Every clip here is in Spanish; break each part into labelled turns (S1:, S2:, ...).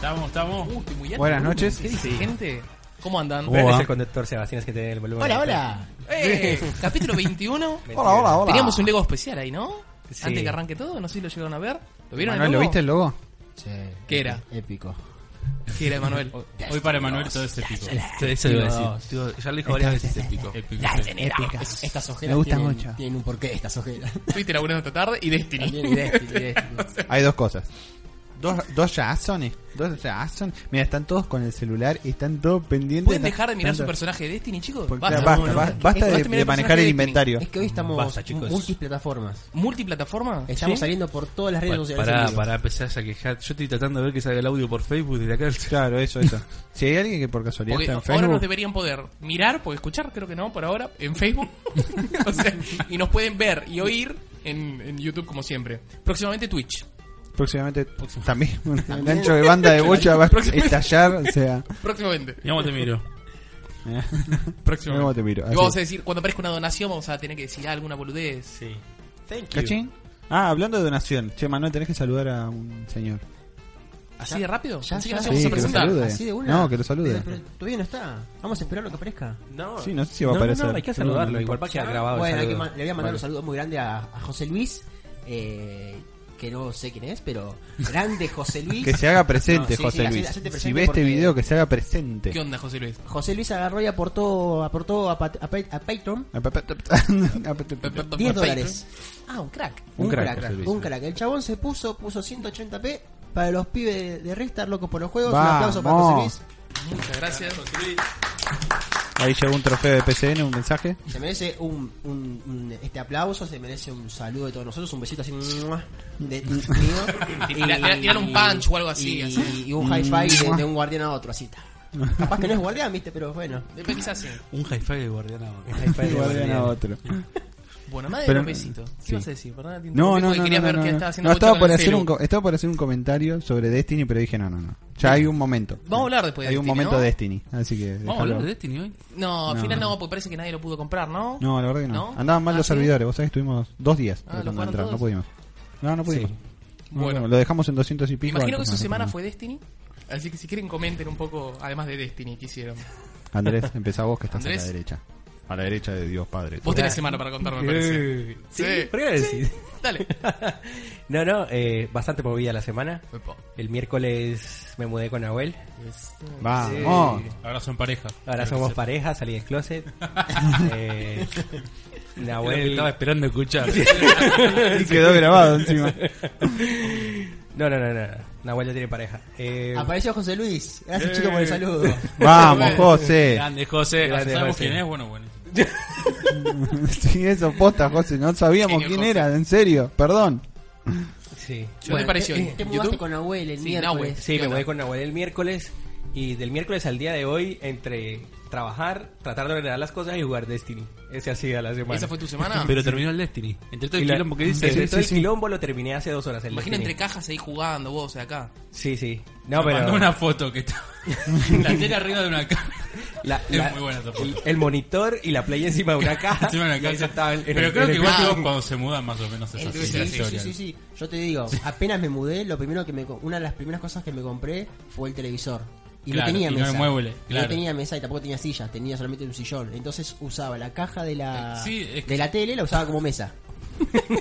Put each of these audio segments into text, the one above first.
S1: Vamos.
S2: Uh, estoy muy alto,
S3: Buenas
S2: boludo.
S3: noches.
S2: Qué
S3: Sí.
S2: gente. ¿Cómo andan?
S3: Bueno.
S4: Pero
S3: Ua.
S4: es el conductor Sebastián, es que tiene el volumen.
S2: Hola, hola. Eh, capítulo 21.
S3: Hola, hola, hola.
S2: Teníamos un Lego especial ahí, ¿no?
S4: Sí.
S2: Antes que arranque todo, no sé si lo llegaron a ver. ¿Lo vieron?
S3: Manuel,
S2: el
S3: ¿lo
S2: logo?
S3: viste el logo?
S1: Sí.
S2: ¿Qué era?
S1: Épico.
S2: ¿Qué era, Manuel?
S5: Hoy para Manuel todo este es épico.
S4: Eso iba a
S6: ya
S4: decir.
S6: lo
S5: Este
S6: dijo varias veces este épico.
S5: Épico. este.
S2: Las generamos.
S1: Épica. Estas ojeras
S3: Me gusta
S1: tienen,
S3: mucho.
S1: tienen un porqué, estas ojeras.
S2: Estuviste laburando esta tarde y Destiny.
S1: También y Destiny, y Destiny.
S3: Hay dos cosas. Dos, dos Jasones. Dos Jasones. Mira, están todos con el celular y están todos pendientes.
S2: ¿Pueden dejar de mirar su
S3: Tanto-
S2: personaje de Destiny, chicos?
S3: Porque- basta,
S2: no, no,
S3: basta,
S2: no.
S3: basta de,
S2: Dejaste mirar
S3: de
S2: el
S3: manejar
S2: personaje
S3: el
S2: de
S3: inventario.
S1: Es que hoy estamos
S6: Basta, chicos.
S1: multiplataformas.
S2: Destiny. ¿Multiplataforma?
S1: Estamos
S2: ¿Sí?
S1: saliendo por todas las redes sociales. en
S6: Pará,
S1: vivo.
S6: pará, empezás a quejar. Yo estoy tratando de ver que salga el audio por Facebook desde acá.
S3: Claro, eso, eso. si hay alguien que por casualidad
S2: Porque
S3: está en
S2: ahora nos
S3: Facebook,
S2: deberían poder mirar, porque escuchar creo que no, por ahora, en Facebook. O sea, y nos pueden ver y oír en, en YouTube como siempre. Próximamente Twitch.
S3: próximamente también un gancho de banda de bocha va a estallar. O sea,
S2: Próximamente.
S5: Digamos, te miro.
S3: luego
S2: Próximamente.
S3: te miro.
S2: Y
S3: así.
S2: vamos a decir, cuando aparezca una donación vamos a tener que decir alguna boludez.
S4: Sí. Thank you.
S3: ¿Cachín? Ah, hablando de donación. Che, Manuel, tenés que saludar a un señor.
S2: ¿Así de rápido?
S1: Ya,
S2: Así que
S1: ya,
S2: nos íbamos
S3: Sí,
S1: ya.
S2: a
S3: que lo
S2: presentar.
S3: salude.
S1: Así de una.
S3: No, que lo salude.
S1: Pero, pero todavía no está. Vamos a esperar lo que aparezca.
S4: No.
S3: Sí, no sé si va a
S4: No,
S3: aparecer.
S4: No, no, hay que
S3: No,
S4: saludarlo.
S3: no,
S4: Igual va a quedar grabado. el
S1: bueno, hay que
S4: saludo.
S1: ma- le voy a mandar
S4: Vale.
S1: un saludo muy grande a, a José Luis, eh, que no sé quién es, pero grande José Luis.
S3: Que se haga
S1: No,
S3: presente,
S1: sí, sí,
S3: José
S1: hacete-
S3: Luis.
S1: hacete
S3: si
S1: presente
S3: ve este
S1: porque
S3: video, que se haga presente.
S2: ¿Qué onda, José Luis?
S1: José Luis agarró y aportó, aportó a, Pat- a Pat- a Patreon
S3: Apa- pa- ta- ta- apa- ta- ta-
S1: 10 dólares. Ah, un crack. Un,
S3: crack,
S1: crack,
S6: José Luis.
S1: un crack. El chabón se puso, puso 180p para los pibes de, de Restar, locos por los juegos. Un
S3: Vamos.
S1: aplauso para José Luis.
S2: Muchas gracias.
S3: Ahí llegó un trofeo de PCN, un mensaje.
S1: Se merece un, un- un- este aplauso, se merece un saludo de todos nosotros, un besito así ¡mua! de mío.
S2: Y tira- tira- tirar un punch o algo así,
S1: Y,
S2: así.
S1: y un high five de, de un guardián a otro, así. ta. Capaz que no es guardián, viste, pero bueno.
S2: Después quizás sí.
S6: Un hi-fi de guardiana.
S3: otro.
S2: Bueno, madre
S3: Pero-
S2: de besito. ¿Qué
S3: sí.
S2: ibas a decir? Perdón, te
S3: No,
S2: interrumpí porque
S3: no, no, no,
S2: quería
S3: no,
S2: ver
S3: no,
S2: qué
S3: no.
S2: estaba haciendo Bocha
S3: No, estaba
S2: con
S3: por
S2: el
S3: hacer
S2: celu.
S3: un co- estaba por hacer un comentario sobre Destiny, pero dije no, no, no. Ya hay un momento.
S2: Vamos a hablar después de
S3: Hay un
S2: Destiny,
S3: momento
S2: ¿no?
S3: de Destiny, así que
S6: ¿Vamos a
S3: déjalo.
S6: hablar de Destiny hoy?
S2: No, al
S3: No.
S2: final no, porque parece que nadie lo pudo comprar, ¿no?
S3: No, la verdad que no.
S2: ¿No?
S3: Andaban mal
S2: Ah,
S3: los
S2: ¿sí?
S3: servidores, vos sabés, estuvimos dos días
S2: Ah, ¿lo
S3: tratando de
S2: jugaron
S3: entrar, no
S2: todos?
S3: pudimos. No, no pudimos.
S4: Sí.
S3: No,
S2: Bueno.
S3: no, lo dejamos en 200 y pico.
S2: Imagino que
S3: antes,
S2: su
S3: no, no,
S2: semana
S3: no.
S2: fue Destiny. Así que si quieren comenten un poco, además de Destiny, que hicieron.
S3: Andrés, empezá vos que estás
S2: Andrés.
S3: a la derecha. A la derecha de Dios Padre.
S2: Vos tenés semana para contarme, me parece.
S4: Eh, Sí,
S2: Sí.
S4: ¿por qué no decís?
S2: Dale.
S4: No, no, eh, bastante movida la semana.
S2: Epa.
S4: El miércoles me mudé con Nahuel.
S3: Vamos.
S5: Ahora son pareja.
S6: Ah,
S4: Ahora somos pareja, salí del closet. eh,
S6: Bueno,
S4: Nahuel.
S6: estaba esperando escuchar.
S3: Y quedó grabado encima.
S4: No, no, no, no. Nahuel ya tiene pareja. Eh,
S1: Apareció José Luis. Gracias, chicos,
S2: Eh.
S1: por el saludo.
S3: Vamos, José.
S6: Grande, José.
S4: Grande,
S5: ¿Sabemos
S4: José.
S5: quién es? Bueno, bueno.
S3: Sí, eso, posta, José. No sabíamos
S2: Genio,
S3: quién
S2: José.
S3: era, en serio. Perdón.
S4: sí.
S2: ¿Qué te pareció?
S1: eh, Te, te mudaste
S2: ¿YouTube?
S1: con Nahuel el
S2: Sí,
S1: miércoles.
S4: Sí,
S2: ¿Qué
S4: me
S2: onda?
S4: voy con Nahuel el miércoles. Y del miércoles al día de hoy, entre trabajar, tratar de ordenar las cosas y jugar Destiny. Ese ha sido la semana.
S2: ¿Esa fue tu semana?
S6: Pero terminó el Destiny. Entre todo
S4: Y
S6: el
S4: la-
S6: quilombo que dice.
S4: Entre todo el
S6: Sí, sí.
S4: quilombo lo terminé hace dos horas. El
S2: Imagina
S4: Destiny.
S2: entre cajas ahí jugando vos acá.
S4: Sí, sí. No,
S5: Me Mandó
S4: pero.
S5: una foto que está la tele arriba de una cama.
S4: la-
S5: Es
S4: la-
S5: muy buena esa foto.
S4: el, el monitor y la play encima de una caja.
S5: Encima de
S4: y
S5: una
S4: ahí
S5: casa.
S4: sentado en- en
S5: Pero
S4: el-
S5: creo
S4: en
S5: que
S4: el
S5: igual
S4: piso.
S5: todos cuando se mudan más o menos es
S1: El-
S5: así
S1: sí,
S5: la
S1: sí, sí,
S5: historia.
S1: sí, sí. Yo te digo, apenas me mudé, lo primero que me, co- una de las primeras cosas que me compré fue el televisor. Y
S5: Claro,
S1: no tenía
S5: y no
S1: mesa.
S5: era mueble, claro.
S1: No tenía mesa y tampoco tenía silla, tenía solamente un sillón. Entonces usaba la caja de la,
S5: Eh, Sí, es que-
S1: de la tele, la usaba como mesa.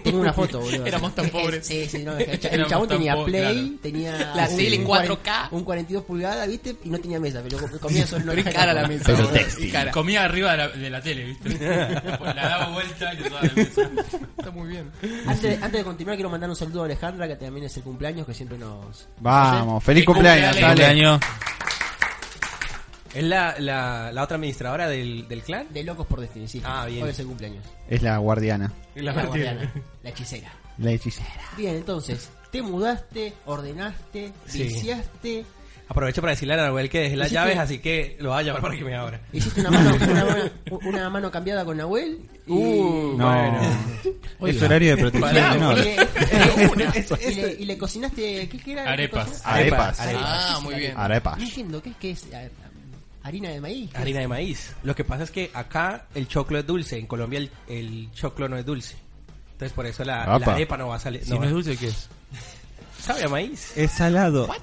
S1: Tengo una foto, boludo.
S2: Éramos tan pobres.
S1: Sí, sí, no, el cha- el
S5: Éramos
S1: chabón
S5: tan
S1: tenía
S5: pobres,
S1: Play,
S5: claro.
S1: tenía.
S2: La
S1: un-
S2: tele
S1: un
S2: 4K.
S1: Un 42 pulgadas, ¿viste? Y no tenía mesa, pero yo comía solo
S2: Pero es
S1: oreja
S2: cara
S1: de
S2: la
S1: capo.
S2: mesa.
S3: Pero
S2: boludo, es
S5: Y
S2: cara.
S5: comía arriba de la, de la tele, ¿viste? la daba vuelta y lo daba la mesa.
S2: Está muy bien.
S1: Antes, antes de continuar, quiero mandar un saludo a Alejandra, que también es el cumpleaños, que siempre nos.
S3: Vamos, feliz
S2: Que
S3: cumpleaños,
S2: cumpleaños.
S3: dale.
S6: Cumpleaños.
S4: Es la, la, la otra administradora del, del clan.
S1: De locos por destino, sí.
S4: Ah, bien.
S1: Hoy es el cumpleaños.
S3: Es la guardiana,
S1: La, guardiana, la hechicera.
S3: la hechicera.
S1: Bien, entonces, te mudaste, ordenaste,
S4: Sí.
S1: viciaste,
S4: Aprovecho para decirle a Nahuel que dejé las
S1: Hiciste-
S4: llaves, así que lo voy a llamar para que me abra.
S1: hiciste una mano, una mano, una mano cambiada con Nahuel. y-
S3: No,
S1: Oiga.
S3: es horario de protección
S1: Pará,
S3: de menores.
S1: y le- y le- y le- y le cocinaste, ¿qué, qué era?
S5: Arepas.
S1: ¿Qué cocinaste?
S3: Arepas.
S2: Ah, muy bien.
S3: Arepas.
S1: No entiendo, ¿qué es? ¿Qué es? Ah, ¿Harina de maíz?
S4: Harina de maíz. Lo que pasa es que acá el choclo es dulce, en Colombia el, el choclo no es dulce. Entonces por eso la,
S3: Apa.
S4: la arepa no va a salir.
S6: Si
S4: no
S6: no
S4: va-
S6: es dulce, ¿qué es?
S4: Sabe a maíz.
S3: Es salado.
S4: Nada.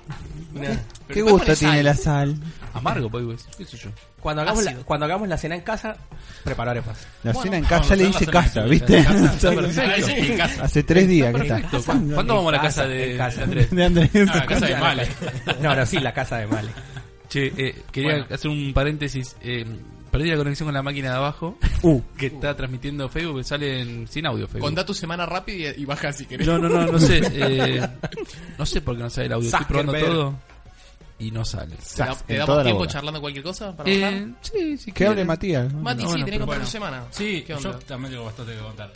S2: Pero
S3: ¿Qué
S2: después
S3: gusto
S2: pones
S3: tiene
S2: sal.
S3: la sal?
S7: Amargo, pues, güey. ¿Qué sé yo?
S4: Cuando hagamos, la,
S2: Ácido.
S4: cuando hagamos la cena en casa, preparo arepas.
S3: La
S7: Bueno,
S3: cena en
S7: no,
S3: casa
S7: no,
S3: le
S7: no,
S3: dice
S7: no,
S3: casa,
S7: no,
S3: ¿viste?
S7: no, no, no, no,
S2: Ah, sí,
S7: perfecto.
S2: en casa.
S3: Hace tres días que está.
S7: Perfecto. ¿Cuándo cuándo vamos a la casa de,
S4: en casa.
S7: de Andrés?
S3: De Andrés.
S6: Ah, la casa de Male.
S4: No, no, sí, la casa de Male.
S7: Che, eh, quería
S2: Bueno.
S7: hacer un paréntesis. Eh, perdí la conexión con la máquina de abajo
S3: Uh,
S7: que está transmitiendo Facebook, que sale en- sin audio Facebook.
S2: Contá tu semana rápida y, y baja si querés.
S7: No, no, no, no sé. eh, no sé por qué no sale el audio. Estoy probando
S4: Zuckerberg.
S7: todo y no sale.
S2: ¿Te, da-
S3: sas,
S2: te
S3: en
S2: damos
S3: toda la
S2: tiempo
S3: boca.
S2: charlando cualquier cosa para bajar?
S7: Eh, sí, sí.
S3: Que hable Matías. ¿no?
S2: Mati,
S7: no,
S2: sí,
S7: bueno,
S2: tenés que
S7: pero
S2: contar
S7: bueno.
S2: tu semana.
S6: Sí,
S2: ¿Qué
S6: yo
S2: onda?
S6: también tengo bastante que contar.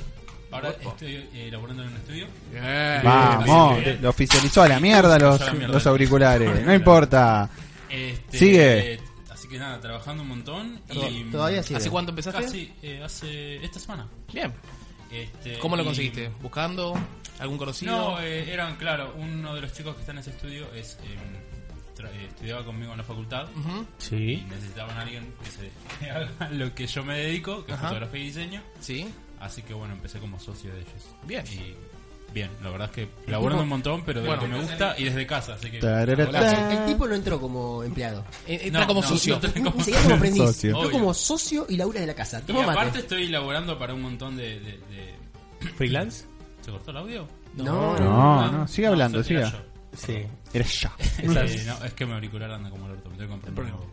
S6: Ahora estoy eh, laburando en un estudio.
S2: Bien.
S3: Vamos, lo oficializó a la mierda los,
S6: A la mierda.
S3: los auriculares. No importa.
S6: Este,
S3: Sigue.
S6: eh, así que nada, trabajando un montón. Y,
S1: Todavía sigue.
S2: ¿Hace cuánto empezaste?
S6: Casi, eh, hace esta semana.
S2: Bien.
S6: Este,
S2: ¿Cómo lo
S6: y-
S2: conseguiste? ¿Buscando? ¿Algún conocido?
S6: No, eh, eran, claro, uno de los chicos que está en ese estudio es em, tra- eh, estudiaba conmigo en la facultad
S2: Ujú.
S6: y
S4: Sí.
S6: necesitaban a alguien que se que haga lo que yo me dedico, que es
S2: Ajá.
S6: fotografía y diseño.
S2: Sí.
S6: Así que bueno, empecé como socio de ellos.
S2: Bien.
S6: Y bien, la verdad es que laborando un montón, pero de
S2: Bueno.
S6: lo que me gusta y desde casa, así que...
S3: Tarara,
S6: Hola.
S3: ta.
S1: El tipo no entró como empleado.
S2: Eh, Entra
S6: No,
S2: como
S6: no,
S2: sucio.
S6: no te-
S1: Y seguía como aprendiz.
S3: Socio.
S1: Entró
S6: Obvio.
S1: como socio y Laura de la casa.
S6: Y
S1: Toma mate.
S6: aparte estoy laborando para un montón de... de- de-
S4: ¿Freelance?
S6: ¿Se cortó el audio?
S1: No,
S3: No, no, sigue
S6: No,
S3: hablando,
S6: soy- era
S3: siga.
S6: yo.
S4: Sí.
S3: Eres yo.
S6: Eh, no, es que mi auricular anda como el orto, me tengo que comprar un nuevo.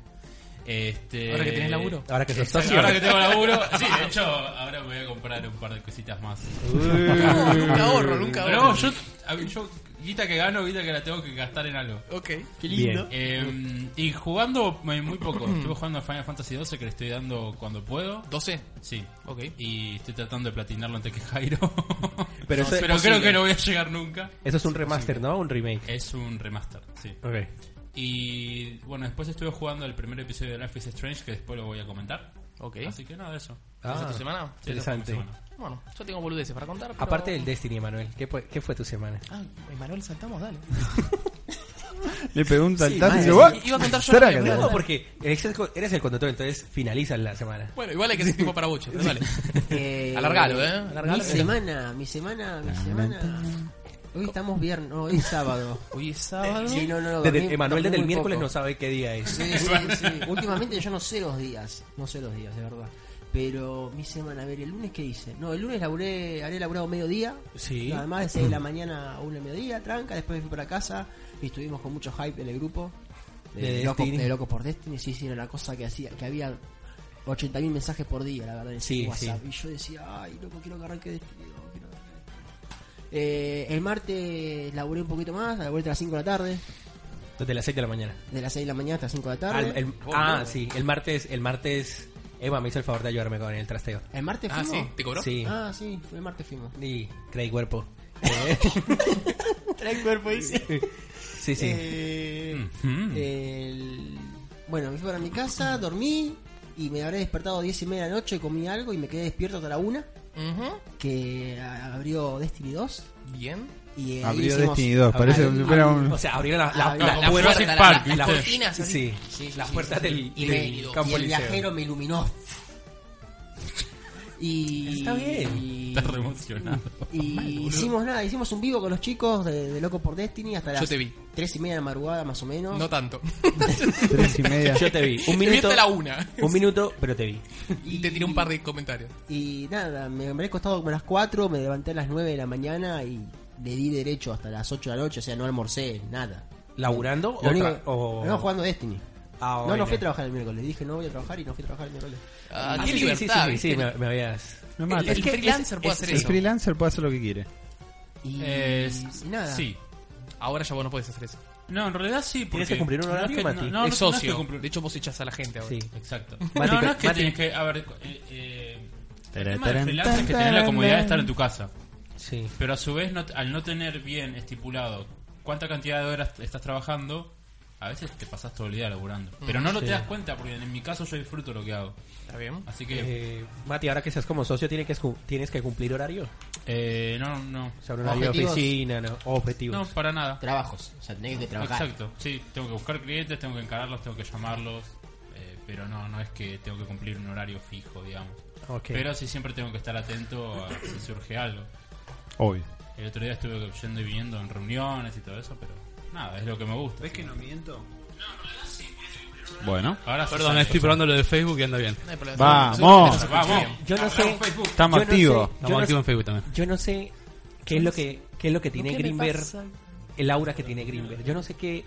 S6: Este...
S2: Ahora que tenés laburo.
S4: Ahora que sos socio.
S6: Ahora que tengo laburo, sí, de hecho, ahora me voy a comprar un par de cositas más.
S2: No, nunca ahorro, nunca
S6: Pero
S2: ahorro.
S6: no, yo, a ver, yo, guita que gano, guita que la tengo que gastar en algo.
S2: Ok.
S1: Qué
S4: lindo.
S1: lindo.
S6: Eh, y jugando eh, muy poco, estuve jugando a Final Fantasy XII que le estoy dando cuando puedo.
S2: 12.
S6: Sí,
S2: Ok.
S6: y estoy tratando de platinarlo antes que Jairo.
S4: Pero
S6: Pero,
S4: eso es
S6: creo que no voy a llegar nunca.
S4: Eso es un remaster, ¿no? Un remake. Ah,
S6: Es un remaster, sí.
S4: Ok.
S6: Y bueno, después estuve jugando el primer episodio de Life is Strange que después lo voy a comentar.
S2: Ok.
S6: Así que nada de eso.
S2: ¿Esa
S4: Ah.
S2: es tu semana?
S6: Sí, esa fue mi
S4: Interesante.
S6: semana.
S2: Bueno, yo tengo boludeces para contar. pero-
S4: Aparte del Destiny, Emanuel, ¿qué, fue- ¿qué fue tu semana?
S2: Ah, Emanuel, saltamos, dale.
S3: Le pegó un saltazo y
S1: madre,
S3: dice, "Buah".
S2: iba a contar yo
S3: Tarara,
S2: la de
S3: tarara.
S4: No, porque eres el, co- eres el conductor, entonces finalizas la semana.
S2: Bueno, igual hay que hacer tiempo para bocho, pero dale.
S1: Eh,
S2: Alargalo, ¿eh? Alargalo.
S1: Mi semana, mi semana, mi semana. Hoy estamos viernes, no, hoy es sábado.
S2: Hoy
S4: Eh,
S2: es sábado.
S1: Sí, no, no, no.
S4: Desde-
S1: dormí- dormí
S4: Emanuel desde el
S1: muy
S4: miércoles
S1: poco.
S4: no sabe qué día es.
S1: Sí, sí, sí. Últimamente yo no sé los días, no sé los días, de verdad. Pero mi semana, a ver, el lunes qué hice. No, el lunes laburé, haré laburado mediodía.
S4: Sí. Mm.
S1: Nada más de 6 de la mañana a 1 del mediodía, tranca. Después me fui para casa y estuvimos con mucho hype en el grupo.
S4: De
S1: De, loco,
S4: Destiny.
S1: de loco por Destiny. Sí, sí, era una cosa que hacía, que había 80.000 mensajes por día, la verdad, en
S4: Sí,
S1: ese WhatsApp. Y yo decía, ay, loco, quiero que arranque Destiny. no, quiero que arranque Destiny". Eh, el martes laburé un poquito más, laburé hasta las 5 de la tarde,
S4: Desde las 6 de la mañana.
S1: de las 6 de la mañana hasta las 5 de la
S4: Ah,
S1: tarde.
S4: el- el- ah, sí, el martes, el martes Emma me hizo el favor de ayudarme con el trasteo.
S1: ¿El martes
S2: Ah,
S1: fuimos?
S2: sí, ¿te cobró?
S4: Sí,
S1: Ah, sí, fue el martes fuimos.
S4: y creí cuerpo. Eh,
S1: Trae cuerpo, dice.
S4: Sí, sí.
S1: Eh.
S6: Mm.
S1: El- Bueno, me fui para mi casa, dormí y me habré despertado a 10 y media de la noche, comí algo y me quedé despierto hasta la una,
S2: Ujú.
S1: que a- abrió Destiny 2.
S2: Bien.
S1: Y eh, ahí
S3: Abrió
S1: hicimos-
S3: Destiny 2, parece
S1: Abrió-
S3: que fuera un...
S4: o sea, abrieron la, la,
S1: Ah,
S6: como
S4: la- la puerta,
S6: Jurassic
S4: la-
S6: Park,
S4: la- la-
S6: ¿viste?
S2: cortinas,
S4: sí,
S2: así.
S4: sí, las puertas del,
S1: y,
S4: del
S1: me- y
S4: campo
S1: el
S4: liceo.
S1: viajero me iluminó. Y,
S4: Está bien.
S1: y-
S6: Estás re emocionado.
S1: Y hicimos nada, hicimos un vivo con los chicos de, de Loco por Destiny hasta
S2: Yo
S1: las
S2: te vi.
S1: 3 y media de la madrugada más o menos.
S2: No tanto.
S3: Tres y media.
S4: Yo te vi. Un
S2: Te vi
S4: minuto,
S2: hasta la una.
S4: un minuto, pero te vi.
S2: Y te tiré un par de comentarios.
S1: Y nada, me habré costado como a las 4, me levanté a las 9 de la mañana y le di derecho hasta las 8 de la noche, o sea, no almorcé, nada.
S4: ¿Laburando
S1: Lo
S4: o,
S1: único-
S4: tra- o-
S1: No, jugando Destiny.
S4: Ah,
S1: no,
S4: bueno.
S1: no fui a trabajar el miércoles, dije no voy a trabajar y no fui a trabajar el miércoles.
S2: Ah,
S4: Ah,
S2: qué
S4: sí, sí, sí,
S2: libertad.
S4: sí,
S2: ¿viste?
S4: sí, me, me habías...
S3: Me
S2: El,
S3: mata.
S2: el freelancer puede hacer
S3: El
S2: eso.
S3: freelancer puede hacer lo que quiere.
S1: Y,
S6: Eh,
S1: y nada.
S6: Sí.
S2: Ahora ya vos no podés hacer eso.
S6: No, en realidad sí. Porque
S4: que cumplir un
S6: no es
S4: horario,
S6: que-
S4: Mati.
S6: No, no,
S2: es
S6: no es que
S2: socio.
S6: cumplir-
S2: De hecho, vos echás a la gente ahora.
S4: Sí.
S6: Exacto.
S4: Mati,
S6: no, no es que
S4: Mati.
S6: tienes que. A ver, eh, eh, el
S3: Tará,
S6: tema del
S3: tarán,
S6: freelance es que
S3: tarán,
S6: tenés la comodidad de
S3: tarán.
S6: estar en tu casa.
S4: Sí.
S6: Pero a su vez, no- al no tener bien estipulado cuánta cantidad de horas estás trabajando, a veces te pasas todo el día laburando. Pero no lo te das cuenta, porque en mi caso yo disfruto lo que hago.
S2: ¿Está bien?
S6: Así que.
S4: Eh, Mati, ahora que seas como socio, ¿tienes que, escu- tienes que cumplir horario?
S6: eh, no, no.
S4: O sea, un horario
S1: Objetivos.
S4: de oficina, ¿no? Objetivos.
S6: No, para nada.
S1: Trabajos, o sea, tenés que trabajar.
S6: Exacto. Sí, tengo que buscar clientes, tengo que encararlos, tengo que llamarlos. eh, pero no, no es que tengo que cumplir un horario fijo, digamos.
S4: Ok.
S6: Pero sí siempre tengo que estar atento a si surge algo.
S3: Obvio.
S5: El otro día estuve yendo y viniendo en reuniones y todo eso, pero nada, es lo que me gusta.
S3: ¿Ves que no miento?
S6: Bueno.
S5: Ahora sí
S6: Perdón,
S5: sale,
S6: estoy probando lo de Facebook y anda bien.
S2: No hay problema.
S3: Vamos.
S5: Vamos.
S4: Yo no sé.
S6: Estamos
S4: yo no
S6: activos.
S4: sé- yo
S6: Estamos
S4: no
S6: activos en
S4: sé-
S6: Facebook también.
S4: Yo no sé qué es lo que, qué es lo que tiene
S1: ¿Qué me
S4: Greenberg,
S1: pasa?
S4: el aura que tiene Greenberg. Yo no sé qué,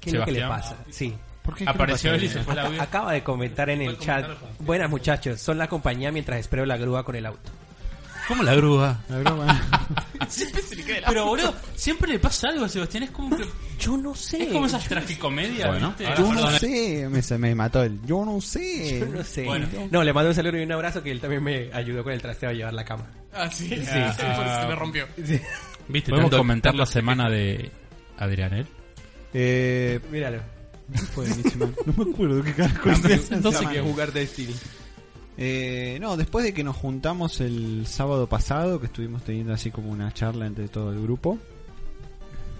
S4: qué es lo que le
S5: Sebastián.
S4: pasa. Sí.
S3: ¿Por qué? ¿Qué
S5: Apareció
S3: le
S5: él
S3: pasa?
S5: y se fue el
S4: Ac-
S5: audio.
S4: acaba de comentar en el chat. Buenas muchachos, son la compañía mientras espero la grúa con el auto.
S6: ¿Cómo la grúa?
S3: La broma.
S2: Siempre se le cae el
S5: Pero boludo, siempre le pasa algo a Sebastián, es como que,
S4: Yo no sé.
S5: es como esas tragicomedias,
S6: Bueno.
S5: ¿viste?
S3: Yo no sé. Me, se me mató el. Yo no sé.
S4: Yo no sé.
S5: Bueno.
S4: Eh, No, le mando un saludo y un abrazo que él también me ayudó con el trasteo a llevar la cama.
S2: Ah, sí, sí,
S5: Ah.
S2: se me rompió.
S6: ¿Viste?
S5: ¿Podemos
S6: tanto-
S5: comentar
S6: tanto-
S5: la semana de Adrianel?
S3: Eh.
S4: Míralo.
S3: Buenísimo. No me acuerdo qué carajo hice.
S4: No sé qué jugar de estilo.
S3: Eh, no, después de que nos juntamos el sábado pasado, que estuvimos teniendo así como una charla entre todo el grupo.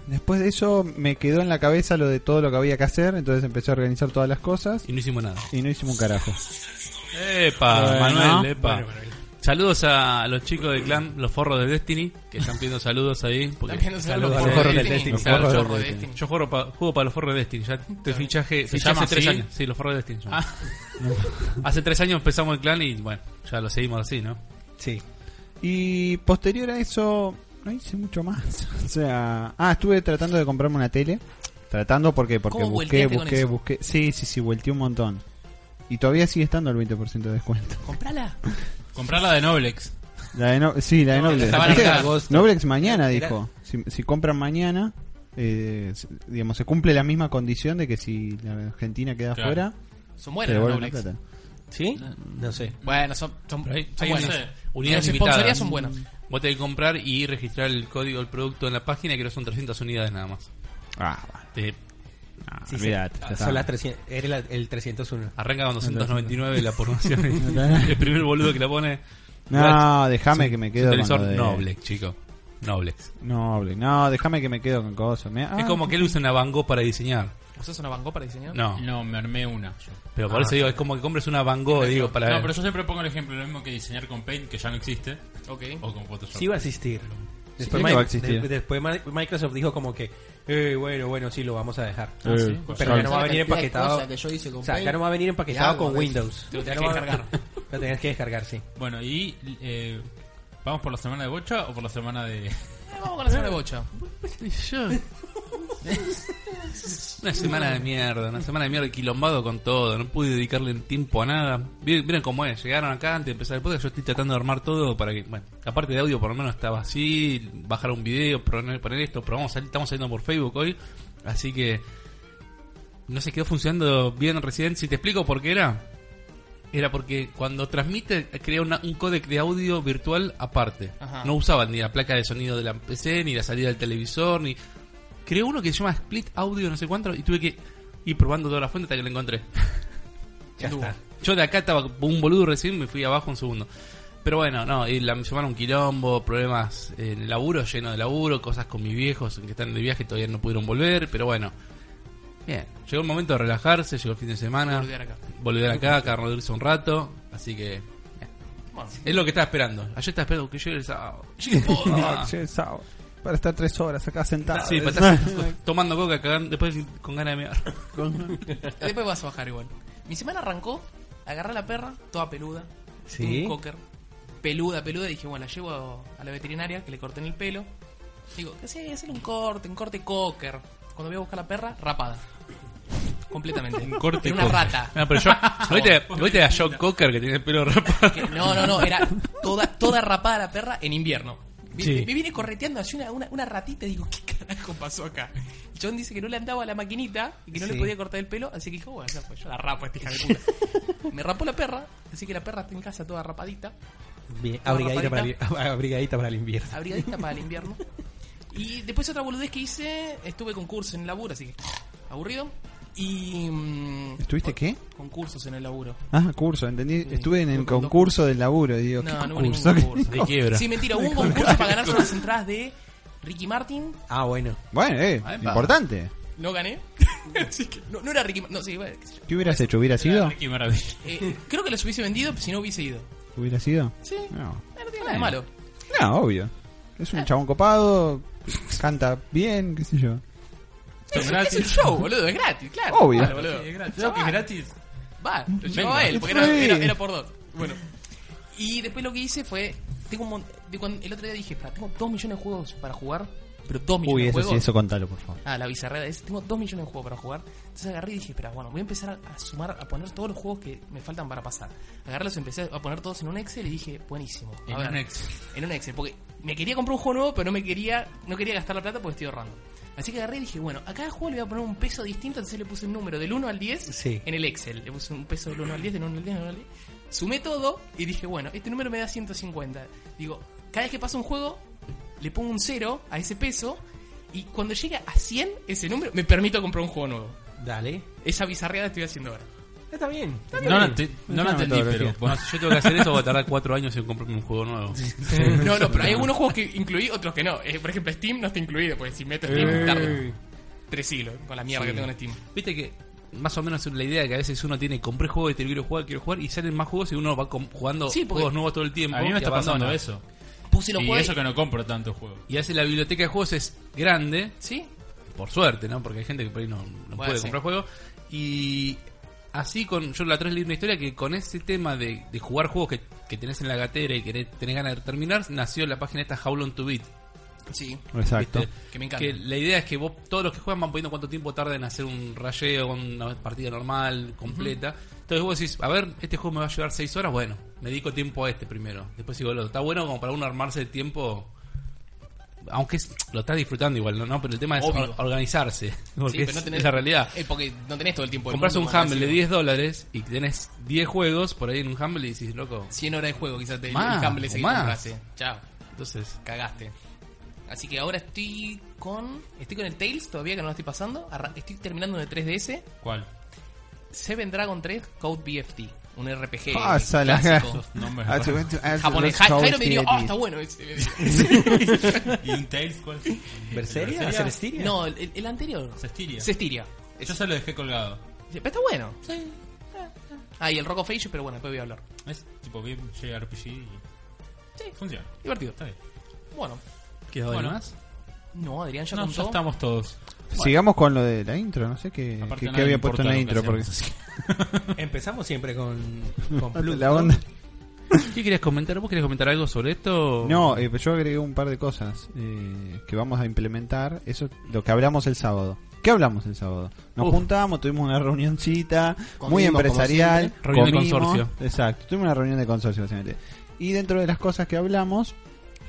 S3: Después de eso me quedó en la cabeza lo de todo lo que había que hacer, entonces empecé a organizar todas las cosas
S6: Y no hicimos nada.
S3: y no hicimos un carajo.
S6: Epa,
S3: Bueno.
S6: Manuel, epa.
S4: Bueno, Manuel.
S6: Saludos a los chicos del clan, los forros de Destiny, que están pidiendo saludos ahí. porque-
S2: También nos
S6: Saludos
S2: saludos
S6: a
S2: por
S6: los forros
S2: Destiny.
S6: de
S3: Destiny.
S2: Saludos
S3: Los
S2: por
S3: forros de
S2: Destiny.
S6: Destiny. Yo juego, pa- juego para los forros de Destiny, ya te fichaje,
S5: ¿Se
S6: fiché
S5: llama
S6: hace tres
S5: así?
S6: años. Sí, los forros de Destiny. son.
S5: Ah.
S6: hace tres años empezamos el clan y bueno, ya lo seguimos así, ¿no?
S4: Sí.
S3: Y posterior a eso, no hice mucho más. O sea, ah, estuve tratando de comprarme una tele. Tratando porque, porque
S2: ¿Cómo
S3: busqué,
S2: volteaste con
S3: busqué,
S2: eso?
S3: busqué. Sí, sí, sí, volteé un montón. Y todavía sigue estando el 20% de descuento.
S2: Comprala.
S5: Comprarla de Noblex.
S3: La de no- sí, la de
S2: No,
S3: Noblex.
S2: estaba en
S3: Viste,
S2: agosto.
S3: Noblex mañana
S4: Era-
S3: dijo. Si, si compran mañana, eh, s- digamos, se cumple la misma condición de que si la Argentina queda
S5: Claro.
S3: afuera,
S2: Son
S3: te
S2: buenas las
S3: devuelven la
S2: Noblex.
S3: plata.
S4: ¿Sí? No sé.
S2: Bueno, son, son,
S6: Pero hay-
S2: son
S6: hay
S2: buenas.
S5: unas
S6: unidades
S2: Las
S6: limitadas.
S2: sponsorías son buenas.
S6: Vos tenés que comprar y registrar el código del producto en la página, que no son 300 unidades nada más. Eh,
S3: Ah, bueno.
S6: Te
S3: Ah,
S4: Sí, sí.
S3: olvidate, ya está.
S4: Son las 300. Eres la- el 301.
S6: arranca con 299 la formación. y el primer boludo que la pone.
S3: No, déjame que me quedo con
S6: televisor
S3: lo de-
S6: Noblex, chico. Noblex.
S3: Noblex. No, déjame que me quedo con cosas. Me- ah,
S6: Es como que él usa una Van Gogh para diseñar.
S2: ¿Usás una Bangkok para diseñar?
S6: No.
S5: No, me armé una. yo.
S6: Pero por eso digo, es como que compres una Van Gogh, digo, para...
S5: No, pero yo siempre pongo el ejemplo, lo mismo que diseñar con Paint, que ya no existe,
S2: Ok.
S5: o con Photoshop.
S4: Sí va a existir. Después,
S3: Sí, va a
S4: Mi-
S3: existir.
S4: de- después Ma- Microsoft dijo como que, eh, bueno, bueno, sí, lo vamos a dejar.
S3: eh,
S4: Pero ya
S1: Esa
S4: no va a venir
S1: cantidad de
S4: empaquetado.
S1: cosas que yo hice con
S4: O sea, ya
S1: Paint.
S4: no va a venir
S1: Y
S4: empaquetado
S1: algo
S4: con
S1: de-
S4: Windows.
S2: Te lo
S4: Ya
S2: tenés
S4: no
S2: que
S4: va-
S2: descargar.
S4: Lo tenés que descargar, sí.
S5: Bueno, y eh, ¿vamos por la semana de bocha o por la semana de...?
S2: Eh, Vamos con la semana de bocha.
S6: Una semana de mierda, una semana de mierda quilombado con todo, no pude dedicarle tiempo a nada. Miren, miren cómo es, llegaron acá antes de empezar el podcast, yo estoy tratando de armar todo para que, bueno, la parte de audio por lo menos estaba así, bajar un video, poner, poner esto, pero vamos, a- estamos saliendo por Facebook hoy, así que no se quedó funcionando bien recién. Si te explico por qué era, era porque cuando transmite crea una- un codec de audio virtual aparte.
S2: Ajá.
S6: No usaban ni la placa de sonido de la PC, ni la salida del televisor, ni... Creé uno que se llama Split Audio, no sé cuánto, y tuve que ir probando toda la fuente hasta que lo encontré.
S4: Ya está.
S6: Yo de acá estaba como un boludo recién, me fui abajo un segundo. Pero bueno, no, y la, me llamaron un quilombo, problemas en el laburo, lleno de laburo, cosas con mis viejos que están de viaje todavía no pudieron volver, pero bueno. Bien, llegó el momento de relajarse, llegó el fin de semana.
S2: Volver acá.
S6: Volver acá, carnodurse un rato, así que... bien.
S2: Bueno.
S6: Es lo que estaba esperando. Ayer estaba esperando que llegue el sábado.
S3: Ah,
S6: Ah.
S3: che, sábado. Para estar tres horas acá sentado.
S6: Sí, para estar tomando coca, cagando, después con ganas de mear.
S2: Después vas a bajar igual. Mi semana arrancó, agarré a la perra, toda peluda.
S4: Sí.
S2: Un cocker. Peluda, peluda. Y dije, bueno, la llevo a, a la veterinaria, que le corté en el pelo. Digo, que sí, hacer un corte, un corte cocker. Cuando voy a buscar la perra, rapada. Completamente. Un
S6: corte
S2: Era una
S6: cocker.
S2: rata.
S6: No, pero yo. ¿no ¿Viste, ¿no viste a Joe Cocker que tiene el pelo rapado?
S2: Que- no, no, no. Era toda, toda rapada la perra en invierno. Vi-
S6: Sí.
S2: Me viene correteando así una, una, una ratita y digo, ¿qué carajo pasó acá? Y John dice que no le andaba la maquinita y que no
S4: Sí.
S2: le podía cortar el pelo, así que dijo, bueno, ya fue, yo la rapo a esta hija de puta. Me rapó la perra, así que la perra está en casa toda rapadita,
S4: Bien,
S2: Una
S4: abrigadita para,
S2: rapadita.
S4: el- abrigadita para el invierno.
S2: abrigadita para el invierno. Y después otra boludez que hice, estuve con cursos en el laburo, así que aburrido. Y... mm,
S3: ¿Estuviste qué?
S2: Concursos en el laburo.
S3: Ah, curso, entendí.
S2: Sí,
S3: Estuve en el
S2: estuve con dos
S3: concurso del laburo. y Digo, ¿qué
S2: No, no hubo ningún
S3: concurso?
S2: concurso.
S6: De quiebra.
S2: Sí, mentira, hubo un concurso para ganarse las entradas de Ricky Martin,
S4: Ah, bueno.
S3: Bueno, eh,
S6: Ahí va.
S3: importante.
S2: No gané. Así que no, no era Ricky Ma- No, sí, bueno, qué sé yo.
S3: ¿Qué hubieras hecho? ¿Hubieras ido?
S5: Qué maravilla.
S2: Eh, creo que los hubiese vendido si no hubiese ido.
S3: ¿Hubieras ido?
S2: Sí.
S3: No.
S2: No, no tiene nada de malo.
S3: No, obvio. Es un chabón copado, canta bien, qué sé yo.
S2: Es,
S5: Son
S2: es
S5: gratis.
S2: un show, boludo, es gratis, claro.
S3: Obvio.
S2: Vale, boludo.
S5: Sí, es gratis. No, que es gratis.
S2: Va, lo llevaba
S5: Venga.
S2: él, porque era,
S3: Sí.
S2: era- era por dos. Bueno. Y después lo que hice fue. Tengo un mon- de cuando- el otro día dije, "Pará, tengo dos millones de juegos para jugar, pero dos millones
S3: Uy,
S2: de
S3: eso
S2: juegos.
S3: sí, eso contalo, por favor.
S2: Ah, la bizarrera es, tengo dos millones de juegos para jugar. Entonces agarré y dije, pero bueno, voy a empezar a, a sumar, a poner todos los juegos que me faltan para pasar. Agarré los empecé a poner todos en un Excel y dije, buenísimo. A
S6: En
S2: ver,
S6: un Excel.
S2: En un Excel, porque me quería comprar un juego nuevo, pero no me quería, no quería gastar la plata porque estoy ahorrando. Así que agarré y dije, bueno, a cada juego le voy a poner un peso distinto, entonces le puse un número del 1 al 10
S4: Sí.
S2: en el Excel. Le puse un peso del 1 al 10, del 1 al 10, del 1 al 10. Sumé todo y dije, bueno, este número me da 150. Digo, cada vez que pasa un juego, le pongo un 0 a ese peso y cuando llega a 100 ese número, me permito comprar un juego nuevo.
S4: Dale.
S2: Esa bizarreada estoy haciendo ahora.
S4: Está bien. Está bien.
S5: No la, ente- no la
S3: Es una
S5: entendí, pero
S3: metodología.
S6: Bueno,
S5: bueno,
S6: si yo tengo que hacer eso, voy a tardar cuatro años en comprarme un juego nuevo.
S2: No, no, pero hay algunos juegos que incluí, otros que no. Eh, por ejemplo, Steam no está incluido, porque si meto Steam,
S4: Eh.
S2: tardo 3 siglos con la mierda que tengo en Steam.
S6: Viste que más o menos la idea de que a veces uno tiene, compré juegos y te quiero jugar, quiero jugar, y salen más juegos y uno va com- jugando
S2: Sí, porque-
S6: juegos nuevos todo el tiempo.
S5: a mí me
S6: y
S5: está pasando
S6: abandona.
S5: eso.
S2: Puse los
S5: Y
S2: juegos.
S5: eso que no compro tanto juego.
S6: Y a veces la biblioteca de juegos es grande,
S2: ¿Sí?
S6: por suerte, ¿no? Porque hay gente que por ahí no, no puede
S2: sí.
S6: comprar juegos. Y así con. Yo la otra vez leí una historia que con ese tema de, de jugar juegos que, que tenés en la gatera y que tenés ganas de terminar, nació la página esta How Long to Beat.
S2: Sí.
S3: Exacto.
S6: ¿viste?
S2: Que me encanta.
S6: Que la idea es que vos, todos los que juegan van poniendo cuánto tiempo tarda en hacer un rayeo, una partida normal, completa. Entonces vos decís, a ver, este juego me va a llevar 6 horas, bueno, me dedico tiempo a este primero. Después sigo al otro. Está bueno como para uno armarse el tiempo. Aunque es- lo estás disfrutando igual, ¿no? ¿no? Pero el tema es
S2: Obvio.
S6: or- organizarse.
S2: Sí,
S6: Porque
S2: pero
S6: es, es la realidad.
S2: eh, porque no tenés todo el tiempo. del
S6: Compras un
S2: mundo,
S6: Humble de
S2: máximo.
S6: 10 dólares y tenés 10 juegos por ahí en un Humble y decís, loco.
S2: 100 horas de juego, quizás te el
S6: Más,
S2: Humble
S6: o
S2: ese que
S6: más.
S2: compraste. Chao,
S6: Entonces,
S2: cagaste. Así que ahora estoy con. Estoy con el Tails todavía que no lo estoy pasando. Arra- Estoy terminando de 3DS.
S5: ¿Cuál?
S2: Seven Dragon 3 Code BFT. Un RPG.
S3: Pasa la-
S2: clásico.
S5: No me
S3: Ah, sí, bueno, ah,
S2: Japonés.
S3: los
S2: Ja-
S3: Cowboys
S2: Jairo me dijo,
S3: tienen
S2: oh, está
S3: diez.
S2: bueno. ese".
S5: ¿Y un Tails cuál?
S4: ¿Berseria?
S5: ¿Berseria?
S4: ¿Celestiria?
S2: no, el, el anterior.
S5: Cestiria.
S2: Cestiria.
S5: Yo se lo dejé colgado.
S2: Pero está bueno. Ah, y el Rock of Ages, pero bueno, después voy a hablar.
S5: Es tipo bien JRPG y.
S2: Sí.
S5: Funciona.
S2: Divertido.
S5: Está bien.
S2: Bueno.
S6: ¿quedó
S5: Bueno.
S6: bueno. más?
S2: No, Adrián ya
S5: No,
S2: contó.
S5: ya estamos todos.
S3: Sigamos con lo de la intro, no sé qué,
S5: Aparte
S3: qué-
S5: a
S3: qué
S5: nadie
S3: había
S5: le
S3: puesto en la
S5: importa
S3: intro.
S5: lo que
S3: Porque...
S5: hacemos.
S4: Empezamos siempre con, con Plus,
S3: La
S4: ¿no?
S3: onda.
S6: ¿Qué querías comentar? ¿Vos querías comentar algo sobre esto?
S3: No, eh, pero yo agregué un par de cosas eh, que vamos a implementar. Eso es lo que hablamos el sábado. ¿Qué hablamos el sábado? Nos
S6: Uf.
S3: juntamos, tuvimos una reunioncita
S1: Comimos,
S3: muy
S1: como
S3: empresarial.
S1: siempre.
S6: Reunión de
S3: comimos.
S6: consorcio.
S3: Exacto, tuvimos una reunión de consorcio básicamente. Y dentro de las cosas que hablamos,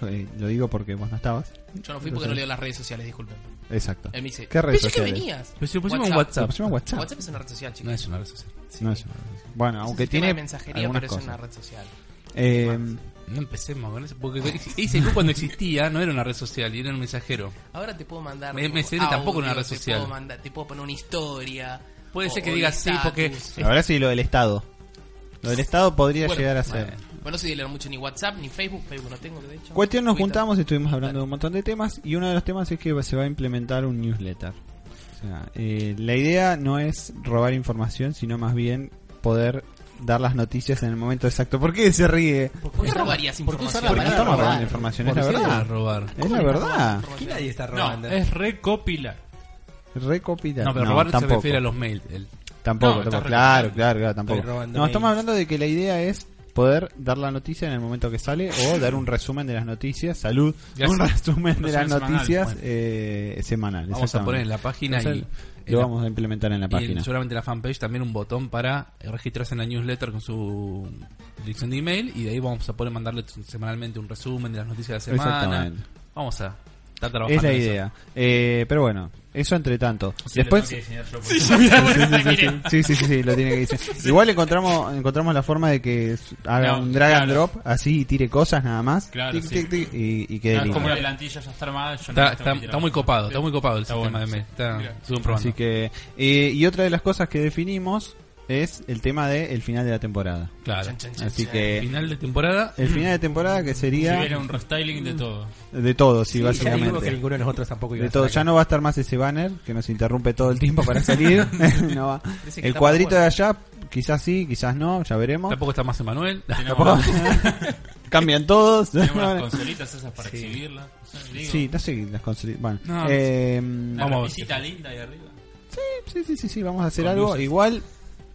S3: eh, lo digo porque vos no estabas.
S2: Yo no fui porque no leo las redes sociales, disculpen.
S3: Exacto.
S2: Él me dice,
S3: ¿Qué redes
S2: "Pensé que
S3: sociales?
S2: venías.
S6: Pero si lo pusimos
S3: Lo
S6: en
S3: pusimos en
S2: WhatsApp.
S3: WhatsApp.
S2: WhatsApp es una red social,
S6: No
S2: chicos.
S6: es una red social.
S3: No es una red social. Bueno,
S2: es
S3: aunque
S2: un sistema
S3: tiene
S2: de mensajería,
S3: algunas
S2: pero
S3: cosas.
S2: es una red social.
S3: Eh,
S6: No empecemos con eso. Porque ICQ cuando existía no era una red social y era un mensajero.
S2: Ahora te puedo mandar.
S6: Me-
S2: un
S6: MSN tampoco es una red
S2: te
S6: social.
S2: Puedo mandar- te puedo poner una historia.
S6: Puede
S2: o-
S6: ser que
S2: o
S6: digas
S2: un
S6: sí, porque-
S2: status.
S3: Ahora sí, lo del Estado. Lo del Estado podría
S2: Bueno,
S3: llegar a ser.
S2: Bueno, no soy de leer mucho ni WhatsApp ni Facebook. Facebook no tengo, de hecho.
S3: Cuestión, nos
S2: Twitter.
S3: juntamos y estuvimos hablando de un montón de temas y uno de los temas es que se va a implementar un newsletter. O sea, eh, la idea no es robar información, sino más bien poder dar las noticias en el momento exacto. ¿Por qué se ríe?
S2: ¿Por qué robarías
S1: ¿Por qué usar
S2: información?
S3: Porque no
S1: la palabra
S3: estamos
S1: robar?
S3: robando información, es la
S6: ¿Por qué
S3: verdad.
S6: robar?
S3: Es la verdad.
S4: Aquí nadie está
S5: No,
S4: robando.
S5: es recopilar.
S3: Recopilar.
S6: No, pero robar se
S3: tampoco.
S6: refiere a los mails. El-
S3: Tampoco,
S5: No, estás
S3: tampoco.
S5: recopilando.
S3: Claro, claro, claro, tampoco.
S4: Estoy robando
S3: No, estamos
S4: mails.
S3: hablando de que la idea es poder dar la noticia en el momento que sale o dar un resumen de las noticias. Salud.
S6: Ya
S3: un
S6: sé.
S3: resumen de las
S5: Resumen semanal,
S3: noticias
S5: bueno.
S3: eh, semanal.
S6: Vamos a
S3: exactamente.
S6: poner en la página y,
S3: Entonces,
S6: en
S3: lo
S6: la-
S3: vamos a implementar en la
S6: y
S3: página.
S6: en- seguramente en la fanpage también un botón para registrarse en la newsletter con su dirección de email y de ahí vamos a poder mandarle semanalmente un resumen de las noticias de la semana.
S3: Exactamente.
S6: Vamos a estar trabajando.
S3: Es la
S6: en eso.
S3: idea. Eh, pero bueno, eso entre tanto.
S5: Sí, lo
S3: Después.
S5: tengo que
S3: Sí,
S5: diseñar yo,
S2: Sí,
S5: porque-
S2: ya sé, por eso me
S3: sí,
S2: miré.
S3: sí, sí, sí, sí, lo tiene que decir. Igual encontramos encontramos la forma de que s- haga
S5: No,
S3: un drag and
S5: claro.
S3: drop así y tire cosas nada más.
S5: Claro,
S3: Tic,
S5: sí.
S3: tic, tic, y, y
S5: No,
S3: quede
S5: es
S3: lindo.
S5: como una plantilla ya está armada. yo no
S6: Está,
S5: la tengo
S6: está-
S5: que tirar.
S6: está muy copado, está muy copado el
S5: Está
S6: sistema
S5: bueno,
S6: de mail.
S5: sí.
S6: Está,
S5: Mira.
S6: estuve probando.
S3: Así que eh, y otra de las cosas que definimos es el tema del final de la temporada.
S6: Claro.
S2: Chan, chan, chan,
S3: Así
S2: chan.
S3: que
S6: Final de temporada.
S3: el final de temporada que
S5: Si
S3: sería
S5: hubiera un restyling
S6: Mm.
S5: de todo.
S3: de todo, sí,
S4: Sí, ya dijimos que
S3: básicamente.
S4: ninguno de nosotros tampoco iba a
S3: De todo,
S4: estar
S3: ya no va a estar más ese banner que nos interrumpe todo el tiempo para salir. No va.
S2: Dice que
S3: El
S2: está
S3: cuadrito
S2: más
S3: de allá, quizás sí, quizás no, ya veremos.
S6: Tampoco está más Emanuel.
S5: Tenemos,
S3: cambian todos.
S5: Tenemos las
S3: Ahora-
S5: consolitas esas para exhibirla. O sea, digo,
S3: Sí, no sé las consoli- Bueno,
S6: No, no
S3: eh,
S5: Una
S6: Vamos.
S5: repisita linda ahí arriba.
S3: sí, sí, sí, sí, vamos a hacer
S5: Con
S3: algo.
S5: luces.
S3: Igual,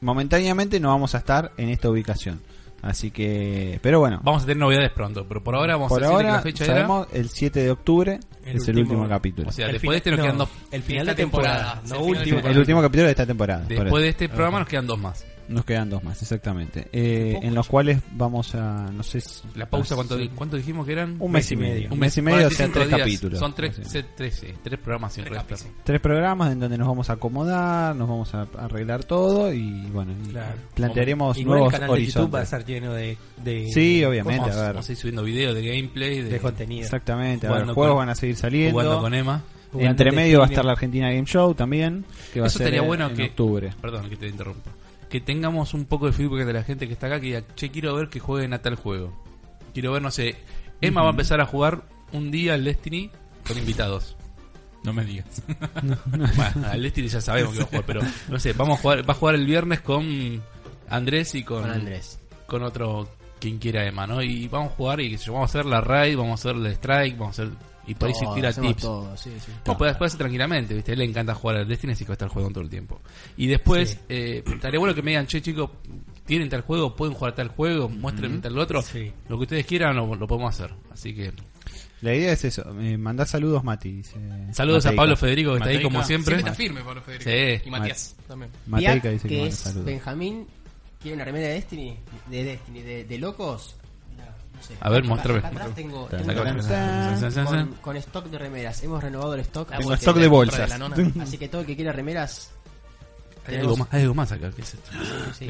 S3: momentáneamente no vamos a estar en esta ubicación. Así que, pero bueno,
S6: Vamos a tener novedades pronto, pero por ahora vamos a
S3: por
S6: decir que
S3: ahora
S6: la fecha era.
S3: sabemos el 7 de octubre
S4: El
S3: es el
S4: último-
S3: último capítulo.
S6: O sea,
S4: El
S6: después
S4: final-
S6: de este nos
S4: no,
S6: quedan dos.
S4: El final
S2: de
S4: de temporada,
S2: temporada, sí,
S4: no
S2: el final de
S4: último.
S3: el último capítulo de esta temporada. por
S6: Después
S3: eso.
S6: de este programa nos quedan dos más.
S3: Nos quedan dos más, exactamente. Eh, en los cuales vamos a, no sé, si-
S6: La pausa, ¿cuánto, di- cuánto dijimos que eran?
S3: un mes y medio. Un mes y medio, o sea,
S6: 45
S3: tres
S6: días.
S3: capítulos.
S6: Son tres,
S3: Así.
S6: se- tres, sí, tres programas sin
S2: Tres
S6: restar.
S2: capítulos.
S3: tres programas en donde nos vamos a acomodar, nos vamos a arreglar todo y bueno, y
S4: Claro.
S3: plantearemos
S4: Igual el
S3: nuevos
S4: canal de YouTube va a
S3: horizontes.
S4: estar lleno de, de-
S3: Sí, obviamente,
S6: Vamos,
S3: a ver.
S6: vamos a ir subiendo videos de gameplay, de,
S4: de contenido.
S3: Exactamente, a ver,
S6: Jugando
S3: los juegos
S6: con-
S3: van a seguir
S6: jugando
S3: saliendo.
S6: con Emma.
S4: Jugando este
S3: Entre medio va a estar
S4: testimonio.
S3: la Argentina Game Show también, que va
S6: Eso
S3: a ser
S6: estaría
S3: en-
S6: bueno
S3: en
S6: que-
S3: octubre.
S6: Perdón que te interrumpa. Que tengamos un poco de feedback de la gente que está acá, que diga, che, quiero ver que jueguen a tal juego. Quiero ver, no sé, Emma va a empezar a jugar un día al Destiny con invitados.
S5: No me digas.
S6: Bueno, al Destiny ya sabemos que va a jugar, pero no sé, vamos a jugar, va a jugar el viernes con Andrés y con,
S1: Con Andrés.
S6: con otro quien quiera Emma, ¿no? Y vamos a jugar y qué sé yo, vamos a hacer la raid, vamos a hacer el strike, vamos a hacer y por ahí se
S1: Todo,
S6: tira
S1: hacemos
S6: tips.
S1: todo, sí, sí.
S6: No, puede jugarse tranquilamente, ¿viste? A él le encanta jugar al Destiny, así que va a estar jugando todo el tiempo. Y después, eh, estaría bueno que me digan, che, chicos, tienen tal juego, pueden jugar tal juego, muéstrenme tal otro.
S4: Sí.
S6: Lo que ustedes quieran lo, lo podemos hacer. Así que,
S3: La idea es eso, eh, mandá saludos Mati. dice
S6: saludos a
S3: Mateica.
S6: Pablo Federico, que está ahí
S5: Mateica.
S6: como siempre.
S2: Siempre está firme, Pablo Federico.
S6: Sí.
S2: Y Matías también.
S3: Mateica
S1: Biak,
S3: dice que,
S1: que
S3: manda
S1: es
S3: saludos.
S1: Benjamín, quiere una remera de Destiny, de Destiny, de, de locos. No sé.
S6: A ver,
S1: Acá-
S6: mostrame,
S1: acá atrás
S6: mostrame.
S1: tengo,
S3: Está,
S1: tengo
S3: está
S1: una-
S3: acá.
S1: con, con stock de remeras. Hemos renovado el stock. a
S3: Tengo
S1: bolsa.
S3: stock de bolsas.
S2: La nona.
S1: Así que todo el que quiera remeras,
S6: Hay algo, más, hay algo más acá, ¿qué es esto?
S1: sí, sí,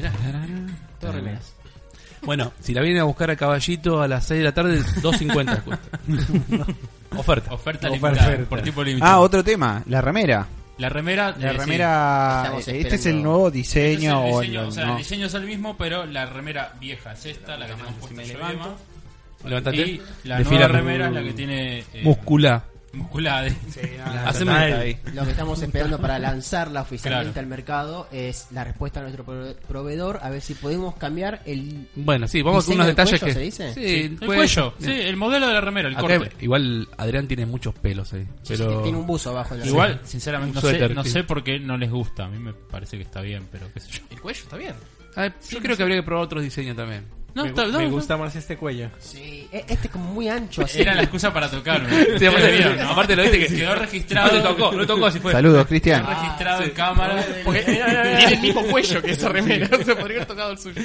S1: todo remeras.
S6: Bueno, si la vienen a buscar a caballito a las 6 de la tarde, 2.50 cuesta. Oferta.
S4: Oferta.
S5: Oferta limitada, por tiempo limitado.
S3: Ah, otro tema, la remera.
S5: La remera.
S3: La
S5: eh, sí.
S3: remera,
S1: Estamos
S3: este es
S1: esperando.
S3: el nuevo
S5: Este es el
S3: diseño, o el-
S5: diseño, o sea,
S3: no.
S5: el diseño es el mismo, pero la remera vieja es esta, la que tenemos puesta yo y Emma.
S6: Levantate.
S5: Y la
S6: desfila.
S5: nueva remera es la que tiene eh,
S6: Muscula.
S5: musculada.
S6: Haceme-
S1: Lo que estamos esperando para lanzarla oficialmente
S5: Claro.
S1: al mercado es la respuesta a nuestro prove- proveedor, a ver si podemos cambiar el...
S6: Bueno, sí, vamos con
S1: ¿Diseño
S6: unos
S1: del
S6: detalles
S1: cuello
S6: que.
S1: se dice?
S6: Sí, pues, eh,
S5: El cuello, sí, el modelo de la remera, el
S6: Acá,
S5: corte.
S6: igual Adrián tiene muchos pelos ahí. Pero
S1: Tiene un buzo abajo. de la
S5: Igual,
S1: remera.
S5: sinceramente,
S6: Un
S5: no
S6: suéter,
S5: sé, no
S6: sí.
S5: sé por qué no les gusta. A mí me parece que está bien, pero qué sé yo.
S2: El cuello está bien.
S6: Ah, yo creo que habría que probar otros diseños también.
S5: No,
S4: me,
S5: está-
S4: gu-
S5: no,
S4: me
S5: no.
S4: gusta más este cuello.
S1: Sí, e- este es como muy ancho. Así.
S5: Era la excusa para tocar. ¿no?
S6: Sí, aparte-
S5: Ustedes vieron, ¿no?
S6: aparte lo viste que-
S5: quedó registrado.
S6: No tocó, no tocó si fue.
S3: Saludos, Cristian.
S5: Quedó registrado en cámara.
S2: Porque tiene el mismo cuello que esa remera. O sea, podría haber tocado el suyo.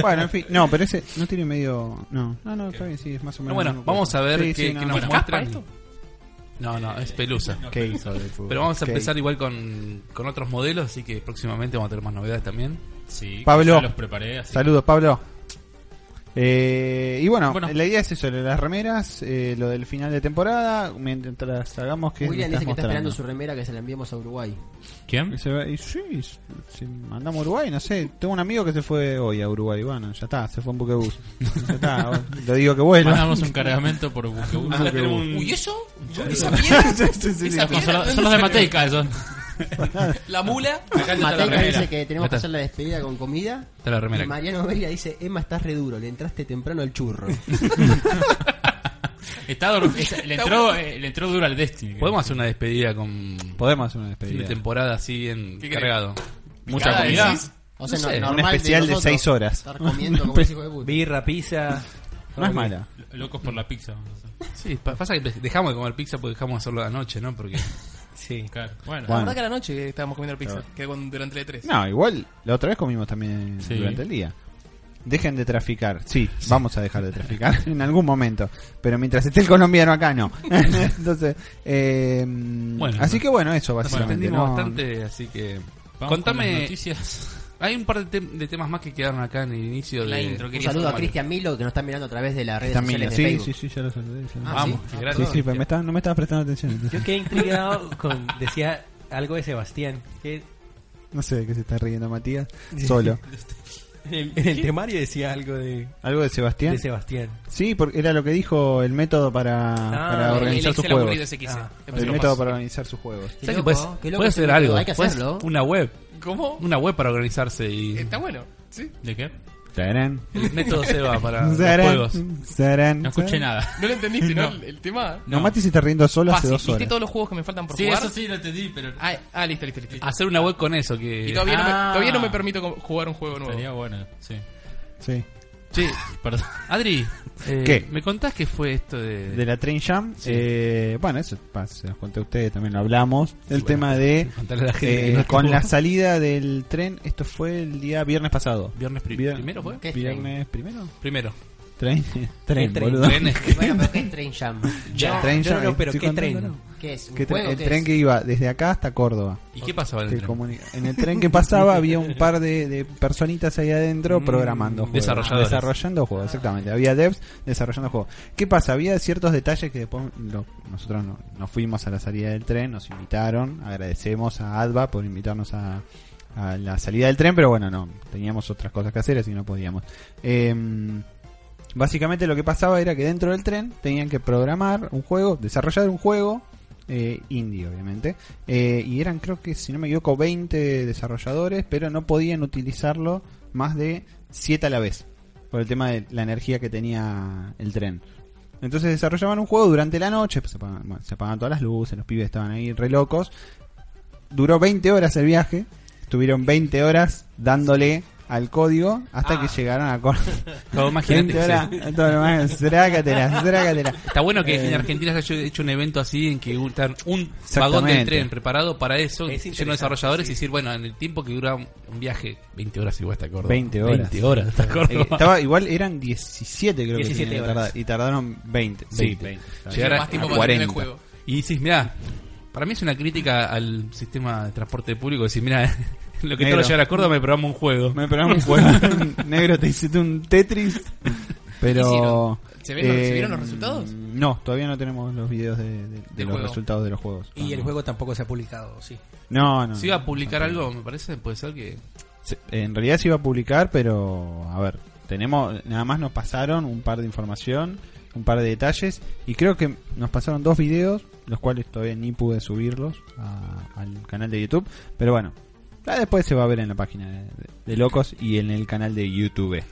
S3: Bueno, en fin, no, pero ese no tiene medio. No, no, no, está bien, sí, es más o menos.
S6: No, bueno,
S3: el mismo
S6: vamos
S3: cuerpo.
S6: a ver
S3: Sí,
S6: qué,
S3: sí,
S6: qué
S3: no,
S6: nos
S3: no. Eh,
S6: muestran. No, no, es pelusa.
S3: Qué hizo de fútbol,
S6: Pero vamos a
S3: qué
S6: empezar igual con, con otros modelos, así que próximamente vamos a tener más novedades también.
S5: Sí,
S3: Pablo.
S5: ya los preparé. Así.
S3: Saludos, Pablo. Eh, y bueno,
S5: Bueno.
S3: la idea es eso, lo de las remeras, eh, lo del final de temporada, mientras hagamos que...
S1: William dice que está esperando su remera que se la enviemos a Uruguay.
S5: ¿Quién?
S3: Y sí, si mandamos a Uruguay, no sé, tengo un amigo que se fue hoy a Uruguay, bueno, ya está, se fue en buquebús. ya está, bueno, lo digo que vuelva.
S5: Mandamos un cargamento por Buquebus.
S3: Ah, tenemos
S2: Uy, ¿eso? ¿Esa piedra?
S3: Sí, sí,
S2: ¿Esa
S5: Son,
S2: piedra?
S5: son los de Mateica, esos.
S2: La mula.
S1: Mateica
S5: remera.
S1: dice que tenemos
S6: Está.
S1: que hacer la despedida con comida.
S6: Está la remera
S1: Y
S6: acá.
S1: Mariano Vega dice, Emma, estás re duro, le entraste temprano al churro.
S5: Está duro- es- le, entró, eh, le entró duro al Destiny. creo.
S6: Podemos hacer una despedida con
S3: Podemos hacer una
S6: fin de
S3: despedida.
S6: temporada así bien
S2: ¿Qué querés?
S6: cargado.
S5: Mucha comida.
S2: decís?
S1: O sea,
S6: No
S1: no-
S6: sé, un
S1: normal
S3: especial de
S1: nosotros
S3: seis horas.
S1: Estar comiendo como los hijos de puta.
S4: Birra, pizza.
S3: No es mala.
S5: Locos por la pizza. vamos a hacer.
S6: Sí, pa- pasa que dejamos de comer pizza porque dejamos de hacerlo de anoche, ¿no? Porque
S4: Sí.
S5: Claro. Bueno,
S2: La
S3: Bueno.
S2: verdad que a la noche estábamos comiendo pizza. Que con- durante el E 3.
S3: No, igual la otra vez comimos también
S5: Sí.
S3: durante el día. Dejen de traficar, sí, vamos a dejar de traficar en algún momento, pero mientras esté el colombiano acá no. Entonces, eh,
S6: Bueno,
S3: así
S6: no.
S3: que bueno, eso
S6: nos
S3: básicamente.
S6: entendimos
S3: ¿no?
S6: bastante, así que...
S5: vamos con las
S6: contame...
S5: noticias.
S6: Hay un par de, tem- de temas más que quedaron acá en el inicio de
S2: La intro,
S1: Un
S2: quería
S1: saludo a
S2: hacer
S1: Cristian Milo que nos está mirando a través de las redes
S3: También,
S1: sociales de
S3: sí,
S1: Facebook.
S3: sí, sí, ya lo saludé. ya lo-
S1: Ah,
S6: Vamos,
S1: sí.
S6: qué
S1: Ah,
S3: sí,
S6: gracias.
S3: sí, pero me estaba- no me estaba prestando atención. entonces.
S4: Yo quedé intrigado con. Decía algo de Sebastián. Que
S3: No sé de qué se está riendo Matías, solo.
S4: en el, en el temario decía algo de,
S3: ¿Algo de Sebastián?
S4: de Sebastián.
S3: Sí, porque era lo que dijo el método para, para
S4: el-
S3: organizar sus juegos.
S4: Ah,
S3: El método para organizar sus juegos.
S1: Qué
S6: ¿Sabes
S1: loco,
S6: que puedes,
S1: qué loco
S6: puedes
S1: ese
S6: hacer
S1: método,
S6: pues, algo?
S1: Hay que
S6: Puedes-
S1: hacerlo.
S6: Una web.
S2: ¿Cómo?
S6: Una web para organizarse y.
S2: Está bueno. Sí.
S5: ¿De qué?
S3: Tarán.
S6: El método Seba para los
S3: Tarán,
S6: juegos.
S3: tarán,
S5: No escuché
S3: tarán.
S5: nada.
S2: No lo entendiste, ¿no?
S3: No.
S2: El, el tema.
S3: No, Mati se está riendo solo hace
S2: Fácil.
S3: dos
S2: ¿Viste
S3: horas.
S2: todos los juegos que me faltan por
S5: Sí,
S2: jugar?
S5: eso sí lo entendí, pero
S2: Ah, ah, listo, listo, listo.
S6: Hacer una web con eso que.
S2: y todavía, no me,
S5: Ah.
S2: todavía no me permito co- jugar un juego nuevo.
S5: estaría bueno. Sí.
S3: Sí.
S6: Che,
S5: Perdón.
S6: Adri, eh,
S3: ¿Qué?
S6: ¿me contás qué fue esto de.
S3: De la Train Jam. eh, bueno, eso pa, se los conté a ustedes, también lo hablamos. El tema de.
S6: Contarle a la gente que
S3: eh,
S6: no
S3: con
S6: estuvo.
S3: la salida del tren, esto fue el día viernes pasado.
S6: Viernes pri-
S3: Vier-
S6: primero fue?
S1: ¿Qué es Train?
S3: ¿Viernes primero?
S6: Primero.
S3: Tren, tren,
S4: tren?
S3: boludo.
S6: Tren es-
S1: Bueno, pero ¿qué es Train Jam?
S4: Ya,
S3: Tren
S4: yo no,
S3: Jam,
S4: no, pero
S3: eh, estoy
S4: ¿qué
S3: contando,
S4: tren?
S3: ¿no?
S1: ¿Qué es? ¿Un
S3: ¿Qué tren?
S1: juego?
S3: el
S1: ¿Qué
S3: tren
S1: es?
S3: que iba desde acá hasta Córdoba.
S6: ¿Y qué pasaba en
S3: Te
S6: el tren?
S3: comunica- En el tren que pasaba había un par de, de personitas ahí adentro
S6: Mm,
S3: programando juegos.
S6: desarrolladores.
S3: Desarrollando juegos, exactamente. Había devs desarrollando juegos. ¿Qué pasa? Había ciertos detalles que después lo- nosotros no- nos fuimos a la salida del tren, nos invitaron. Agradecemos a Adva por invitarnos a, a la salida del tren, pero bueno, no. Teníamos otras cosas que hacer, así no podíamos. Em, Básicamente lo que pasaba era que dentro del tren tenían que programar un juego, desarrollar un juego eh, indie, obviamente. Eh, y eran, creo que, si no me equivoco, 20 desarrolladores, pero no podían utilizarlo más de 7 a la vez, por el tema de la energía que tenía el tren. Entonces desarrollaban un juego durante la noche, pues, se, apagaban, bueno, se apagaban todas las luces, los pibes estaban ahí re locos. Duró 20 horas el viaje, estuvieron 20 horas dándole al código hasta que llegaron a Córdoba.
S6: No, imagínate,
S3: Gente, ahora,
S6: sí.
S3: todo lo más, zrácatela, zrácatela.
S6: Está bueno que en Argentina se haya hecho un evento así en que un, tan- un
S3: Exactamente.
S6: vagón del tren preparado para eso, lleno
S4: Es
S6: de
S4: interesante,
S6: desarrolladores,
S4: sí.
S6: y decir, bueno, en el tiempo que dura un un viaje, 20 horas igual hasta Córdoba.
S3: 20 horas.
S6: 20 horas hasta
S3: Eh,
S6: Córdoba.
S3: estaba, igual eran 17 creo
S4: 17
S3: que tenían que
S4: horas.
S3: tardar, y tardaron 20.
S6: Sí,
S3: 20, está bien.
S6: Llegar a-
S2: más tiempo
S3: a
S2: para terminar el
S3: 40.
S2: juego.
S6: Y sí, mira, para mí es una crítica al sistema de transporte público, decir, mira, lo que tengo
S3: Negro.
S6: que llegar a Córdoba me programa un juego.
S3: Me esperaba un juego negro, te hiciste un Tetris, pero... eh,
S2: hicieron? ¿Se ven los- se vieron los resultados?
S3: No, todavía no tenemos los videos de, de- de
S2: Del
S3: los
S2: juego.
S3: resultados de los juegos.
S4: Y el
S3: No.
S4: juego tampoco se ha publicado, sí.
S3: No, no.
S6: Si iba
S3: no,
S6: a publicar
S3: no.
S6: algo, me parece, puede ser que...
S3: Se- En realidad se iba a publicar, pero a ver, tenemos nada más nos pasaron un par de información, un par de detalles y creo que nos pasaron dos videos, los cuales todavía ni pude subirlos a- al canal de YouTube, pero bueno, ya después se va a ver en la página de, de locos y en el canal de YouTube.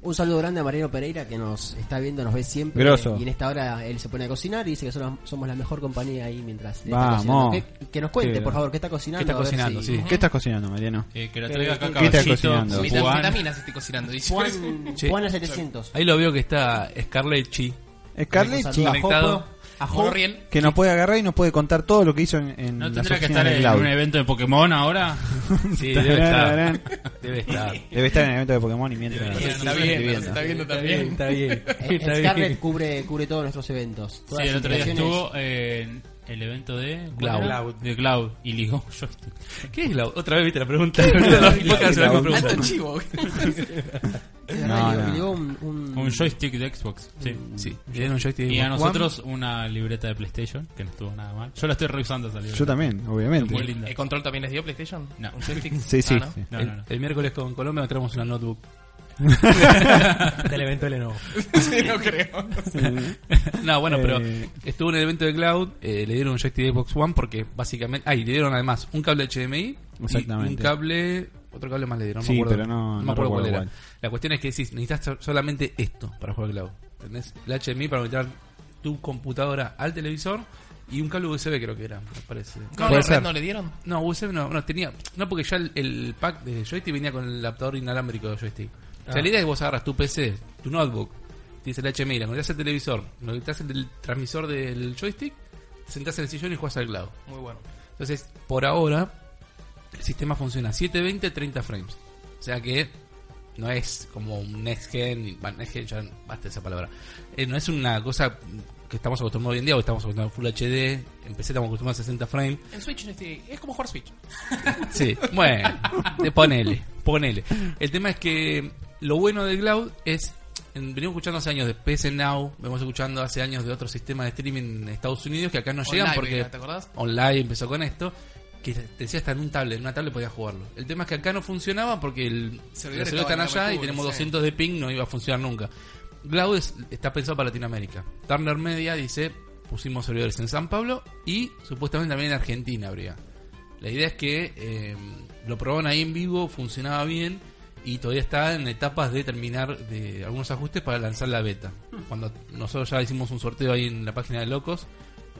S1: Un saludo grande a Mariano Pereira que nos está viendo, nos ve siempre.
S3: Grosso.
S1: Y en esta hora él se pone a cocinar y dice que somos, somos la mejor compañía ahí mientras está
S3: Vamos.
S1: cocinando. Que, que nos cuente,
S3: Qué
S1: por favor, qué está cocinando.
S6: ¿Qué está
S1: a ver
S6: cocinando?
S1: si-
S6: Sí.
S3: ¿Qué estás cocinando, Mariano?
S5: Eh, que la traiga acá
S3: ¿Qué estás
S5: caballito.
S3: cocinando?
S5: Juan.
S2: Metan- Metaminas estoy cocinando. dice.
S1: Juan,
S6: Sí.
S1: Juan al 700.
S6: Ahí lo veo que está Scarlecci
S1: Un
S3: Scarletti
S1: saludo a
S6: Conectado.
S1: Jopo, a Jopo.
S2: Morriel.
S3: que nos puede agarrar y nos puede contar todo lo que hizo en, en
S5: ¿No
S3: las
S5: tendrá que
S3: oficinas
S5: estar
S3: de
S5: en
S3: Glau.
S5: un E evento de Pokémon ahora?
S6: Sí, debe estar. Debe estar.
S3: Debe estar en el evento de Pokémon y mientras
S5: Debería,
S2: Está
S5: Sí,
S2: bien,
S3: escribiendo.
S2: nos está viendo también.
S4: Está bien.
S1: Eh, Scarlett cubre, cubre todos nuestros eventos.
S5: Sí,
S1: todas
S5: el
S1: las
S5: otro día
S1: invitaciones.
S5: estuvo eh, en el evento de
S6: Cloud.
S5: Cloud. De Cloud. Y ligó yo estoy-
S6: ¿Qué es la otra vez viste la pregunta? Ahorita los podcasts se la misma pregunta.
S2: Alto chivo.
S1: Es verdad,
S3: No,
S1: le-
S3: no.
S1: le dio un, un-
S5: Un joystick de Xbox. Sí.
S6: Mm. Sí, le dieron joystick
S5: Y
S6: de
S5: a
S6: Xbox
S5: nosotros una libreta de PlayStation, que no estuvo nada mal. Yo la estoy revisando esa libreta.
S3: Yo también, obviamente.
S5: Muy linda.
S2: ¿El control también les dio PlayStation?
S5: No.
S2: ¿Un joystick?
S3: Sí, sí,
S2: Ah, ¿no?
S3: sí.
S5: No,
S6: One.
S5: no, no.
S6: El, el miércoles con Colombia traemos una notebook.
S4: Del evento de Lenovo.
S2: Sí, no creo.
S6: no, bueno, pero
S3: Eh.
S6: estuvo en el evento de Cloud, eh, le dieron un joystick de Xbox One porque básicamente... Ah, y le dieron además un cable HDMI y un
S3: Exactamente.
S6: cable... Otro cable más le dieron, no
S3: Sí,
S6: me acuerdo,
S3: pero no-
S6: me
S3: no
S6: acuerdo cuál
S3: recuerdo
S6: era.
S3: cuál.
S6: La cuestión es que decís, necesitas so- solamente esto para jugar Cloud. ¿Entendés? El HDMI para conectar tu computadora al televisor y un cable USB creo que era, me parece.
S2: ¿Cómo
S3: Puede
S2: la red
S3: ser.
S2: no le dieron?
S6: No, USB no, no tenía. No, porque ya el, el pack de joystick venía con el adaptador inalámbrico de joystick. O sea, la idea es que vos agarras tu PC, tu notebook, tienes el HMI, la conectás al televisor, conectás el, el transmisor del joystick, te sentás en el sillón y jugás al cloud.
S2: Muy bueno.
S6: Entonces, por ahora, el sistema funciona 720, 30 frames. O sea que no es como un next gen, y- bueno, next gen ya no- basta esa palabra. Eh, no es una cosa que estamos acostumbrados hoy en día, porque estamos acostumbrados a Full HD, en PC estamos acostumbrados a 60 frames.
S2: En Switch este, es como jugar Switch.
S6: Sí, bueno, de- ponele, ponele. El tema es que lo bueno del cloud es, en- venimos escuchando hace años de PS Now, venimos escuchando hace años de otros sistemas de streaming en Estados Unidos que acá no llegan
S2: Online,
S6: porque
S2: ¿Te acordás?
S6: online empezó con esto, que te decía hasta en un tablet, en una tablet podías jugarlo. El tema es que acá no funcionaba porque el
S2: Servidores
S6: servidor están
S2: estaban en la
S6: allá y
S2: nube,
S6: tenemos
S2: sí.
S6: 200 de ping, no iba a funcionar nunca. Cloud es- está pensado para Latinoamérica. Turner Media dice, pusimos servidores en San Pablo y supuestamente también en em, Argentina habría. La idea es que eh, lo probaron ahí en vivo, funcionaba bien y todavía está en etapas de terminar de algunos ajustes para lanzar la beta.
S2: Hmm.
S6: Cuando nosotros ya hicimos un sorteo ahí en la página de Locos,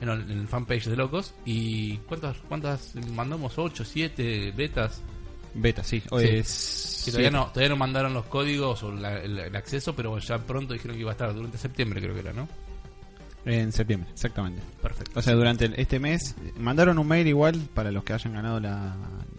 S6: en el, en el fanpage de Locos, y ¿cuántas, cuántas mandamos? ¿8, 7 betas?
S3: Beta, sí.
S6: Sí.
S3: Oye,
S6: Que todavía, no, todavía no mandaron los códigos o la- el, el acceso, pero ya pronto dijeron que iba a estar durante septiembre, creo que era, ¿no?
S3: En septiembre, exactamente.
S6: Perfecto.
S3: O sea, durante el- este mes eh, mandaron un mail igual para los que hayan ganado la,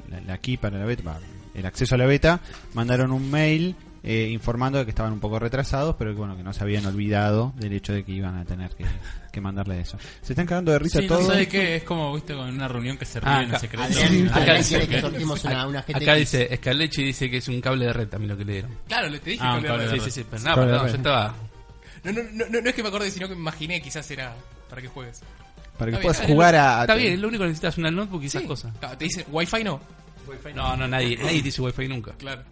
S3: la, la key para la beta, va, el acceso a la beta, mandaron un mail eh, informando de que estaban un poco retrasados, pero que bueno, que no se habían olvidado del hecho de que iban a tener que, que mandarle eso. Se están cagando de risa
S5: Sí, no
S3: todos.
S5: sabes qué, es como, viste, con una reunión que se ríen
S6: Ah,
S5: en
S6: acá-
S5: secreto.
S1: Adrián,
S6: acá
S1: Adrián
S6: dice
S1: quiere que
S6: que-
S1: sortimos una, una GTX.
S6: Acá dice, Scalechi dice que es un cable de red también lo que le dieron.
S2: Claro, le- te dije que
S5: Ah, un
S2: hablaba de-
S5: cable de
S6: Sí, sí, sí, pero nada,
S3: Cable de
S6: perdón,
S3: red.
S6: yo estaba...
S2: No, no, no, no, no es que me acordé, sino que me imaginé, quizás era para que juegues.
S3: para que
S2: Está bien,
S3: puedas
S2: está bien,
S3: jugar a...
S6: Está bien, lo único que necesitas es una notebook y esas cosas.
S2: Claro, Te dicen, wifi no.
S6: No, no, nadie, nadie dice wifi nunca.
S2: Claro.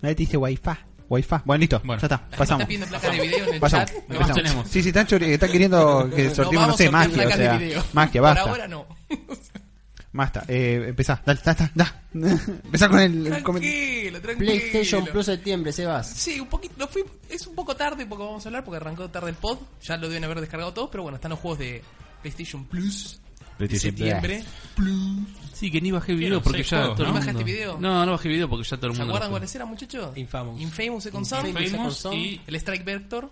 S3: Nadie te dice wifi. Wifi. Bueno, listo.
S5: Bueno.
S3: Ya está.
S2: La gente
S3: Pasamos.
S2: Está pidiendo placa de video en el
S3: Pasamos.
S2: chat. No,
S3: Empezamos.
S5: tenemos.
S3: Sí, sí, están, chori- están queriendo que sorteemos, no,
S2: vamos
S3: sé,
S2: a sortear
S3: magia. O
S2: placas de
S3: sea,
S2: video.
S3: magia,
S2: Por
S3: basta.
S2: ahora no.
S3: Basta. Eh, empezá. Dale, da, da, da. empezá con el, el comentario.
S2: Tranquilo, tranquilo.
S1: PlayStation Plus septiembre, Sebas.
S2: Sí, un poquito, lo fui, es un poco tarde porque vamos a hablar porque arrancó tarde el pod, ya lo deben haber descargado todos, pero bueno, están los juegos de PlayStation Plus de
S3: PlayStation
S2: septiembre.
S6: Sí, que ni bajé
S5: Quiero
S6: video porque
S5: seis
S6: ya
S5: juegos,
S6: todo el
S5: ¿no?
S6: mundo-
S2: ¿Bajaste video?
S6: No, no bajé video porque ya todo el
S2: ¿Se
S6: mundo.
S2: acuerdan
S6: lo
S2: cuál
S6: juega.
S2: era, muchachos?
S4: Infamous.
S2: Infamous Second Son,
S5: Famous
S1: Second
S5: y
S2: el Strike Vector.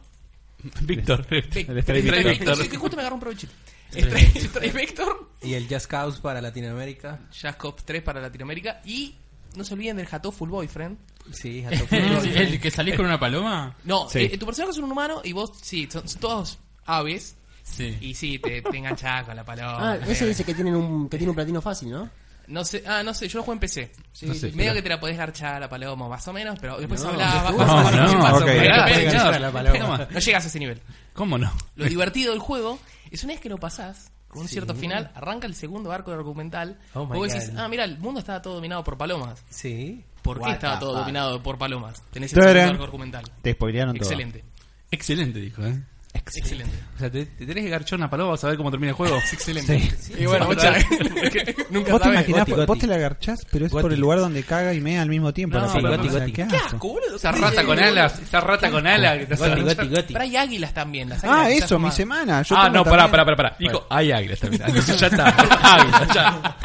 S6: Víctor.
S2: Ve-
S3: El Strike Vector.
S2: Sí, que justo me agarró un provechito. Strike Strike Vector,
S4: Y el Just Cause para Latinoamérica.
S2: Just Cause 3 para Latinoamérica y no se olviden del Hatoful Boyfriend.
S4: Sí, hija,
S5: ¿El, el que salís con una paloma?
S2: No,
S3: Sí.
S2: eh, tu personaje es un humano y vos, sí, son, son todos aves
S5: Sí.
S2: y sí, te, te enganchás con la paloma.
S1: Ah, ese dice que, tienen un, que tiene un platino fácil, ¿no?
S2: No sé, ah, no sé, yo lo juego en PC.
S6: No sé,
S2: Medio
S6: pero-
S2: que te la podés garchar a la paloma, más o menos, pero después
S1: No.
S2: hablaba.
S1: No,
S2: más o menos,
S6: no,
S2: ¿qué pasó?
S3: ok.
S2: Pará,
S6: Garchar
S2: pará,
S6: a la
S2: pará.
S6: paloma.
S2: No llegas a ese nivel.
S6: ¿Cómo no?
S2: Lo divertido del juego es una vez que lo pasás, con un cierto final, arranca el segundo arco argumental.
S4: Oh my
S2: vos decís,
S4: God.
S2: ah, mira, el mundo estaba todo dominado por palomas.
S4: Sí.
S2: ¿Por qué
S1: What
S2: estaba
S1: the
S2: todo
S1: fuck?
S2: dominado por palomas? Tenés el
S3: Tarán.
S2: segundo arco argumental.
S3: Te spoilearon todo.
S2: Excelente,
S6: Excelente, dijo, ¿eh?
S2: excelente.
S6: O sea, te, te tenés que garchar una paloma para saber cómo termina el juego.
S2: Es excelente.
S3: Sí.
S2: Y bueno,
S6: Sí.
S2: mucha- nunca
S3: Vos te
S2: sabés.
S3: imaginás,
S4: Goti,
S3: vos
S4: Goti.
S3: te la garchás, pero es por
S4: Goti.
S3: el lugar donde caga y mea al mismo tiempo.
S6: No,
S3: la paloma.
S6: Goti,
S3: O sea,
S4: Goti.
S3: ¿qué
S2: ¡Qué
S3: asco?
S2: asco, boludo!
S6: Esa rata con alas, esa rata con alas que te hace
S4: Goti,
S6: garchar.
S4: Goti, Goti.
S2: Pero hay águilas también. Las águilas
S3: Ah,
S2: quizás
S3: eso, mi
S2: más-
S3: semana. Yo
S6: Ah,
S3: tengo
S6: no, pará,
S3: también-
S6: pará, pará, pará. Dijo, hay águilas también. Entonces ya está. Águila, ya.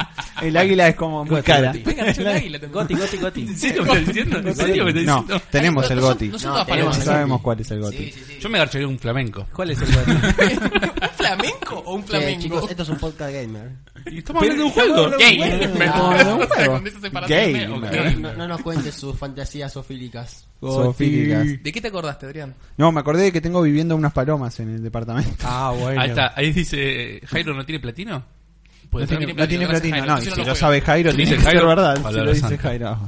S3: El águila es como muy
S4: Goti,
S3: cara.
S4: Goti.
S2: Venga, yo un águila también.
S4: Goti, Goti, Goti.
S6: ¿En serio me estás diciendo? ¿En serio me estás
S3: No,
S6: diciendo?
S3: tenemos
S2: No,
S3: el
S2: no son-
S3: goti.
S2: No
S3: No
S2: son todas palomas.
S1: tenemos
S2: ¿eh?
S1: el Goti.
S3: sabemos cuál es el goti.
S6: Yo me garcharía un flamenco.
S4: ¿Cuál es el Goti?
S2: ¿Un flamenco o un
S1: Che,
S2: flamenco?
S1: chicos,
S4: este-
S1: esto es un podcast gamer.
S6: Y estamos hablando de un juego.
S2: Gay.
S3: No, no,
S2: O sea,
S3: no.
S2: con esa separación
S3: Gay.
S2: me-
S1: No, no- no nos cuentes sus fantasías zoofílicas.
S3: Zoofílicas.
S2: ¿De qué te acordaste, Adrián?
S3: No, me acordé de que tengo viviendo unas palomas en el departamento.
S4: Ah, bueno.
S6: Ahí está, ahí dice, Jairo no tiene platino.
S3: No
S6: Puede ser.
S3: tiene, no tiene
S2: gracias,
S3: platino,
S2: Jairo,
S3: no,
S2: si
S3: y
S2: no,
S3: si
S2: no
S3: lo
S2: juega.
S3: sabe Jairo, tiene
S6: Dice
S3: que ser
S6: Jairo,
S3: verdad, si
S6: palabra
S3: lo dice
S6: santa.
S3: Jairo.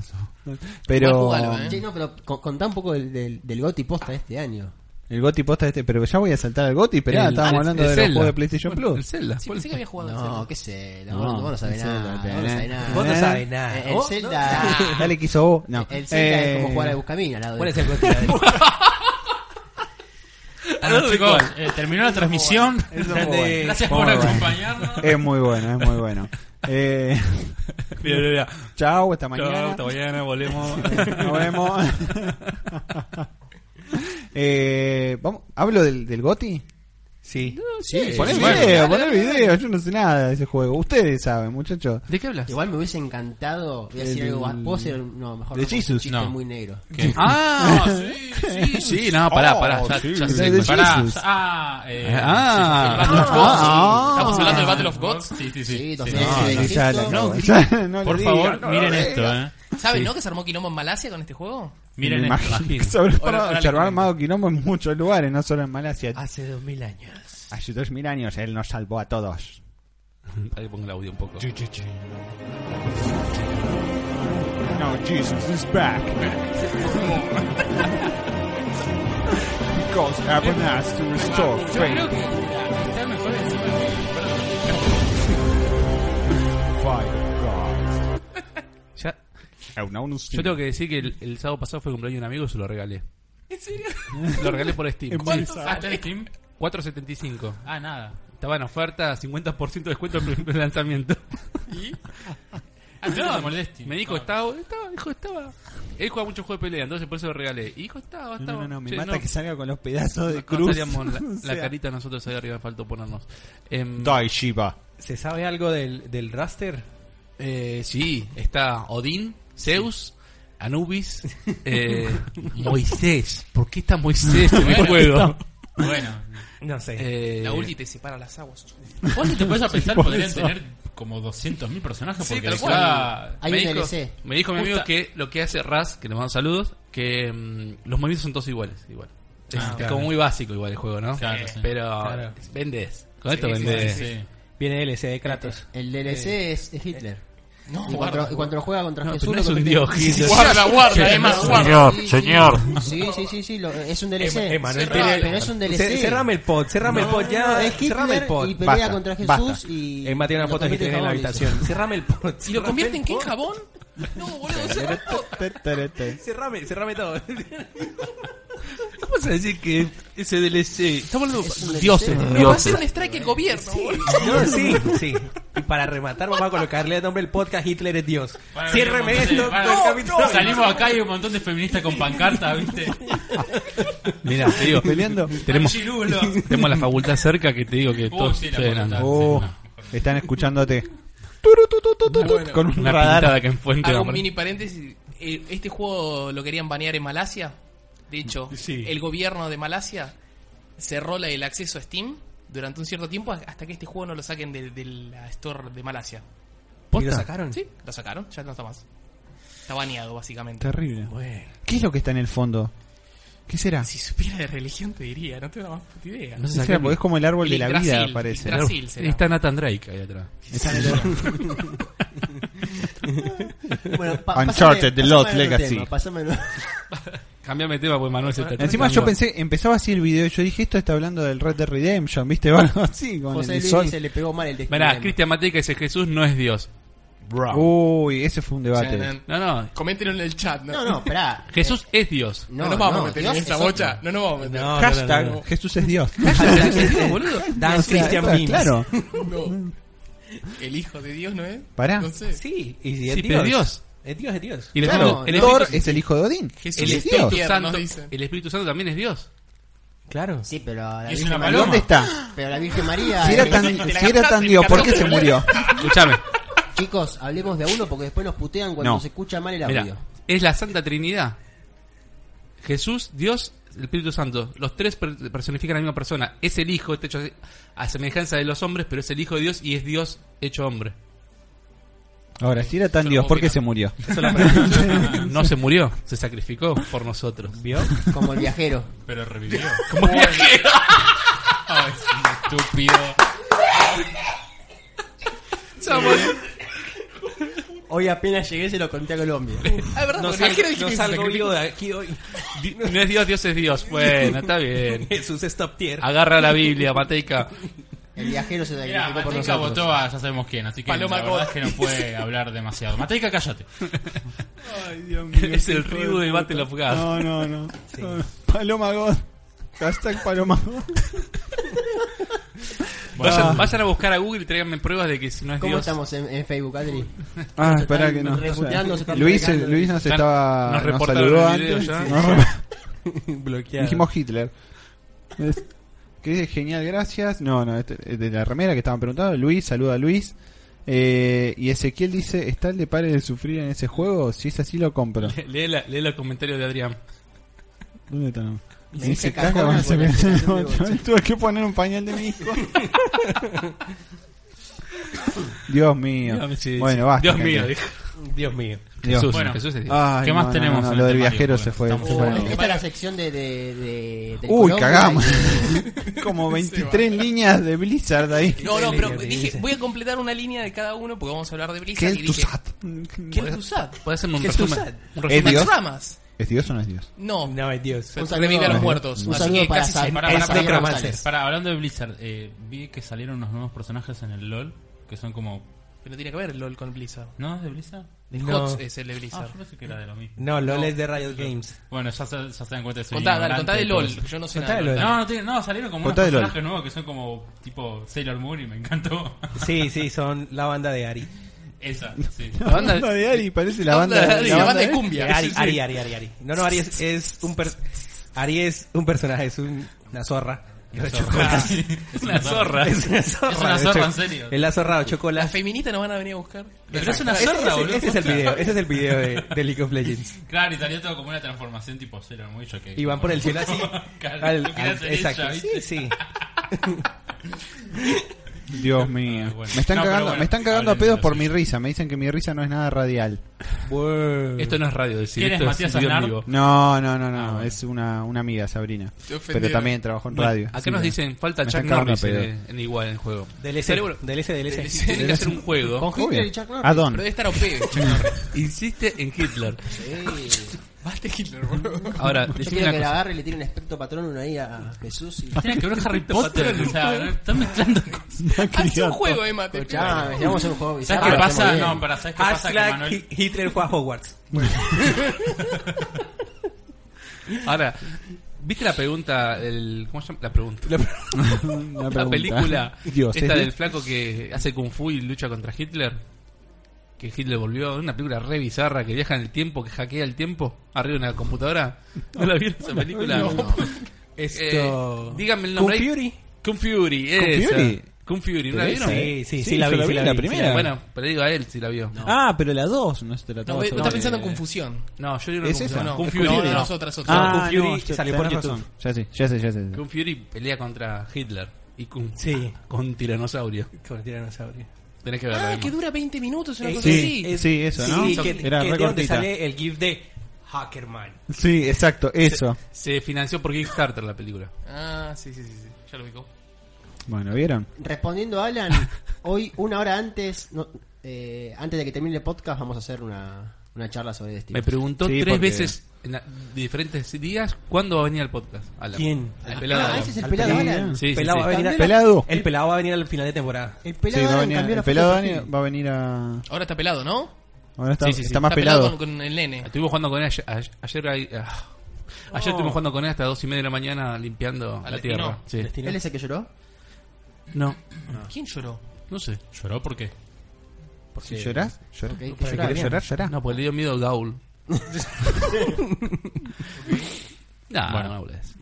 S3: Pero
S2: Igual jugalo, ¿eh?
S1: Oh, Che, no, pero co- contá un poco del, del, del goti posta de este año.
S3: el Goti posta este, pero ya voy a saltar al Goti, pero
S6: El-
S3: estábamos
S6: el-
S3: hablando
S6: el
S3: de los
S6: Zelda.
S3: juegos de PlayStation
S6: Bueno, El
S3: Plus.
S6: Zelda.
S2: Sí, pensé que había jugado al
S1: No,
S2: Zelda.
S1: qué sé,
S3: No,
S1: no, vos no sabés
S3: el Zelda,
S1: nada. Vos no
S3: eh.
S1: sabés nada.
S4: Vos no
S3: Eh.
S4: sabés nada.
S1: El
S4: Vos no
S1: Zelda.
S3: Dale que hizo vos. No.
S1: Ah. El Zelda
S3: Eh,
S1: es como jugar al Buscamina. al lado de-
S4: ¿Cuál es el Goti? Adri?
S5: Bueno, chicos, eh, terminó la transmisión.
S3: es muy bueno.
S5: Gracias por
S3: Muy bueno.
S5: acompañarnos.
S3: Es muy bueno, es muy bueno. Eh,
S6: Mira, mira, mira.
S3: chao, hasta
S6: Chau,
S3: mañana.
S6: hasta mañana, volvemos.
S3: Nos vemos. Eh, vamos, ¿Hablo del, del Goti?
S4: Sí.
S3: Sí, poné el
S6: bueno.
S3: video, poné el video. Yo no sé nada de ese juego. Ustedes saben, muchachos.
S6: ¿De qué hablas?
S1: Igual me hubiese encantado. Voy a decir
S3: El-
S1: algo más. Vos eras un- no, mejor
S3: De
S1: no, porque es un
S3: Jesus.
S1: chiste
S5: No.
S1: muy negro.
S5: ¿Qué?
S6: Ah, sí, sí, Oh, sí, no, pará, pará, ya, ya
S3: sí.
S6: sé. cuál-
S5: Pará.
S3: Jesus.
S5: Ah, eh,
S6: Ah.
S5: sí, sí, sí, Battle of Gods.
S3: Ah.
S2: Estamos hablando de Battle of Gods.
S5: Sí, sí, sí.
S1: Sí,
S5: Sí,
S1: entonces,
S5: no,
S1: sí,
S5: no.
S1: sí.
S3: Ya la
S1: No,
S3: cago, ya no
S5: Por
S3: le
S5: favor,
S3: digan, no
S5: miren
S3: le
S5: esto,
S3: digan.
S5: eh.
S2: ¿Saben, no? Que se armó quilombo en Malasia con este juego.
S5: Miren
S3: Me
S5: esto.
S3: imagino. Sobre
S2: Ahora- ahora le
S3: se armó
S2: comento.
S3: armado quilombo en muchos lugares, eh, no solo en Malasia.
S2: Ah,
S4: Hace dos mil años.
S3: Hace dos mil años él nos salvó a todos.
S6: Ahí pongo el audio un poco.
S3: No, Jesus is back. Because heaven has to restore faith. Fire God.
S6: Ya,
S3: Oh, no, no, sí.
S6: yo tengo que decir que el, el sábado pasado fue cumpleaños de un amigo y se lo regalé.
S2: ¿En serio?
S6: Lo regalé por Steam.
S2: ¿Cuánto
S5: Ah, ¿está
S2: sale?
S5: en Steam?
S6: 4.75.
S5: Ah, nada.
S6: Estaba en oferta, 50% de descuento al primer lanzamiento.
S5: Ah, no, molestia.
S6: Ah. Me dijo, estaba, estaba, dijo, estaba. Él juega mucho juego de pelea, entonces por eso lo regalé. Y dijo, está, va,
S3: No, no, no, me
S6: che,
S3: mata
S6: no.
S3: que salga con los pedazos de
S6: No- no
S3: cruz.
S6: salíamos la,
S3: O
S6: la
S3: sea,
S6: carita nosotros ahí arriba, faltó ponernos. Em,
S3: Dai, Shiva.
S4: ¿Se sabe algo del, del raster?
S6: eh, sí, está Odín, Zeus, Anubis, eh, Moisés. ¿Por qué está Moisés en el
S5: Bueno,
S6: juego?
S5: Bueno,
S4: No sé.
S6: Eh,
S2: La ulti te separa las aguas.
S5: vos si te puedes a pensar,
S3: por
S5: podrían
S3: eso.
S5: tener como 200.000 personajes
S2: Sí,
S5: porque
S2: tal
S5: de
S2: cual.
S5: cada-
S1: Hay
S6: me
S1: un
S6: dijo-
S1: DLC.
S6: Me dijo mi amigo
S5: Justa-
S6: que lo que hace Raz, que le mando saludos, que mm, los movimientos son todos iguales. igual Es,
S5: Ah,
S6: es
S5: claro.
S6: como muy básico igual el juego, ¿no?
S5: Claro, sí.
S6: Pero E
S4: Claro.
S6: vendes. Con esto
S2: Sí, sí,
S6: vendes.
S5: Sí.
S4: Viene DLC de Kratos.
S1: El DLC es, es Hitler.
S2: No,
S1: y,
S2: guarda.
S1: cuando, y cuando lo juega contra
S6: No,
S1: Jesús.
S6: pero no
S1: lo
S6: es un
S1: convierte-
S6: dios, Hitler.
S2: Guarda, guarda, además, guarda.
S1: Señor, señor. Sí, sí, sí, sí, lo- es un DLC.
S4: Em- Emanuel
S1: Pero-
S4: tiene-
S1: pero es un DLC.
S4: Ce- Cerrame el pod, cerrame el pod, ya.
S1: No, es
S4: cerrame el
S1: Hitler
S4: pod.
S1: y pelea
S3: Basta,
S1: contra Jesús
S3: basta.
S1: y...
S4: Emma tiene una
S1: lo
S4: foto que
S1: convierte
S4: tiene en la
S1: jabón, dice.
S4: habitación. Cerrame el pod.
S2: ¿Y lo
S4: cerrame
S2: convierte en
S4: el
S2: qué? ¿En
S4: pod.
S2: jabón? No, boludo, cerrá todo.
S4: Cerrame, cerrame todo.
S6: ¿Cómo vas a decir que ese DLC? Estamos hablando
S1: Es un
S6: dioses,
S1: DLC.
S2: No va a
S6: dioses.
S2: ser un strike el gobierno, boludo.
S4: No, sí, sí. Y para rematar, vamos a colocarle el nombre del podcast Hitler es Dios.
S5: Van a venir un
S4: Ciérreme
S5: montón de-
S4: esto.
S5: van a-
S4: todo el capítulo.
S5: Salimos acá y hay un montón de feministas con pancartas, ¿viste?
S6: Mira, te digo,
S3: ¿Peleando?
S6: tenemos,
S5: Chirulo.
S6: tenemos la facultad cerca que te digo que
S5: Uy,
S6: todos
S5: Uh, sí, la
S6: suenan.
S5: facultad.
S3: Oh,
S5: Sí,
S3: están escuchándote. Turu, tu, tu, tu, tu, tu,
S2: Bueno,
S3: con un
S6: Una
S3: radar.
S6: pintada que enfuente.
S2: Hago un mini paréntesis. Eh, Este juego lo querían banear en Malasia. De hecho,
S6: Sí.
S2: el gobierno de Malasia cerró la- el acceso a Steam durante un cierto tiempo hasta que este juego no lo saquen de, de la Store de Malasia.
S4: ¿Y lo
S6: ¿Posta?
S4: sacaron?
S2: Sí, lo sacaron, ya no está más. Está baneado, básicamente.
S3: Terrible.
S4: Bueno.
S3: ¿Qué es lo que está en el fondo? ¿Qué será?
S2: Si supiera de religión, te diría, no tengo la más puta idea.
S6: No
S3: ¿Qué
S6: sé si
S3: será?
S6: acá-
S3: Porque es como el árbol
S2: El
S3: de la
S2: Yggdrasil,
S3: vida, parece.
S2: Yggdrasil. Brasil será.
S6: Está Nathan Drake ahí atrás.
S1: Bueno, pa-
S3: Uncharted, The
S1: pasame-
S3: Lost
S1: pasame el
S3: Legacy.
S1: tema, pasame el-
S6: Cambiame de tema porque Manuel se está
S3: Encima yo pensé, empezaba así el video y yo dije, esto está hablando del Red Dead Redemption, ¿viste? Va algo así, con
S1: José
S3: el
S1: Luis
S3: sol.
S1: se le pegó mal el texto.
S6: Mirá, Cristian Matei que dice Jesús no es Dios.
S3: Uy, ese fue un debate.
S6: No, no.
S2: Coméntenlo en el chat, ¿no?
S1: No, no, esperá.
S6: Jesús es Dios.
S2: No
S1: No,
S2: nos vamos
S1: no,
S2: a meter
S1: Dios
S2: en esa
S1: es otro.
S2: bocha. No nos vamos a meter.
S4: No,
S3: Hashtag
S4: no, no, no.
S3: Jesús es Dios.
S6: boludo.
S4: Dan
S3: O sea,
S4: Christian
S3: claro,
S4: Memes.
S3: Claro.
S2: No. El hijo de Dios, ¿no es?
S3: Pará.
S2: No sé.
S4: Sí, y si es
S6: Sí,
S4: Dios.
S6: pero Dios.
S4: Es Dios, es Dios.
S6: Y el
S3: Claro,
S6: Espíritu- el
S3: Thor
S6: Espíritu-
S3: es el hijo de Odín.
S2: Jesús
S6: el
S3: es
S6: Espíritu
S3: Dios.
S6: Santo,
S2: Nos dicen.
S6: el Espíritu Santo también es Dios.
S4: Claro.
S1: Sí, pero la
S5: Es
S1: Virgen
S5: una
S1: María-
S5: paloma.
S3: ¿Dónde está?
S1: Pero la Virgen María...
S3: Si era
S1: eh,
S3: tan,
S2: te la
S3: si era
S2: gastaste,
S3: tan Dios, ¿por
S2: carajo,
S3: qué se
S2: boludo.
S3: murió?
S6: Escuchame.
S1: Chicos, hablemos de a uno porque después nos putean cuando
S3: No.
S1: se escucha mal el
S6: Mirá,
S1: audio.
S6: es la Santa Trinidad. Jesús, Dios, el Espíritu Santo. Los tres per- personifican a la misma persona. Es el Hijo, está hecho a semejanza de los hombres, pero es el Hijo de Dios y es Dios hecho hombre.
S3: Ahora, si era tan Dios, ¿por qué se murió?
S6: No se murió, se sacrificó por nosotros.
S4: ¿Vio?
S1: Como el viajero.
S5: Pero revivió.
S6: Como viajero.
S5: Ay, es un estúpido.
S2: Somos-
S1: Hoy apenas llegué se lo conté a Colombia.
S2: Ah, es verdad,
S4: No
S2: porque el viajero dijo que
S4: salgo, no
S2: se
S4: salgo
S2: sacrificó.
S4: vivo de aquí hoy.
S6: Di- No es Dios, Dios es Dios. Bueno, está bien.
S4: Jesús es top tier.
S6: Agarra la Biblia, Mateica.
S1: El viajero se
S5: Mirá,
S1: sacrificó por
S5: Mateica
S1: nosotros.
S5: votó a ya sabemos quién, así que
S2: Paloma
S5: la verdad
S2: Cod.
S5: es que no puede hablar demasiado. Mateica, cállate.
S6: Es el Ryu de Battle of Gas.
S3: No, no, no. Paloma God. Hashtag Paloma God.
S6: Vayan,
S3: Ah.
S6: vayan a buscar a Google y tráiganme pruebas de que si no es
S1: ¿Cómo
S6: Dios.
S1: estamos en, en Facebook, Adri?
S3: Ah,
S1: Se
S3: espera
S1: están
S3: que no.
S1: reputeando, se están
S3: Luis, eh,
S1: pegando.
S3: Luis nos
S6: Están-
S3: estaba.
S6: nos
S3: Nos,
S6: reportaron
S3: saludó
S6: el video
S3: antes.
S6: ya.
S3: Nos-
S4: Bloqueado.
S3: dijimos Hitler. Es- que dice genial, gracias. No, no, este- de la remera que estaban preguntando. Luis, saluda a Luis. Eh, y Ezequiel dice: ¿Está el de pare de sufrir en ese juego? Si es así, lo compro.
S6: Lee, la- lee los comentarios de Adrián.
S3: ¿Dónde está? No?
S1: Me
S3: Si
S1: dice
S3: se caga,
S1: cajona
S3: van a ser
S1: con la
S3: bien-
S1: sensación de bocha.
S3: Tuve que poner un pañal de mi hijo. Dios mío.
S6: Sí,
S3: bueno,
S6: sí.
S3: basta.
S6: Dios
S3: gente.
S6: mío, dijo.
S4: Dios mío.
S3: Dios.
S6: Jesús,
S5: Bueno.
S6: Jesús es Dios.
S3: Ay,
S5: ¿Qué más
S3: no, no,
S5: tenemos
S3: no,
S5: en este
S3: lo
S5: el
S3: del
S5: temario?
S3: viajero
S5: Porque
S3: se fue.
S5: estamos
S3: se
S1: Oh,
S3: fue.
S5: jugando.
S1: esta es la sección de... de, de- del
S3: Uy,
S1: Colombia.
S3: cagamos. Como 23 líneas de Blizzard ahí.
S2: No, no, pero
S4: Te
S2: dije,
S4: dice.
S2: voy a completar una línea de cada uno porque vamos a hablar de
S3: ¿Qué
S2: Blizzard.
S3: es
S2: y
S3: tu
S2: dije,
S3: SAT?
S2: ¿Qué es Tusat?
S6: Puede hacerme un
S4: ¿Qué es tu
S6: resumen.
S4: sal?
S6: Un
S3: ¿Es
S6: resumen.
S3: Dios?
S2: ramas?
S3: ¿Es Dios o no es Dios?
S2: No,
S4: No, es Dios.
S1: Un
S2: se
S1: saludo.
S2: revive a los
S3: Ajá.
S2: muertos.
S1: Un
S2: así
S1: saludo
S2: que
S1: para
S2: casi
S1: Sa-
S2: se-
S5: Pará,
S1: para
S5: pará,
S1: Xavier
S5: pará,
S1: González.
S5: Para, hablando de Blizzard, eh, vi que salieron unos nuevos personajes en el LOL que son como.
S2: Pero tiene que ver LOL con Blizzard.
S5: ¿No es de Blizzard?
S2: El
S4: No.
S2: HOTS es el de
S5: Ah,
S2: Blizzard.
S5: yo pensé que era de lo mismo.
S4: No, LOL es de Riot Games.
S5: Bueno, ya se, ya se dan cuenta de eso.
S2: contá, dale, contá de LOL. Yo no sé
S4: Contá
S2: nada.
S4: de
S2: de
S4: LOL.
S2: LOL.
S5: No, no, tiene- no, salieron como unos
S3: Contá de LOL.
S5: personajes nuevos que son como tipo Sailor Moon y me encantó.
S4: Sí, sí, son la banda de Ari.
S5: Esa, sí.
S6: La banda-
S3: de Ari parece la
S6: La
S3: banda,
S6: banda de Ari,
S3: la
S2: la banda
S3: banda
S2: de cumbia.
S4: Eh, Ari, Ari, Ari, Ari, Ari. No, no, Ari es, es un per- Ari es un personaje, es un- una zorra.
S5: Una
S4: Es
S5: zorra. Es una zorra.
S4: Es una zorra.
S5: Es una
S4: de
S5: zorra,
S4: cho-
S5: en serio.
S4: Es la zorra de
S2: Las
S4: chocolate.
S2: feministas nos van a venir a buscar.
S5: Pero es una
S4: Ese,
S5: zorra,
S4: ese-
S5: boludo.
S4: ese es el video, ese es el video de, de League of Legends.
S5: Claro, y salió todo como una transformación tipo cero, muy choque.
S4: Y van por el cielo así.
S5: Claro,
S4: al-
S5: lo que
S4: al-
S5: hace
S4: exacto.
S5: ella,
S4: sí,
S5: ¿viste?
S4: sí.
S3: Dios mío.
S5: Ah, bueno.
S3: Me están
S5: No, pero
S3: cagando,
S5: bueno,
S3: me están cagando a
S5: hablen de
S3: pedos
S5: lo
S3: por
S5: suyo.
S3: mi risa. Me dicen que mi risa no es nada radial.
S6: Esto no es radio, decir,
S5: ¿Quién
S6: esto
S5: es Matías
S6: video en
S5: Aznar?
S6: vivo.
S3: No, no, no, no.
S5: Ah, bueno.
S3: Es una, una amiga, Sabrina.
S2: Te ofendieron.
S3: Pero también trabajó en radio.
S6: Acá
S3: Sí,
S6: nos
S3: no.
S6: dicen, falta
S3: Me
S6: Chuck
S3: están cagando a
S6: Norris en,
S3: pedo.
S6: el- en igual en el juego.
S4: DLC,
S6: Cerebro-
S4: DLC, DLC.
S2: Tiene
S6: Tienen que hacer un juego.
S1: Con Hitler y Chuck Norris.
S3: Adon.
S2: Pero debe estar OP, Chuck Norris.
S6: Insiste en Hitler.
S1: Sí.
S2: Basta Hitler, boludo.
S6: Ahora,
S1: Yo
S6: decime
S1: quiero
S6: una
S1: que la
S6: cosa.
S1: agarre y le tire un espectro patrón ahí a Jesús y...
S5: Tiene que ver Harry
S3: Este
S5: Potter, o sea, ¿no? están mezclando cosas.
S2: Haz un juego, Emma. te pido.
S1: Escuchame, si vamos a hacer un juego
S5: ¿Sabes
S3: Ah,
S1: bizarro,
S5: qué
S1: lo
S5: pasa?
S1: hacemos bien.
S5: No, para, ¿sabes qué pasa? Que
S4: Hashtag
S5: Manuel.
S4: Hi- Hitler fue a Hogwarts.
S6: Ahora, ¿viste la pregunta? El, ¿Cómo se llama? La pregunta.
S4: Lo-
S3: Una
S6: La
S3: pregunta.
S6: película
S3: Dios, ¿eh?
S6: esta
S3: ¿es
S6: del flaco que hace kung fu y lucha contra Hitler. Que Hitler volvió. Una película re bizarra que viaja en el tiempo, que hackea el tiempo arriba de una computadora. ¿No la vieron esa película?
S4: Esto.
S6: Eh, dígame el nombre.
S4: Kung
S6: ahí.
S4: Fury.
S6: Kung Fury.
S3: ¿Kung
S6: esa.
S3: Fury?
S6: Kung Fury, ¿no la
S3: Pero
S6: vieron?
S3: esa, ¿eh?
S4: Sí, sí, sí, la
S3: yo
S4: vi, sí, la vi, sí,
S3: primera.
S4: la
S6: Bueno, pero le digo a él si la vio. No,
S3: Ah, pero la 2 no eh, se
S2: No,
S3: trataba
S2: vos
S3: sobre-
S2: estás pensando en confusión.
S6: yo digo
S3: ¿Es
S6: Kung Fu-
S3: esa?
S6: no,
S2: No,
S6: Kung
S2: es
S6: Fury.
S2: como
S6: No,
S2: de
S6: no.
S2: nosotras, otras.
S3: Ah,
S4: Kung Fury
S3: no,
S4: que salió
S3: tenés
S4: por
S3: razón. Ya sé, ya sé, ya sé.
S6: Kung Fury pelea contra Hitler y Kung
S4: Sí.
S6: con tiranosaurio.
S4: Ah, Con tiranosaurio.
S6: Tenés que verla.
S2: Ah,
S6: Emma.
S2: que dura 20 minutos, una
S4: Eh,
S2: cosa
S3: Sí,
S2: así.
S3: sí, eso, ¿no?
S4: Sí, que,
S3: Era re
S4: que de donde
S3: cortita.
S4: sale el GIF de Hackerman.
S3: Sí, exacto, eso.
S6: Se financió por Kickstarter la película.
S2: Ah, sí, sí, sí, sí. Ya lo ubicó.
S3: Bueno, ¿vieron?
S1: Respondiendo a Alan, hoy una hora antes, no, eh, antes de que termine el podcast, vamos a hacer una, una charla sobre Destiny.
S6: Me preguntó
S3: Sí,
S6: tres
S3: porque-
S6: veces en la- diferentes días cuándo va a venir al podcast. Alan.
S4: ¿Quién?
S6: El pelado.
S1: Ah,
S6: Alan.
S1: ese es el
S4: Al
S1: pelado
S4: pelado.
S1: Alan.
S6: Sí, sí,
S4: pelado
S6: sí.
S4: va a venir a-
S3: Pelado.
S4: El pelado va a venir al final de temporada.
S1: El
S3: Sí,
S1: pelado
S3: va a
S1: Alan
S3: venir-
S1: cambió la
S3: el
S1: foto
S3: pelado
S1: de
S3: Dani
S1: perfil.
S3: va a venir a.
S2: Ahora está pelado, ¿no?
S3: Ahora está,
S6: Sí, sí, sí.
S3: está más
S2: está
S3: pelado.
S2: con, con el nene.
S6: Estuvimos jugando con él ayer. Ayer, ayer ahí- ah. Ayer estuvimos jugando con él hasta dos y media de la mañana limpiando la
S2: destino.
S6: tierra. Sí.
S4: Eh,
S1: ¿Él es el que lloró?
S6: No,
S2: ¿Quién lloró?
S6: no sé.
S5: ¿Lloró por qué?
S3: Si lloras, llora.
S1: Ok,
S3: Si
S1: llorá,
S3: querés
S1: bien.
S3: llorar, llorá.
S6: No, porque le dio miedo a Gaul. Nah,
S5: Bueno.
S6: no hables.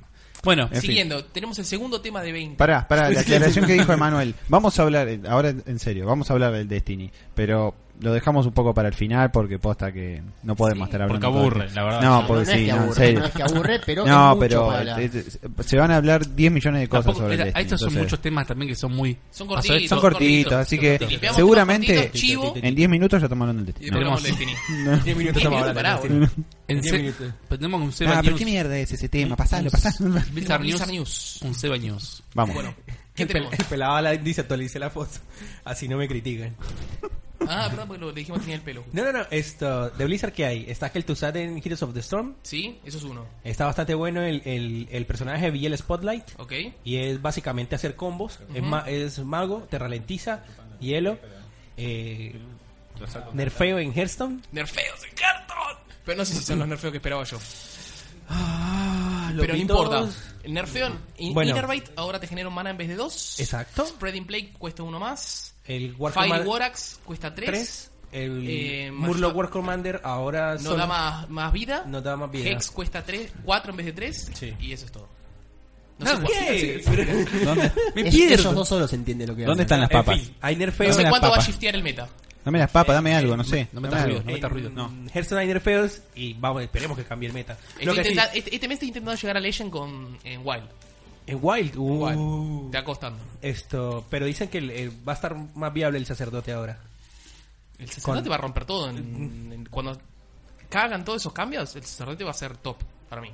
S6: Bueno,
S2: Eh,
S3: En fin.
S2: Siguiendo, tenemos el segundo tema de 20.
S3: Pará, pará, la aclaración que dijo Emanuel. Vamos a hablar, eh, ahora en serio, vamos a hablar del Destiny. Pero lo dejamos un poco para el final porque posta que no podemos estar hablando.
S5: porque
S3: todo el
S5: aburre,
S3: tiempo.
S5: la verdad.
S3: Ah, No,
S5: No,
S3: porque
S1: no es
S3: sí,
S1: que
S3: no, en
S1: aburre,
S3: serio.
S1: no es que aburre, pero
S3: No,
S1: es mucho
S3: pero,
S1: para hablar.
S3: eh, eh, se van a hablar 10 millones de cosas
S6: tampoco-
S3: sobre el
S6: era-
S3: Destiny.
S6: estos son
S3: entonces,
S6: muchos temas también que son muy...
S2: Son
S6: Vas a ver,
S2: cortitos.
S3: Ah, son cortitos, así
S2: son
S3: que
S2: cortitos. Limpiamos temas
S3: seguramente
S2: cortitos, chivo,
S3: en 10 minutos ya tomaron el
S2: y
S3: Destiny.
S2: después
S3: No.
S2: hablamos de Destiny.
S4: 10 minutos
S2: Diez
S4: estamos
S2: minutos, pará,
S4: hablando.
S2: boludo.
S6: En
S4: Diez
S6: se-
S4: minutos.
S6: pero tenemos un Seba
S3: Ah, pero
S6: News.
S3: qué mierda es ese tema, pasalo, pasalo.
S6: Blizzard News.
S2: Blizzard News.
S6: Un Seba News.
S3: Vamos.
S2: Bueno, ¿qué
S4: El, pel-
S2: tenemos?
S4: el pelado Alan dice actualice la foto. Así no me critican.
S2: Ah, perdón, porque lo, le dijimos que tenía el pelo.
S4: No, no, no. Esto, de Blizzard, ¿qué hay? Está Kel'Thuzad en Heroes of the Storm.
S2: ¿Sí? Eso es uno.
S4: Está bastante bueno el, el, el personaje de Vigil Spotlight.
S2: ¿Ok?
S4: Y es básicamente hacer combos. es, ma- es mago, te ralentiza, hielo, eh, nerfeo en Hearthstone.
S2: Nerfeos en cartón. Pero no sé si son los nerfeos que esperaba yo.
S4: los
S2: Pero no
S4: Windows-
S2: importa. El nerfeo en
S4: Bueno.
S2: Innerbite ahora te genera un mana en vez de dos.
S4: Exacto.
S2: Spreading Plague cuesta uno más.
S4: El War
S2: Fire
S4: Command-
S2: Warax cuesta tres.
S4: tres, El
S2: Eh,
S4: Murloc
S2: Master-
S4: War Commander ahora
S2: No
S4: son-
S2: da más, más vida.
S4: No da más vida.
S2: Hex cuesta 3, 4 en vez de 3.
S4: Sí.
S2: Y eso es todo. No
S4: No,
S2: sé cuál-
S4: ¿qué?
S3: ¿Dónde,
S1: Es- ellos dos solos entienden lo que
S3: dónde
S1: hablan.
S3: están las
S4: En
S3: papas?
S4: fin, hay nerfeo.
S2: no sé
S3: una
S2: cuánto va a
S3: papa.
S2: shiftear el meta.
S3: Dame las papas, dame algo, no sé.
S6: no me estás
S3: dame algo.
S6: ruido. No metas ruido.
S4: No. Hearthstone hay nerfeos y vamos, esperemos que cambie el meta. Lo
S2: Estoy
S4: que sí,
S2: intenta- este, este mes estoy intentando llegar a Legend con en Wild.
S4: en Wild, uh,
S2: Wild. Te va costando.
S4: esto, pero dicen que el- el- va a estar más viable el sacerdote ahora.
S2: El sacerdote va a romper todo.
S4: Mm.
S2: en- en- cuando cagan todos esos cambios, el sacerdote va a ser top para mí.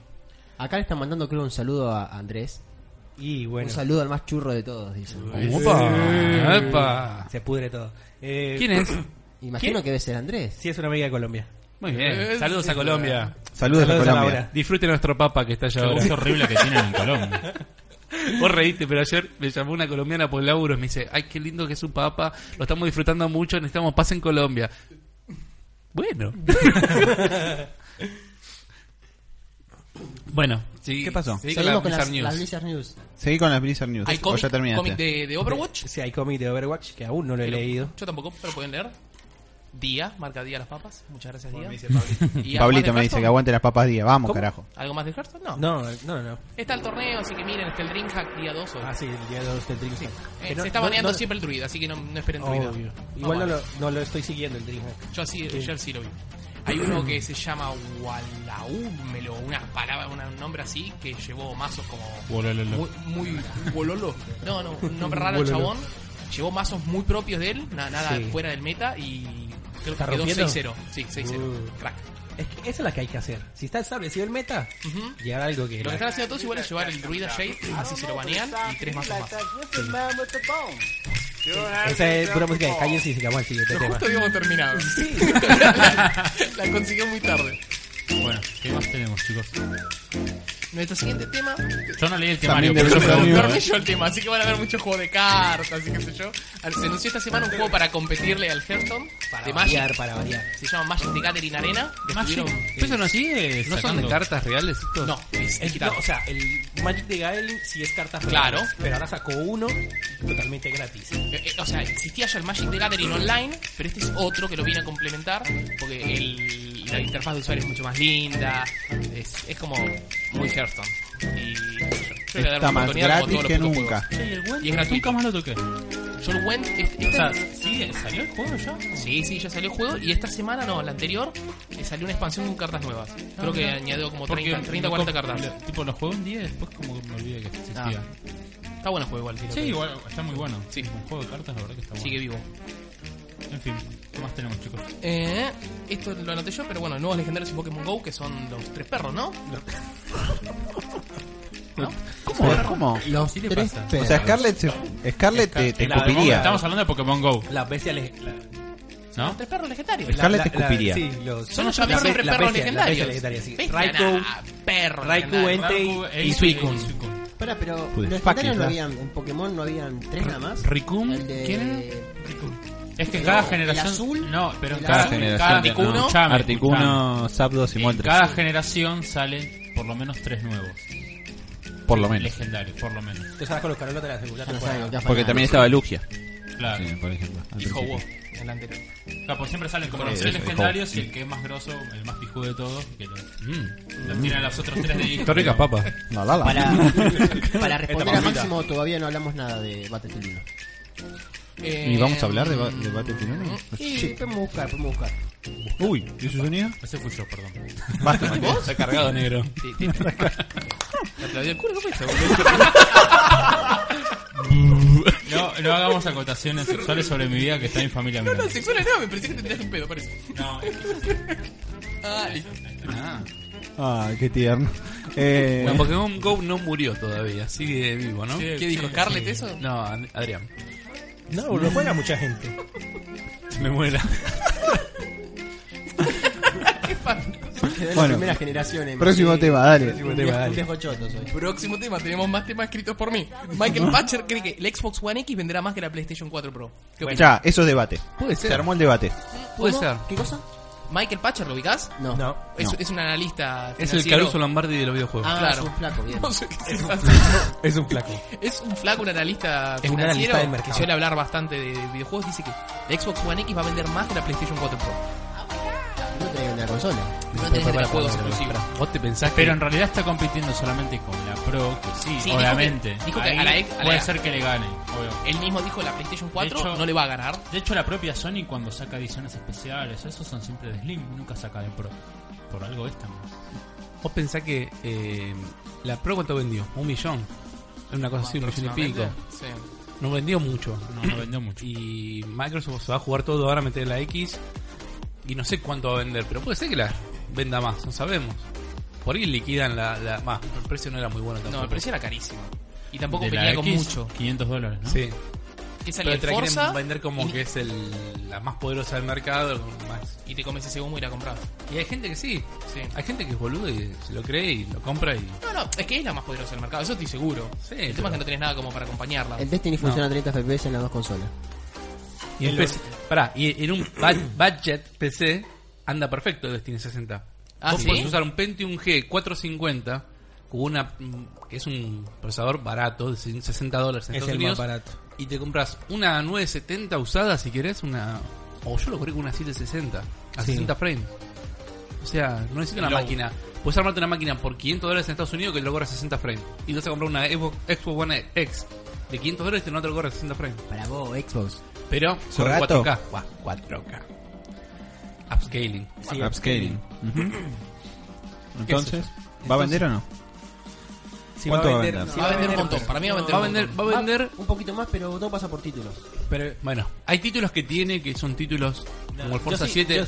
S1: Acá le están mandando, creo, un saludo a Andrés.
S4: Y bueno,
S1: Un saludo al más churro de todos, dicen.
S6: Opa. Epa.
S4: se pudre todo. Eh,
S6: ¿Quién es?
S1: Imagino
S4: ¿Quién?
S1: que debe ser Andrés.
S4: Sí, es una amiga de Colombia.
S6: Muy
S3: Eh,
S6: bien. Saludos a Colombia.
S3: Saludos,
S4: Saludos
S3: a
S4: a
S3: Colombia.
S4: Laura.
S6: Disfrute nuestro papa que está allá
S5: Qué
S6: ahora.
S5: gusto horrible que tienen en Colombia.
S6: Vos reíste, pero ayer me llamó una colombiana por el laburo y me dice, ay, qué lindo que es su papa, lo estamos disfrutando mucho, necesitamos paz en Colombia. Bueno. bueno. sí,
S3: ¿Qué pasó?
S6: seguí con la
S1: Seguimos con las,
S6: Blizzard News.
S1: las Blizzard News.
S3: Seguí con las Blizzard News.
S2: Hay
S3: o
S2: cómic,
S3: ya terminaste.
S2: cómic de, de Overwatch.
S4: Si hay cómic de Overwatch que aún no lo he
S2: Pero-
S4: leído.
S2: Yo tampoco, pero pueden leer. Día, marca Día las papas. Muchas gracias, Día. ¿Y algo más
S3: Pablito
S2: de
S3: me dice que
S2: Hearthstone?
S3: aguante las papas día. Vamos,
S4: ¿Cómo?
S3: carajo.
S2: ¿Algo más de Hearthstone? No.
S4: No, no, no.
S2: Está el torneo, así que miren, está el Dream Hack día 2 hoy.
S4: Ah, sí, el día 2 del Dreamhack.
S2: Eh,
S4: Que no-
S2: se está
S4: no-
S2: baneando
S4: no-
S2: siempre el druida, así que no, no esperen druida.
S4: Obvio.
S2: No
S4: Igual no
S2: mames.
S4: lo, no lo estoy siguiendo el Dreamhack.
S2: Yo así, ayer sí lo vi. Hay uno que se llama Walaúmelo, una palabra, un nombre así, que llevó mazos como.
S5: Wolololo.
S2: Muy. muy Wololo. No, no, un nombre raro el
S4: Wololo.
S2: chabón. Llevó mazos muy propios de él, na- nada
S4: Sí.
S2: fuera del meta y. Creo que
S4: ¿Está
S2: quedó
S4: rompiendo?
S2: 6-0. Sí, 6-0.
S4: Uh.
S2: Crack.
S4: Es que esa es la que hay que hacer. Si está establecido el meta,
S2: Ujú.
S4: llegar a algo que...
S2: Lo que
S4: la-
S2: están haciendo todos igual es llevar el Druida Shade, así se lo banean y tres mazos más.
S4: Esa es pura música de cállense y sigamos al siguiente tema.
S2: Justo habíamos terminado. Sí. la, la consiguió muy tarde.
S5: Bueno, ¿qué más tenemos, chicos?
S2: Nuestro siguiente tema
S5: Yo no leí el temario,
S3: También
S5: pero yo
S3: de-
S5: pregunto.
S2: Dormí
S5: ¿eh?
S2: yo el tema, así que van a haber muchos juegos de cartas y qué sé yo. Al- Se anunció esta semana un juego para competirle al Hearthstone
S4: Para
S2: de Magic.
S4: variar, para variar.
S2: Se llama Magic the Gathering Arena. que
S5: Magic.
S2: estuvieron-
S6: Pero eso no sigue
S5: ¿No son
S6: sacando
S5: de
S6: cartas reales estos?
S2: No, es
S4: El-
S2: digital.
S4: no, o sea, el Magic de Gathering sí es cartas
S2: Claro.
S4: reales, pero ahora sacó uno totalmente gratis.
S2: Eh, eh, O sea, existía ya el Magic the Gathering online, pero este es otro que lo viene a complementar porque el- la interfaz de usuario es mucho más linda. Es, es como muy Hearthstone. Y qué sé yo. Yo le voy a dar
S3: Está
S2: una oportunidad
S3: más
S2: como
S3: gratis
S2: todos
S3: que
S2: los putos
S3: nunca.
S5: Che, ¿y el Went?
S2: Y es gratuito.
S5: Nunca más lo toqué.
S2: juegos. Yo el Went, este-
S5: O sea,
S2: este-
S5: ¿sí? ¿salió el juego ya?
S2: Sí, sí, ya salió el juego y esta semana, no, la anterior, le salió una expansión con cartas nuevas. Creo que añadió como 30, 30 o 40 cartas.
S5: lo- tipo, lo jugué un día y después como que me olvidé que existía.
S2: Ah. Está bueno el juego igual, sí. lo
S5: Sí,
S2: que-
S5: igual, está muy bueno.
S2: Sí.
S5: Un juego de cartas, la verdad que está bueno.
S2: Sigue vivo.
S5: En fin, ¿qué más tenemos, chicos?
S2: Eh, esto lo anoté yo, pero bueno, nuevos legendarios en Pokémon GO que son los tres perros, ¿no? ¿No?
S3: ¿Cómo? ¿Cómo?
S1: Los
S5: Sí le
S1: tres
S5: pasa.
S3: O
S1: perros.
S3: sea, Scarlett, se- Scarlett te, te
S4: La-
S3: escupiría.
S5: Estamos hablando de Pokémon GO,
S4: Las bestias leg- la-
S5: ¿no?
S2: Tres perros legendarios.
S4: la-
S3: Scarlett
S4: la-
S3: te
S4: la-
S3: escupiría.
S4: Sí, los,
S2: Son los
S4: las
S2: llamados
S4: be-
S2: siempre
S4: las
S2: perros
S4: bestias- las
S2: legendarios.
S4: bestias legendarias, sí.
S2: Bestia,
S4: Raikou,
S2: nah, perro
S4: Raikou,
S2: legendario.
S4: Entei
S5: Raikou,
S4: y
S5: eh,
S4: Suicune.
S5: eh, Suicune.
S1: Espera, pero
S3: Pude.
S1: los
S3: Fuck it,
S1: legendarios no
S3: la-
S1: habían, en Pokémon no habían tres nada más.
S5: Ricum,
S1: El de-
S5: ¿quién era? Es que
S1: No,
S5: cada
S1: el
S5: generación.
S1: azul,
S5: no, pero
S1: el
S5: cada
S1: azul,
S5: generación. cada-
S2: Articuno.
S5: no, escuchame, escuchame.
S3: Articuno, Zapdos y
S5: En
S3: Moltres.
S5: cada generación salen por lo menos tres nuevos.
S3: Por lo menos.
S5: Legendarios, por lo menos.
S4: Entonces ahora colocaron los de la segunda
S1: Ya no sabe lo que
S4: temporada.
S1: ha
S3: Porque
S1: fallado.
S3: también estaba Lugia.
S5: Claro.
S3: Sí, por ejemplo. al
S2: Dijo
S3: principio.
S2: vos en la anterior.
S5: Claro, pues siempre salen como los
S3: Sí,
S5: tres
S3: eso,
S5: legendarios y el que es más grosso, el más pijudo de todos, que lo, lo tiran a los otros tres de hijo.
S6: Qué ricas papas.
S3: No, la, la.
S1: Para, para responder
S4: Esta
S1: a
S4: mamita.
S1: Máximo, todavía no hablamos nada de Battlefield 1.
S2: Eh,
S3: ¿Y vamos a hablar de, ba- de Battlefield 1?
S1: Sí, podemos buscar, podemos buscar.
S3: Uy, ¿y su sonido?
S5: Ese fui yo, perdón.
S6: Está
S1: Ah,
S6: cargado negro.
S2: Sí, sí. ¿Te aplaudió el culo? ¿Qué fue eso, boludo?
S5: No, no hagamos acotaciones sexuales sobre mi vida que está mi familia
S2: No, no,
S5: mirando.
S2: sexual no, me parecía que tendrías un pedo, parece.
S5: No, es que-
S2: Ah, listo.
S3: Ah, qué tierno. Eh,
S6: Bueno, Pokémon GO no murió todavía, sigue vivo, ¿no?
S5: Sí.
S2: ¿Qué dijo Scarlett eso?
S6: No, Ad- Adrián.
S4: No,
S1: Mm.
S4: lo juega mucha gente.
S6: Se me muera.
S1: Quedó en
S3: Bueno.
S1: la primera generación.
S4: eh,
S1: en-
S3: próximo
S1: sí.
S3: tema, dale.
S1: Un viejo- un viejo choto soy.
S2: Próximo tema, tenemos más temas escritos por mí. Michael Patcher cree que el Xbox One X venderá más que la PlayStation 4 Pro. ¿Qué opinas?
S3: Ya, eso es debate.
S6: Puede
S3: Se armó el debate.
S6: Puede
S1: ¿Cómo?
S6: ser.
S1: ¿Qué cosa?
S2: ¿Michael Patcher lo ubicás?
S1: No.
S4: No.
S2: Es,
S3: No.
S2: es un analista
S6: Es el
S2: financiero.
S6: Caruso Lombardi de los videojuegos.
S1: Ah,
S2: claro.
S1: es un flaco, bien.
S2: No sé qué es eso.
S4: Es un flaco.
S2: Es un flaco, un analista
S4: Es un
S2: financiero
S4: analista de mercado.
S2: que suele hablar bastante de videojuegos. Dice que la Xbox One X va a vender más que la PlayStation 4 Pro.
S1: No tenía una consola.
S2: No tenés
S4: para,
S2: juegos
S4: para, para,
S2: exclusivos.
S6: ¿Vos te pensás que
S5: Pero en realidad está compitiendo solamente con la Pro, que sí,
S2: Sí, dijo
S5: obviamente.
S2: que- dijo que
S5: Ahí
S2: a la ex- a la-
S5: puede ser que le gane, obvio.
S2: Él mismo dijo la PlayStation 4
S5: De hecho-
S2: no le va a ganar.
S5: De hecho, la propia Sony cuando saca ediciones especiales, esos son siempre de Slim, nunca saca de Pro. Por algo esta.
S6: Vos pensás que eh, la Pro cuánto vendió? Un millón. Era una cosa así, un millón y pico.
S2: Sí.
S6: No vendió mucho.
S5: No, no vendió mucho.
S6: Y Microsoft se va a jugar todo ahora a meter la X. Y no sé cuánto va a vender, pero puede ser que la venda más, no sabemos. Por ahí liquidan la. la bah, el precio no era muy bueno tampoco.
S2: No, me precio era carísimo. Y tampoco
S5: De la
S2: pelea con
S5: X,
S2: mucho.
S5: 500 dólares, ¿no?
S6: Sí.
S2: Que salía
S6: Pero
S2: el
S6: te la
S2: Forza
S6: quieren vender como
S2: y,
S6: que es el, la más poderosa del mercado. con Más.
S2: y te comes ese humo y la compras.
S6: Y hay gente que sí.
S2: Sí.
S6: Hay gente que es boludo y se lo cree y lo compra y.
S2: No, no, es que es la más poderosa del mercado, eso estoy seguro.
S6: Sí,
S2: el tema
S6: pero-
S2: es que no tenés nada como para acompañarla.
S1: El Destiny funciona a 30 FPS en las dos consolas.
S6: Y en, PC, pará, y en un bud- budget PC anda perfecto el Destiny 60.
S2: Ah,
S6: Vos
S2: ¿sí?
S6: podés usar un Pentium G 450 con una mm, que es un procesador barato de 60 dólares en
S4: Es
S6: Estados
S4: el
S6: Unidos
S4: más barato.
S6: y te compras una 970 usada si querés, una O yo lo corrí con una 760 a
S4: Sí.
S6: 60 frames. O sea, no necesito una
S5: Low.
S6: máquina. Puedes armarte una máquina por 500 dólares en Estados Unidos que te lo corra a 60 frames. Y te vas a comprar una Xbox Xbox One X de 500 dólares que no te lo corre a 60 frames.
S1: Para vos, Xbox.
S6: Pero con
S3: Rato.
S6: 4K. Guau, 4K. Upscaling.
S4: Sí,
S3: Upscaling. Entonces,
S6: yo.
S3: ¿va a vender o no?
S4: Sí,
S3: ¿Cuánto
S4: va a
S3: va a
S4: vender?
S3: vender?
S4: sí,
S2: va a vender un montón. Para mí va a vender
S6: Va a
S2: un
S6: vender,
S2: montón.
S6: va a vender
S1: un poquito más, pero todo pasa por títulos.
S4: Pero
S6: Bueno, hay títulos que tiene que son títulos como el
S4: yo
S6: Forza
S4: sí-
S6: 7,
S4: Yo,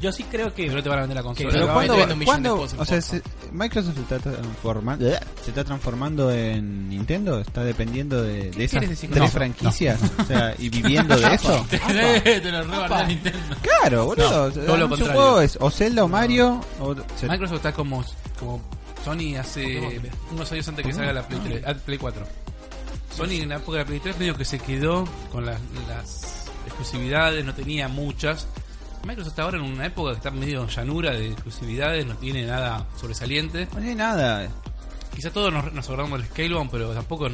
S4: yo sí creo que.
S6: que no te van a vender la consola.
S2: Pero
S3: Pero
S2: va
S3: ¿cuándo,
S2: vendiendo millones
S3: cuándo-
S2: de cosas,
S3: o sea,
S2: porfa.
S3: se- Microsoft se está transformando, se está transformando en Nintendo, está dependiendo de, de esas
S6: quieres
S3: tres
S6: decir con eso?
S3: franquicias, o sea, y viviendo de eso.
S5: te, te lo rebardeó Nintendo.
S3: Claro, boludo.
S6: todo
S3: o sea,
S6: lo
S3: mucho
S6: contrario.
S3: juego es o Zelda o Mario o se-
S6: Microsoft está como, como Sony hace unos años antes que salga la Play, 3, ah, Play 4. Sony en la época de la Play 3 medio que se quedó con las, las exclusividades, no tenía muchas. Microsoft está ahora en una época que está medio llanura de exclusividades, no tiene nada sobresaliente.
S3: no tiene nada.
S6: Quizá todos nos, nos acordamos del Scalebound, pero tampoco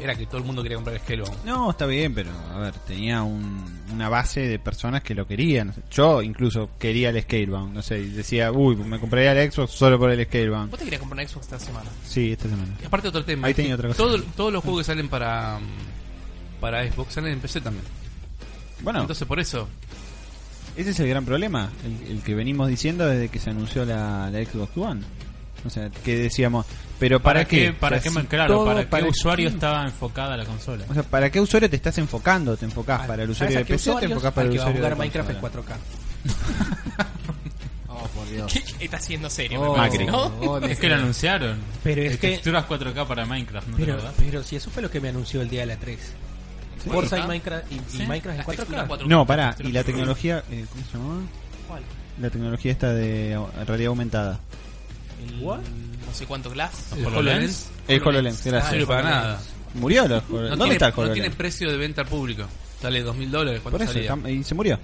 S6: era que todo el mundo quería comprar Scalebound.
S3: No, está bien, pero a ver, tenía un- una base de personas que lo querían. Yo incluso quería el Scalebound, no sé, y decía, uy, me compraría el Xbox solo por el Scalebound.
S2: Vos te querías comprar una Xbox esta semana.
S3: Sí, esta semana.
S6: Y aparte otro tema.
S3: Ahí
S6: es que
S3: tenía otra cosa.
S6: todo- todos los juegos que salen para mm, para Xbox salen en PC también.
S3: Bueno,
S6: Entonces por eso
S3: Ese es el gran problema, el, el que venimos diciendo desde que se anunció la, la Xbox One. O sea, que decíamos, pero ¿para,
S5: ¿Para qué? ¿Para
S3: O sea,
S5: qué,
S3: si
S5: claro,
S3: todo
S5: ¿para qué usuario
S3: sí.
S5: estaba enfocada la consola?
S3: O sea, ¿para qué usuario te estás enfocando? ¿Te enfocás para el usuario de PC o te enfocás para el
S4: que va a
S3: usuario de
S4: jugar Minecraft en
S3: consola?
S4: 4K.
S1: Oh, por Dios.
S2: ¿Qué, qué está haciendo serio?
S1: Oh,
S2: me parece,
S1: Macri.
S2: ¿no?
S1: Oh,
S5: Es que lo anunciaron.
S4: Pero es
S5: Eh,
S4: que-
S5: Texturas 4K para Minecraft, ¿no te
S4: Pero,
S5: acordás?
S4: pero si eso fue lo que me anunció el día de la 3. Forza y
S6: 4K.
S4: Minecraft, y, y
S5: Sí,
S4: Minecraft en
S2: Las
S4: 4K.
S2: texturas 4K.
S3: No, pará, y la tecnología, eh, ¿cómo se llamaba? La tecnología esta de au- realidad aumentada.
S2: El-
S4: What?
S2: No sé cuánto Glass.
S5: ¿El
S6: HoloLens?
S3: El HoloLens,
S6: Ah, no
S3: gracias.
S6: sirve para nada.
S3: Ah, Murió el HoloLens.
S6: No
S3: ¿Dónde
S6: tiene,
S3: está el
S6: no
S3: HoloLens?
S6: tiene precio de venta al público. Sale 2000 dólares. ¿cuánto
S3: Por eso,
S6: salía?
S3: tam- y se murió.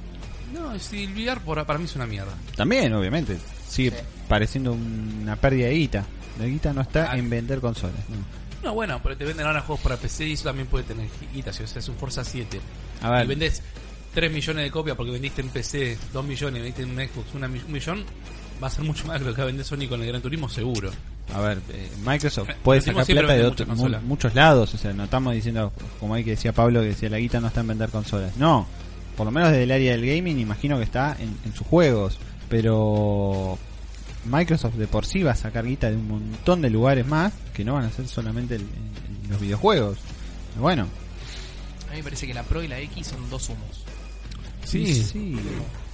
S6: No, si el VR por- para mí es una mierda.
S3: También, obviamente. Sigue pareciendo una pérdida de guita. La guita no está
S6: Ah.
S3: en vender consolas. no.
S6: No, bueno, pero te venden ahora juegos para PC y eso también puede tener guita. Si o sea, es un Forza 7.
S3: A ver.
S6: Y vendes 3 millones de copias porque vendiste en PC 2 millones, vendiste en Xbox una mi- un millón. Va a ser mucho más que lo que va a vender Sony con el Gran Turismo, seguro.
S3: A ver, eh, Microsoft
S6: Eh,
S3: puede
S6: el tipo
S3: sacar
S6: siempre
S3: plata de
S6: vende
S3: otro-
S6: muchas consolas.
S3: mu- muchos lados. O sea, no estamos diciendo, como hay que decía Pablo, que decía la guita no está en vender consolas. No, por lo menos desde el área del gaming, imagino que está en, en sus juegos. Pero Microsoft de por sí va a sacar guita de un montón de lugares más que no van a ser solamente el- el- los videojuegos. Bueno,
S2: A mí me parece que la Pro y la X son dos humos.
S3: sí, sí.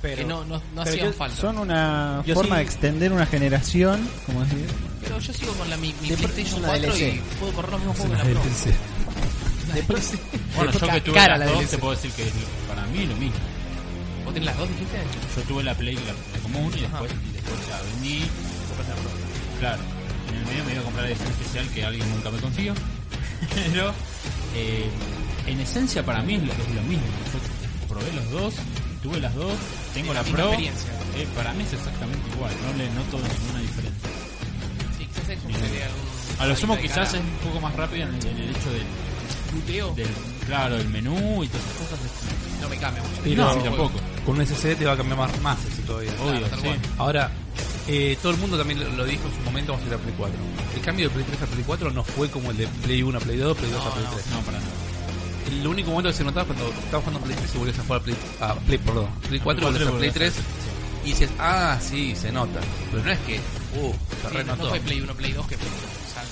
S2: que no, no, no
S4: pero
S2: hacían
S4: yo-
S2: falta.
S3: Son una
S4: Yo
S3: forma
S4: sí-
S3: de extender una generación, como decía.
S2: Pero yo sigo con la, mi, mi
S1: De pronto es
S2: PlayStation
S1: una
S2: 4 y
S1: DLC.
S2: puedo correr los mismos juegos que la Pro.
S5: Bueno, yo que tuve
S2: cara
S5: las
S2: la
S5: dos,
S2: DLC.
S5: te puedo decir que es lo- para mí lo mismo.
S2: ¿Vos tenés las dos, dijiste?
S5: Yo tuve la Play, la, la común, y después, y después la vendí. Claro, en el medio me iba a comprar la edición especial que alguien nunca me consiguió. Pero, eh, en esencia para mí es lo, es lo mismo. Yo probé los dos, tuve las dos, tengo la,
S2: la misma
S5: Pro.
S2: experiencia.
S5: Eh, para mí es exactamente igual, no le noto ninguna diferencia.
S2: Sí, quizás es como
S5: Sí.
S2: que le algún...
S5: A lo sumo
S2: de
S5: quizás es
S2: cara.
S5: un poco más rápido en el, en el hecho del,
S2: Luteo,
S5: del, claro, el menú y todas esas cosas.
S2: no me cambia mucho.
S5: Pero-
S2: No,
S5: sí, tampoco.
S6: Con un SSD te va a cambiar más, más eso todavía.
S5: Obvio,
S6: tal
S5: sí.
S6: cual. Ahora, eh, todo el mundo también lo, lo dijo en su momento cuando salió la Play 4. El cambio de Play 3 a Play 4 no fue como el de Play 1 a Play 2, Play 2 a Play 3.
S5: No, para nada.
S6: El único momento que se notaba cuando estabas jugando a Play 3 y volvías a jugar a Play, a Play, perdón, Play 4 y volvías a Play 3 y dices, ah, sí, se nota. Pero no es que, uh, se
S2: sí, no,
S6: renotó.
S2: fue Play 1, Play 2 que fue... o sea,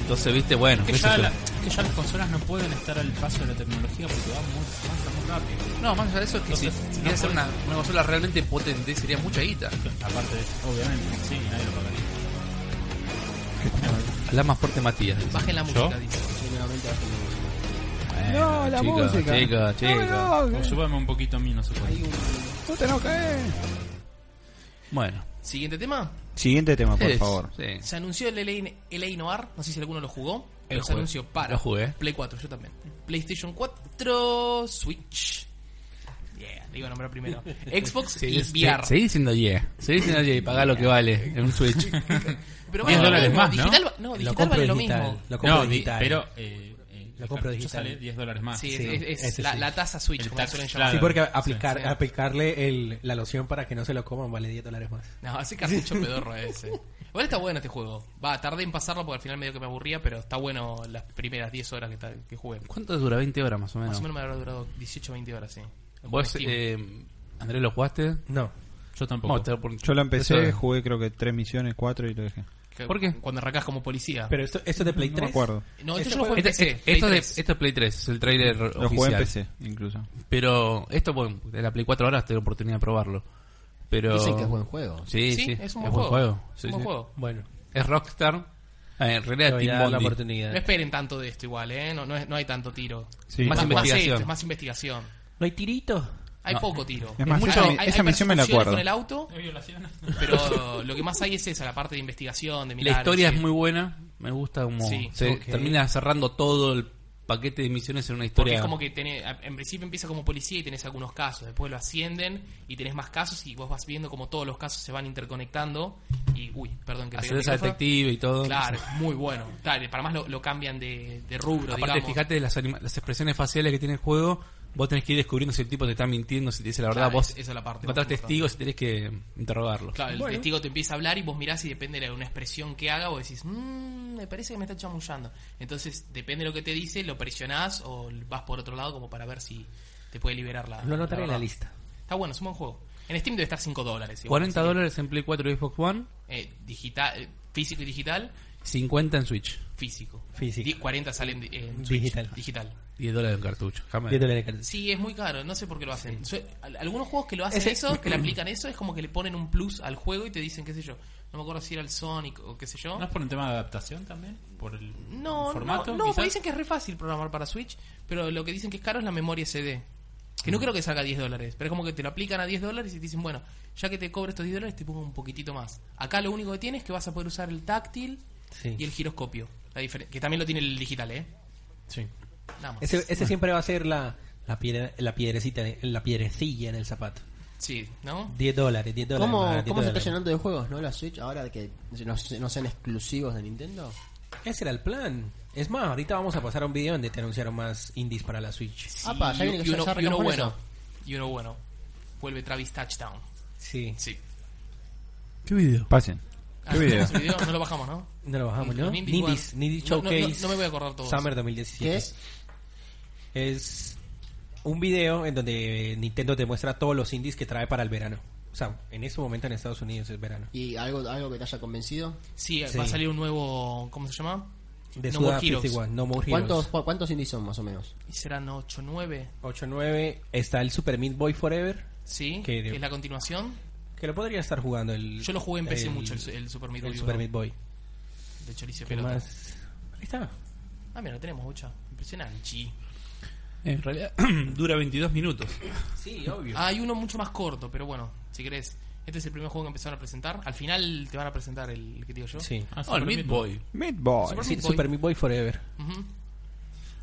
S6: Entonces, viste, bueno,
S5: que
S6: qué sé
S5: ya,
S6: yo.
S5: la- que ya las consolas no pueden estar al paso de la tecnología porque va muy, avanza muy rápido.
S6: No, más allá de eso es que si-
S5: Entonces,
S6: si,
S5: no
S6: quieres hacer
S5: podés-
S6: una, una consola realmente potente sería mucha guita.
S5: Aparte de eso, obviamente, sí, nadie lo pagaría.
S6: Habla más fuerte Matías.
S2: Bajen la
S5: ¿Yo?
S2: música, dice.
S3: No, la
S6: chicos,
S3: música.
S6: Chicos, chicos.
S5: O súbame un poquito a mí, no se puede.
S6: Bueno.
S2: Siguiente tema.
S3: Siguiente tema, por
S6: Es-
S3: favor.
S6: sí.
S2: Se anunció el LA, N- LA Noir, no sé si alguno lo jugó. pero se
S6: jugué.
S2: anunció para
S6: Lo jugué.
S2: Play 4, yo también. PlayStation 4, Switch. Yeah, le iba a nombrar primero. Xbox
S6: Sí,
S2: y
S6: sí,
S2: VR.
S6: Seguí diciendo yeah. Seguí diciendo yeah y E, pagá lo que vale en un Switch.
S2: Pero
S5: 10
S2: lo
S5: dólares
S2: mismo,
S5: más, ¿no?
S2: digital va- no,
S4: Lo
S2: digital
S4: compro
S2: vale lo
S4: digital,
S2: mismo.
S4: Lo compro
S5: No, di-
S4: digital.
S5: pero. Eh, eh,
S4: Lo compro
S5: ya
S4: digital.
S5: sale 10 dólares más.
S2: Sí,
S5: Ah, Sí,
S2: es- es, es
S4: ese
S2: la,
S4: sí.
S2: la tasa Switch,
S5: El
S2: como la
S5: tax,
S2: suelen
S5: claro.
S2: llamar.
S4: sí, porque aplicar,
S5: sí.
S4: aplicarle el- la loción para que no se lo coman vale 10 dólares más.
S2: No, ese cartucho pedorro ese. Igual está bueno este juego. Va, tardé en pasarlo porque al final medio que me aburría, pero está bueno las primeras 10 horas que, ta- que jugué.
S6: ¿Cuánto dura? 20 horas más o menos.
S2: Más o menos me habrá durado 18 20 horas, sí. Lo jugué en
S6: ¿Vos,
S2: Steam.
S6: eh, Andrés, lo jugaste?
S4: No.
S5: Yo tampoco.
S6: Bueno, te- por-
S3: Yo lo empecé,
S6: eso-
S3: jugué creo que tres misiones, cuatro y lo dejé.
S2: Que-
S6: ¿por qué?
S2: Cuando arrancás como policía.
S4: Pero esto, esto es de Play
S3: No
S4: 3.
S3: me acuerdo.
S2: no, esto
S4: este
S2: yo lo jugué en
S6: Este-
S2: PC.
S6: este-
S2: Play
S6: esto, de-
S2: 3.
S6: esto es Play 3, es el trailer
S3: Lo jugué en
S6: oficial.
S3: PC, incluso.
S6: Pero esto, bueno, de la Play 4 horas tengo oportunidad de probarlo. Pero...
S1: Dicen que es buen juego.
S6: Sí, sí,
S2: Sí, es un buen juego.
S6: Sí,
S2: Un buen
S6: sí.
S2: juego.
S4: Bueno,
S6: Es Rockstar. Ah, en
S4: te
S6: realidad
S4: voy a
S6: es
S4: dar la
S6: Team Bondi.
S4: oportunidad.
S2: No esperen tanto de esto igual, ¿eh? No, no, es- no hay tanto tiro.
S3: Sí.
S6: Más
S2: Más,
S6: investigación.
S2: esto, más investigación.
S4: ¿No hay tirito?
S2: Hay
S6: No.
S2: poco tiro.
S3: Es más,
S2: mucho,
S3: esa mi- esa misión me la
S2: persecuciones
S3: acuerdo.
S2: con el auto,
S5: ¿Hay violaciones?
S2: pero lo que más hay es esa, la parte de investigación, de mirar.
S6: la historia
S2: sí.
S6: es muy buena. Me gusta como
S2: Sí,
S6: se
S4: ok.
S6: termina cerrando todo el paquete de misiones en una
S2: Porque
S6: historia.
S2: es como que tenés, en principio empieza como policía y tenés algunos casos, después lo ascienden y tenés más casos y vos vas viendo como todos los casos se van interconectando y, uy, perdón que pegué el
S6: hacer esa
S2: micrófono.
S6: detective y todo.
S2: Claro, muy bueno. Claro, y para más lo, lo cambian de, de rubro,
S6: Aparte,
S2: digamos.
S6: fíjate las, anima- las expresiones faciales que tiene el juego. Vos tenés que ir descubriendo si el tipo te está mintiendo, si te dice la verdad.
S2: Claro,
S6: vos
S2: es- esa es la parte
S6: encontrás
S2: más
S6: testigos y tenés que interrogarlos.
S2: Claro, el testigo te empieza a hablar y vos mirás y depende de una expresión que haga, vos decís, "Mm, me parece que me está chamullando. Entonces, depende de lo que te dice, lo presionás o vas por otro lado como para ver si te puede liberar la...
S4: Lo anotaré en la
S2: verdad.
S4: lista.
S2: Está bueno, es un buen juego. En Steam debe estar 5 dólares. igual,
S6: 40
S2: así que,
S6: dólares en Play 4 y Xbox One,
S2: eh, digital, eh, físico y digital,
S6: 50 en Switch.
S2: físico.
S4: Físico.
S2: Di- 40 salen eh, en, en Switch.
S4: Digital.
S2: digital.
S6: 10 dólares en cartucho. Déjame-
S4: 10 dólares cada-
S2: Sí, es muy caro, no sé por qué lo hacen. Sue- al- Algunos juegos que lo hacen
S4: Ese-
S2: eso, que le aplican eso, es como que le ponen un plus al juego y te dicen, qué sé yo, no me acuerdo si era el Sonic o qué sé yo.
S5: ¿No es por un tema de adaptación también? ¿Por el
S2: No,
S5: formato?
S2: no, no,
S5: quizás?
S2: porque dicen que es re fácil programar para Switch, pero lo que dicen que es caro es la memoria SD. Que
S5: Mm.
S2: no creo que salga a 10 dólares, pero es como que te lo aplican a 10 dólares y te dicen, bueno, ya que te cobro estos 10 dólares, te pongo un poquitito más. Acá lo único que tienes es que vas a poder usar el táctil
S4: Sí.
S2: y el giroscopio. La diferen- que también lo tiene el digital, ¿eh?
S5: Sí.
S2: Nada más.
S4: Ese, ese siempre va a ser la, la, piedra- la piedrecita, la piedrecilla en el zapato.
S2: Sí, ¿no?
S4: 10 dólares, 10 dólares.
S1: ¿Cómo,
S4: más, 10
S1: cómo se está
S4: dólares.
S1: llenando de juegos, no? La Switch, ahora que no, se- no sean exclusivos de Nintendo.
S4: Ese era el plan. Es más, ahorita vamos a pasar a un video donde te anunciaron más indies para la Switch.
S1: Apa, Ah, ya
S2: y,
S1: viene que
S2: y
S1: ya-
S2: uno, y uno
S1: ya arrancamos
S2: bueno.
S1: eso.
S2: Y uno bueno. Vuelve Travis Touchdown.
S4: Sí.
S2: Sí.
S6: ¿Qué video?
S3: Pasen.
S2: Ah,
S3: ¿Qué video?
S2: ¿tenemos el video? No lo bajamos, ¿no?
S4: No lo bajamos, ¿no?
S2: Los Indies World.
S4: Indies, Indies
S2: No, no,
S4: Showcase.
S2: no, no me voy a acordar todos.
S4: Summer 2017.
S1: ¿Qué es?
S4: Es un video en donde Nintendo te muestra todos los indies que trae para el verano. O sea, en este momento en Estados Unidos es verano.
S1: ¿Y algo, algo que te haya convencido?
S2: Sí,
S4: Sí.
S2: va a salir un nuevo. ¿Cómo se llama?
S4: De
S2: No
S4: no
S2: More Heroes.
S4: No More
S1: ¿Cuántos,
S4: Heroes.
S1: cu- ¿Cuántos indies son más o menos?
S2: Y serán 8, 9.
S4: 8-9. Está el Super Meat Boy Forever.
S2: Sí,
S4: Que-
S2: que es la continuación.
S4: Que lo podría estar jugando el.
S2: Yo lo jugué en PC mucho, el, el Super Meat
S4: el
S2: Boy,
S4: Super
S2: bro.
S4: Meat Boy.
S2: De Chorizo
S4: ¿Qué
S2: Pelota.
S4: más? Ahí está.
S2: Ah, mira, lo tenemos, bocha. Impresionante.
S6: En realidad dura 22 minutos.
S4: Sí, obvio.
S2: Ah, hay uno mucho más corto, pero bueno, si querés. Este es el primer juego que empezaron a presentar. Al final te van a presentar el, el que digo yo.
S4: Sí.
S5: Ah,
S6: Oh, el
S5: Super
S6: Meat
S5: Meat
S6: Boy.
S3: Meat Boy.
S2: Super
S4: Sí,
S2: Meat Boy.
S4: Super Meat Boy Forever.
S2: Ujú.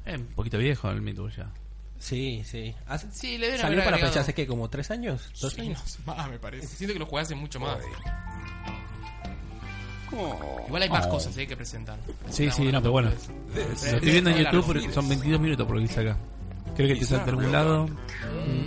S6: Eh, un poquito viejo el Meat Boy ya.
S4: Sí, sí. Hace-
S2: Sí, le deben
S4: Salió
S2: haber
S4: para
S2: agregado-
S4: pensarse que como tres años, dos
S2: Sí,
S4: años.
S2: no, más, me parece. Siento que lo jugaste mucho más. Igual hay más cosas eh, que presentar.
S6: Sí,
S2: Una
S6: sí,
S2: buena
S6: no, pero bueno.
S2: noticia.
S6: Lo estoy viendo en YouTube, porque son 22 minutos por lo que dice acá. Creo que te salta algún lado.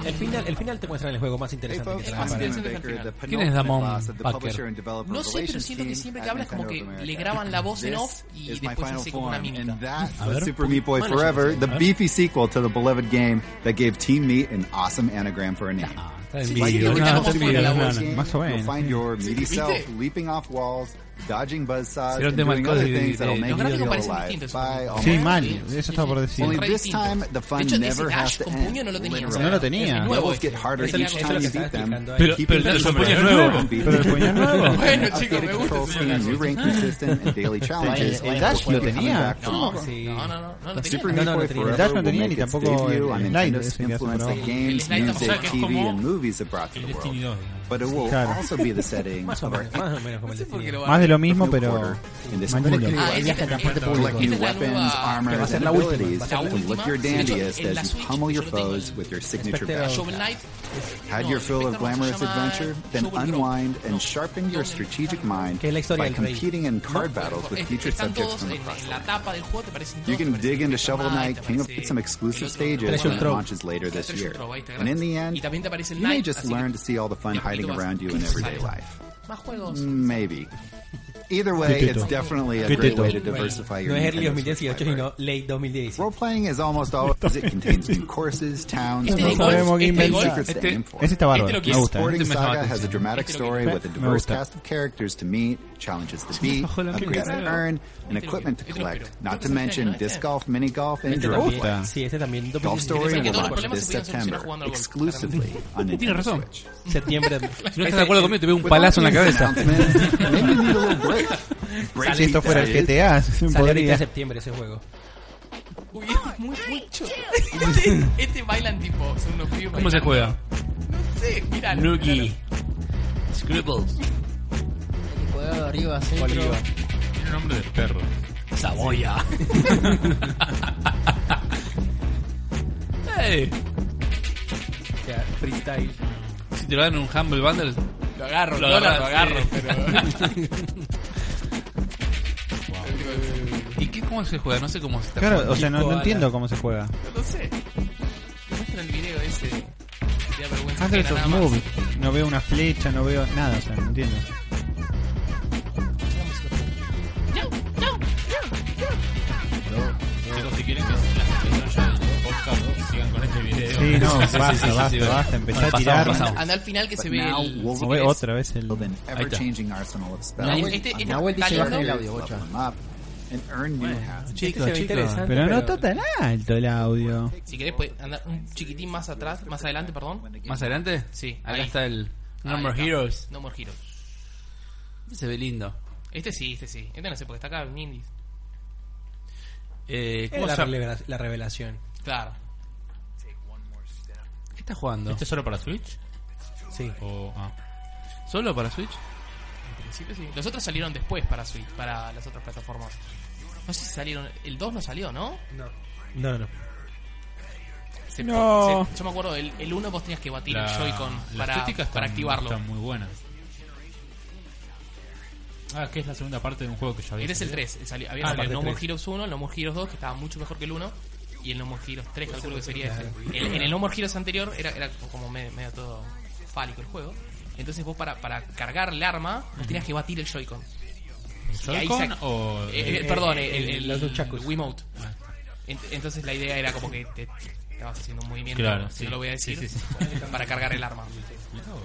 S4: El final, el final te muestran el juego más interesante que
S2: Es
S4: trae
S2: más
S4: para-
S2: interesante que el final.
S6: ¿Quién es Damon Baker?
S2: No sé, pero siento que siempre que habla es como que le graban la voz en off y después hace como una mímica.
S6: A ver.
S8: Super Meat Boy Forever, the beefy sequel to the beloved game that gave Team Meat an awesome anagram for a name.
S6: Ah, está en
S2: Sí,
S6: vídeo.
S2: sí,
S6: No,
S2: sí,
S6: está en
S2: sí,
S6: vídeo.
S2: sí,
S6: no,
S8: This
S6: no.
S8: game,
S3: Más o menos.
S8: You'll find your meaty
S2: ¿Viste?
S8: self leaping off walls, dodging
S6: Será
S8: buzzsaws,
S6: un
S8: and
S6: tema
S8: doing
S6: de
S8: other
S6: código y de-
S8: things that'll
S6: los
S8: make you
S2: gráficos
S8: feel
S2: parecen
S8: alive.
S2: distintos.
S8: Bye, all
S3: Sí,
S8: my
S3: mal.
S8: friends.
S3: Eso estaba por decir.
S8: Only
S2: re
S8: this
S2: distintos.
S8: time, the fun
S2: De hecho, ese
S8: never has
S2: dash
S8: to
S2: con
S8: end.
S2: puño no lo tenía.
S8: Literally.
S3: No lo
S2: Es
S3: tenía.
S8: The
S2: nuevo
S8: levels
S2: este.
S8: get harder
S2: Tenía
S8: each
S2: como-
S8: time you
S4: estaba
S8: beat them.
S4: explicando ahí.
S6: Pero,
S8: Keep
S6: pero
S8: your
S6: el
S8: vision
S6: puño es
S8: bright,
S6: nuevo.
S8: beat
S3: Pero el
S8: them.
S3: puño nuevo.
S2: Bueno, chicos,
S8: Updated
S2: me gusta.
S8: control
S2: ese
S8: scheme,
S2: señor.
S8: new rank consistent and daily challenges.
S1: Vaya, vaya,
S8: El Dash lo
S1: vaya,
S8: tenía.
S2: No,
S4: Sí.
S2: no, no, no, no lo tenía.
S8: The Super
S3: No,
S8: Meat
S3: no,
S8: Boy
S3: no tenía.
S8: Forever
S3: El Dash no
S8: will
S3: tenía
S8: make
S3: ni
S8: its
S3: tampoco
S8: debut
S3: el-
S8: on
S3: el slide
S8: Nintendo's
S3: ese que hace
S8: influence
S3: por
S8: that
S3: abajo.
S8: games,
S2: El slide tampoco.
S5: O
S8: music,
S5: sea, que es
S8: TV
S5: como
S8: and movies have brought to
S5: El
S8: the
S5: Destiny
S8: world.
S5: 2. digamos.
S8: but it will
S3: Claro.
S8: also be the setting
S4: Más o
S8: of our
S4: menos, más o menos como
S2: No
S4: el
S2: sé por qué
S4: destino.
S2: lo
S3: Más de lo mismo,
S8: new
S3: pero
S8: quarter
S6: Este
S8: in this
S3: más nulo.
S8: critically
S1: Ah,
S8: violent
S1: viaje a transporte
S8: collect
S1: público.
S8: new
S2: Esta es la
S8: weapons,
S2: nueva-
S8: armor,
S4: va a ser
S8: and
S4: la última, va
S8: abilities
S4: a ser
S8: to
S4: la
S8: look
S2: última.
S8: your
S2: De hecho,
S8: dandiest
S2: en la
S8: as you
S2: Switch yo
S8: pummel your
S2: lo tengo
S8: foes
S2: en-
S8: with your signature
S4: Spectre
S8: bash.
S4: of-
S2: Shovel Knight.
S8: Had
S2: No, el
S8: your fill of
S2: Spectre no,
S8: glamorous
S2: se llama
S8: adventure, then
S2: Shovel Grove.
S8: unwind
S2: No,
S8: and sharpen your
S2: Golden
S8: strategic
S2: Dragon.
S8: mind
S4: Que es la historia del
S8: by
S4: rey.
S8: competing in card
S4: No,
S8: battles with
S2: Es- eh,
S8: future
S2: están
S8: subjects
S2: todos
S8: from
S2: en, en
S8: across the
S2: la
S8: land.
S2: tapa del juego te parecen todos,
S8: You
S2: te
S8: can
S2: parece
S8: dig into
S2: Spectre
S8: Shovel
S2: Knight,
S8: Knight,
S2: te
S8: clean up
S2: parece
S8: some
S2: el otro, el
S8: exclusive stages
S4: Treasure
S8: when it
S4: Trove.
S8: launches later this
S2: Treasure
S8: year.
S2: Trove, ahí está,
S8: And in the
S2: gracias.
S8: end,
S2: Y también te aparece el
S8: you may
S2: Knight,
S8: just
S2: así que
S8: learn to see all the fun
S2: de a
S8: hiding
S2: poquito vas-
S8: around you in everyday life. Mm.
S2: Más juegos.
S8: Maybe. Either way,
S3: Good
S8: it's
S3: tito.
S8: definitely a
S3: Good
S8: great
S3: tito.
S8: way to diversify your
S4: No es early
S8: Nintendo
S4: 2018,
S8: Switch library.
S4: sino late 2017.
S8: Role playing is almost always it contains new courses, towns,
S2: Este
S3: No
S2: de
S8: modes,
S2: golf,
S3: sabemos qué
S2: este de
S3: inventar.
S2: golf,
S8: secrets to
S6: Este-
S8: aim for.
S3: Ese está bárbaro,
S2: Este
S3: me
S8: Each
S2: lo
S3: gusta.
S8: sporting
S3: ¿eh?
S6: Este me llama la
S8: saga has a
S6: atención.
S8: dramatic
S2: Este lo
S8: story
S3: quiero.
S8: with a
S3: Me
S8: diverse
S3: gusta.
S8: cast of characters to meet, challenges to beat,
S6: bajó la
S8: upgrades to
S6: mierda.
S8: earn, and
S2: Este lo
S8: equipment to
S2: quiero, este lo
S8: collect.
S2: quiero.
S8: Not to
S2: Este no,
S8: mention
S2: este.
S8: disc golf, mini golf, and
S4: Este
S8: drone
S3: gusta.
S8: play.
S4: también, sí, este también.
S8: Golf
S4: 2017.
S8: Story
S2: que
S8: will
S2: todos los
S8: launch
S2: problemas
S8: this
S2: se pudieron solucionar
S8: September
S2: jugando al golf,
S8: exclusively on
S6: Tiene
S8: Nintendo
S6: razón.
S8: Switch.
S4: septiembre.
S6: Si no estás de acuerdo conmigo, te veo un palazo en la
S8: With
S6: cabeza.
S8: all these announcements, maybe you need a little break. Break
S3: Si esto
S8: beat,
S3: fuera
S8: that
S3: el
S8: is.
S3: GTA,
S4: Sale ahorita en
S3: podría.
S4: septiembre ese juego.
S2: Uy, este es muy mucho. Este, este bailan tipo, son unos pibes
S6: ¿Cómo se
S2: bailando.
S6: juega?
S2: Sí, mirá.
S6: Nuki. Scribbles.
S1: El cuadrado de arriba, centro.
S5: Tiene nombre de perro.
S6: Saboya. Ey,
S4: O sea, freestyle.
S6: Si te lo dan en un Humble Bundle,
S2: Lo agarro,
S6: Lo
S2: lo, dólar, lo
S6: agarras,
S2: agarro,
S6: sí.
S2: pero...
S6: ¿y qué, cómo se juega? No sé cómo se está
S3: Claro,
S6: jugando.
S3: o sea, no,
S4: Tipo,
S3: no
S4: ala.
S3: entiendo cómo se juega.
S2: No lo sé. Te muestran el video ese. Te da vergüenza.
S3: Hazle
S2: ajena nada
S3: esos
S2: más.
S3: moves. No veo una flecha, no veo nada, o sea, no entiendo.
S5: Chicos, si quieren que las ya del podcast sigan con este video.
S3: Sí, no,
S6: Sí, sí, sí, sí,
S3: basta,
S6: sí,
S3: basta,
S6: sí,
S3: basta. Empezá a
S6: Pasamos,
S3: tirar.
S6: pasamos.
S2: Anda al final que se
S8: But
S2: ve
S8: now
S2: el...
S8: we'll-
S3: Ve otra vez el.
S8: Build an ever-changing arsenal of spells.
S2: Nahuel- este- este-
S8: unlock
S1: Ah, Nahuel dice
S8: your
S1: bajen el
S8: abilities,
S1: audio,
S8: level
S1: bocha.
S8: them up, and earn new hats.
S4: Chicos, este se ve interesante.
S3: Pero no está tan alto el audio.
S2: Si querés, puedes andar un chiquitín más atrás, más adelante, perdón.
S6: ¿Más adelante?
S2: Sí,
S6: Acá
S2: ahí.
S6: está el No
S2: Ahí
S6: More
S2: está.
S6: Heroes.
S2: No More Heroes.
S6: Se ve lindo.
S2: Este sí, este sí. Este no sé, porque está acá en indies.
S6: Eh,
S4: Era
S6: ¿Cómo
S4: la,
S6: se
S4: revela- la revelación.
S2: Claro.
S6: ¿Qué está jugando?
S5: ¿Este es solo para Switch?
S4: Sí.
S5: O, ah.
S6: ¿Solo para Switch?
S2: En principio sí. Los otros salieron después para Switch, para las otras plataformas. No sé si salieron... El 2 no salió, ¿no?
S4: No, no, no.
S2: Se-
S3: No.
S2: se- yo me acuerdo, el, el 1 vos tenías que batir
S5: La-
S2: el Joy-Con
S5: la
S2: para,
S5: estética está-
S2: para activarlo.
S5: Está muy buena. Ah, que es la segunda parte de un juego que ya había.
S2: Este es el
S5: salido.
S2: 3. Salió, había
S4: Ah,
S2: salido el
S4: parte
S2: No More
S4: tres.
S2: Heroes 1, el No More Heroes 2, que estaba mucho mejor que el 1. Y el No More Heroes 3, calculo que sería este. El- en el No More Heroes anterior era, era como medio, medio todo fálico el juego. Entonces vos para, para cargar el arma vos tenías que batir el Joy-Con. Y ahí
S5: ¿Joy-Con
S2: sac-
S5: o.?
S2: Eh, eh,
S4: el-
S2: perdón,
S4: el-
S2: el, el,
S4: los nunchakus.
S2: Wiimote. Ent- Entonces la idea era como que te, te estabas haciendo un movimiento,
S5: Claro,
S2: si
S5: sí.
S2: no lo voy a decir,
S5: Sí, sí,
S2: para cargar el arma.
S5: Mirá vos.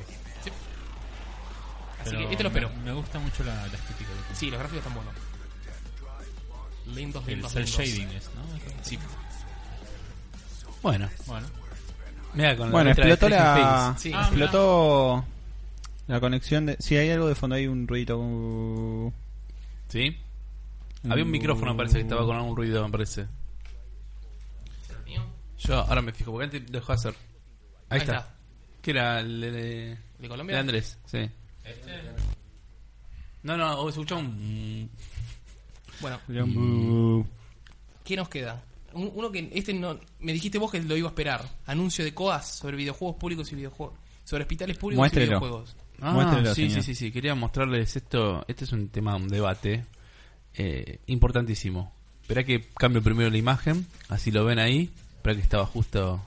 S2: Así
S5: Pero
S2: que este lo espero.
S5: Me, me gusta mucho la, la estética. que tiene.
S2: Sí, los gráficos están buenos. Lindos,
S5: El
S2: lindos,
S5: cel
S2: lindos.
S5: shading es, ¿no?
S2: Sí.
S6: Bueno,
S5: Bueno.
S6: mira con la
S3: Bueno,
S6: letra de
S3: explotó
S6: Stranger
S3: la.
S6: Things.
S2: Sí.
S5: Ah,
S3: Explotó. La conexión de. Si hay algo de fondo, hay un ruido. uh,
S6: ¿Sí? Había un micrófono, parece que estaba con algún ruido, me parece. Yo ahora me fijo, porque antes dejó hacer.
S2: Ahí
S6: Ahí, está.
S2: está.
S6: ¿Qué era? El de, de-
S2: ¿De Colombia?
S6: de Andrés, sí. Este. No, no, oh, se escuchó un.
S2: Bueno,
S3: uh,
S2: ¿qué nos queda? Un- Uno que este no me dijiste vos que lo iba a esperar. Anuncio de COAS sobre videojuegos públicos y videojuegos. Sobre hospitales públicos y
S3: Muéstrelo.
S2: videojuegos.
S6: Ah,
S3: Muéstrelo,
S6: sí, sí,
S3: señor.
S6: sí, sí. Quería mostrarles esto. Este es un tema, un debate eh, importantísimo. Esperá que cambio primero la imagen, así lo ven ahí. Esperá que estaba justo.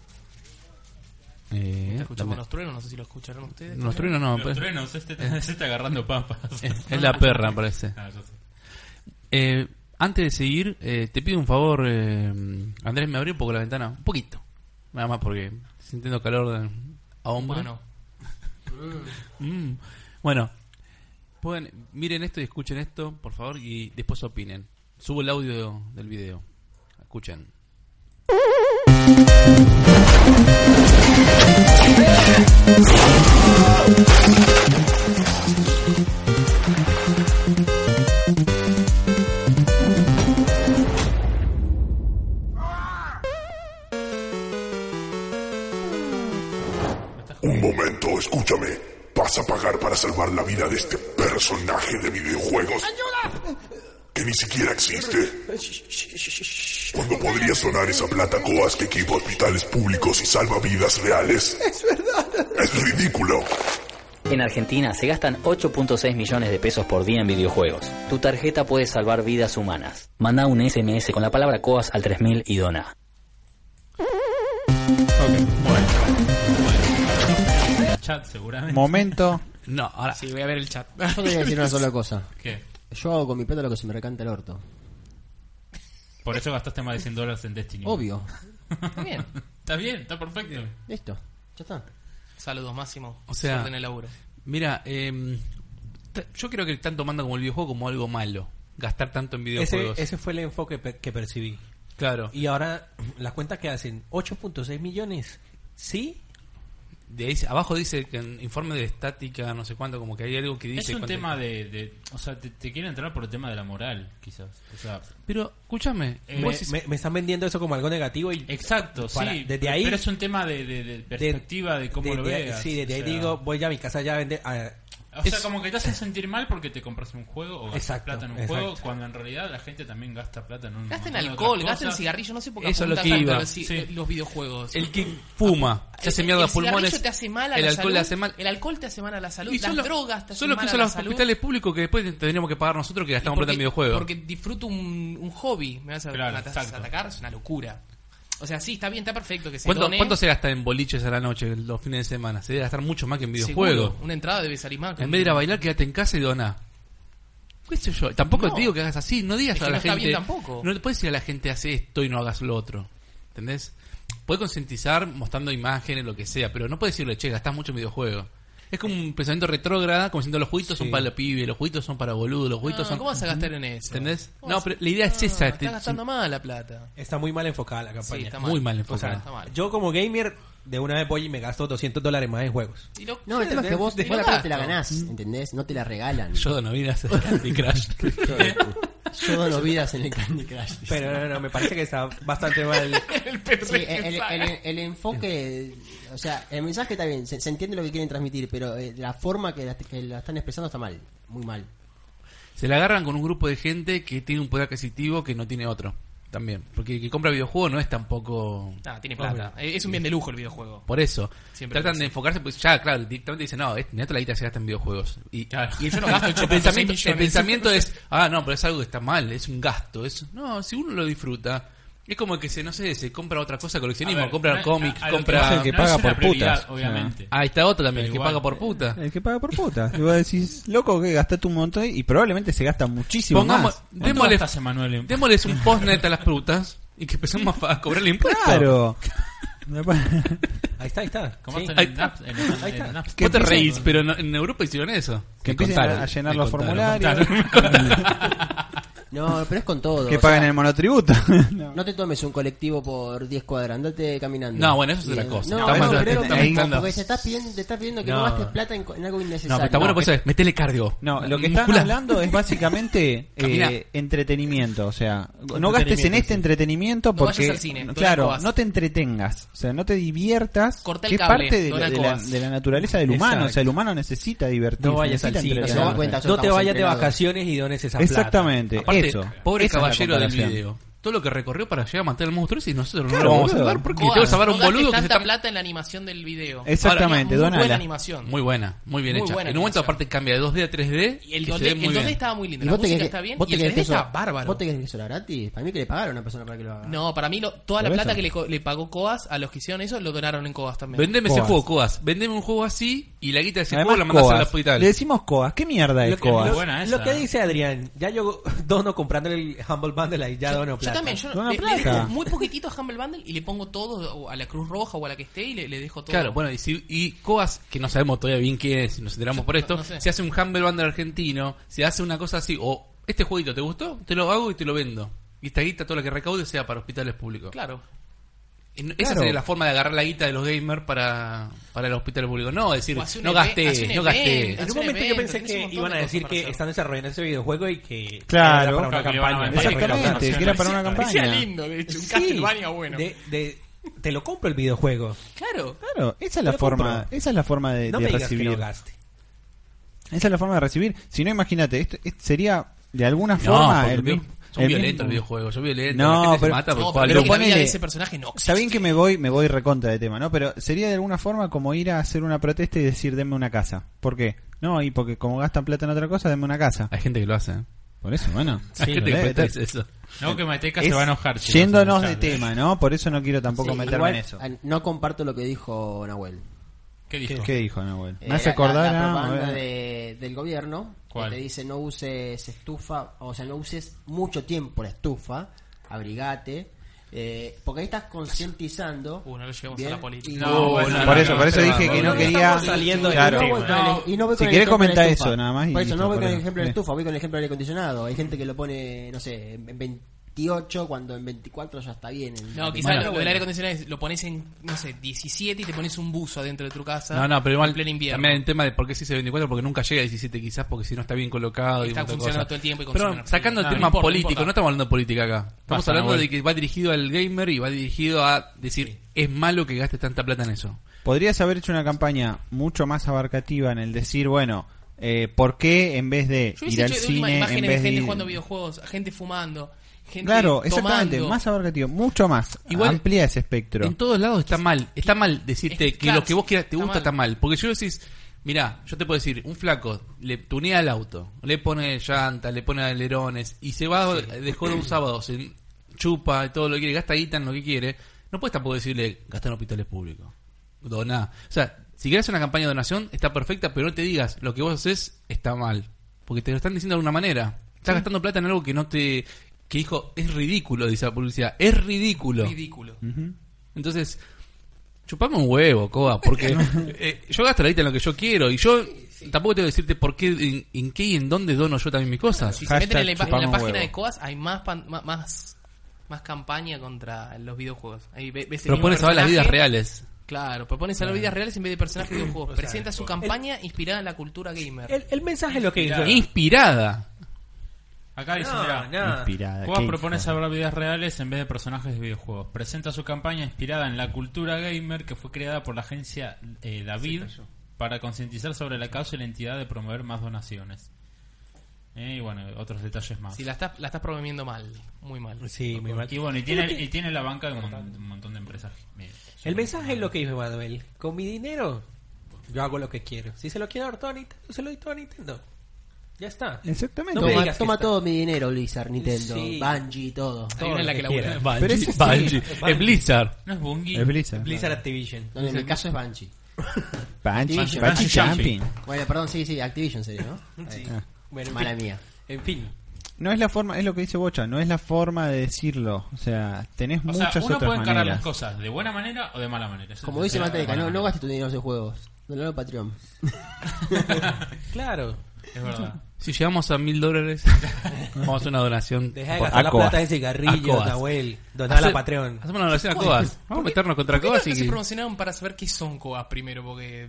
S6: Eh,
S2: ¿Te escuchamos
S6: dame-
S2: los truenos? No sé si lo escucharon ustedes.
S6: Los truenos no,
S5: Los
S6: parece-
S5: truenos, este te- este está agarrando papas.
S6: es la perra, me parece.
S5: Ah, ya sé.
S6: Eh, antes de seguir, eh, te pido un favor, eh, Andrés, me abrió un poco la ventana, un poquito, nada más porque sintiendo calor de- a hombro.
S2: Bueno,
S6: Mm. Bueno, pueden, miren esto y escuchen esto, por favor, y después opinen. Subo el audio del video. Escuchen.
S9: Un momento, escúchame. Vas a pagar para salvar la vida de este personaje de videojuegos que ni siquiera existe. ¿Cuándo podría sonar esa plata coas que equipa hospitales públicos y salva vidas reales? Es verdad. Es ridículo.
S10: En Argentina se gastan 8.6 millones de pesos por día en videojuegos. Tu tarjeta puede salvar vidas humanas. Manda un SMS con la palabra COAS al 3000 y dona.
S5: Chat, seguramente.
S3: Momento.
S6: No, ahora.
S2: Sí, voy a ver el chat.
S1: Yo te voy a decir una sola cosa.
S5: ¿Qué?
S1: Yo hago con mi plata lo que se me recanta el orto.
S5: Por eso gastaste más de 100 dólares en Destiny.
S1: Obvio.
S2: Está bien.
S5: Está bien, está perfecto.
S1: Listo. Ya está.
S2: Saludos, Máximo.
S6: O sea-
S2: Suerte en el laburo.
S6: Mira, eh, t- yo creo que tanto manda como el videojuego como algo malo. Gastar tanto en
S4: Ese,
S6: videojuegos.
S4: ese fue el enfoque per- que percibí.
S6: Claro.
S4: Y ahora, la cuenta que hacen, 8.6 millones. ¿Sí?
S6: De ahí, abajo dice que en informe de estática, no sé cuánto, como que hay algo que dice.
S5: Es un
S6: cuánto-
S5: tema de, de- O sea, te, te quieren entrar por el tema de la moral, quizás. O sea,
S6: Pero, escúchame.
S5: Eh,
S6: vos
S4: Me-
S6: es-
S4: me, me están vendiendo eso como algo negativo y
S5: exacto,
S4: Para-
S5: sí.
S4: desde ahí-
S5: pero es un tema de, de- de perspectiva de, cómo
S4: desde
S5: lo
S4: ahí-
S5: veas.
S4: sí, desde
S5: o
S4: ahí
S5: sea,
S4: digo, voy a mi casa ya a vender... a-
S5: O sea,
S4: es-
S5: como que te hacen sentir mal porque te compras un juego o gastas
S4: Exacto,
S5: plata en un
S4: exacto.
S5: juego, cuando en realidad la gente también gasta plata en un.
S2: Gasten
S5: montón de
S2: alcohol,
S5: otras
S2: gasten
S5: cosas.
S2: cigarrillo, no sé por qué
S6: Eso es lo
S2: apuntan
S6: que
S2: tanto
S6: iba.
S2: a los, ci-
S5: Sí.
S2: los videojuegos.
S6: El que fuma, se hace
S2: El- Ah,
S6: mierda
S2: el
S6: los pulmones.
S2: cigarrillo te hace mal a
S6: el
S2: la
S6: alcohol
S2: salud,
S6: le hace mal.
S2: El alcohol te hace mal a la salud.
S6: Y
S2: las
S6: son los-
S2: drogas te hacen
S6: son los que
S2: mal a
S6: usan
S2: la
S6: los
S2: salud.
S6: hospitales públicos que después tendríamos que pagar nosotros que
S2: Y
S6: gastamos plata
S2: porque-
S6: en videojuegos.
S2: Porque disfruto un, un hobby. Me vas a,
S5: Claro,
S2: me vas a
S5: exacto.
S2: atacar, es una locura. O sea, sí, está bien, está perfecto que se
S6: ¿Cuánto,
S2: done.
S6: cuánto se gasta en boliches a la noche los fines de semana? Se debe gastar mucho más que en
S2: Seguro,
S6: videojuegos.
S2: Una entrada debe salir más. que
S6: En
S2: un-
S6: vez de ir a bailar, quédate en casa y doná. ¿Qué sé yo? Tampoco
S2: No.
S6: te digo que hagas así. No digas
S2: Es
S6: a
S2: que
S6: la
S2: no está
S6: gente.
S2: bien tampoco.
S6: No le puedes decir a la gente hace esto y no hagas lo otro. ¿Entendés? Puedes concientizar mostrando imágenes, lo que sea, pero no puedes decirle, che, gastás mucho en videojuegos. Es como un pensamiento retrógrada, como diciendo los juguitos son para los pibes, los juguitos son para boludos, los juguitos
S2: No,
S6: son.
S2: Ah, ¿Cómo vas a gastar en eso?
S6: ¿Entendés?
S2: ¿Cómo
S6: No,
S2: vas a-
S6: pero la idea es
S2: No,
S6: esa. este- te-
S2: Estás gastando mal la plata.
S4: Está muy mal enfocada la campaña.
S2: Sí, está
S6: Muy mal
S2: O sea,
S6: enfocada.
S2: está mal.
S4: Yo como gamer, de una vez voy y me gasto 200 dólares más en juegos.
S2: Y lo-
S1: No, el tema es que vos,
S2: de-
S1: vos la
S2: de-
S1: plata te la ganás, ¿entendés? No te la regalan.
S6: Yo dono vidas en Candy Crush.
S1: Yo dono vidas en el Candy Crush.
S4: Pero no, no, me parece que está bastante mal.
S2: el perro
S1: Sí,
S2: que
S1: el, el-
S2: saca.
S1: el- el enfoque, o sea, el mensaje está bien, se, se entiende lo que quieren transmitir, pero eh, la forma que la, que la están expresando está mal, muy mal.
S6: Se la agarran con un grupo de gente que tiene un poder adquisitivo que no tiene otro. También. Porque el que compra videojuegos no es tampoco.
S2: Ah, tiene plata. Eh, Es un bien de lujo el videojuego.
S6: Por eso.
S2: Siempre lo
S6: tratan
S2: dicen.
S6: de enfocarse, pues ya, claro, directamente dicen, no, este, mirá la guita que se gasta en videojuegos. Y, y
S2: yo no gasto
S6: el
S2: 8.6
S6: pensamiento, el
S2: millones.
S6: pensamiento es, ah, no, pero es algo que está mal, es un gasto. Es, no, si uno lo disfruta, es como que se, no sé, se compra otra cosa, coleccionismo,
S5: A ver,
S6: compra
S5: a-
S6: cómics,
S5: a- a lo
S6: compra...
S5: que-
S3: El que
S5: no
S3: paga
S5: es una
S3: por
S5: prioridad,
S3: putas.
S5: Obviamente.
S6: Ah, ahí está otro también, el
S5: Pero
S6: que
S5: igual,
S6: paga por puta.
S3: El que paga por puta. Y vos decís, loco, que gastaste un montón y probablemente se gasta muchísimo
S6: Pongamos,
S3: más.
S5: ¿Cuánto
S6: démosle-
S5: gastas, Emanuel, en-
S6: démosles un postnet a las frutas y que empecemos a a cobrarle impuestos.
S3: Claro.
S4: Ahí está, ahí está.
S5: ¿Cómo
S4: Sí.
S5: hacen
S6: Ahí
S5: en
S6: está.
S5: Naps- en- en-
S4: Ahí está.
S5: en Naps?
S3: Que
S6: Vos te
S3: empiecen-
S6: reís, pero no- en Europa hicieron eso.
S3: Que
S6: Me
S3: empiecen
S6: contaron,
S3: a llenar
S6: me
S3: los
S6: contaron.
S3: formularios.
S1: No, pero es con todo.
S3: Que
S1: o sea,
S3: pagan el monotributo.
S1: No te tomes un colectivo por 10 cuadras, andate caminando.
S6: No, bueno, eso es
S1: Y,
S6: otra
S1: eh,
S6: cosa.
S1: No,
S6: Estamos
S1: no,
S6: hablando-
S1: pero
S6: estamos hablando-
S1: porque se estás pidiendo, te estás pidiendo que no,
S4: No.
S1: gastes plata en, co- en algo
S6: No,
S1: innecesario.
S6: pero está bueno
S2: pues,
S6: por eso es, metele cardio.
S3: No, lo que están
S6: Muscular.
S3: hablando es básicamente
S6: Caminá.
S3: eh, entretenimiento. O sea, no gastes en este entretenimiento porque.
S2: vayas al cine, dona
S3: claro,
S2: cobas.
S3: no te entretengas. O sea, no te diviertas.
S2: Corta el
S3: que es
S2: cable,
S3: parte de la,
S2: dona
S3: de la-
S2: cobas.
S3: de la naturaleza del humano.
S4: Exacto.
S3: O sea, el humano necesita divertirse.
S4: No vayas al
S3: necesita
S4: cine.
S1: se dan cuenta,
S3: entretenerse.
S1: yo
S4: No te
S1: estamos
S4: vayas de
S1: entrenados.
S4: vacaciones y dones esa plata.
S3: Exactamente,
S6: Aparte,
S3: eso.
S6: pobre
S3: Esa es la
S6: caballero del
S3: comparación.
S6: video. Todo lo que recorrió para llegar a matar al monstruo y nosotros no
S3: Claro,
S6: lo vamos a
S3: boludo.
S6: salvar porque
S2: Jodas,
S6: tengo que salvar a un
S2: no gastes
S6: boludo que se
S2: tanta
S6: está...
S2: plata en la animación del video.
S3: Exactamente,
S2: Ahora, muy
S3: donala.
S2: buena animación.
S6: Muy buena, muy bien
S2: Muy
S6: hecha.
S2: buena
S6: en un momento
S2: animación.
S6: aparte cambia de 2D a 3D
S2: y el
S6: que se
S2: 2D,
S6: ve
S2: el
S6: muy
S2: 2D
S6: bien.
S2: estaba muy lindo.
S1: ¿Y
S2: La
S1: vos te
S2: música
S1: crees
S2: está
S1: que-
S2: bien y
S1: vos te
S2: el
S1: crees
S2: 3D
S1: que eso-
S2: está bárbaro.
S1: ¿Vos te crees que eso era gratis? Para mí que le pagaron a una persona para que lo haga.
S2: No, para mí lo- toda la
S3: ¿Por
S2: plata
S3: eso?
S2: que le, co- le pagó Coas a los que hicieron eso lo donaron en Coas también.
S6: Vendeme ese
S3: Coas.
S6: juego, Coas. Vendeme un juego así y la guita de ese
S3: Además,
S6: juego la mandas al
S3: Coas.
S6: hospital.
S3: Le decimos coas. ¿Qué mierda
S4: Lo
S3: es
S4: que,
S3: coas?
S4: lo-
S5: buena esa.
S4: lo que dice Adrián, ya yo dono comprando el Humble Bundle, ahí ya dono
S2: Yo
S4: plata.
S2: también, yo
S3: Dona
S2: le, le
S3: plata.
S2: dejo muy poquitito a Humble Bundle y le pongo todo o a la Cruz Roja o a la que esté y le, le dejo todo.
S6: Claro, bueno, y, si, y Coas, que no sabemos todavía bien quién es, nos enteramos por esto,
S2: no sé.
S6: se hace un Humble Bundle argentino, se hace una cosa así, o este jueguito te gustó, te lo hago y te lo vendo. Y esta guita, toda la que recaude, sea para hospitales públicos.
S2: Claro.
S6: Y no- Esa
S3: Claro.
S6: sería la forma de agarrar la guita de los gamers para, para el hospital público. No, decir,
S2: O hace un
S6: no
S2: event- hace un
S6: gasté, no gasté.
S2: event.
S4: En
S2: Hace
S4: un
S2: un
S4: momento yo
S2: evento,
S4: pensé
S2: tenés un
S4: que
S2: montón
S4: iban a
S2: de cosas
S4: decir
S2: para
S4: que
S2: hacer.
S4: están desarrollando ese videojuego y que
S3: Claro.
S4: era para una
S5: Claro, que le van a
S4: campaña.
S5: vender.
S3: Exactamente, que era para una
S5: Exacto.
S2: Parecía
S3: campaña.
S2: lindo, de hecho, un
S4: Sí,
S2: Castlevania bueno.
S4: de- de- te lo compro el videojuego.
S2: Claro.
S3: Claro, esa es la
S4: Lo
S3: forma,
S4: compro.
S3: esa es la forma de,
S4: No
S3: de
S4: me digas que
S3: recibir.
S4: no gaste.
S3: Esa es la forma de recibir. Si no, imagínate, esto, esto sería de alguna
S6: No,
S3: forma el
S6: porque
S3: mismo-
S6: son
S3: el
S6: violentos los
S3: mismo-
S6: videojuegos, son violentos.
S3: No,
S6: la gente se
S3: pero-
S6: mata por
S2: No,
S6: jugar
S2: pero creo
S6: al-
S2: que la vida
S3: pues ponele-
S2: de ese personaje no
S3: Está bien que me voy, me voy recontra de tema, ¿no? Pero sería de alguna forma como ir a hacer una protesta y decir, denme una casa. ¿Por qué? No, y porque como gastan plata en otra cosa, denme una casa.
S6: Hay gente que lo hace. ¿eh?
S3: Por eso, bueno.
S6: Hay
S3: Sí,
S6: gente que
S3: dale,
S6: cuenta
S3: dale.
S6: eso.
S5: No, que Mateca
S3: Es
S5: se va a enojar. si
S3: Yéndonos
S5: no
S3: de
S5: hacemos
S2: ¿eh?
S5: charla.
S3: tema, ¿no? Por eso no quiero tampoco
S1: Sí,
S3: meterme
S1: igual,
S3: en eso.
S1: ah, No comparto lo que dijo Nahuel.
S5: ¿Qué dijo?
S3: ¿Qué dijo Nahuel?
S1: Eh,
S3: Me hace
S1: la-
S3: acordar
S1: la,
S3: a-
S1: propaganda
S3: a ver.
S1: de- del gobierno
S5: ¿Cuál?
S1: que te dice no uses estufa, o sea, no uses mucho tiempo la estufa, abrigate, eh, porque ahí estás concientizando.
S2: Uh, no lo llevamos a
S1: ¿bien?
S2: la política.
S1: Y-
S5: No,
S1: y-
S5: bueno,
S3: Por eso, por eso
S5: no,
S3: dije
S5: no,
S3: que
S5: no,
S3: no
S5: no
S3: quería.
S4: estamos saliendo del
S3: Claro.
S1: y no voy con el- y no voy
S3: Si
S1: con el
S3: querés
S1: ejemplo de la
S3: comenta
S1: estufa.
S3: eso, nada más y
S1: Por eso
S3: listo,
S1: no voy con el
S3: perdón.
S1: ejemplo de
S3: Bien.
S1: la estufa, voy con el ejemplo del aire acondicionado. Hay gente que lo pone, no sé, en 28 cuando en 24 ya está bien. el-
S2: No,
S1: el-
S2: quizás
S1: Bueno,
S2: lo
S1: bueno.
S2: del aire acondicionado es, lo pones en, no sé, 17 y te pones un buzo adentro de tu casa.
S6: No, no, pero
S2: En
S6: igual
S2: pleno invierno.
S6: también hay un tema de por qué se dice 24, porque nunca llega a 17 quizás, porque si no está bien colocado. y
S2: Está
S6: un montón de
S2: funcionando
S6: cosas.
S2: todo el tiempo y consume
S6: Pero
S2: energía.
S6: sacando el
S2: No, no
S6: tema
S2: importa, no
S6: político,
S2: importa.
S6: no estamos hablando de política acá. Estamos
S5: Basta,
S6: hablando
S5: Nahuel.
S6: de que va dirigido al gamer y va dirigido a decir, es malo que gastes tanta plata en eso.
S3: Podrías haber hecho una campaña mucho más abarcativa en el decir, bueno, eh, ¿por qué en vez de
S2: Yo
S3: ir
S2: hubiese
S3: al
S2: hecho de última
S3: cine, en
S2: imágenes de
S3: vez de
S2: gente
S3: ir-
S2: jugando videojuegos, gente fumando, gente
S3: Claro,
S2: tomando.
S3: exactamente, más abarcativo, mucho más.
S6: Igual-
S3: Amplía ese espectro.
S6: En todos lados está mal. Está mal decirte
S2: Es-
S6: que
S2: claro,
S6: lo que vos quieras te
S2: está
S6: gusta
S2: mal.
S6: está mal. Porque yo decís, mirá, yo te puedo decir, un flaco le tunea el auto, le pone llanta, le pone alerones y se va de joda un sábado, se chupa y todo lo que quiere, gasta guita en lo que quiere. No puedes tampoco decirle, gasta en hospitales públicos. Doná. O sea, si querés una campaña de donación, está perfecta, pero no te digas, lo que vos haces está mal. Porque te lo están diciendo de alguna manera. Estás gastando plata en algo que no te... Que dijo, es ridículo, dice la publicidad. Es ridículo.
S2: Ridículo.
S6: Entonces, chupame un huevo, Coa, porque eh, yo gasto la guita en lo que yo quiero y yo tampoco tengo que decirte por qué, en, en qué y en dónde dono yo también mis cosas.
S2: Si se meten en la,
S3: Hashtag
S2: en la
S3: chupame
S2: página
S3: huevo.
S2: de COAS hay más, pan- ma- más más campaña contra los videojuegos. Ahí ve- ves el
S6: Propones
S2: mismo
S6: ahora las vidas
S2: personaje.
S6: reales.
S2: Claro, propones a las vidas reales en vez de personajes de videojuegos. Presenta su campaña inspirada en la cultura gamer.
S4: El, el mensaje es lo que hizo.
S6: Inspirada.
S5: Acá dice,
S4: No,
S5: mirá,
S4: no.
S3: Inspirada,
S5: Cuevas
S3: qué
S5: propone
S3: hijo.
S5: salvar vidas reales en vez de personajes de videojuegos. Presenta su campaña inspirada en la cultura gamer que fue creada por la agencia eh, David para concientizar sobre la causa y la entidad de promover más donaciones. Eh, y bueno, otros detalles más.
S2: Si la estás, la estás promoviendo mal, muy mal.
S4: Sí, muy mal.
S5: Y bueno, y tiene, y tiene la banca de un, mon- un montón de empresas. Mira,
S4: El mensaje es lo que dijo Manuel. Con mi dinero, yo hago lo que quiero. Si se lo quiero dar todo a Nintendo, se lo doy todo a Nintendo. Ya está.
S3: Exactamente.
S4: No me
S1: Toma,
S4: digas que
S1: toma
S4: está.
S1: todo mi dinero, Blizzard, Nintendo,
S4: Sí.
S1: Bungie, todo.
S2: Hay una en la que labura.
S3: Pero eso sí.
S6: Bungie. Es Blizzard.
S5: ¿No es Bungie?
S3: Es Blizzard.
S4: Blizzard Activision.
S1: No, en mi caso es Bungie.
S3: Banshee- Banshee
S1: Bungie-
S5: Bungie
S3: Jumping.
S1: Bueno, perdón, sí, sí, Activision sería, ¿no? Ahí.
S4: Bueno, en
S1: Mala
S4: fin.
S1: mía.
S4: En fin.
S3: No es la forma, es lo que dice Bocha, no es la forma de decirlo. O sea, tenés
S5: O sea,
S3: muchas
S5: uno
S3: otras
S5: puede encarar las
S3: maneras.
S5: cosas de buena manera o de mala manera. Eso
S1: Como
S5: es
S1: dice
S5: de
S1: Mateca, no,
S5: buena
S1: no
S5: manera.
S1: gastes tu dinero en juegos. Donalo en Patreon.
S4: Claro.
S5: Es verdad.
S6: Si llegamos a mil dólares, vamos a hacer una donación.
S4: Deja de
S6: por-
S4: gastar
S6: a
S4: la
S6: Coas.
S4: plata en
S6: A
S4: cigarrillos,
S6: Coas.
S4: Nahuel. Donar a
S6: Hace-
S4: Patreon.
S6: Hacemos una donación a Coas. Vamos a meternos contra
S2: ¿Por qué no
S6: Coas y
S2: se
S6: que-
S2: promocionaron para saber qué son COAS primero? Porque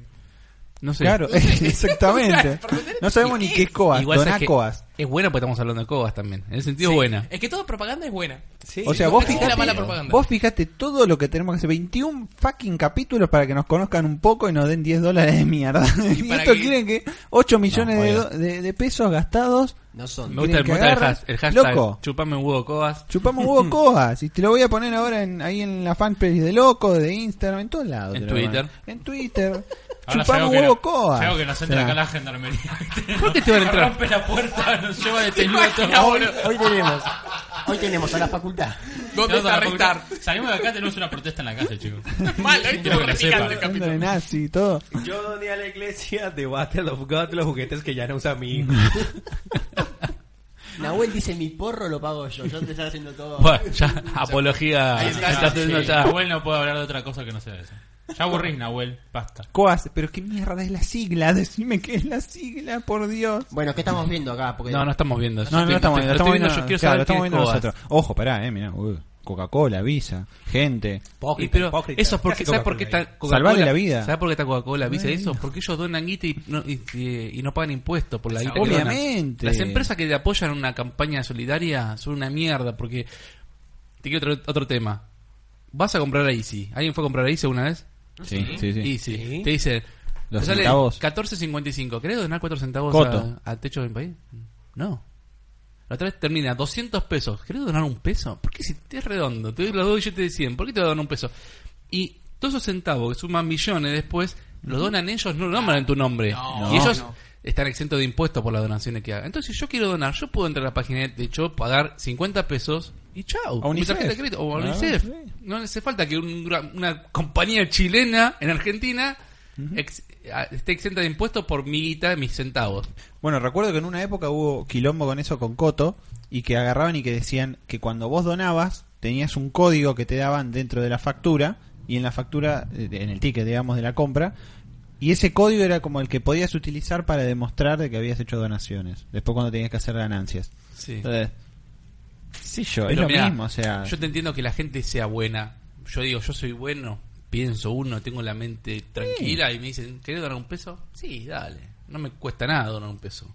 S6: No sé.
S3: Claro, exactamente. No sabemos ni qué es Coas,
S6: Igual
S3: doná
S6: sabes que
S3: Coas.
S6: Es buena porque estamos hablando de Coas también. En el sentido buena.
S2: es que toda propaganda es buena.
S4: Sí.
S3: O sea,
S2: no
S3: vos
S2: existe
S3: fijate,
S2: la mala propaganda.
S3: vos fijate todo lo que tenemos que hacer. 21 fucking capítulos para que nos conozcan un poco y nos den 10 dólares de mierda. Y,
S2: para
S3: esto
S2: que-
S3: quieren que 8 millones
S6: No,
S3: de,
S6: joder.
S3: do- de- de pesos gastados.
S1: No son.
S6: Me gusta, el,
S3: ¿Quieren
S6: me gusta
S3: que
S6: el
S3: agarre?
S6: has- el hashtag
S3: Loco.
S6: chupame un huevo cobas.
S3: Chupamos huevo coas. Y te lo voy a poner ahora en, ahí en la fanpage de Loco, de Instagram, en todos lados.
S6: En
S3: te lo voy a poner.
S6: Twitter.
S3: En Twitter.
S5: Ahora
S3: Chupamos
S5: ya veo que
S3: huevo
S5: no-
S3: coas.
S5: ya veo que nos
S3: O
S5: entra
S3: sea,
S5: acá la gendarmería.
S6: ¿Por qué te van a entrar?
S5: Rompe la puerta, nos lleva detenido todo.
S1: Hoy, hoy tenemos. Hoy tenemos a la facultad.
S2: ¿Dónde
S5: Nos
S2: está
S5: vamos a la
S2: Rectar?
S5: facultad. Salimos de acá, tenemos una protesta en la casa, chicos.
S2: Mal, ¿eh?
S5: Quiero que lo
S2: Propaganda,
S5: sepan.
S2: capitán.
S3: anda de nazi y todo.
S4: Yo doné a la iglesia de Battle of God los juguetes que ya no usa mi hijo.
S1: Nahuel dice: Mi porro lo pago yo. Yo te estaba haciendo todo.
S6: Bueno, ya, apología.
S5: Ahí está,
S6: Estás
S5: sí.
S6: haciendo ya.
S5: Nahuel no puede hablar de otra cosa que no sea de eso. Ya aburrís, Nahuel. Basta.
S3: Coas, pero qué mierda es la sigla. Decime qué es la sigla, por Dios.
S1: Bueno, ¿qué estamos viendo acá? Porque
S6: No, no estamos viendo.
S3: No, no, no estamos viendo,
S6: viendo.
S3: lo estamos viendo,
S6: Yo quiero
S3: claro,
S6: saber
S3: lo estamos
S6: qué es
S3: viendo
S6: Coas.
S3: nosotros. Ojo, pará, eh, mirá, uy, Coca-Cola, Visa, gente.
S6: Y
S4: Hipócrita,
S6: pero
S4: hipócrita.
S6: eso es porque,
S4: Casi
S6: ¿sabes por qué
S4: Coca-Cola
S6: está Coca-Cola?
S3: Salvale la vida.
S6: ¿Sabes por qué está Coca-Cola? ¿Viste eso? Porque ellos donan guita y no, y, y- y no pagan impuestos por la guita. que donan.
S3: Obviamente.
S6: Las empresas que te apoyan en una campaña solidaria son una mierda porque... Te quiero otro, otro tema. Vas a comprar a Easy. ¿Alguien fue a comprar a Easy alguna vez?
S3: Sí, sí, sí.
S6: Easy.
S4: Sí.
S6: Te dicen,
S3: Los
S6: Te sale
S3: centavos.
S6: 14.55. ¿Querés donar 4 centavos
S3: Coto.
S6: a- al techo de mi país? No. La otra vez termina 200 pesos. ¿Querés donar un peso? ¿Por qué si te es redondo? Te doy los dos billetes de 100. ¿Por qué te voy a donar un peso? Y todos esos centavos que suman millones después, los donan ellos, no lo nombran en tu nombre.
S2: No.
S6: y ellos
S2: No.
S6: están exentos de impuestos por las donaciones que hagan. Entonces, si yo quiero donar, yo puedo entrar a la página de Techo, pagar 50 pesos y chao.
S3: A
S6: Con mi
S3: UNICEF.
S6: tarjeta de crédito. O a
S3: Ah,
S6: UNICEF.
S3: sí.
S6: No le hace falta que un gra- una compañía chilena en Argentina ex- a- esté exenta de impuestos por mi guita, mis centavos.
S3: Bueno, recuerdo que en una época hubo quilombo con eso con Coto y que agarraban y que decían que cuando vos donabas tenías un código que te daban dentro de la factura y en la factura, eh, en el ticket, digamos, de la compra. Y ese código era como el que podías utilizar para demostrar de que habías hecho donaciones. Después cuando tenías que hacer ganancias.
S6: Sí.
S3: Entonces, sí, yo, es
S6: Pero
S3: lo
S6: mirá,
S3: mismo, o sea...
S6: Yo te entiendo que la gente sea buena. Yo digo, yo soy bueno, pienso uno, tengo la mente tranquila y me dicen, ¿querés donar un peso? Sí, dale. No me cuesta nada donar un peso.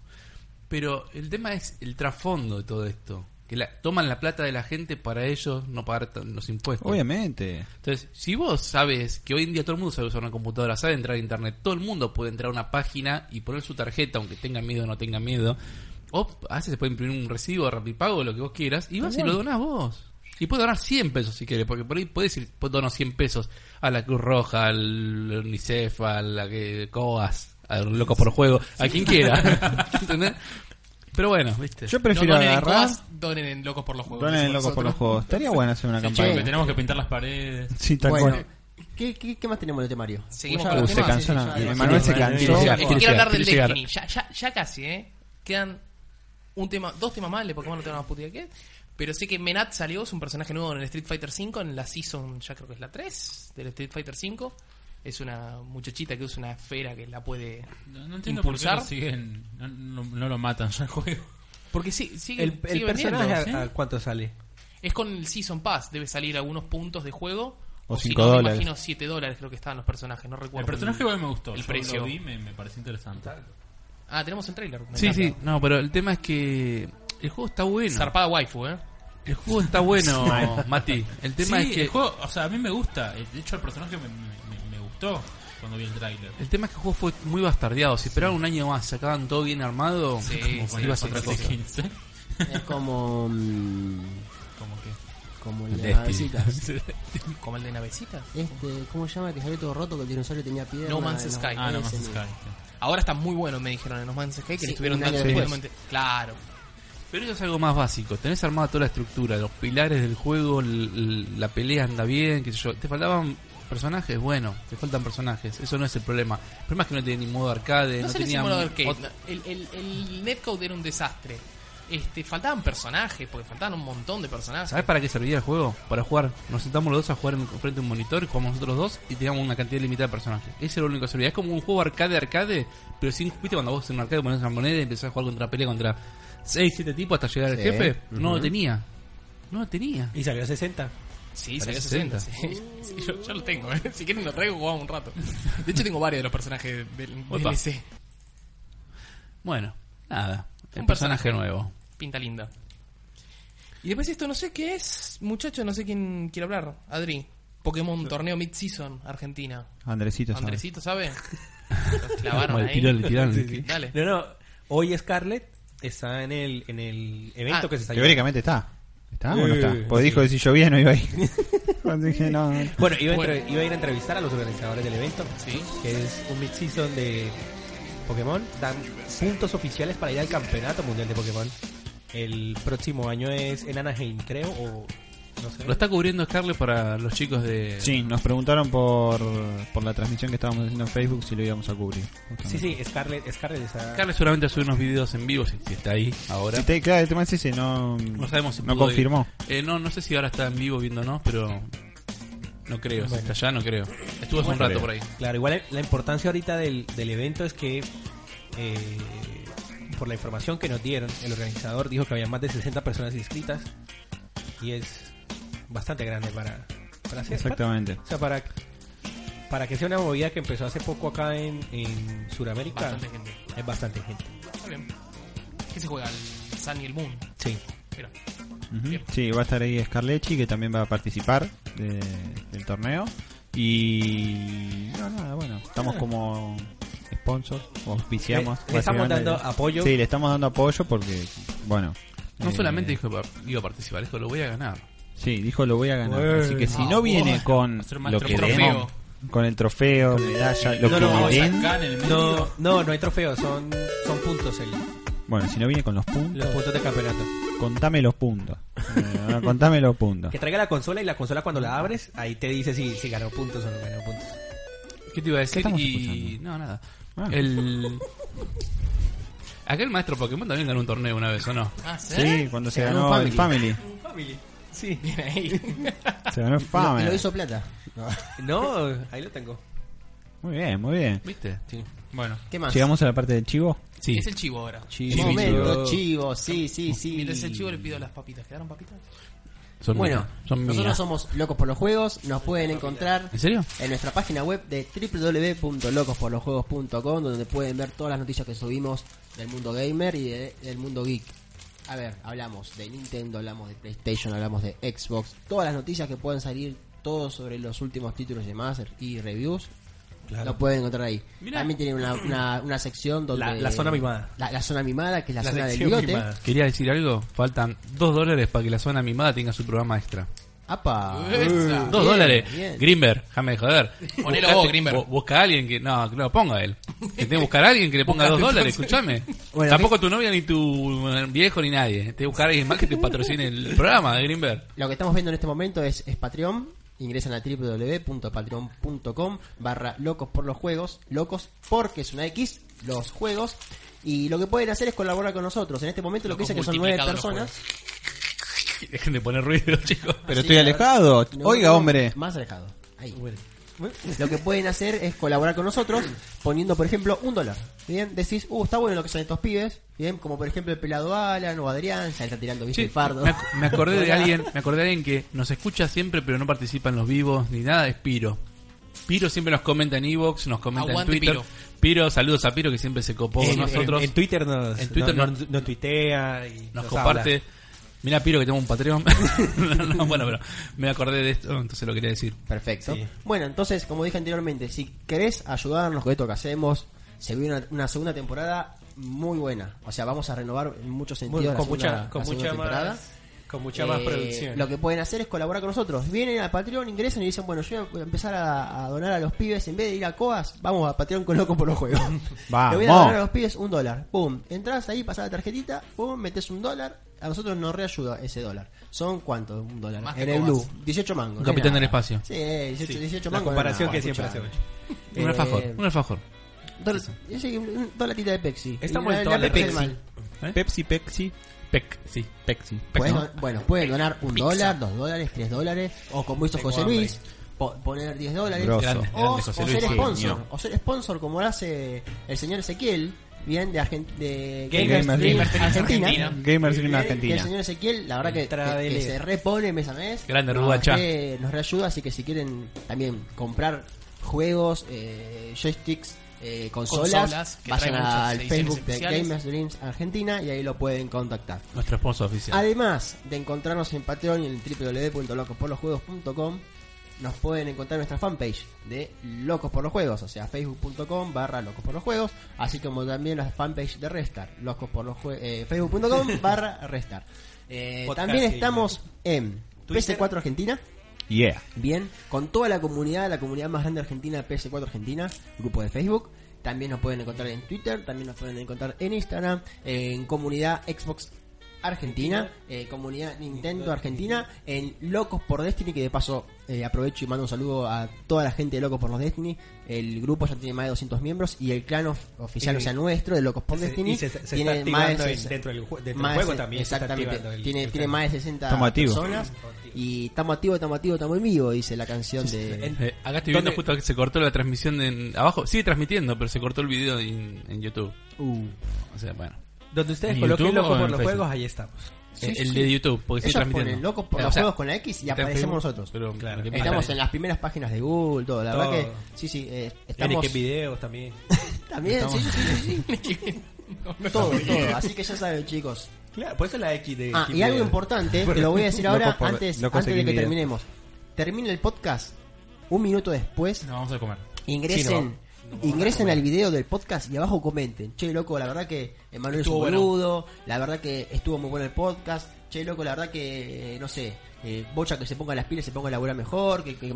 S6: Pero el tema es el trasfondo de todo esto. Que la- toman la plata de la gente para ellos no pagar tan- los impuestos.
S3: Obviamente.
S6: Entonces, si vos sabes que hoy en día todo el mundo sabe usar una computadora, sabe entrar a internet, todo el mundo puede entrar a una página y poner su tarjeta, aunque tenga miedo o no tenga miedo, o a veces se puede imprimir un recibo de rapipago, lo que vos quieras, y vas y lo donás vos. Y puedes donar 100 pesos si quieres, porque por ahí puedes ir, pues, dono 100 pesos a la Cruz Roja, al UNICEF, a la que COAS, a los locos por juego, a quien quiera. ¿Entendés? Pero bueno, viste.
S3: Yo prefiero
S2: no donen en
S3: agarrar...
S2: cosas, donen en Locos por los Juegos.
S3: Donen en locos por los juegos. Estaría bueno hacer una
S5: Sí,
S1: che,
S5: chicos,
S3: campaña.
S5: que tenemos que pintar las paredes.
S3: Sí, tal
S1: Bueno,
S3: cual.
S1: ¿qué, qué, qué más tenemos este en el temario?
S2: Seguimos
S3: Uh,
S2: con los
S3: se
S2: temas.
S3: cansó,
S1: sí,
S3: na-
S1: sí, sí,
S3: Emanuel
S5: sí,
S3: se
S5: sí,
S3: cansó.
S5: sí,
S2: Este,
S5: Quiero
S2: quiero
S5: llegar,
S2: hablar del
S5: quiero llegar.
S2: Destiny. Ya, ya, ya casi, ¿eh? Quedan un tema, dos temas más. De Pokémon no tengo más puta idea qué es. Pero sé que Menat salió, es un personaje nuevo en el Street Fighter V, en la Season, ya creo que es la 3 del Street Fighter V. Es una muchachita que usa una esfera que la puede...
S5: No, no entiendo
S2: Impulsar.
S5: por qué lo siguen. No, no- no lo matan ya el juego.
S2: Porque sí, sigue,
S4: El, el
S2: sigue vendiendo.
S4: personaje,
S5: ¿sí?
S4: a, a cuánto sale?
S2: Es con el Season Pass, debe salir algunos puntos de juego.
S3: O
S2: si
S3: cinco
S2: no, me
S3: dólares.
S2: imagino 7 dólares creo que estaban los personajes, no recuerdo.
S5: El personaje igual me gustó.
S2: El
S5: Yo
S2: precio.
S5: Lo vi, me, me pareció interesante.
S2: Ah, tenemos el trailer.
S6: Sí, sí, no, pero el tema es que el juego está bueno.
S2: Zarpada waifu, ¿eh?
S6: El juego está bueno, Mati. El tema
S5: sí,
S6: es que
S5: el juego, o sea, a mí me gusta. Eh, De hecho, el personaje me, me- me gustó cuando vi el tráiler.
S6: el tema es que el juego fue muy bastardeado. Si esperaban un año más, sacaban todo bien armado,
S2: Sí,
S6: como
S2: sí,
S6: iba a ser
S5: Contra
S6: otra cosa.
S5: 15.
S1: Es como. mm,
S5: Como que.
S1: como el de
S6: Destiny.
S1: navecitas.
S2: Como el de navecitas.
S1: Este, ¿Cómo se llama? Que salió todo roto, que el dinosaurio tenía piedra.
S2: No Man's Sky.
S5: Ah, no, más
S1: ese
S5: Sky.
S1: mismo.
S5: sí.
S2: Ahora está muy bueno, me dijeron en los Man's Sky, que
S1: Sí,
S2: le estuvieron
S1: un
S2: dando
S1: año después.
S2: seguramente- Claro.
S6: Pero eso es algo más básico. Tenés armada toda la estructura, los pilares del juego, l- l- la pelea anda bien, qué sé yo. ¿Te faltaban personajes? Bueno, te faltan personajes. Eso no es el problema. El problema es que no tenía ni modo arcade,
S1: Eh,
S2: No,
S6: no,
S2: se les
S6: tenía...
S2: simuló arcade.
S6: ot-
S2: El, el, el netcode era un desastre. Este, faltaban personajes, porque faltaban un montón de personajes.
S6: ¿Sabes para qué servía el juego? Para jugar. Nos sentamos los dos a jugar en, frente a un monitor, jugamos nosotros dos y teníamos una cantidad limitada de personajes. Ese era lo único que servía. Es como un juego arcade-arcade, pero sin. ¿Viste cuando vos en un arcade pones una moneda y empezás a jugar contra pelea contra 6, 7 tipos hasta llegar al
S3: Sí.
S6: jefe? No lo tenía. No lo tenía.
S4: Y salió a 60.
S2: Sí,
S6: Para
S2: salió
S6: el
S2: 60. sí. Sí, yo, yo lo tengo, ¿eh? Si quieren lo traigo, jugamos un rato. De hecho, tengo varios de los personajes del
S6: Opa.
S2: DLC.
S6: Bueno, nada. Un
S2: Un
S6: personaje nuevo.
S2: Pinta linda. Y después esto, no sé qué es, muchacho, no sé quién quiere hablar. Adri, Pokémon Torneo Mid-Season, Argentina.
S3: Andresito sabe.
S2: Andresito, ¿sabe? Los clavaron
S6: Como le
S2: ahí.
S6: tiró, le tiraron.
S2: Dale.
S4: No, no. Hoy Scarlett está en el, en el evento
S2: Ah,
S4: que se está llevando.
S3: Teóricamente está. ¿Está o no está?
S4: Eh,
S3: Porque dijo que si llovía no iba ahí. Cuando dije, no.
S4: Bueno, iba, a
S2: Bueno.
S4: entrev- iba a ir a entrevistar a los organizadores del evento,
S2: Sí.
S4: que es un mid-season de Pokémon. Dan puntos oficiales para ir al Campeonato Mundial de Pokémon. El próximo año es en Anaheim, creo, o no sé.
S6: Lo está cubriendo Scarlett para los chicos de.
S3: Sí, nos preguntaron por, por la transmisión que estábamos haciendo en Facebook si lo íbamos a cubrir. justamente.
S4: Sí, sí, Scarlett, Scarlett está...
S6: Scarlett seguramente va a subir unos videos en vivo si, si está ahí ahora.
S3: Si te- claro, el tema es ese, no,
S6: No sabemos si
S3: no
S6: pudo
S3: confirmó.
S6: ir. Eh, no, no sé si ahora está en vivo viéndonos, pero no creo. Si está allá, no creo. Estuvo hace un rato por ahí.
S4: Claro, igual la importancia ahorita del, del evento es que, eh, por la información que nos dieron, el organizador dijo que había más de 60 personas inscritas y es bastante grande para, para hacer.
S3: Exactamente.
S4: O sea, para, para que sea una movida que empezó hace poco acá en, en Sudamérica,
S2: Bastante gente.
S4: es bastante gente.
S2: Está bien. ¿Qué se juega? El Sun y el Moon.
S4: Sí.
S2: Mira.
S3: Ujú.
S2: Bien.
S3: Sí, va a estar ahí Scarlecci que también va a participar de- del torneo. Y. No, nada, bueno, estamos como sponsor, auspiciamos.
S4: Le- le estamos
S3: básicamente.
S4: dando apoyo.
S3: Sí, le estamos dando apoyo porque, bueno.
S6: No
S3: eh,
S6: solamente dijo que iba a participar, dijo lo voy a ganar.
S3: Sí, dijo lo voy a ganar.
S4: Ué.
S3: Así que si
S6: Ah,
S3: no viene
S6: bueno.
S3: con
S6: Hacer más
S3: lo que
S6: trofeo.
S3: den, con el trofeo, medalla, lo
S4: No,
S3: que
S4: no,
S3: le
S4: vamos a
S3: den,
S5: Acá en el medio.
S4: No, no, no hay trofeos, son, son puntos el-
S3: bueno, si no viene con los puntos,
S4: los puntos de campeonato.
S3: contame los puntos. Eh, ahora contame los puntos.
S4: Que traiga la consola y la consola cuando la abres, ahí te dice si, si ganó puntos o no ganó puntos.
S6: ¿Qué te iba a decir?
S3: estamos
S6: Y.
S3: escuchando?
S6: No, nada.
S3: Ah.
S6: El. Acá el maestro Pokémon también ganó un torneo una vez, ¿o no?
S2: Ah, ¿sí?
S3: Sí, cuando se,
S1: Se ganó
S3: ganó,
S1: un
S3: el Family.
S4: Family. Sí.
S2: Bien ahí.
S3: Se ganó el
S1: Y lo, y
S3: Family.
S1: lo hizo plata. No.
S4: No, ahí lo tengo.
S3: Muy bien, muy bien.
S6: ¿Viste?
S5: Bueno,
S1: ¿Qué más?
S3: Llegamos a la parte del chivo.
S6: Sí.
S2: Es el chivo ahora.
S1: Un momento, chivo, sí, sí, sí.
S2: Mientras el chivo le pido las papitas. ¿Quedaron papitas?
S6: Son
S1: Bueno,
S6: mías, son
S1: nosotros
S6: mías.
S1: somos Locos por los Juegos, nos pueden encontrar
S6: ¿En serio?
S1: en nuestra página web de www.locosporlosjuegos.com donde pueden ver todas las noticias que subimos del mundo gamer y de- del mundo geek. A ver, hablamos de Nintendo, hablamos de PlayStation, hablamos de Xbox, todas las noticias que puedan salir, todo sobre los últimos títulos y demás y reviews. Lo pueden encontrar ahí.
S6: Mirá.
S1: También tienen una, una- una sección donde...
S4: La- la zona mimada.
S1: La, la zona mimada, que es la,
S4: La
S1: zona del
S4: sección
S1: bigote.
S4: mimada.
S6: Quería decir algo. Faltan dos dólares para que la zona mimada tenga su programa extra.
S1: ¡Apa!
S2: Esa.
S6: Dos
S1: Ah, Bien,
S6: dólares.
S1: bien.
S6: Grimber, déjame de joder.
S2: Ponelo
S6: Buscate-
S2: vos, Grimber.
S6: bu- Busca a alguien que. No, que no lo ponga él. Que tenga que buscar a alguien que le ponga dos dólares, escúchame.
S1: Bueno,
S6: Tampoco tu novia, ni tu eh, viejo, ni nadie. Te buscar a alguien más que te patrocine el programa eh, de Grimber.
S1: Lo que estamos viendo en este momento es, es Patreon. Ingresan a www.patreon.com barra locos por los juegos. Locos porque es una X, los juegos. Y lo que pueden hacer es colaborar con nosotros. En este momento lo que
S2: Locos
S1: dicen que son nueve
S2: multiplicado los
S1: personas.
S6: Dejen de poner ruido, chicos.
S3: Pero
S1: Ah, Sí,
S3: estoy
S1: a ver.
S3: alejado.
S1: No,
S3: Oiga,
S1: no,
S3: hombre.
S1: Más alejado. Ahí. Lo que pueden hacer es colaborar con nosotros poniendo, por ejemplo, un dólar. Bien, decís, uh, está bueno lo que son estos pibes. Bien, como por ejemplo el pelado Alan o Adrián, ya está tirando, viste,
S6: Sí,
S1: el fardo.
S6: Me, ac- me acordé de alguien, me acordé de alguien que nos escucha siempre pero no participa en los vivos ni nada, es Piro. Piro siempre nos comenta en Evox, nos comenta
S2: Aguante,
S6: en Twitter.
S2: Piro.
S6: Piro. saludos a Piro que siempre se copó con
S4: En-
S6: nosotros.
S4: En, en Twitter nos,
S6: En Twitter
S4: no,
S6: nos-
S4: no- no tuitea y
S6: nos comparte. Mira Piro que tengo un Patreon. No, bueno, pero me acordé de esto, entonces lo quería decir.
S1: Perfecto.
S4: Sí.
S1: Bueno, entonces, como dije anteriormente, si querés ayudarnos con esto que hacemos, se viene una, una segunda temporada muy buena. O sea, vamos a renovar en muchos sentidos
S4: Bueno,
S1: la
S4: con
S1: segunda-
S4: mucha, con
S1: la segunda
S4: mucha
S1: temporada.
S4: más, con mucha más
S1: Eh,
S4: producción.
S1: Lo que pueden hacer es colaborar con nosotros. Vienen a Patreon, ingresan y dicen, bueno, yo voy a empezar a, a donar a los pibes. En vez de ir a Coas, vamos a Patreon con loco por los juegos.
S3: Vamos.
S1: Le voy a donar a los pibes un dólar. Pum. Entrás ahí, pasás la tarjetita, pum, metes un dólar. A nosotros nos reayuda ese dólar. ¿Son cuántos? Un dólar.
S2: Más que
S1: en el
S2: Coas.
S1: Blue. 18 mangos.
S6: Un
S1: no es
S6: capitán
S1: nada.
S6: del espacio.
S1: Sí, 18, 18
S4: la
S1: mangos.
S4: comparación
S1: no,
S4: que
S1: escuchá.
S4: siempre hacemos.
S1: Eh,
S6: Un alfajor, un alfajor.
S1: dólar- yo sé que un- un dolatita de Pepsi.
S4: Estamos
S1: Y
S4: en
S1: la-
S4: todas
S1: la
S4: las
S1: Pepsi
S4: Pepsi.
S1: del mal.
S3: Pepsi, Pepsi.
S6: ¿Eh? Pec, sí.
S3: Pepsi.
S1: Puedes don- bueno, pueden donar un dólar, dos dólares, tres dólares, o como hizo José
S4: hambre.
S1: Luis, po- poner 10 dólares,
S3: Grosso.
S6: Grande,
S1: o,
S6: grande, José
S1: o
S6: Luis,
S1: ser sponsor,
S3: genio.
S1: o ser sponsor como lo hace el señor Ezequiel, bien de, Argen- de
S4: Gamers-
S1: Gamers Dream
S4: Gamers
S1: Argentina.
S2: Argentina.
S3: Gamers Green
S1: Que el
S3: Argentina.
S1: señor Ezequiel, la verdad que,
S4: Entrada
S1: que-
S4: de
S1: que
S4: Leo.
S1: se repone mes a mes.
S6: Grande,
S1: nos,
S6: Rubacha.
S1: re- nos reayuda, así que si quieren también comprar juegos, eh, joysticks, eh, consolas,
S2: Consolas, que
S1: vayan
S2: traen muchas
S1: al
S2: ediciones
S1: Facebook de
S2: especiales.
S1: Gamers Dreams Argentina y ahí lo pueden contactar.
S6: Nuestro sponsor
S1: Ah,
S6: oficial.
S1: Además de encontrarnos en Patreon y en www.locosporlosjuegos.com, nos pueden encontrar en nuestra fanpage de Locos por los Juegos, o sea, facebook.com barra Locos por los Juegos, así como también la fanpage de Restar, Locos por los eh, Juegos, facebook.com barra Restar. Eh,
S4: Podcast
S1: también
S4: gamer.
S1: estamos en
S4: Twitter.
S1: PS4 Argentina,
S3: Yeah.
S1: bien, con toda la comunidad, la comunidad más grande argentina, PS4 Argentina, grupo de Facebook. También nos pueden encontrar en Twitter, también nos pueden encontrar en Instagram, en comunidad Xbox Argentina, eh, comunidad Nintendo Argentina, en Locos por Destiny, que de paso eh, aprovecho y mando un saludo a toda la gente de Locos por los Destiny. El grupo ya tiene más de 200 miembros y el clan of- oficial,
S4: Y-
S1: o sea, nuestro de Locos por
S4: se-
S1: Destiny,
S4: y se- se está
S1: tiene
S4: activando
S1: más
S4: en-
S1: ses-
S4: dentro del ju- dentro del
S1: más
S4: juego
S1: ses-
S4: también se está
S1: Exactamente,
S4: activando el-
S1: tiene,
S4: el
S1: tiene
S4: clan.
S1: más de 60
S3: Estamos activos.
S1: personas y estamos activos, estamos activos, estamos en vivo, dice la canción de...
S4: En-
S6: Eh, acá estoy viendo
S4: ¿Dónde-
S6: justo que se cortó la transmisión en, abajo. Sigue transmitiendo, pero se cortó el video en, en YouTube. O sea, bueno.
S4: Donde ustedes
S6: ¿En
S4: coloquen
S6: YouTube
S4: loco
S6: o
S4: por
S6: en
S4: los
S6: Facebook?
S4: juegos, ahí estamos.
S1: Sí,
S6: Eh, el
S1: sí.
S6: de YouTube, porque sigue
S1: Ellos
S6: transmitiendo.
S1: ponen locos por
S6: Eh,
S1: los
S6: o sea,
S1: juegos con la X y
S6: está en
S1: aparecemos
S6: Facebook,
S1: nosotros.
S6: Pero,
S4: Claro.
S6: lo que pasa
S1: Estamos
S6: es-
S1: en las primeras páginas de Google, todo. La
S4: Todo.
S1: verdad que sí, sí, eh,
S4: En
S1: estamos
S4: que videos también.
S1: también, sí, sí, sí, sí,
S2: Uh,
S1: sí. todo, todo. Así que ya saben, chicos.
S4: Claro, por eso la X de.
S1: Ah, y algo importante que lo voy a decir
S3: Loco
S1: ahora
S3: por-
S1: antes,
S3: loco
S1: antes de que
S3: seguir video.
S1: terminemos. Termine el podcast un minuto después
S5: nos vamos a comer.
S1: Ingresen
S4: Sí, no.
S1: ingresen al video del podcast y abajo comenten. Che, loco, la verdad que Emanuel es un
S2: Estuvo bueno.
S1: boludo, la verdad que estuvo muy bueno el podcast. Che, loco, la verdad que, eh, no sé, eh, Bocha que se ponga las pilas, se ponga a laburar mejor, que, que,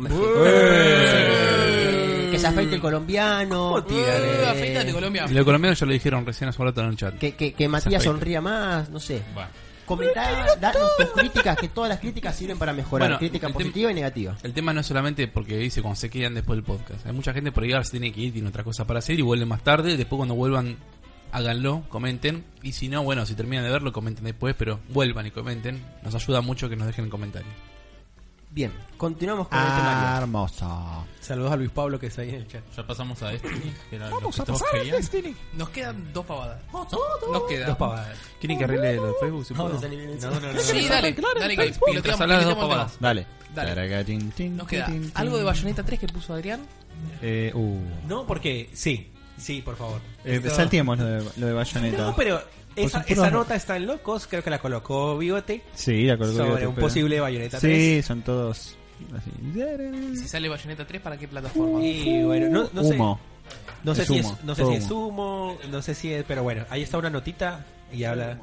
S1: que- que se afeite el colombiano.
S2: Eh,
S1: Eh,
S2: afeítate, Colombia.
S6: Y los colombianos ya lo dijeron recién hace un rato en el chat.
S1: que, que, que Matías
S6: afeite.
S1: sonría más, no sé.
S5: Va.
S1: Comentá, danos tus críticas, que todas las críticas sirven para mejorar.
S6: Bueno,
S1: crítica
S6: el tem-
S1: positiva y negativa.
S6: El tema no es solamente porque dice cuando se quedan después del podcast. Hay mucha gente por ahí ahora se tiene que ir, tiene otras cosas para hacer y vuelve más tarde. Después cuando vuelvan, háganlo, comenten. Y si no, bueno, si terminan de verlo, comenten después, pero vuelvan y comenten. Nos ayuda mucho que nos dejen comentarios.
S1: Bien,
S4: Mm.
S1: continuamos con este el
S3: Ah,
S1: temario.
S3: hermoso.
S4: Saludos a Luis Pablo que está ahí en el chat.
S5: Ya pasamos a Destiny. Que era lo que todos querían.
S2: Nos quedan dos pavadas. Nos quedan.
S4: Dos pavadas.
S6: ¿Quieren que arregle lo de Facebook?
S1: No, no sé ni bien.
S2: Sí, dale, dale que piloteamos,
S6: Mientras
S2: piloteamos
S6: hablas, dos
S2: el
S6: pavadas.
S2: tema.
S3: Dale.
S2: Dale. Nos queda algo de Bayonetta 3 que puso Adrián.
S3: Eh, uh.
S4: No, porque sí. Sí, por favor.
S3: Eh,
S4: Esto-
S3: salteemos lo de, lo de Bayonetta.
S4: No, pero esa,
S3: Por supuesto.
S4: esa nota está en locos. Creo que la colocó Bigote.
S3: Sí, la colgó
S4: Sobre
S3: Bigote,
S4: un
S3: pero-
S4: posible Bayonetta
S3: Sí, son todos así.
S2: Si sale Bayonetta 3, ¿para qué plataforma?
S4: 3. Y bueno, no, no sé.
S3: Humo.
S4: No sé,
S3: Es
S4: si,
S3: humo,
S4: es, no sé
S3: todo
S4: si es humo, no sé si es. Pero bueno, ahí está una notita y habla.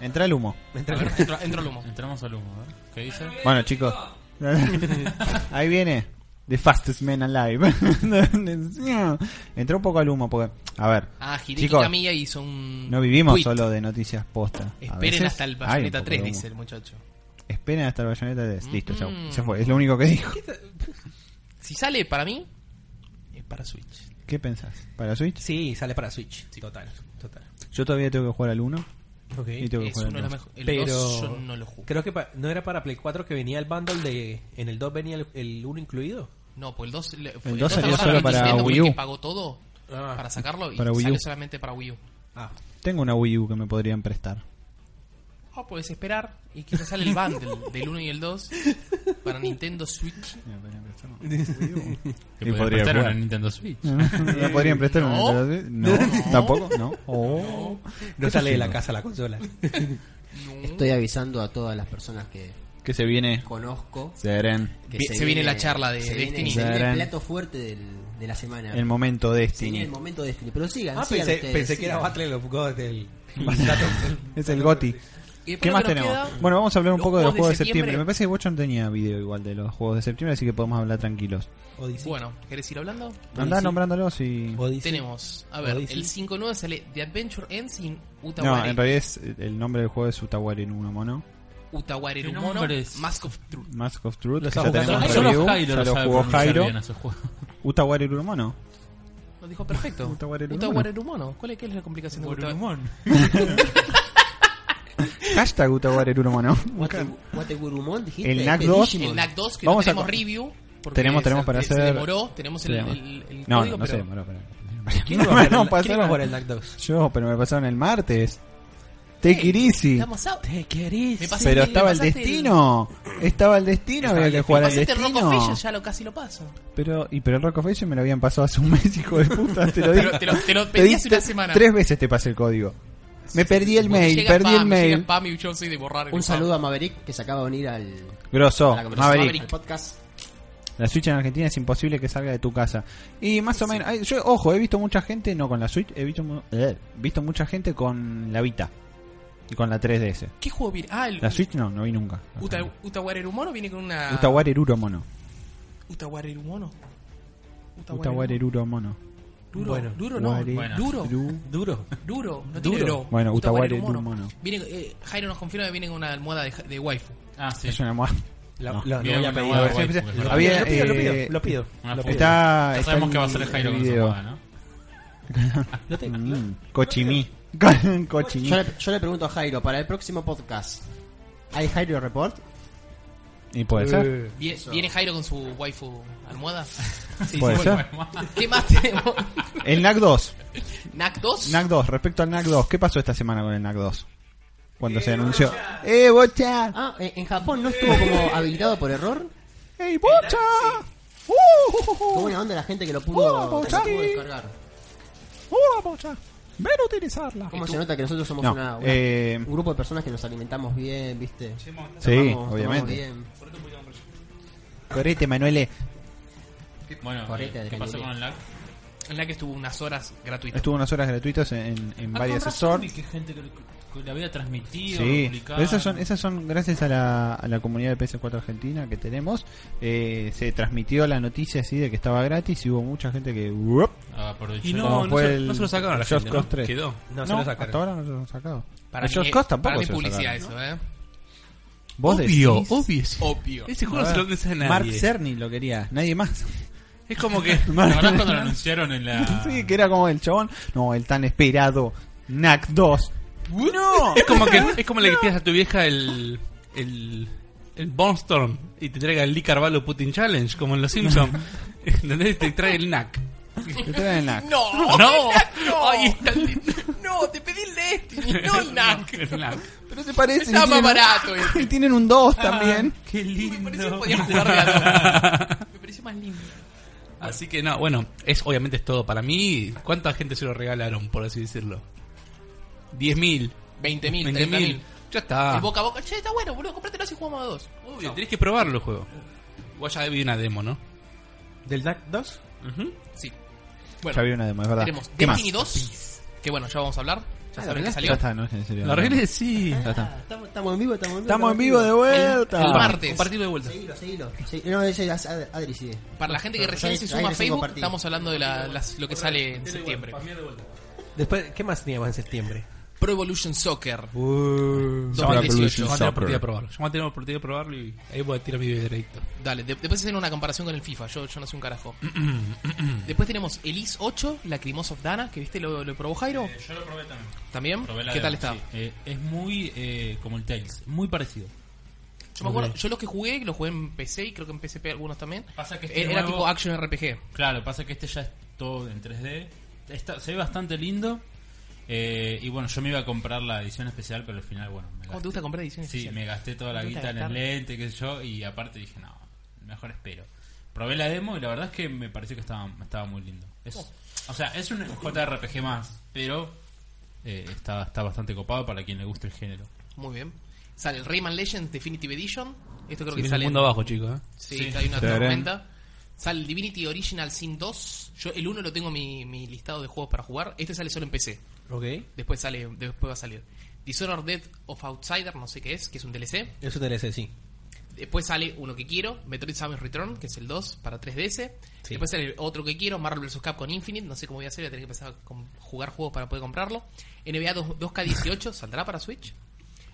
S3: Entra el humo.
S4: Entra-
S2: A ver, entra, entra el humo.
S5: Entramos al humo, a ver. ¿Qué dice?
S3: Bueno, chicos. Ahí viene. The fastest man alive. Entró un poco al humo porque. A ver.
S2: Ah, Hideki
S3: chicos,
S2: Kamiya hizo un.
S3: no vivimos
S2: tweet.
S3: solo de noticias posta. A
S2: Esperen
S3: veces
S2: hasta el
S3: hay un
S2: Bayonetta
S3: poco de
S2: 3,
S3: humo.
S2: dice el muchacho.
S3: Esperen hasta el Bayonetta 3. Listo, chao.
S2: Mm.
S3: Se fue. Es lo único que dijo.
S2: Si sale para mí, es para Switch.
S3: ¿Qué pensás? ¿Para Switch?
S4: Sí, sale para Switch. Total, total.
S3: Yo todavía tengo que jugar al 1
S4: Ok.
S3: y tengo que
S2: Es
S3: jugar
S2: uno de los
S3: al 2.
S2: mejores. El
S4: Pero-
S2: 2 yo no lo jugué.
S4: Creo que pa- no era para Play 4 que venía el bundle de. En el 2 venía el, 1 incluido.
S2: No, pues el 2 le- fue-
S3: dos
S2: dos
S3: salió
S2: estaba
S3: solo para
S2: Nintendo, fue el
S3: Wii U.
S2: que pagó todo
S4: Ah.
S2: para sacarlo y
S3: Para Wii U.
S2: salió solamente para Wii U.
S4: Ah,
S3: Tengo una Wii U que me podrían prestar.
S2: Ah, puedes esperar y quizás sale el bundle del 1 y el 2 para Nintendo Switch.
S5: Que
S3: Y
S5: podría
S3: podría
S5: prestar
S3: jugar.
S5: una Nintendo Switch.
S3: ¿Me podrían prestar una de las- No. ¿Tampoco? No. Oh.
S4: no sale de la casa la consola.
S1: Estoy avisando a todas las personas que
S3: Que se viene.
S1: conozco.
S3: Seren.
S1: que
S2: Vi- se viene la charla de
S1: se viene-
S2: Destiny.
S1: se viene
S3: Darán.
S1: el plato fuerte del- de la semana.
S3: El momento este.
S1: Se viene el
S3: Destiny.
S1: momento de Destiny. Pero sigan,
S4: Ah,
S1: sigan
S4: pensé,
S1: ustedes,
S4: pensé que era
S1: sigan.
S4: Battle of God del. del-
S3: Es el Goti.
S2: Y después
S3: ¿Qué
S2: lo
S3: más
S2: que nos
S3: tenemos?
S2: queda-
S3: Bueno, vamos a hablar un
S2: los
S3: poco de los juegos de septiembre.
S2: septiembre.
S3: Me parece que Bochon tenía video igual de los juegos de septiembre, así que podemos hablar tranquilos.
S4: Odyssey.
S2: Bueno, ¿querés ir hablando?
S3: Andá
S4: Sí.
S3: nombrándolos y.
S4: Odyssey.
S2: Tenemos, a ver,
S4: Odyssey.
S2: el 5.9 sale The Adventure Ends in
S3: No,
S2: Utaware,
S3: en realidad es el nombre del juego es Utawari en uno mono.
S2: Utaware
S5: ¿Qué
S2: Rumono,
S5: nombres?
S2: Mask of Truth.
S3: Mask of Truth,
S4: Lo
S3: que
S4: está
S3: ya
S4: jugando
S3: tenemos
S4: Jairo.
S5: Solo
S3: review,
S5: Jairo
S3: ya
S5: lo
S3: lo
S5: sabe
S3: jugó
S5: pronunciar
S3: Jairo.
S5: bien a esos juegos.
S3: Utawari en uno mono.
S2: Lo dijo perfecto.
S3: Utaware Rumono.
S2: Utaware Rumono. ¿Cuál es, qué es la complicación de Utaware?
S3: Hashtag Utaware en uno mono.
S1: Guate- Guategurumón, dijiste.
S3: El NAC
S1: es
S3: 2.
S1: Digimon.
S2: El NAC 2 que
S3: Vamos
S2: no
S3: a
S2: tenemos
S3: co-
S2: review. porque
S3: Tenemos- tenemos
S2: se-
S3: para
S2: se
S3: hacer-
S2: demoró, tenemos el,
S3: Tenemos.
S2: el- el
S3: No,
S2: código,
S3: no, no
S2: pero
S3: sé, pará, pará.
S4: ¿Quién
S3: Me lo
S4: iba a jugar el- ¿Quién iba a
S3: pasaron.
S4: jugar el Knack 2?
S3: Yo, pero me pasaron el martes. Take it easy.
S2: estamos out. Me pasaste-
S3: Pero
S2: me
S3: estaba el
S2: pasaste
S3: destino. Estaba el destino, había que jugar al
S2: pasaste el Rock of
S3: destino.
S2: Ages, este ya lo casi lo paso.
S3: Pero, y pero el Rock of Ages me lo habían pasado hace un mes, hijo de puta. Te lo
S2: Te
S3: digo.
S2: lo- te lo- te lo pedí
S3: di
S2: hace una
S3: tre-
S2: semana.
S3: Tres veces te pasé el código. Me perdí el
S2: Porque
S3: mail,
S2: llega
S3: perdí
S2: spam,
S3: el
S2: llega
S3: mail.
S2: spam y yo soy de borrar el
S1: Un
S2: spam.
S1: saludo a Maverick que se acaba de unir al,
S3: Grosso,
S1: a la conversación,
S3: Maverick.
S1: al podcast.
S3: La Switch en Argentina es imposible que salga de tu casa. Y más o menos, ay, yo, ojo, he visto mucha gente, no con la Switch, he visto, mu- eh, visto mucha gente con la Vita. Y con la 3DS.
S2: ¿Qué juego viene? Ah, el
S3: La Switch no, no vi nunca. No
S2: Uta,
S3: sabía.
S2: Utaware Rumono viene con una...
S3: Utaware Uro Mono.
S2: Utaware Rumono.
S3: Utaware Uro Mono.
S2: Duro,
S4: Bueno,
S2: duro no.
S3: Guare-
S5: Bueno.
S2: Duro,
S3: Ru-
S4: Duro.
S2: duro. No tiene
S4: Duro.
S2: ro.
S3: Bueno, Utaware
S2: Rumono.
S3: Rumono.
S2: Viene, eh, Jairo nos confirma que viene con una almohada de, de waifu.
S5: Ah, sí.
S3: Es una mua-
S4: La-
S3: No.
S4: la-
S5: Bien,
S4: lo voy a pedir.
S5: una buena
S4: La versión
S5: waifu,
S4: especial.
S5: porque-
S3: Había,
S4: Lo pido, lo
S3: eh,
S4: pido, lo pido.
S5: una
S4: Lo
S5: foto.
S4: pido.
S3: Está,
S5: Ya
S3: está
S5: sabemos
S3: el
S5: que va a ser Jairo con
S3: video.
S5: su jugada, ¿no?
S4: Lo tengo.
S3: Mm, Cochimí. Cochimí.
S1: Yo le, yo le pregunto a Jairo, para el próximo podcast, ¿hay Jairo Report?
S3: Y puede ser.
S4: Eh,
S2: Viene, viene Jairo con su waifu almohada. Sí,
S3: Puede
S2: sí.
S3: ser.
S2: ¿Qué más tenemos?
S3: El NAC 2.
S2: ¿NAC 2?
S3: NAC 2, respecto al NAC 2, ¿qué pasó esta semana con el NAC 2? Cuando se anunció. ¡Eh, bocha!
S1: Ah, eh, en Japón no estuvo como habilitado por error.
S3: Eh. ¡Ey, bocha! ¡Uh, uh, uh,
S1: Qué
S3: uh!
S1: buena onda la gente que lo
S3: Hola,
S1: pudo, que lo
S3: Bochari.
S1: pudo descargar.
S3: ¡Hola, bocha! ¡Ven a utilizarla!
S1: ¿Cómo se nota que nosotros somos
S3: No,
S1: una, una-
S3: eh,
S1: un grupo de personas que nos alimentamos bien, viste?
S3: Sí,
S1: Tomamos-
S3: obviamente.
S1: tomamos bien.
S3: Correte, Manuel.
S5: Bueno,
S1: Correte,
S5: ¿qué
S1: Adrián
S5: pasó
S1: Luria.
S5: con el lag?
S2: en la que estuvo unas horas gratuitas.
S3: Estuvo unas horas gratuitas en, en
S5: Ah,
S3: varias
S5: con razón,
S3: stores.
S5: vi que gente que, que la había transmitido,
S3: Sí,
S5: publicado.
S3: pero esas son, esas son gracias a la, a la comunidad de PS4 Argentina que tenemos. Eh, se transmitió la noticia así de que estaba gratis y hubo mucha gente que. ¡uop!
S5: Ah, aprovechó.
S6: Y
S3: Como
S6: no, no
S3: fue
S6: se,
S3: el
S6: no se lo sacaron a la
S3: Just
S6: gente,
S3: Cause
S6: ¿no?
S3: 3.
S6: Quedó.
S4: No, se lo sacaron.
S3: hasta ahora no se lo han sacado.
S2: Para
S3: a
S2: mí
S3: Just
S2: es-
S3: Cause tampoco
S2: para mí
S3: se lo
S2: publicidad eso,
S3: sacaron,
S2: ¿eh?
S3: ¿no? Vos
S6: obvio,
S3: decís.
S6: obvio. es-
S2: Obvio.
S6: Ese juego no se lo desea nadie.
S3: Mark Cerny lo quería, nadie más.
S6: Es como que.
S5: ¿Te acordás cuando lo anunciaron en
S6: Ah.
S5: la.
S3: Sí, que era como el chabón. No, el tan esperado NAC 2. ¡No!
S6: Es como que es como le pidas a tu vieja el el el Bonestorm y te traiga el Lee Carvalho Putin Challenge como en los Simpsons. ¿Entendés? Te trae el NAC.
S3: Te traen el NAC.
S2: ¡No!
S6: ¡No!
S2: ¡No!
S6: Ay, está
S2: ¡No! ¡Te pedí el Destiny! ¡No el NAC!
S6: el NAC.
S3: Pero se parece.
S2: Está más
S3: y tienen-
S2: barato este.
S3: Y tienen un 2
S6: Ah,
S3: también.
S6: Qué
S2: Me pareció que podían
S6: lindo.
S2: jugar de a dos. Me pareció más lindo.
S6: Así que no, bueno, es obviamente es todo para mí. ¿Cuánta gente se lo regalaron, por así decirlo? 10.000,
S2: 20.000,
S6: 20.000.
S2: 30.000.
S6: Ya está.
S2: El boca a boca. Che, está bueno, boludo. Comprátelo así jugamos a dos.
S6: Obvio, tenés que probarlo el juego. Vos ya vi una demo, ¿no?
S4: ¿Del DAC 2?
S6: Ujú.
S2: Sí.
S3: Ya
S2: Bueno,
S3: había una demo, es verdad.
S2: tenemos
S3: ¿Qué más?
S2: Destiny 2. Que bueno, ya vamos a hablar. Ya saben que
S3: Ya
S2: salió.
S3: está, no es en serio.
S6: La regla es sí.
S3: Ya está.
S1: Ah, Estamos, estamos en vivo, estamos en vivo.
S3: Estamos en vivo de vuelta.
S2: El martes.
S6: Compartirlo de vuelta.
S1: Seguilo, seguilo. Sí, No, ese ya es Ad- Adri sigue.
S2: Para la gente que recién
S1: Ahí-
S2: se
S1: ahí
S2: suma a
S1: recién
S2: Facebook,
S1: compartí.
S2: estamos hablando de la- las- lo que sale en septiembre.
S4: Después, ¿qué más teníamos en septiembre?
S2: Pro Evolution Soccer
S4: Uh,
S2: 2018.
S6: Yo me tengo oportunidad de probarlo. Yo me tengo oportunidad de probarlo y ahí voy a tirar mi video directo.
S2: Dale, de- después hacen una comparación con el FIFA. Yo, yo no sé un carajo. después tenemos Elise 8, Lacrimosa of Dana, que viste, lo, lo probó Jairo.
S5: Eh, Yo lo probé también.
S2: ¿También?
S5: Probé la
S2: ¿Qué tal
S5: demo,
S2: está?
S5: sí. Eh, es muy eh, como el Tails, muy parecido.
S2: Yo me acuerdo, yo los que jugué, los jugué en PC y creo que en PSP algunos también.
S6: Ah,
S2: eh,
S5: Pasa que este
S2: era
S5: nuevo-
S2: tipo Action RPG.
S5: Claro, pasa que este ya es todo en 3D. Está- se ve bastante lindo. Eh, y bueno, yo me iba a comprar la edición especial, pero al final, bueno. Me
S2: ¿Cómo
S5: gasté-
S2: te gusta comprar ediciones?
S5: Sí, me
S2: especiales?
S5: gasté toda la
S2: ¿Te gusta
S5: guita en el
S2: gastar?
S5: lente, qué sé yo. Y aparte dije, no, mejor espero. Probé la demo y la verdad es que me pareció que estaba, estaba muy lindo. Es-
S2: Oh.
S5: o sea, es un JRPG más, pero eh, está, está bastante copado para quien le guste el género.
S2: Muy bien. Sale el Rayman Legends Definitive Edition. Esto creo
S6: Sí,
S2: que
S6: es
S2: sale.
S6: un mundo abajo, chicos. ¿eh?
S2: Sí,
S5: Sí.
S2: hay una
S3: Tarán.
S2: tormenta. Sale el Divinity Original Sin 2. Yo el 1 lo tengo en mi, mi listado de juegos para jugar. Este sale solo en PC.
S4: ok.
S2: Después sale después va a salir Dishonored Death of Outsider, no sé qué es, que es un DLC.
S4: Es un DLC, sí.
S2: Después sale uno que quiero, Metroid Samus Return, que es el 2 para 3DS.
S4: Sí.
S2: Después sale otro que quiero, Marvel vs. Capcom Infinite, no sé cómo voy a hacer, voy a tener que empezar a com- jugar juegos para poder comprarlo. NBA 2, 2K18 saldrá para Switch.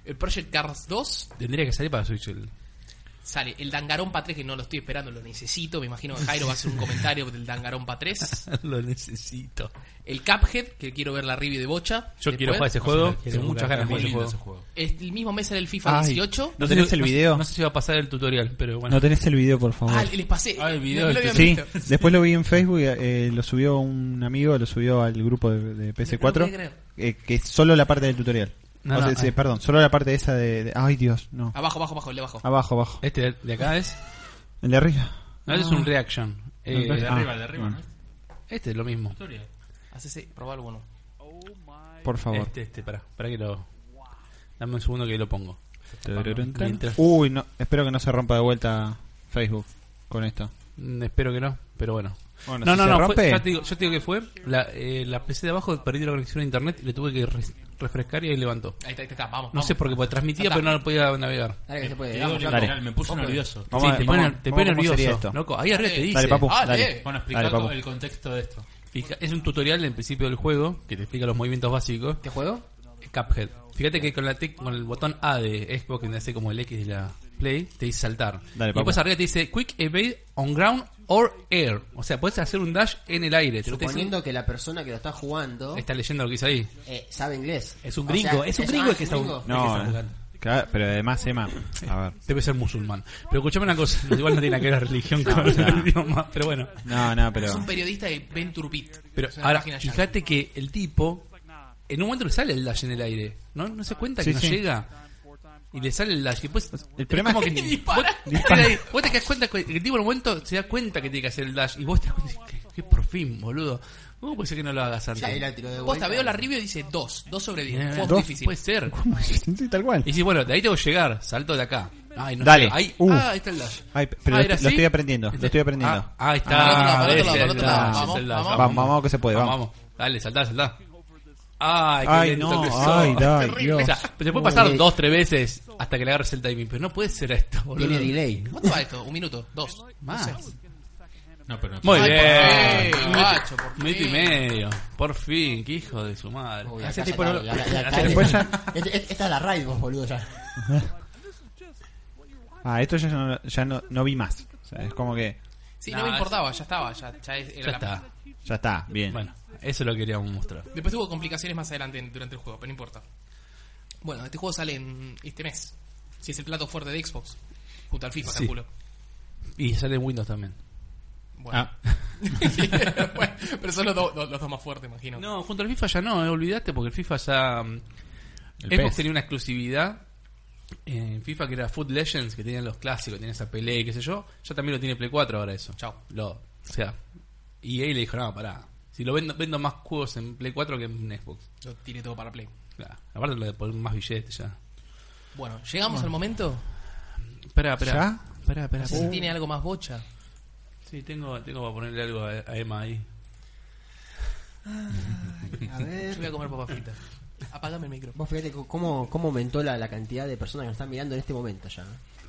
S2: El Project Cars 2
S6: Tendría que salir para Switch el.
S2: Sale el Dangarompa 3, que no lo estoy esperando, lo necesito. Me imagino que Jairo va a hacer un comentario del Dangarompa 3.
S6: Lo necesito.
S2: El Cuphead, que quiero ver la review de Bocha.
S6: Yo
S2: Después,
S6: quiero jugar ese
S4: o
S6: juego.
S4: sea, quiero
S6: Tengo muchas
S4: jugar
S6: ganas de
S5: Muy
S6: jugar ese
S5: lindo
S6: juego.
S5: ese juego.
S2: El mismo mes sale el FIFA
S3: Ay.
S2: 18.
S3: ¿No tenés
S6: sé-
S3: el
S6: sé-
S3: video?
S6: No sé si va a pasar el tutorial, pero bueno.
S3: No tenés el video, por favor.
S2: Ah, les pasé.
S5: Ah, el
S2: No-
S5: video
S2: no lo
S5: este,
S2: habían
S3: Sí,
S2: visto.
S3: después lo vi en Facebook, eh, lo subió un amigo, lo subió al grupo de, de
S2: No lo podía
S3: PS4,
S2: creer.
S3: eh, que es solo la parte del tutorial.
S6: No,
S3: O sea,
S6: no,
S3: sí,
S6: ah.
S3: perdón, solo la parte esa de, de- Ay, Dios, no.
S2: Abajo, abajo, abajo, le abajo.
S3: Abajo, abajo.
S6: Este de acá es.
S3: El de arriba.
S5: Ah,
S6: No, este es un reaction. Eh,
S5: El de
S3: ah,
S5: arriba, el de arriba,
S3: bueno.
S5: ¿no?
S6: este es lo mismo.
S5: Historia.
S2: Hacese, probalo bueno.
S3: Ah, Por favor.
S6: Este, este, para, para que lo. Dame un segundo que lo pongo. Mientras-
S3: Uy, no, espero que no se rompa de vuelta Facebook con esto.
S6: Mm, Espero que no, pero bueno.
S3: Bueno,
S6: no,
S3: si
S6: no,
S3: se
S6: no. fue-
S3: rompe-
S6: ya te digo, yo te digo que fue. La, eh, la PC de abajo perdió la conexión a internet y le tuve que re- refrescar y ahí levantó.
S2: Ahí está, ahí está, vamos.
S6: No
S2: vamos.
S6: sé por qué, porque transmitía,
S2: Anda.
S6: pero no lo podía navegar.
S1: Dale que
S4: Eh,
S1: se
S5: Te
S1: puede.
S5: digo
S1: vamos,
S5: que
S1: vamos.
S5: literal, me puse nervioso.
S3: Vamos
S6: sí,
S3: a-
S6: te pone,
S3: vamos-
S6: te pone
S3: vamos a cómo sería
S6: nervioso.
S3: esto.
S6: Loco, ahí arriba te dice.
S3: Dale, papu,
S2: dale.
S3: dale.
S5: Bueno,
S3: Dale,
S5: explica
S3: papu.
S5: el contexto de esto.
S6: Fija- Es un tutorial en principio del juego que te explica los movimientos básicos.
S2: ¿Te juego?
S6: Cuphead. Fíjate que con, la tec- con el botón A de Xbox, donde hace como el X de la Play, te dice saltar.
S3: Dale,
S6: y después
S3: papu.
S6: arriba te dice Quick Evade on ground or air. O sea, puedes hacer un dash en el aire. Te lo está diciendo-
S1: Suponiendo que la persona que lo está jugando
S6: está leyendo lo que dice ahí.
S1: eh, sabe inglés.
S4: Es un
S1: O
S4: gringo,
S1: sea,
S4: es un gringo
S1: ah,
S4: el que está
S1: gringo.
S4: un-
S3: No,
S4: Es que está
S3: eh, claro, pero además, Emma, a ver.
S6: Debe ser musulmán. Pero escuchame una cosa, igual no tiene nada que ver la religión con el idioma, pero bueno.
S3: No, no, pero...
S2: Es un periodista de Venture Beat.
S6: Pero
S2: Es una
S6: ahora,
S2: página ya.
S6: fíjate que el tipo, en un momento le sale el dash en el aire, ¿no? No se cuenta
S3: Sí,
S6: que
S3: sí.
S6: no llega. Y le sale el dash. Y después,
S3: El problema es que-
S6: vos, vos te das cuenta que el tipo en un momento se da cuenta que tiene que hacer el dash. Y vos te das cuenta, y dices, qué, qué fin, boludo. ¿Cómo puede ser que no lo hagas antes?
S1: Ahí la tiró de
S2: Posta,
S1: vuelta.
S2: veo la review y dice 2, 2 sobre 10.
S6: Eh,
S2: Juegos
S6: ¿Dos?
S2: difícil.
S6: Puede ser.
S3: Sí, tal cual.
S6: Y si bueno, de ahí tengo que llegar, salto de acá. Ay, no
S3: Dale.
S6: llego. Ahí,
S3: Uh.
S6: ah, ahí está el dash.
S3: Ay, pero
S6: Ah,
S3: lo,
S6: ¿era
S3: lo
S6: así?
S3: estoy aprendiendo, lo estoy aprendiendo.
S6: Ah, ahí
S2: Ah,
S6: está.
S2: para el otro lado,
S6: ese
S2: para el
S6: es el
S2: otro lado.
S6: dash,
S2: Vamos,
S6: ese es el dash,
S2: vamos.
S3: Vamos, vamos, que se puede,
S6: Vamos,
S3: vamos.
S6: vamos. Dale, saltá, saltá. Ay, qué
S3: Ay,
S6: lento
S3: no,
S6: que sos.
S3: ay, ay,
S6: Terrible.
S3: Dios.
S6: O sea, se puede pasar dos, tres veces hasta que le agarres el timing, pero no puede ser esto, boludo.
S1: Tiene delay.
S2: ¿Cuánto va esto? ¿Un minuto? ¿Dos?
S6: Más.
S5: No, pero no.
S6: Muy
S2: Ay,
S6: bien.
S2: por fin,
S6: Un metro-
S2: guacho, por
S6: un metro y
S2: fin.
S6: medio. Por fin, qué hijo de su madre.
S1: Uy,
S6: Hace
S1: acá
S6: tipo
S1: ya
S6: no-
S1: la- la- la-
S6: hace
S1: la-
S6: tipo-
S1: Esta esta es la raid vos, boludo, ya.
S3: Ah, esto ya no, ya no, no vi más. O sea, es como que
S2: Sí,
S6: Nah,
S2: no me importaba, ya estaba. Ya, ya es- era
S6: Ya
S2: la-
S6: está.
S3: ya está, bien.
S6: Bueno, eso lo queríamos mostrar.
S2: Después tuvo complicaciones más adelante en- durante el juego, pero no importa. Bueno, este juego sale en este mes. Si es el plato fuerte de Xbox. Junto al FIFA,
S6: Sí.
S2: calculo.
S6: Y sale Windows también.
S2: Bueno.
S6: Ah.
S2: Bueno, pero son los, dos- dos- los dos más fuertes, imagino.
S6: No, junto al FIFA ya no, eh, olvídate porque el FIFA ya... mm,
S5: El
S6: Xbox
S5: PES.
S6: tenía una exclusividad en FIFA que era Food Legends, que tenían los clásicos, tenían esa pelea y qué sé yo. Ya también lo tiene Play 4 ahora eso.
S2: Chao.
S6: Lo, o sea, y ahí le dijo, no, pará. Si lo vendo, vendo más juegos en Play 4 que en Xbox.
S2: Lo tiré todo para Play.
S6: Claro. Aparte lo de poner más billetes ya.
S2: Bueno, llegamos al momento.
S6: Espera, espera.
S3: ¿Ya?
S6: Espera, espera.
S2: No sé si tiene algo más bocha.
S6: Sí, tengo, tengo para ponerle algo a, a Emma ahí.
S1: A
S2: Yo
S1: ver.
S2: voy a comer papas fritas. Apagame el micro.
S1: Vos fíjate co- cómo, cómo aumentó la, la cantidad de personas que nos están mirando en este momento ya.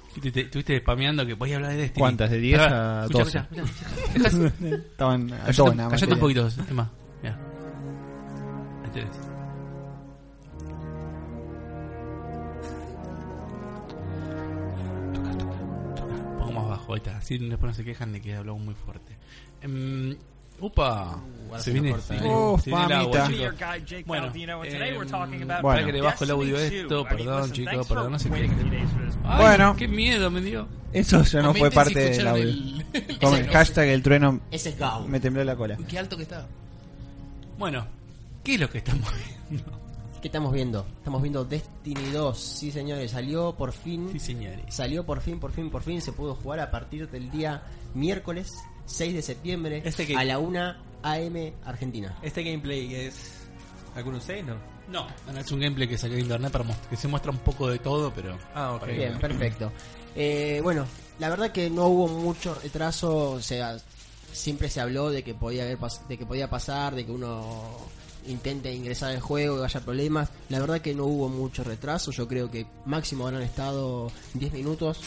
S6: Estuviste, estuviste spameando que voy a hablar de Destiny.
S3: ¿Cuántas? ¿De 10
S6: Pará,
S3: a
S6: escuchá,
S3: 12?
S6: escuchá, escuchá. Dejá-
S3: Estaban a
S6: Callate,
S3: dos nada más
S6: callate un
S3: que-
S6: poquito, Emma. Mirá. Ahí tenés. Toca, toca, toca. Un poco más bajo, ahí está. Así después no se quejan de que hablamos muy fuerte. Em, upa. se viene, se viene-
S3: Oh,
S6: se viene el agua,
S3: famita.
S6: chicos. Ah. Bueno,
S3: Bueno.
S6: para que le bajo el audio de esto, perdón chicos, perdón, no sé qué. Ay,
S3: Bueno.
S6: Qué miedo me dio.
S3: Eso ya no fue
S2: Comenten si
S3: parte del
S2: escucharon
S3: audio.
S2: el- el-
S3: Con
S2: ese,
S3: el
S2: no,
S3: hashtag el trueno
S1: Ese es Gau.
S3: me tembló la cola.
S2: Uy, Qué alto que está.
S6: Bueno, ¿qué es lo que estamos viendo?
S1: ¿Qué estamos viendo? Estamos viendo Destiny 2. Sí, señores, salió por fin.
S6: Sí, señores.
S1: Salió por fin, por fin, por fin. Se pudo jugar a partir del día miércoles 6 de septiembre
S4: Este que-
S1: a la 1 AM Argentina.
S4: Este gameplay es. ¿Alguno de ustedes no?
S6: No, no, es un gameplay que saqué de internet para mos- que se muestra un poco de todo, pero.
S4: Ah, ok.
S1: Bien, perfecto. Eh, bueno, la verdad que no hubo mucho retraso, o sea, siempre se habló de que podía haber pas- de que podía pasar, de que uno intente ingresar al juego y haya problemas. La verdad que no hubo mucho retraso, yo creo que máximo habrán estado 10 minutos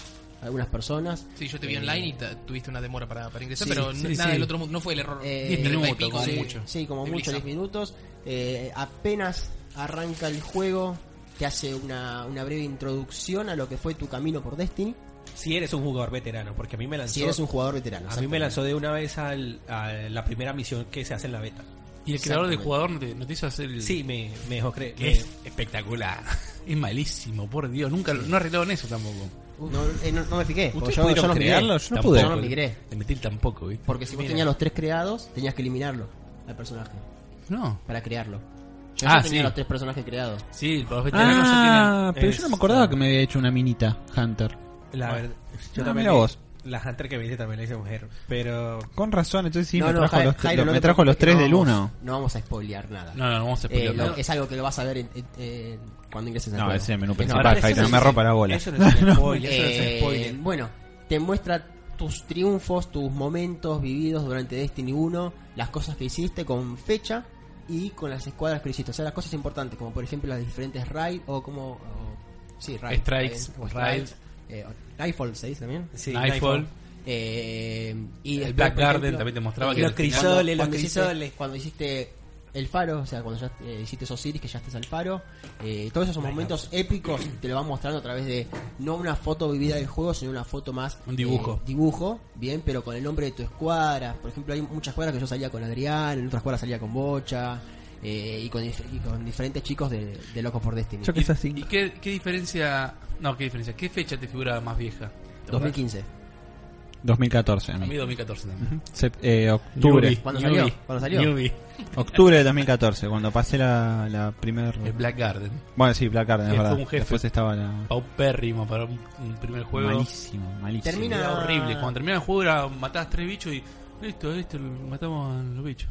S1: algunas personas.
S2: Sí, yo te vi online y ta- tuviste una demora para, para ingresar,
S6: Sí,
S2: pero
S6: sí,
S2: n- nada
S6: sí.
S2: del otro mundo. No fue el error.
S1: Eh,
S2: Diez minutos y pico,
S6: como
S1: sí,
S6: mucho.
S1: Sí, como
S2: De
S1: mucho
S2: Blizzard.
S1: 10 minutos. Eh, apenas arranca el juego, te hace una, una breve introducción a lo que fue tu camino por Destiny.
S4: Si eres un jugador veterano, porque a mí me lanzó.
S1: Si eres un jugador veterano.
S4: a mí me lanzó de una vez al- a la primera misión que se hace en la beta.
S6: Y el creador del jugador no te, no te hizo hacer el.
S4: Sí, me, me dejó creer.
S6: Que es espectacular. Es malísimo, por Dios. Nunca lo- no arreglaron eso tampoco.
S1: No, eh, no, no me fijé. porque
S4: ¿Ustedes
S1: Yo, yo
S4: pudieron
S1: los miré.
S4: crearlos? Yo no
S6: Tampoco,
S4: pude.
S1: Yo no los migré.
S6: De metil tampoco, ¿viste?
S1: Porque si vos
S4: Mira.
S1: tenías los tres creados, tenías que eliminarlo al personaje
S6: No.
S1: para crearlo. Yo
S6: Ah,
S1: ya tenía
S6: sí.
S1: los tres personajes creados.
S6: Sí, el los veteranos
S3: Ah,
S6: ya
S3: pero yo no me acordaba que me había hecho una minita Hunter.
S4: La verdad. Yo
S3: Ah,
S4: también.
S3: mira
S4: le-
S3: vos.
S4: La Hunter que viste también la hice mujer. Pero.
S3: Con razón, entonces sí,
S1: No,
S3: me
S1: no,
S3: trajo
S1: Ja-
S3: los,
S1: Jairo,
S3: los-
S1: no
S3: me
S1: te
S3: trajo los
S1: preocupes que
S3: tres
S1: no
S3: del
S1: vamos-
S3: 1.
S1: No vamos a spoilear nada.
S6: tienen- No, no, no vamos a
S1: Eh,
S6: spoilear
S1: lo-
S6: nada.
S1: es algo que lo vas a ver en- en- eh, cuando ingreses al
S3: No,
S1: juego.
S3: ese es el menú
S1: Es
S3: principal,
S1: normal.
S4: Ahora,
S3: Jairo,
S4: eso
S3: no me
S4: es-
S3: rompa la bola.
S4: Eso no es spoiler. Eso no
S1: Eh,
S4: es spoiler.
S1: Bueno, te muestra tus triunfos, tus momentos vividos durante Destiny 1, las cosas que hiciste con fecha y con las escuadras que hiciste. O sea, las cosas importantes, como por ejemplo las diferentes raids o como... o- sí, raids.
S6: Strikes,
S1: está bien, o
S6: raids.
S1: strikes, eh, o- Nightfall se dice también.
S4: Sí,
S6: Nightfall.
S1: Eh, y
S6: El
S1: después,
S6: Black
S1: por
S6: Garden también te mostraba que
S4: Los
S6: al final-
S4: crisoles,
S1: cuando-
S4: los
S1: cuando hiciste-
S4: crisoles.
S1: Cuando hiciste el faro, o sea, cuando ya eh, hiciste Osiris, que ya estás al faro, eh, todos esos momentos épicos te lo van mostrando a través de no una foto vivida del juego, sino una foto más.
S6: Un dibujo.
S1: eh, dibujo, bien, pero con el nombre de tu escuadra. Por ejemplo, hay muchas escuadras que yo salía con Adrián, en otras escuadras salía con Bocha. eh, y, con, dif- y con diferentes chicos de, de Locos por Destiny.
S3: Yo que es así.
S6: ¿Y qué, qué diferencia.? No, qué diferencia. ¿Qué fecha te figura más vieja? ¿Te acordás?
S1: 2015.
S3: 2014.
S6: A mí
S3: amigo.
S6: 2014 también.
S3: Sep- eh, octubre.
S1: ¿Cuándo salió? ¿Cuándo salió?
S6: Newbie.
S3: Octubre de 2014, cuando pasé la, la primera...
S6: El Black Garden.
S3: Bueno, sí, Black Garden,
S6: Que
S3: es
S6: fue
S3: verdad.
S6: un jefe.
S3: Después estaba la...
S6: Paupérrimo para un, un primer juego.
S3: Malísimo, malísimo.
S1: Termina-
S6: Era horrible. Cuando terminaba el juego era matabas tres bichos y. Listo, listo, lo- matamos a los bichos.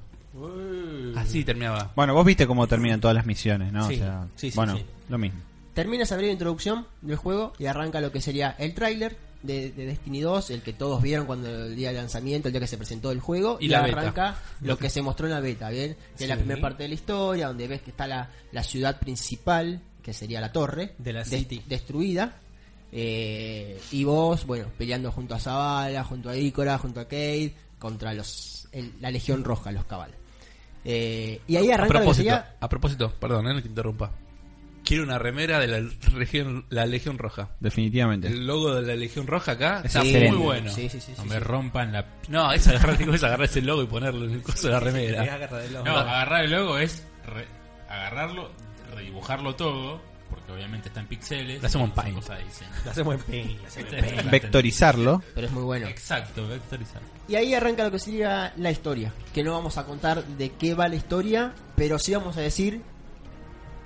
S6: Así terminaba.
S3: Bueno, vos viste cómo terminan todas las misiones, ¿no?
S4: Sí,
S3: o sea,
S4: sí, sí,
S3: bueno,
S4: sí.
S3: lo mismo.
S1: Termina esa breve introducción del juego y arranca lo que sería el tráiler de, de Destiny 2, el que todos vieron cuando el día de lanzamiento, el día que se presentó el juego,
S6: Y la beta.
S1: arranca lo que se mostró en la beta, ¿bien? Que es la
S4: Sí.
S1: primera parte de la historia, donde ves que está la, la ciudad principal, que sería la torre,
S4: De la
S1: des-
S4: City.
S1: destruida. eh, y vos, bueno, peleando junto a Zavala, junto a Ícora, junto a Cade, contra los el- la Legión Roja, los Cabal. Eh, y ahí
S6: A
S1: arranca lo que
S6: propósito,
S1: sería...
S6: a propósito, perdón, eh, no te interrumpa. Quiero una remera de la región, la Legión Roja.
S3: Definitivamente.
S6: El logo de la Legión Roja acá está
S3: excelente.
S6: muy bueno.
S1: Sí, sí, sí,
S5: No
S1: sí,
S5: me
S1: sí.
S5: rompan la...
S6: No, es agarrar, digo, es agarrar ese logo y ponerlo en el coso de la
S4: Es
S6: remera.
S4: agarrar el ojo.
S5: No, agarrar el logo es re- agarrarlo, redibujarlo todo, porque obviamente está en píxeles.
S6: Lo hacemos en
S5: son
S6: Paint.
S5: cosas de diseño.
S4: Lo hacemos en pain. lo hacemos en pain.
S3: Vectorizarlo.
S1: Pero es muy bueno.
S5: Exacto, vectorizar.
S1: Y ahí arranca lo que sería la historia. Que no vamos a contar de qué va la historia, pero sí vamos a decir,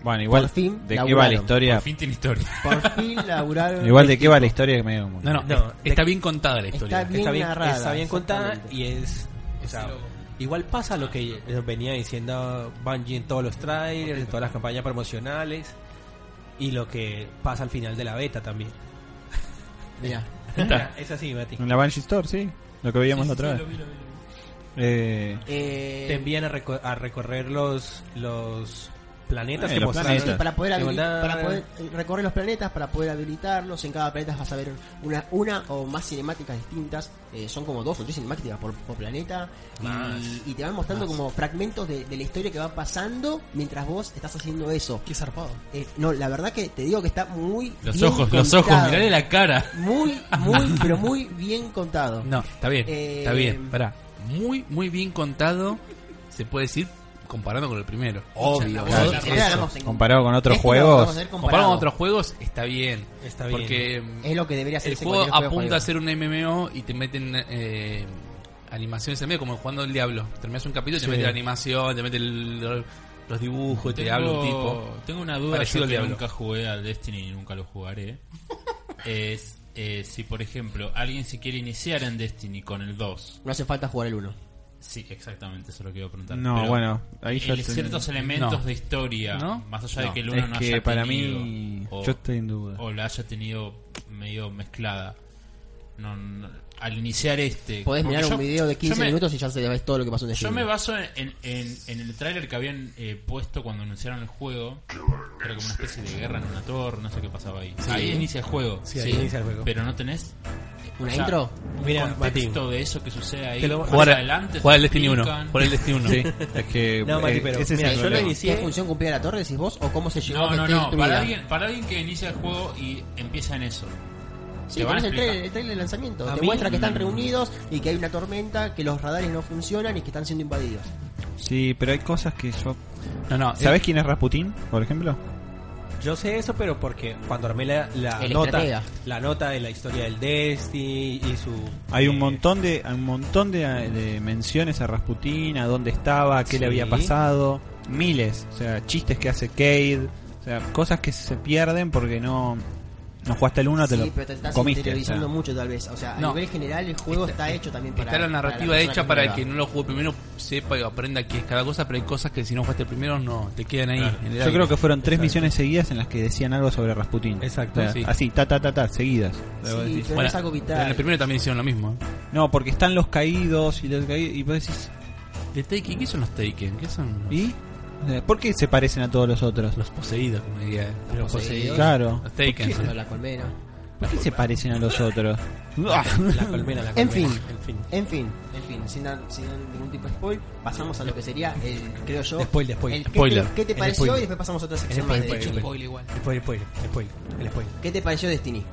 S3: Bueno, igual
S1: Por fin
S3: de qué va la
S1: laburaron.
S3: historia.
S5: Por fin tiene historia.
S1: por fin laburaron.
S3: Igual de qué va la historia que me dio como-
S6: No, no,
S4: No,
S6: es- está bien contada la historia.
S1: bien narrada,
S4: está bien contada
S1: exactamente.
S4: y es. o sea, igual pasa lo que nos venía diciendo Bungie en todos los trailers, en todas las campañas promocionales y lo que pasa al final de la beta también.
S1: Mirá.
S4: Mira, es así, Mati.
S3: En la Banshee Store, sí. Lo que veíamos la otra vez. Eh,
S1: Eh,
S4: Te envían a, reco- a recorrer los, los planetas
S3: Eh,
S4: que
S3: los
S4: mostraron.
S3: planetas.
S1: para poder, habili-
S4: Que mandaron-
S1: para poder eh, recorrer los planetas, para poder habilitarlos, en cada planeta vas a ver una, una o más cinemáticas distintas, Eh, son como dos o tres cinemáticas por, por planeta, Y- y, te van mostrando como fragmentos de, de la historia que va pasando mientras vos estás haciendo eso.
S2: Qué zarpado.
S1: Eh, no, la verdad que te digo que está muy...
S5: Los
S1: bien
S5: ojos, los ojos,
S1: contado.
S5: mirale la cara.
S1: Muy, muy, pero muy bien contado.
S6: No, está bien,
S1: Eh,
S6: está bien, pará. Muy, muy bien contado, se puede decir, comparando con el primero.
S1: Obvio,
S6: Claro,
S1: boludo.
S6: eso.
S1: Ahora hablamos en-
S3: comparado con otros
S1: Esto lo Este vamos
S3: juegos.
S1: a hacer
S6: Comparado con otros juegos, está bien.
S4: Está bien.
S6: Porque mm,
S1: Es lo que debería ser
S6: el juego apunta a ser un MMO y te meten eh, animaciones en medio, como jugando el Diablo. Terminas un capítulo y te mete la animación, te mete el- los dibujos, te habla un tipo.
S5: Tengo una duda
S6: Parecido
S5: yo
S6: al
S5: que
S6: diablo.
S5: nunca jugué al Destiny y nunca lo jugaré. es eh, si, por ejemplo, alguien se quiere iniciar en Destiny con el 2.
S1: No hace falta jugar el 1.
S5: Sí, exactamente, eso es lo que iba a preguntar.
S3: No,
S5: Pero
S3: bueno, ahí yo
S5: el-
S3: te-
S5: ciertos elementos
S6: No.
S5: de historia,
S6: ¿No?
S5: más allá de que el
S3: No,
S5: 1
S3: es
S5: no
S3: que
S5: haya
S3: para
S5: tenido,
S3: mí-
S5: o-
S3: yo estoy en duda.
S5: O la haya tenido medio mezclada. No, no- al iniciar este.
S1: Podés
S5: porque
S1: mirar
S5: yo-
S1: un video de
S5: yo
S1: 15
S5: me-
S1: minutos y ya se ves todo lo que pasó en
S5: Yo
S1: Destiny.
S5: me baso en, en- en- en el tráiler que habían eh, puesto cuando anunciaron el juego. Era como una especie de guerra en una torre, no sé qué pasaba ahí. Ahí inicia el juego.
S4: Sí, ahí inicia el juego.
S5: Pero no tenés
S1: ¿Una
S5: o sea,
S1: intro?
S5: un
S4: Mira,
S5: contexto de eso que sucede ahí.
S4: Te lo-
S5: Más
S6: Jugar,
S5: adelante
S6: jugar el
S5: te
S6: Destiny 1.
S5: explican.
S6: Jugar el Destiny 1.
S3: Sí, es que
S4: No, Mati,
S3: eh,
S4: pero
S3: ese es
S4: mira,
S3: el
S4: yo lo
S3: problema.
S4: inicié.
S1: ¿Qué función cumplía la torre, decís vos? ¿O cómo se llegó a
S5: No,
S1: que
S5: no,
S1: esté
S5: no.
S1: destruida?
S5: Para alguien, para alguien que inicia el juego y empieza en eso.
S1: Sí,
S5: te van a
S1: tenés el trailer,
S5: explicar.
S1: el trailer de lanzamiento.
S4: A
S1: Te
S4: mí-
S1: muestra que están reunidos y que hay una tormenta, que los radares no funcionan y que están siendo invadidos.
S3: Sí, pero hay cosas que yo.
S6: No, no,
S3: ¿Sabes quién es Rasputin, por ejemplo?
S4: Yo sé eso, pero porque cuando armé la, la
S1: El
S4: nota,
S1: estratega.
S4: la nota de la historia del Destiny y su
S3: Hay un
S4: eh,
S3: montón de hay un montón de, de menciones a Rasputin, a dónde estaba, a qué le
S4: Sí.
S3: había pasado, miles, o sea, chistes que hace Cade, o sea, cosas que se pierden porque no no jugaste el uno te
S1: sí,
S3: lo
S1: pero te estás
S3: comiste.
S1: interiorizando
S3: o sea.
S1: mucho tal vez. O sea, a
S6: No.
S1: nivel general el juego está, hecho también para...
S6: Está la narrativa
S1: para la persona
S6: hecha para el
S1: juega.
S6: que no lo jugó primero sepa y aprenda qué es cada cosa, pero hay cosas que si no jugaste primero no, te quedan ahí.
S5: Claro.
S6: en el
S3: Yo
S6: aire.
S3: creo que fueron tres misiones seguidas en las que decían algo sobre Rasputin.
S4: Exacto,
S3: O sea,
S6: sí.
S3: Así, ta ta ta ta, seguidas. Luego
S1: Sí,
S3: decís,
S1: pero no
S6: Bueno,
S1: es algo vital.
S6: En el primero también hicieron lo mismo. ¿eh?
S3: No, porque están los caídos y los caídos y vos decís,
S6: ¿De Taken? ¿Qué son los Taken? ¿Qué son los,
S3: ¿y? O sea, ¿Por qué se parecen a todos los otros?
S6: los poseídos? Como diría.
S1: Los poseídos.
S3: Claro.
S6: Los Taken.
S1: Cuando la colmena.
S3: ¿Por qué se parecen a los otros?
S4: La colmena, la colmena.
S1: En fin.
S4: en fin.
S1: En fin, en fin, sin dar, sin dar ningún tipo de spoil, pasamos a lo que sería el, creo yo,
S4: Spoiler, pues,
S1: el
S4: spoiler.
S1: qué
S6: Spoiler.
S1: te- ¿Qué te
S4: El
S1: pareció?
S4: spoiler.
S1: Y después pasamos a otra sección
S4: spoiler,
S1: más de
S4: spoiler,
S1: Destiny.
S2: Spoiler igual.
S4: Spoiler, spoiler, spoiler, el spoiler.
S1: ¿Qué te pareció Destiny?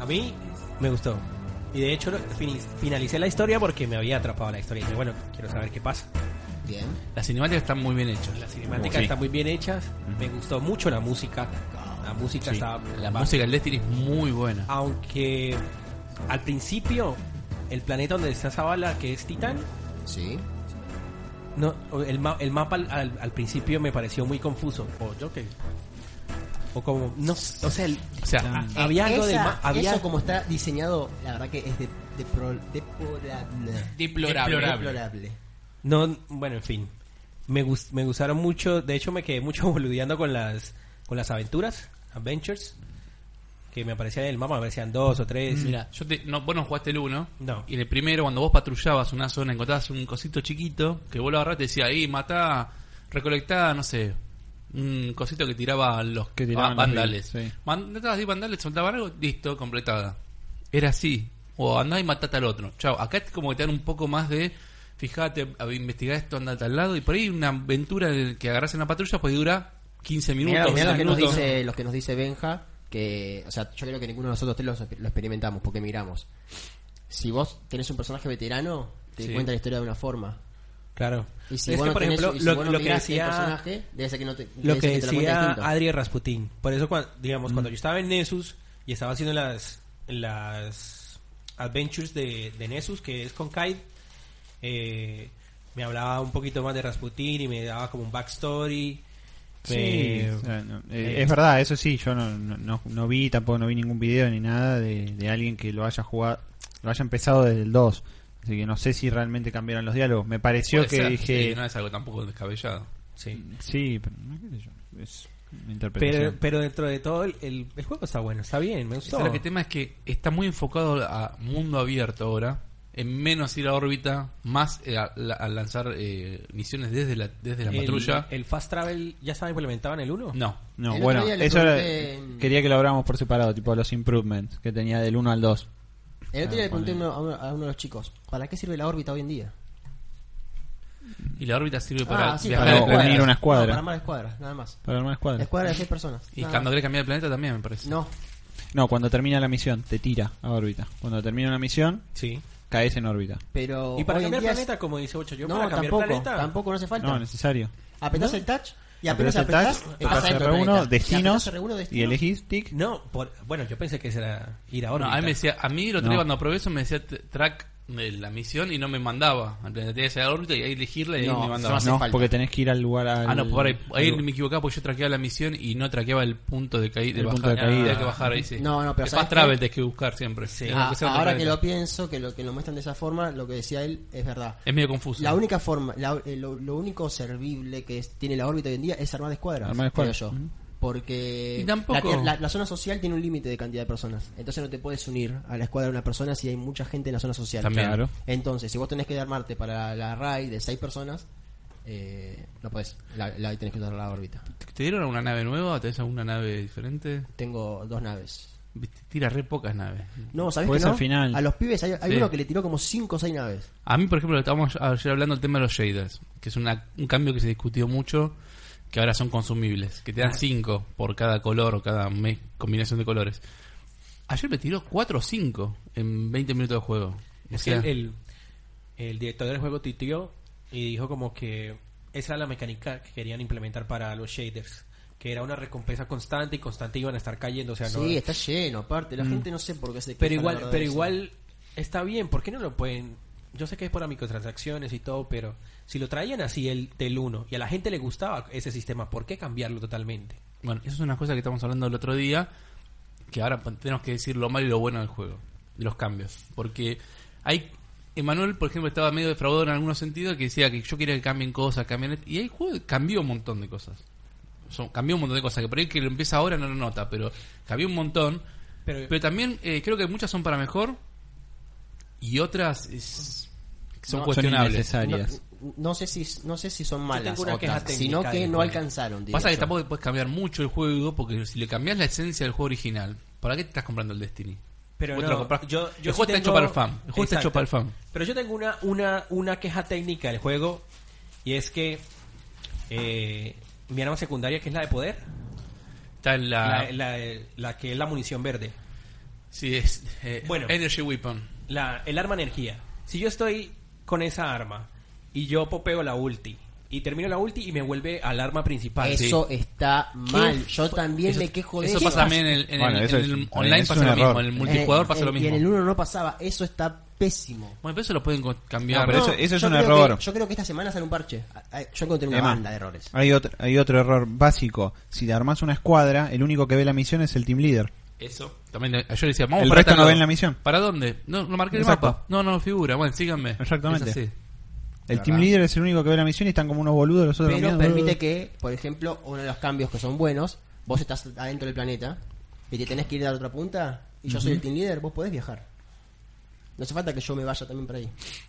S4: A mí me gustó. Y de hecho lo- fini- finalicé la historia porque me había atrapado la historia. Y dije, bueno, quiero saber qué pasa.
S1: Bien.
S6: Las cinemáticas están muy bien hechas.
S4: Las cinemáticas están muy bien hechas. Me gustó mucho la música. La música estaba...
S6: La música del Destiny es muy buena.
S1: Ah,
S4: Aunque al principio el planeta donde está esa bala, que es Titán,
S1: Sí.
S4: no, el, ma- el mapa al, al- al principio me pareció muy confuso. O yo que... O como... No, o sea, el-
S6: O sea,
S4: había algo del ma- había-
S1: Eso como está diseñado, la verdad que es de, depro- deplorable.
S2: Deplorable.
S1: Deplorable.
S4: No, bueno, en fin. Me, gus- me gustaron mucho. De hecho, me quedé mucho boludeando con las, con las aventuras, Adventures, que me aparecían en el mapa, me aparecían dos o
S3: Mm.
S4: tres.
S6: Mira, yo te, no, vos no jugaste el 1.
S4: No.
S6: Y en el primero, cuando vos patrullabas una zona, encontrabas un cosito chiquito que vos lo agarrás y te decía, ahí, matá, recolectá, no sé, un cosito que tiraba los
S3: Que tiraban
S6: ah,
S3: los
S6: vandales.
S3: bichos, sí.
S6: Mandabas ahí vandales, soltaban algo, listo, completada. Era así. O andá y matate al otro. Chao. Acá es como que te dan un poco más de. Fíjate, a- investigar esto, andate al lado. Y por ahí una aventura en el que agarras en la patrulla, pues dura 15
S1: Mirá,
S6: minutos.
S1: mirá lo
S6: 10
S1: que nos
S6: minutos.
S1: dice, lo que nos dice Benja, que, o sea, yo creo que ninguno de nosotros tres lo, lo experimentamos porque miramos. Si vos tenés un personaje veterano, te
S6: Sí.
S1: cuenta la historia de una forma.
S4: Claro.
S1: Y si
S4: es
S1: vos
S4: que,
S1: no
S4: por
S1: tenés-
S4: ejemplo,
S1: y si
S4: lo,
S1: vos no
S4: lo que
S1: mirás el
S4: hacía,
S1: personaje, debe ser que no te,
S4: lo
S1: debe ser
S4: que
S1: te lo cuenta
S4: decía
S1: distinto. Mm.
S4: Adri Rasputin. Por eso, cuando, digamos, cuando yo estaba en Nessus y estaba haciendo las, las adventures de, de Nessus, que es con Kite, eh, me hablaba un poquito más de Rasputin y me daba como un backstory.
S3: Sí,
S4: Me-
S3: o sea, no, eh,
S4: eh,
S3: es verdad, eso sí, yo no, no- no- no vi, tampoco no vi ningún video ni nada de, de alguien que lo haya jugado, lo haya empezado desde el 2. Así que no sé si realmente cambiaron los diálogos. Me pareció
S6: Puede
S3: que
S6: ser,
S3: dije...
S6: sí, no es algo tampoco descabellado.
S4: sí.
S3: Sí, pero no qué sé yo, es mi
S4: Pero,
S3: interpretación.
S4: pero dentro de todo, el, el- el juego está bueno, está bien, me gustó.
S6: Ahora, el tema es que está muy enfocado a mundo abierto ahora, en menos ir a órbita, más eh, a, la- a lanzar eh, misiones desde la, desde la
S4: el,
S6: patrulla.
S4: el Fast Travel ya estaba implementado en el 1.
S6: No.
S3: no,
S1: el
S3: bueno,
S1: otro día le
S3: eso era-
S1: pregunté en-
S3: quería que lo abramos por separado, tipo los improvements que tenía del 1 al 2.
S1: El otro día le pregunté a
S3: ponele.
S1: uno, a uno- a uno de los chicos, ¿para qué sirve la órbita hoy en día?
S6: Y la órbita sirve para
S1: Ah, sí,
S6: viajar
S3: para
S6: al
S3: unir
S6: planeta.
S3: una escuadra.
S1: No, para armar escuadras, nada más.
S3: Para armar
S1: La
S3: escuadra.
S1: escuadra de seis personas.
S6: Y
S1: nada
S6: cuando
S1: más.
S6: querés cambiar el planeta también, me parece.
S1: No,
S3: No, cuando termina la misión, te tira a órbita. Cuando termina una misión,
S4: Sí.
S3: caes en órbita.
S1: pero.
S4: Y para
S1: hoy en
S4: cambiar
S1: día es-
S4: planeta, como dice Ocho, yo
S1: No,
S4: para cambiar
S1: tampoco,
S4: planeta.
S1: tampoco no hace falta.
S3: No, necesario.
S1: Apretás el touch y
S3: Apretás
S1: apenas
S3: Ah, el
S1: apretás,
S3: touch,
S1: estás
S3: tocas
S1: adentro del
S3: R1,
S1: planeta. Y apretás
S3: destinos,
S1: R1,
S3: y
S1: destinos,
S3: elegís tic.
S4: No, por- bueno, yo pensé que era ir a
S6: No,
S4: órbita.
S6: a mí me decía, a mí el otro día
S3: No.
S6: cuando probé eso me decía t- track de la misión y no me mandaba. Al planeta tenía que ir a la órbita y ahí elegirla y ahí
S1: No,
S6: me
S1: no
S6: mandaba.
S1: hace
S3: No,
S1: falta.
S3: porque tenés que ir al lugar al,
S6: Ah, no, por ahí, ahí
S3: al-
S6: me equivocaba porque yo traqueaba la misión y no traqueaba el punto de caída.
S3: El punto de
S6: bajar.
S3: caída.
S6: Tenía que bajar ahí, sí.
S1: No, no, pero
S6: El
S1: ¿sabes
S6: Fast travel
S1: qué?
S6: tenés que buscar siempre. Tenés
S1: Ah,
S6: sea otra
S1: ahora que
S6: planeta.
S1: lo pienso, que lo que lo muestran de esa forma, lo que decía él es verdad.
S6: Es medio confuso.
S1: La única forma, la- eh, lo, lo único servible que es- tiene la órbita hoy en día es armar escuadras,
S3: Armar escuadras.
S1: creo yo.
S3: Ujú.
S1: Porque
S6: Y tampoco-
S1: la, la- la zona social tiene un límite de cantidad de personas. Entonces no te puedes unir a la escuadra de una persona si hay mucha gente en la zona social.
S6: También.
S3: Claro.
S1: Entonces, si vos tenés que armarte para la, la raid de seis personas, eh, no podés. La, la- tenés que usar la órbita.
S6: ¿Te dieron alguna nave nueva o tenés alguna nave diferente?
S1: Tengo dos naves.
S6: Viste, Tira re pocas naves.
S1: No, ¿sabés
S3: Pues
S1: que no?
S3: al final.
S1: A los pibes hay, hay
S6: Sí.
S1: uno que le tiró como cinco o seis naves.
S6: A mí, por ejemplo, estábamos ayer hablando del tema de los shaders, que es una- un cambio que se discutió mucho, que ahora son consumibles, que te dan 5 por cada color o cada me- combinación de colores. Ayer me tiró 4 o 5 en 20 minutos de juego. O
S4: Es que
S6: sea,
S4: el, el director del juego titió y dijo como que esa era la mecánica que querían implementar para los shaders. Que era una recompensa constante y constante iban a estar cayendo. O sea, no,
S1: Sí, está lleno, aparte.
S6: Mm.
S1: La gente no sé por qué se
S4: pero
S1: queja, la
S4: igual,
S1: verdad,
S4: pero
S1: de eso.
S4: igual está bien. ¿Por qué no lo pueden? Yo sé que es por las microtransacciones y todo, pero si lo traían así el del 1 y a la gente le gustaba ese sistema, ¿por qué cambiarlo totalmente?
S6: Bueno, eso es una cosa que estamos hablando el otro día, que ahora pon- tenemos que decir lo malo y lo bueno del juego, de los cambios. Porque hay... Emanuel, por ejemplo, estaba medio defraudado en algunos sentidos, que decía que yo quería que cambien cosas, cambien... esto, Y el juego cambió un montón de cosas. Son, cambió un montón de cosas, que por ahí el que lo empieza ahora no lo nota, pero cambió un montón.
S4: Pero-
S6: Pero también eh, creo que muchas son para mejor y otras es- son
S1: No, son
S3: son
S6: cuestionables.
S3: innecesarias.
S1: No, no sé si no sé si son malas
S4: tengo una queja
S1: otras,
S4: técnica
S1: sino que
S4: del
S1: no
S4: juego.
S1: alcanzaron. diría
S6: Pasa que
S1: yo.
S6: tampoco puedes cambiar mucho el juego, porque si le cambias la esencia del juego original, ¿para qué te estás comprando el Destiny?
S4: Pero
S6: Vos Pues te
S4: no,
S6: lo comprás-
S4: yo,
S6: el
S4: yo
S6: juego
S4: sí
S6: está hecho
S4: tengo-
S6: para el fan. El juego está
S4: Exacto.
S6: hecho para el fan.
S4: Pero yo tengo una, una, una queja técnica del juego y es que eh, mi arma secundaria, que es la de poder,
S6: Está en la.
S4: la, la de- la que es la munición verde,
S6: sí, es. eh,
S4: Bueno.
S6: Energy Weapon.
S4: la, el arma energía. Si yo estoy con esa arma y yo popeo la ulti y termino la ulti y me vuelve al arma principal.
S1: Eso está mal. Yo también
S6: Eso-
S1: me quejo de
S6: eso
S1: eso.
S6: pasa también en el, en
S3: Bueno,
S6: el-
S3: eso
S6: en
S3: es-
S6: el
S3: también
S6: online,
S3: es
S6: pasa
S3: un
S6: lo
S3: error.
S6: mismo. En el multijugador
S1: Eh,
S6: pasa lo
S1: eh, Y en el
S6: mismo.
S1: 1 no pasaba. Eso está pésimo.
S6: Bueno, pero eso lo pueden co- cambiar.
S3: No, pero
S6: ¿no?
S3: eso- es
S1: yo
S3: un
S1: creo
S3: error.
S1: que- yo creo que esta semana sale un parche. Ah, ah, Yo encontré una
S3: Emma,
S1: banda de errores.
S3: Hay otro, hay otro error básico. Si te armas una escuadra, el único que ve la misión es el team leader.
S6: Eso. También eh, ayer decía, vamos
S3: El
S6: para
S3: resto
S6: tal
S3: no
S6: lado.
S3: ven la misión.
S6: ¿Para dónde? No, no marqué
S3: Exacto.
S6: el mapa. No, no figura. Bueno, síganme.
S3: Exactamente.
S6: Es así.
S3: El team leader es el único que ve la misión y están como unos boludos los otros.
S1: Pero
S3: mirando.
S1: permite que, por ejemplo, uno de los cambios que son buenos, vos estás adentro del planeta y te tenés que ir a la otra punta y yo soy el team leader, vos podés viajar. No hace falta que yo me vaya también para ahí.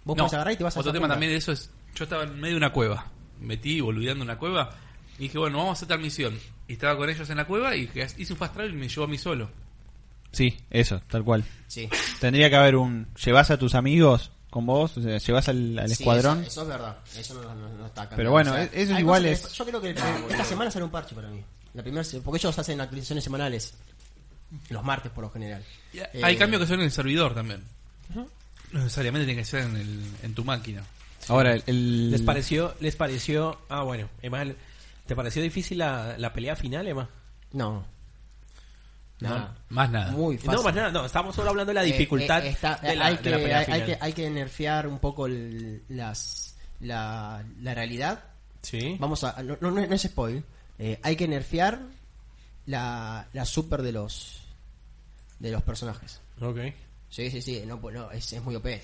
S1: Vos
S6: No,
S1: podés agarrar y te vas a
S6: Otro
S1: esa
S6: tema
S1: punta.
S6: también de eso es. Yo estaba en medio de una cueva. Metí boludeando en una cueva. Y dije, bueno, vamos a hacer tal misión. Y estaba con ellos en la cueva y hice un fast travel y me llevó a mí solo.
S3: Sí, eso, tal cual.
S1: Sí.
S3: Tendría que haber un. Llevas a tus amigos con vos, o sea, llevas al, al
S1: Sí,
S3: escuadrón.
S1: Eso, eso es verdad. Eso no, no- no está cambiando.
S3: Pero bueno, es- eso
S1: hay
S3: igual
S1: cosas
S3: es-
S1: que- yo creo que esta semana sale un parche para mí. La primera, se- porque ellos hacen actualizaciones semanales. Los martes, por lo general.
S6: Y
S1: Eh,
S6: Hay cambios que son en el servidor también. No necesariamente tiene que ser en, el, en tu máquina.
S3: Ahora, el. el-
S4: ¿Les pareció, les pareció, ah bueno, Emma, ¿te pareció difícil la, la pelea final, Emma?
S1: No. Nada.
S6: Más nada.
S1: Muy fácil.
S4: No, más nada, no, estamos solo hablando de la
S1: Eh,
S4: dificultad
S1: eh, está-
S4: de, la,
S1: hay,
S4: de
S1: que,
S4: la pelea
S1: hay- hay
S4: final.
S1: que- hay que nerfear un poco el- las, la, la realidad.
S4: Sí.
S1: Vamos a. No, no- no es spoil. Eh, hay que nerfear la, la super de los de los personajes.
S4: Ok.
S1: Sí, sí, sí. No, pues, no, es, es muy OP.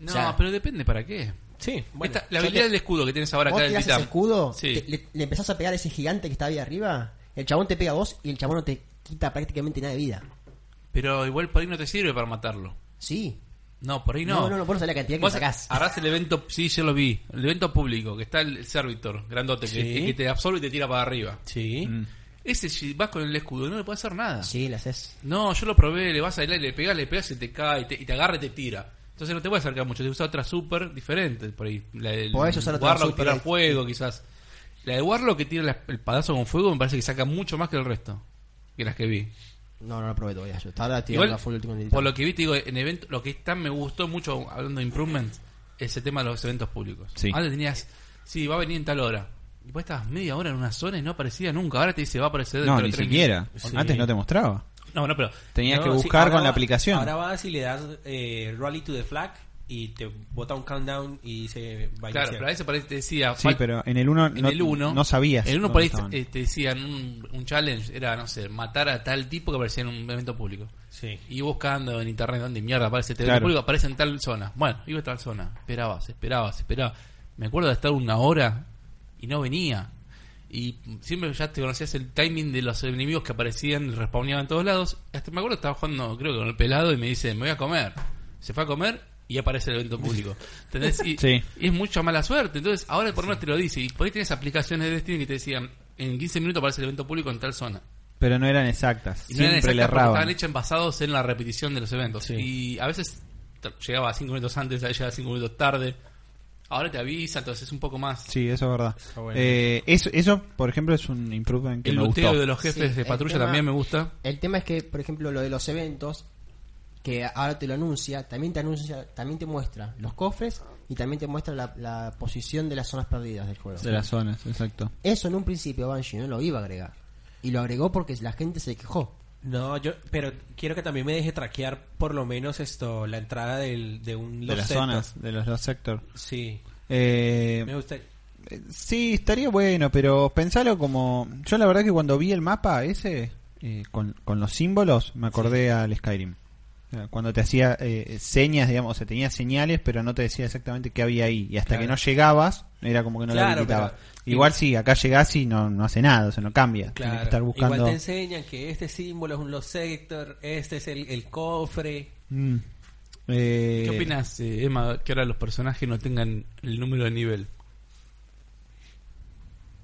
S6: No,
S1: O sea,
S6: pero depende para qué.
S4: Sí, bueno.
S6: Esta- la habilidad
S1: te-
S6: del escudo que tienes ahora
S1: vos
S6: acá del
S1: tirás ese
S6: titán.
S1: escudo,
S6: Sí.
S1: te- le, le empezás a pegar a ese gigante que está ahí arriba. El chabón te pega a vos y el chabón no te quita prácticamente nada de vida.
S6: Pero igual por ahí no te sirve para matarlo.
S1: Sí.
S6: No, por ahí no.
S1: No, no, no, vos no sabés la cantidad que
S6: Vos
S1: sacás.
S6: harás el evento, sí, yo lo vi. El evento público, que está el, el servitor, grandote, que-
S4: Sí.
S6: que, que te absorbe y te tira para arriba.
S4: Sí.
S3: Mm.
S6: Ese, si vas con el escudo, no le puedes hacer nada.
S1: Sí, la haces.
S6: No, yo lo probé, le vas a aire, le pegas, le pegas, se te cae, y te, y te agarra y te tira. Entonces no te voy a acercar mucho, te usa otra super diferente por ahí. La del
S1: Podés usar otra
S6: Warlock
S1: super
S6: tira
S1: ahí.
S6: fuego, quizás. La de Warlock que tira la- el padazo con fuego me parece que saca mucho más que el resto. Que las que vi.
S1: No, no lo probé todavía. Yo estaba tirando
S6: Igual,
S1: a full el último
S6: por lo que vi, te digo, en evento, lo que tan me gustó mucho, hablando de improvement, ese tema de los eventos públicos.
S3: Sí.
S6: Antes tenías, sí, va a venir en tal hora. Y vos estabas media hora en una zona y no aparecía nunca. Ahora te dice, va a aparecer dentro
S3: no,
S6: de
S3: ni
S6: tres
S3: siquiera.
S6: minutos.
S3: Antes no te mostraba.
S6: No, no, pero
S3: Tenías
S4: No,
S3: que
S4: sí,
S3: buscar
S4: ahora
S3: con la
S4: va-
S3: aplicación.
S4: Ahora vas y le das eh, rally to the flag y te bota un countdown y dice va a
S6: Claro,
S4: iniciar.
S6: pero a veces por ahí te decía.
S3: Sí,
S6: fal-
S3: pero en el 1
S6: en
S3: no,
S6: el 1.
S3: no sabías.
S6: En el 1
S3: dónde
S6: por ahí eh,
S3: estaban.
S6: te, te decían un, un challenge, era, no sé, matar a tal tipo que aparecía en un evento público.
S4: Sí.
S6: Y buscando en internet dónde mierda aparece este
S3: Claro.
S6: evento público, aparece en tal zona. Bueno, iba a tal zona. Esperabas, esperabas, esperabas. Me acuerdo de estar una hora y no venía. Y siempre ya te conocías el timing de los enemigos que aparecían y respawneaban en todos lados. Hasta me acuerdo que estaba jugando, creo que con el pelado, y me dice, me voy a comer. Se fue a comer y aparece el evento público. ¿Entendés? Y,
S3: Sí.
S6: y es mucha mala suerte. Entonces, ahora por lo menos te lo dice. Y por ahí tienes aplicaciones de Destiny que te decían, en 15 minutos aparece el evento público en tal zona.
S3: Pero no eran exactas.
S6: Y no eran
S3: Siempre le
S6: exactas porque estaban
S3: erraban.
S6: hechas basados en la repetición de los eventos.
S4: Sí.
S6: Y a veces t- llegaba 5 minutos antes, a veces llegaba 5 minutos tarde. Ahora te avisa, entonces es un poco más.
S3: Sí, eso es verdad.
S4: Está bueno.
S3: Eh, eso, eso, por ejemplo, es un improvement que
S6: El
S3: me
S6: luteo
S3: gustó.
S6: de los jefes
S1: Sí,
S6: de
S1: el
S6: patrulla
S1: tema-
S6: también me gusta.
S1: El tema es que, por ejemplo, lo de los eventos, que ahora te lo anuncia, también te anuncia, también te muestra los cofres y también te muestra la, la posición de las zonas perdidas del juego.
S3: De las zonas, exacto.
S1: Eso en un principio Banshee no lo iba a agregar. Y lo agregó porque la gente se quejó.
S4: No, yo, pero quiero que también me deje traquear por lo menos esto, la entrada del, de un
S3: De
S4: Lost
S3: las
S4: Sector.
S3: zonas, de los Lost Sector.
S4: Sí,
S3: Eh,
S4: me gusta.
S3: Eh, Sí, estaría bueno, pero pensalo como... Yo la verdad que cuando vi el mapa ese, eh, con, con los símbolos, me acordé al Skyrim. Eh, Cuando te hacía eh, señas, digamos, o sea, tenía señales, pero no te decía exactamente qué había ahí. Y hasta
S4: Claro.
S3: que no llegabas, era como que no
S4: Claro,
S3: lo habilitaba.
S4: pero-
S3: Igual sí, acá llegás y no, no hace nada, o sea, no cambia. Tienes
S4: Claro.
S3: que estar buscando...
S4: Igual te enseñan que este símbolo es un Lost Sector, este es el, el cofre.
S3: Mm. Eh,
S6: ¿Qué opinas, eh, Emma, que ahora los personajes no tengan el número de nivel?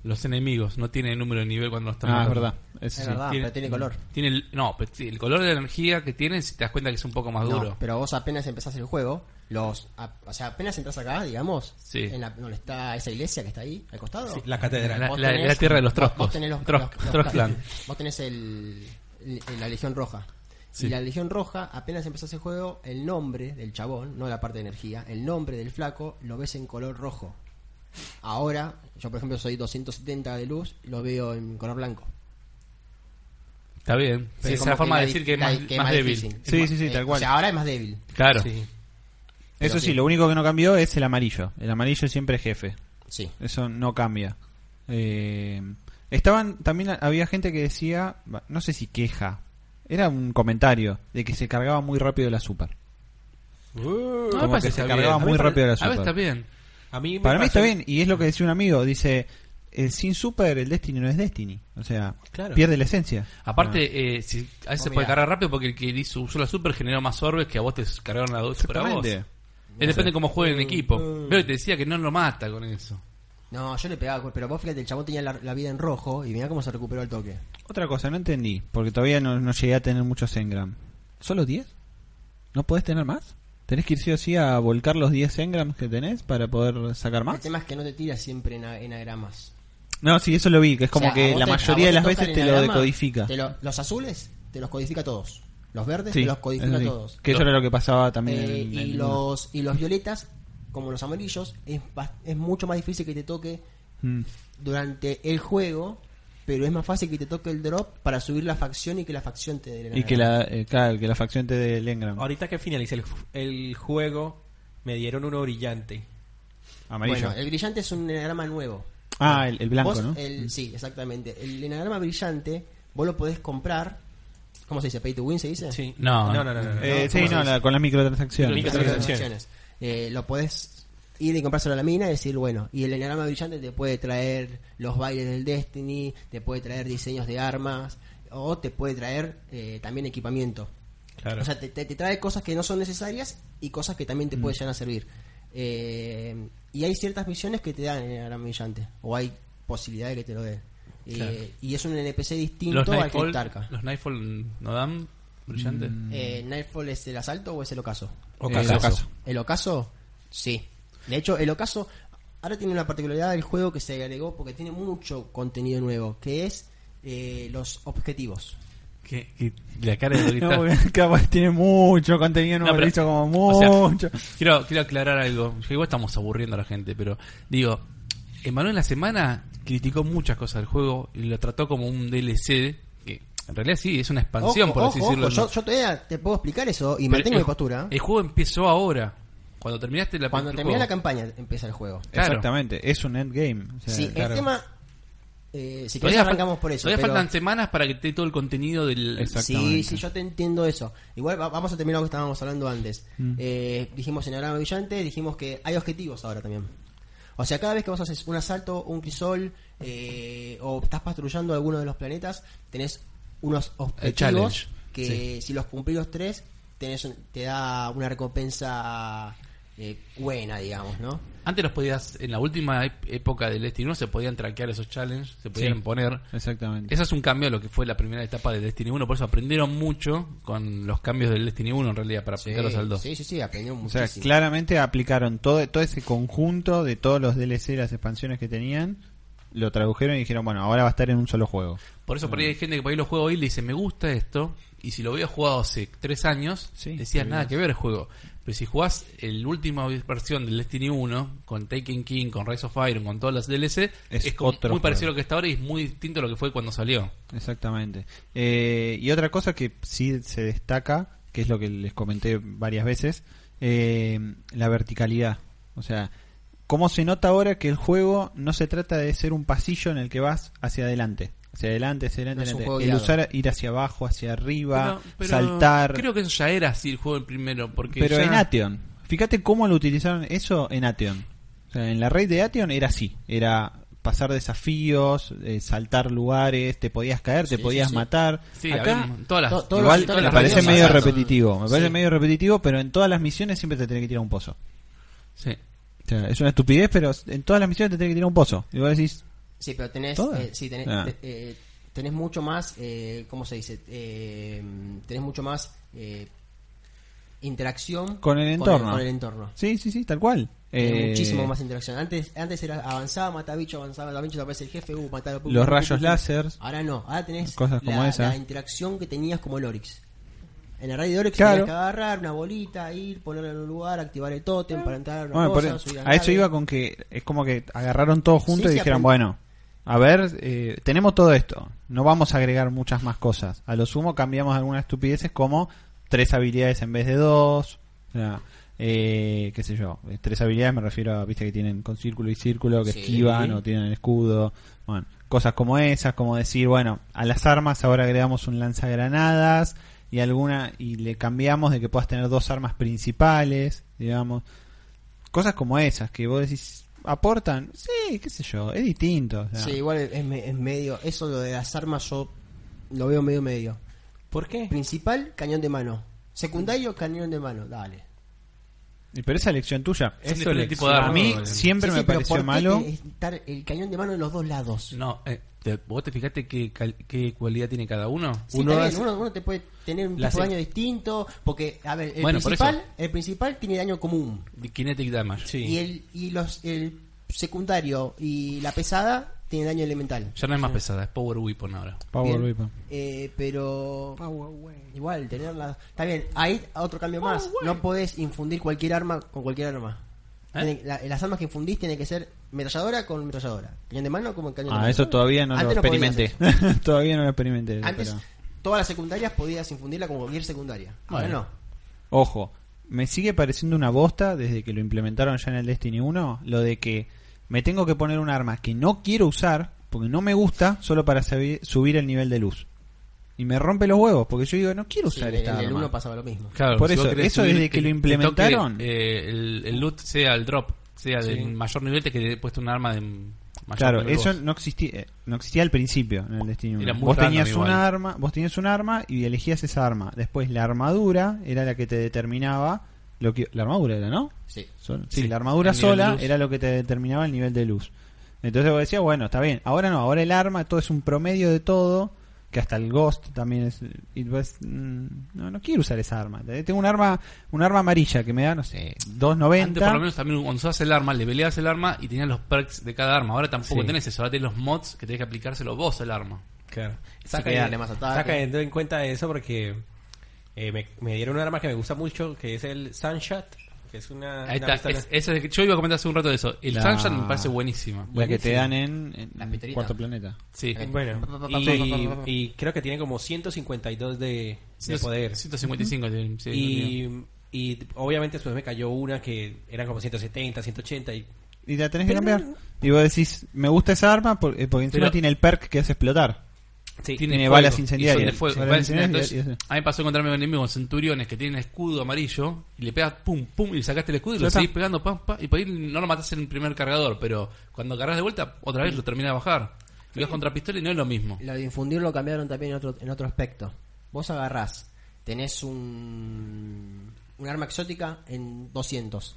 S6: Los enemigos no tienen número de nivel cuando los están
S3: Ah, es
S6: matando.
S3: verdad. Eso
S1: Es
S3: sí.
S1: verdad,
S6: tiene-
S1: Ah, pero tiene color.
S6: Tiene el, no, pero sí, el color de la energía que tienen, si te das cuenta que es un poco más
S1: No,
S6: duro.
S1: pero vos apenas empezás el juego, los a- o sea, apenas entras acá, digamos,
S6: Sí.
S1: en la, donde está esa iglesia que está ahí, al costado.
S4: Sí, la catedral.
S6: La-
S1: Vos
S6: la- la tierra de los
S1: vos-
S6: Troscos.
S1: Vos tenés, los,
S6: Tros-
S1: los- los-
S6: Trosclan.
S1: vos tenés el, el- la Legión Roja.
S6: Sí.
S1: Y la Legión Roja, apenas empezás el juego, el nombre del chabón, no la parte de energía, el nombre del flaco lo ves en color rojo. Ahora, yo por ejemplo soy 270 de luz, lo veo en color blanco.
S6: Está bien. Sí, esa
S1: Sí,
S6: es
S1: como
S6: la
S1: que
S6: forma de
S1: la-
S6: decir que es
S1: la-
S6: más,
S1: que es
S6: más
S1: más
S6: débil.
S1: difícil.
S3: Sí, sí, sí,
S1: Eh,
S3: tal
S1: O
S3: cual.
S1: sea, ahora es más débil.
S6: Claro.
S4: Sí.
S3: Eso
S1: pero
S3: sí,
S1: sí.
S3: lo único que no cambió es el amarillo. El amarillo siempre es jefe.
S1: Sí.
S3: Eso no cambia. Eh, estaban, también había gente que decía, bah, no sé si queja, Era un comentario de que se cargaba muy rápido la Super.
S4: Uh,
S6: No,
S3: Como
S6: me parece
S3: que se
S6: está
S3: cargaba
S6: bien.
S3: muy
S6: A mí-
S3: rápido la
S6: A ver,
S3: Super.
S6: está bien.
S4: A mí me
S3: Para mí
S4: pasó-
S3: está bien, y es lo que decía un amigo, dice, eh, sin Super el Destiny no es Destiny, o sea,
S4: Claro.
S3: pierde la esencia. Ah.
S6: Aparte, eh, si, a veces se puede
S4: Mirá.
S6: cargar rápido porque el que hizo, usó la super generó más orbes que a vos te cargaron la super a vos.
S3: Exactamente. Mm.
S6: Eh, depende de cómo juegue el equipo. Veo que te decía que no lo mata con eso.
S1: No, yo le pegaba, pero vos fíjate, el chabón tenía la, la vida en rojo y mirá cómo se recuperó al toque.
S3: Otra cosa, no entendí, porque todavía no, no llegué a tener muchos engram. ¿Solo 10? ¿No podés tener más? ¿Tenés que ir sí o sí a volcar los 10 engrams que tenés para poder sacar
S1: El
S3: más?
S1: tema es que no te tiras siempre en, a- en agramas.
S3: No, sí, eso lo vi, que es como
S1: O sea, a
S3: que
S1: vos
S3: la
S1: te- a vos
S3: mayoría de las
S1: tocan
S3: veces
S1: en
S3: te lo
S1: anagrama,
S3: decodifica.
S1: te lo- los azules te los codifica todos. Los verdes
S3: Sí,
S1: te los codifica
S3: eso sí.
S1: todos.
S3: Que eso era lo que pasaba también
S1: Eh,
S3: en-
S1: y
S3: en-
S1: los y los violetas, como los amarillos, es, bas- es mucho más difícil que te toque
S3: Mm.
S1: durante el juego, pero es más fácil que te toque el drop para subir la facción y que la facción te dé
S3: Y que la, eh, claro, que la facción te dé el engram.
S4: Ahorita que finalicé el, el juego, me dieron uno brillante.
S3: Amarillo.
S1: Bueno, el brillante es un enagrama nuevo.
S3: ah, el, el blanco,
S1: Vos,
S3: ¿no?
S1: el- sí, exactamente. El enagrama brillante, vos lo podés comprar. ¿Cómo se dice? ¿Pay to win se dice?
S4: Sí.
S6: No.
S4: no, no. no, no, no.
S3: Eh,
S4: No,
S3: sí,
S4: ¿cómo se
S3: no,
S4: dice?
S3: la- con las microtransacciones.
S4: Microtransacciones.
S1: Microtransacciones. Eh, lo podés ir y comprárselo a la mina y decir, bueno, y el enarama brillante te puede traer los bailes del Destiny, te puede traer diseños de armas, o te puede traer eh, también equipamiento.
S4: Claro.
S1: O sea, te, te- te trae cosas que no son necesarias y cosas que también te pueden llegar a servir. Eh, y hay ciertas misiones que te dan el enarama brillante, o hay posibilidad de que te lo den. Eh, y es un NPC
S6: Los
S1: distinto al que
S6: Nightfall,
S1: Tarka.
S6: los Nightfall no dan brillante.
S3: Mm.
S1: Eh, ¿Nightfall es el asalto o es el ocaso?
S3: Ocaso. Ocaso.
S1: ¿El ocaso? Sí. De hecho, el ocaso ahora tiene una particularidad del juego que se agregó porque tiene mucho contenido nuevo, que es eh, los objetivos.
S6: Que- que la cara de
S3: No,
S6: Dorita-
S3: porque acá, pues, tiene mucho contenido, no,
S6: No, pero-
S3: dicho como
S6: o sea,
S3: mucho.
S6: quiero, quiero aclarar algo. Yo igual estamos aburriendo a la gente, pero digo, Emanuel en la semana criticó muchas cosas del juego y lo trató como un DLC, que en realidad sí, es una expansión,
S1: Ojo,
S6: por así
S1: ojo,
S6: decirlo.
S1: ojo, Yo, yo todavía te puedo explicar eso y
S6: Pero
S1: mantengo
S6: el-
S1: mi postura. ¿eh?
S6: El juego empezó ahora. Cuando terminaste la
S1: Cuando
S6: el
S1: termina la
S6: juego.
S1: campaña empieza el juego.
S6: claro.
S3: Exactamente, es un endgame. o sea,
S1: sí,
S3: claro.
S1: el tema... eh, si querés
S6: Todavía,
S1: arrancamos
S6: fal-
S1: por eso.
S6: todavía
S1: pero-
S6: faltan semanas para que esté todo el contenido del.
S1: Sí, sí, yo te entiendo eso. Igual va- vamos a terminar lo que estábamos hablando antes.
S3: Mm.
S1: Eh, dijimos en Arama Brillante, dijimos que hay objetivos ahora también. O sea, cada vez que vos haces un asalto, un crisol, eh, o estás patrullando alguno de los planetas, tenés unos objetivos
S6: challenge,
S1: que si los cumplís los tres, tenés un- te da una recompensa eh, buena, digamos, ¿no?
S6: Antes los podías, en la última ep- época del Destiny 1 se podían traquear esos challenges, se podían poner.
S3: Exactamente.
S6: Eso es un cambio a lo que fue la primera etapa del Destiny 1, por eso aprendieron mucho con los cambios del Destiny 1 en realidad para aplicarlos al 2.
S1: Eh, sí, sí, sí, aprendió
S3: O sea,
S1: muchísimo.
S3: claramente aplicaron todo, todo ese conjunto de todos los DLC, las expansiones que tenían, lo tradujeron y dijeron, bueno, ahora va a estar en un solo juego.
S6: Por eso por
S3: Mm.
S6: ahí hay gente que por ahí lo juega hoy y le dice, me gusta esto, y si lo había jugado hace tres años,
S3: Sí,
S6: decías nada que ver el juego. Pero si jugás el última versión del Destiny 1, con Taken King, con Rise of Iron, con todas las DLC,
S3: Es
S6: es, como
S3: otro
S6: muy parecido a
S3: juego.
S6: lo que está ahora y es muy distinto a lo que fue cuando salió.
S3: Exactamente. Eh, y otra cosa que sí se destaca, que es lo que les comenté varias veces, eh, la verticalidad. O sea, cómo se nota ahora que el juego no se trata de ser un pasillo en el que vas hacia adelante. Hacia adelante, hacia adelante.
S1: No es un
S3: hacia
S1: juego
S3: adelante. El
S1: guiado.
S3: usar ir hacia abajo, hacia arriba,
S6: Pero- pero
S3: saltar.
S6: Creo que eso ya era así el juego el primero, porque
S3: pero
S6: ya-
S3: en Ateon, fíjate cómo lo utilizaron eso en Ateon. O sea, en la red de Ateon era así, era pasar desafíos, eh, saltar lugares, te podías caer, te
S1: Sí,
S3: podías
S1: sí, sí.
S3: matar.
S6: Sí,
S3: Acá
S6: había todas las...
S1: to- todos
S3: igual
S1: los- todas
S3: me
S1: las
S3: parece
S1: misiones
S3: medio
S1: pasan-
S3: repetitivo, me parece
S1: Sí.
S3: medio repetitivo, pero en todas las misiones siempre te tenés que tirar un pozo.
S6: Sí.
S3: O sea, es una estupidez, pero en todas las misiones te tenés que tirar un pozo. Y vos decís,
S1: Sí, pero tenés,
S3: ¿Todas?
S1: eh, sí, tenés,
S3: Ah.
S1: eh, eh, tenés mucho más, eh, ¿cómo se dice? Eh, tenés mucho más eh, interacción
S3: Con el entorno.
S1: Con el, entorno.
S3: sí, sí, sí, tal cual.
S1: Tenés
S3: Eh,
S1: muchísimo más interacción. Antes, antes era avanzaba, mata bicho, avanzaba, mata bicho, te aparece el jefe, uh, matalo. pum,
S3: Los
S1: pum, pum,
S3: rayos
S1: pum, pum.
S3: láser.
S1: Ahora no, ahora tenés
S3: Cosas como
S1: la,
S3: esa.
S1: la interacción que tenías como el Oryx. En la radio de Oryx
S3: Claro.
S1: tenías que agarrar una bolita, ir, ponerla en un lugar, activar el tótem para entrar a una
S3: Bueno, por-
S1: cosa, subir la
S3: a eso
S1: nave.
S3: iba con que es como que agarraron todo junto
S1: Sí,
S3: y
S1: sí,
S3: dijeron,
S1: aprend-
S3: bueno, a ver, eh, tenemos todo esto, no vamos a agregar muchas más cosas. A lo sumo cambiamos algunas estupideces como tres habilidades en vez de dos. O sea, eh, qué sé yo, eh, tres habilidades me refiero a, viste, que tienen con círculo y círculo, que
S11: Sí.
S3: esquivan o tienen el escudo, bueno, cosas como esas, como decir, bueno, a las armas ahora agregamos un lanzagranadas y alguna, y le cambiamos de que puedas tener dos armas principales, digamos, cosas como esas, que vos decís, aportan, sí, qué sé yo, es distinto. o sea.
S1: Sí, igual es, me- es medio. Eso lo de las armas yo lo veo medio medio.
S4: ¿Por qué?
S1: Principal, cañón de mano. Secundario, cañón de mano. Dale.
S3: Y Pero esa elección tuya.
S6: Es
S4: Esto
S6: diferente
S4: le-
S6: tipo de arma.
S3: A mí
S6: boludo.
S3: siempre
S1: Sí,
S3: me
S1: sí, pero ¿por
S3: pareció
S1: qué
S3: malo.
S1: te- estar el cañón de mano en los dos lados.
S6: No, eh, te- vos te fijaste qué, cal- qué cualidad tiene cada uno.
S1: Sí,
S4: Uno
S1: está bien,
S4: hace-
S1: uno, uno te puede tener un
S4: la
S1: tipo de
S4: hace-
S1: daño distinto. Porque, a ver, el,
S6: Bueno, por
S1: principal,
S6: eso.
S1: el principal tiene daño común.
S6: Kinetic Damage.
S4: Sí.
S1: Y, el, y los, el secundario y la pesada tiene daño elemental.
S6: Ya no es más pesada, es Power Weapon ahora.
S3: Power
S1: Bien.
S3: Weapon.
S1: Eh, pero igual tenerla está bien ahí otro cambio más no podés infundir cualquier arma con cualquier arma
S6: ¿Eh?
S1: Tiene- la- las armas que infundís tienen que ser metralladora con metralladora cañón de mano como cañón de
S3: Ah,
S1: mano.
S3: eso todavía no lo
S1: Antes podías
S3: experimenté.
S1: hacer eso.
S3: todavía no lo experimenté.
S1: antes
S3: pero-
S1: todas las secundarias podías infundirla como cualquier secundaria ahora
S6: Bueno.
S1: no
S3: Ojo, me sigue pareciendo una bosta desde que lo implementaron ya en el Destiny 1. Lo de que me tengo que poner un arma que no quiero usar porque no me gusta solo para sabi- subir el nivel de luz. Y me rompe los huevos porque yo digo, no quiero
S1: Sí,
S3: usar
S1: en
S3: esta
S1: el
S3: arma.
S1: 1 pasaba lo mismo
S6: Claro,
S3: Por
S6: si vos
S3: eso,
S6: querés
S3: eso
S6: subir
S3: desde que lo
S6: te
S3: implementaron.
S6: toque, eh, el, el loot sea el drop, sea
S4: Sí.
S6: del mayor nivel, te que he puesto un arma de mayor
S3: Claro,
S6: nivel
S3: eso
S6: vos.
S3: no existía, eh, no existía al principio en el Destiny
S6: Era
S3: 1.
S6: muy
S3: Vos tenías
S6: random
S3: un
S6: igual.
S3: arma, vos tenías un arma y elegías esa arma. Después la armadura era la que te determinaba lo que la armadura era, ¿no?
S1: sí
S3: Sol- sí,
S6: Sí,
S3: la armadura
S6: el nivel de
S3: sola
S6: luz.
S3: era lo que te determinaba el nivel de luz. Entonces vos decías, bueno, está bien. Ahora no, ahora el arma, todo es un promedio de todo, que hasta el Ghost también es y vos, mm, no no quiero usar esa arma. Tengo un arma, un arma amarilla que me da, no sé, 290.
S6: Antes, por lo menos, también cuando usabas el arma, le peleabas el arma y tenías los perks de cada arma. Ahora tampoco
S4: Sí.
S6: tenés eso, ahora tenés los mods que tenés que aplicárselo vos al arma.
S4: Claro.
S1: que
S4: Saca,
S1: darle más ataque.
S4: saca en cuenta eso porque eh, me, me dieron un arma que me gusta mucho, que es el Sunshot, que es una...
S6: Ahí está,
S4: una pistola-
S6: es- esa es- yo iba a comentar hace un rato de eso. El
S3: Ah, La-
S6: Sunshine me parece buenísima.
S3: La que te dan en, en
S1: La piterita.
S3: cuarto planeta.
S6: Sí.
S4: Bueno, y, y creo que tiene como 152 de, de poder.
S6: 155. tiene, sí,
S4: y, y obviamente después me cayó una que eran como 170, 150 y...
S3: Y la tenés que cambiar. Y vos decís, me gusta esa arma por- eh, porque, encima
S6: Pero-
S3: tiene el perk que hace explotar.
S4: Sí,
S3: tiene
S6: fuego,
S3: balas
S6: y son
S3: incendiarias.
S6: de fuego,
S3: Balas
S6: balas incendiarias,
S3: incendiarias,
S6: entonces, a mí me pasó encontrarme con enemigos centuriones que tienen escudo amarillo y le pegas pum, pum, y le sacaste el escudo y
S3: Ya
S6: lo
S3: está.
S6: seguís pegando, pam, pam, y por ahí no lo matás en el primer cargador, pero cuando cargas de vuelta, otra vez lo terminás de bajar. Y vas contra pistola y no es lo mismo.
S1: Lo de infundir lo cambiaron también en otro, en otro aspecto. Vos agarrás, tenés un, un arma exótica en 200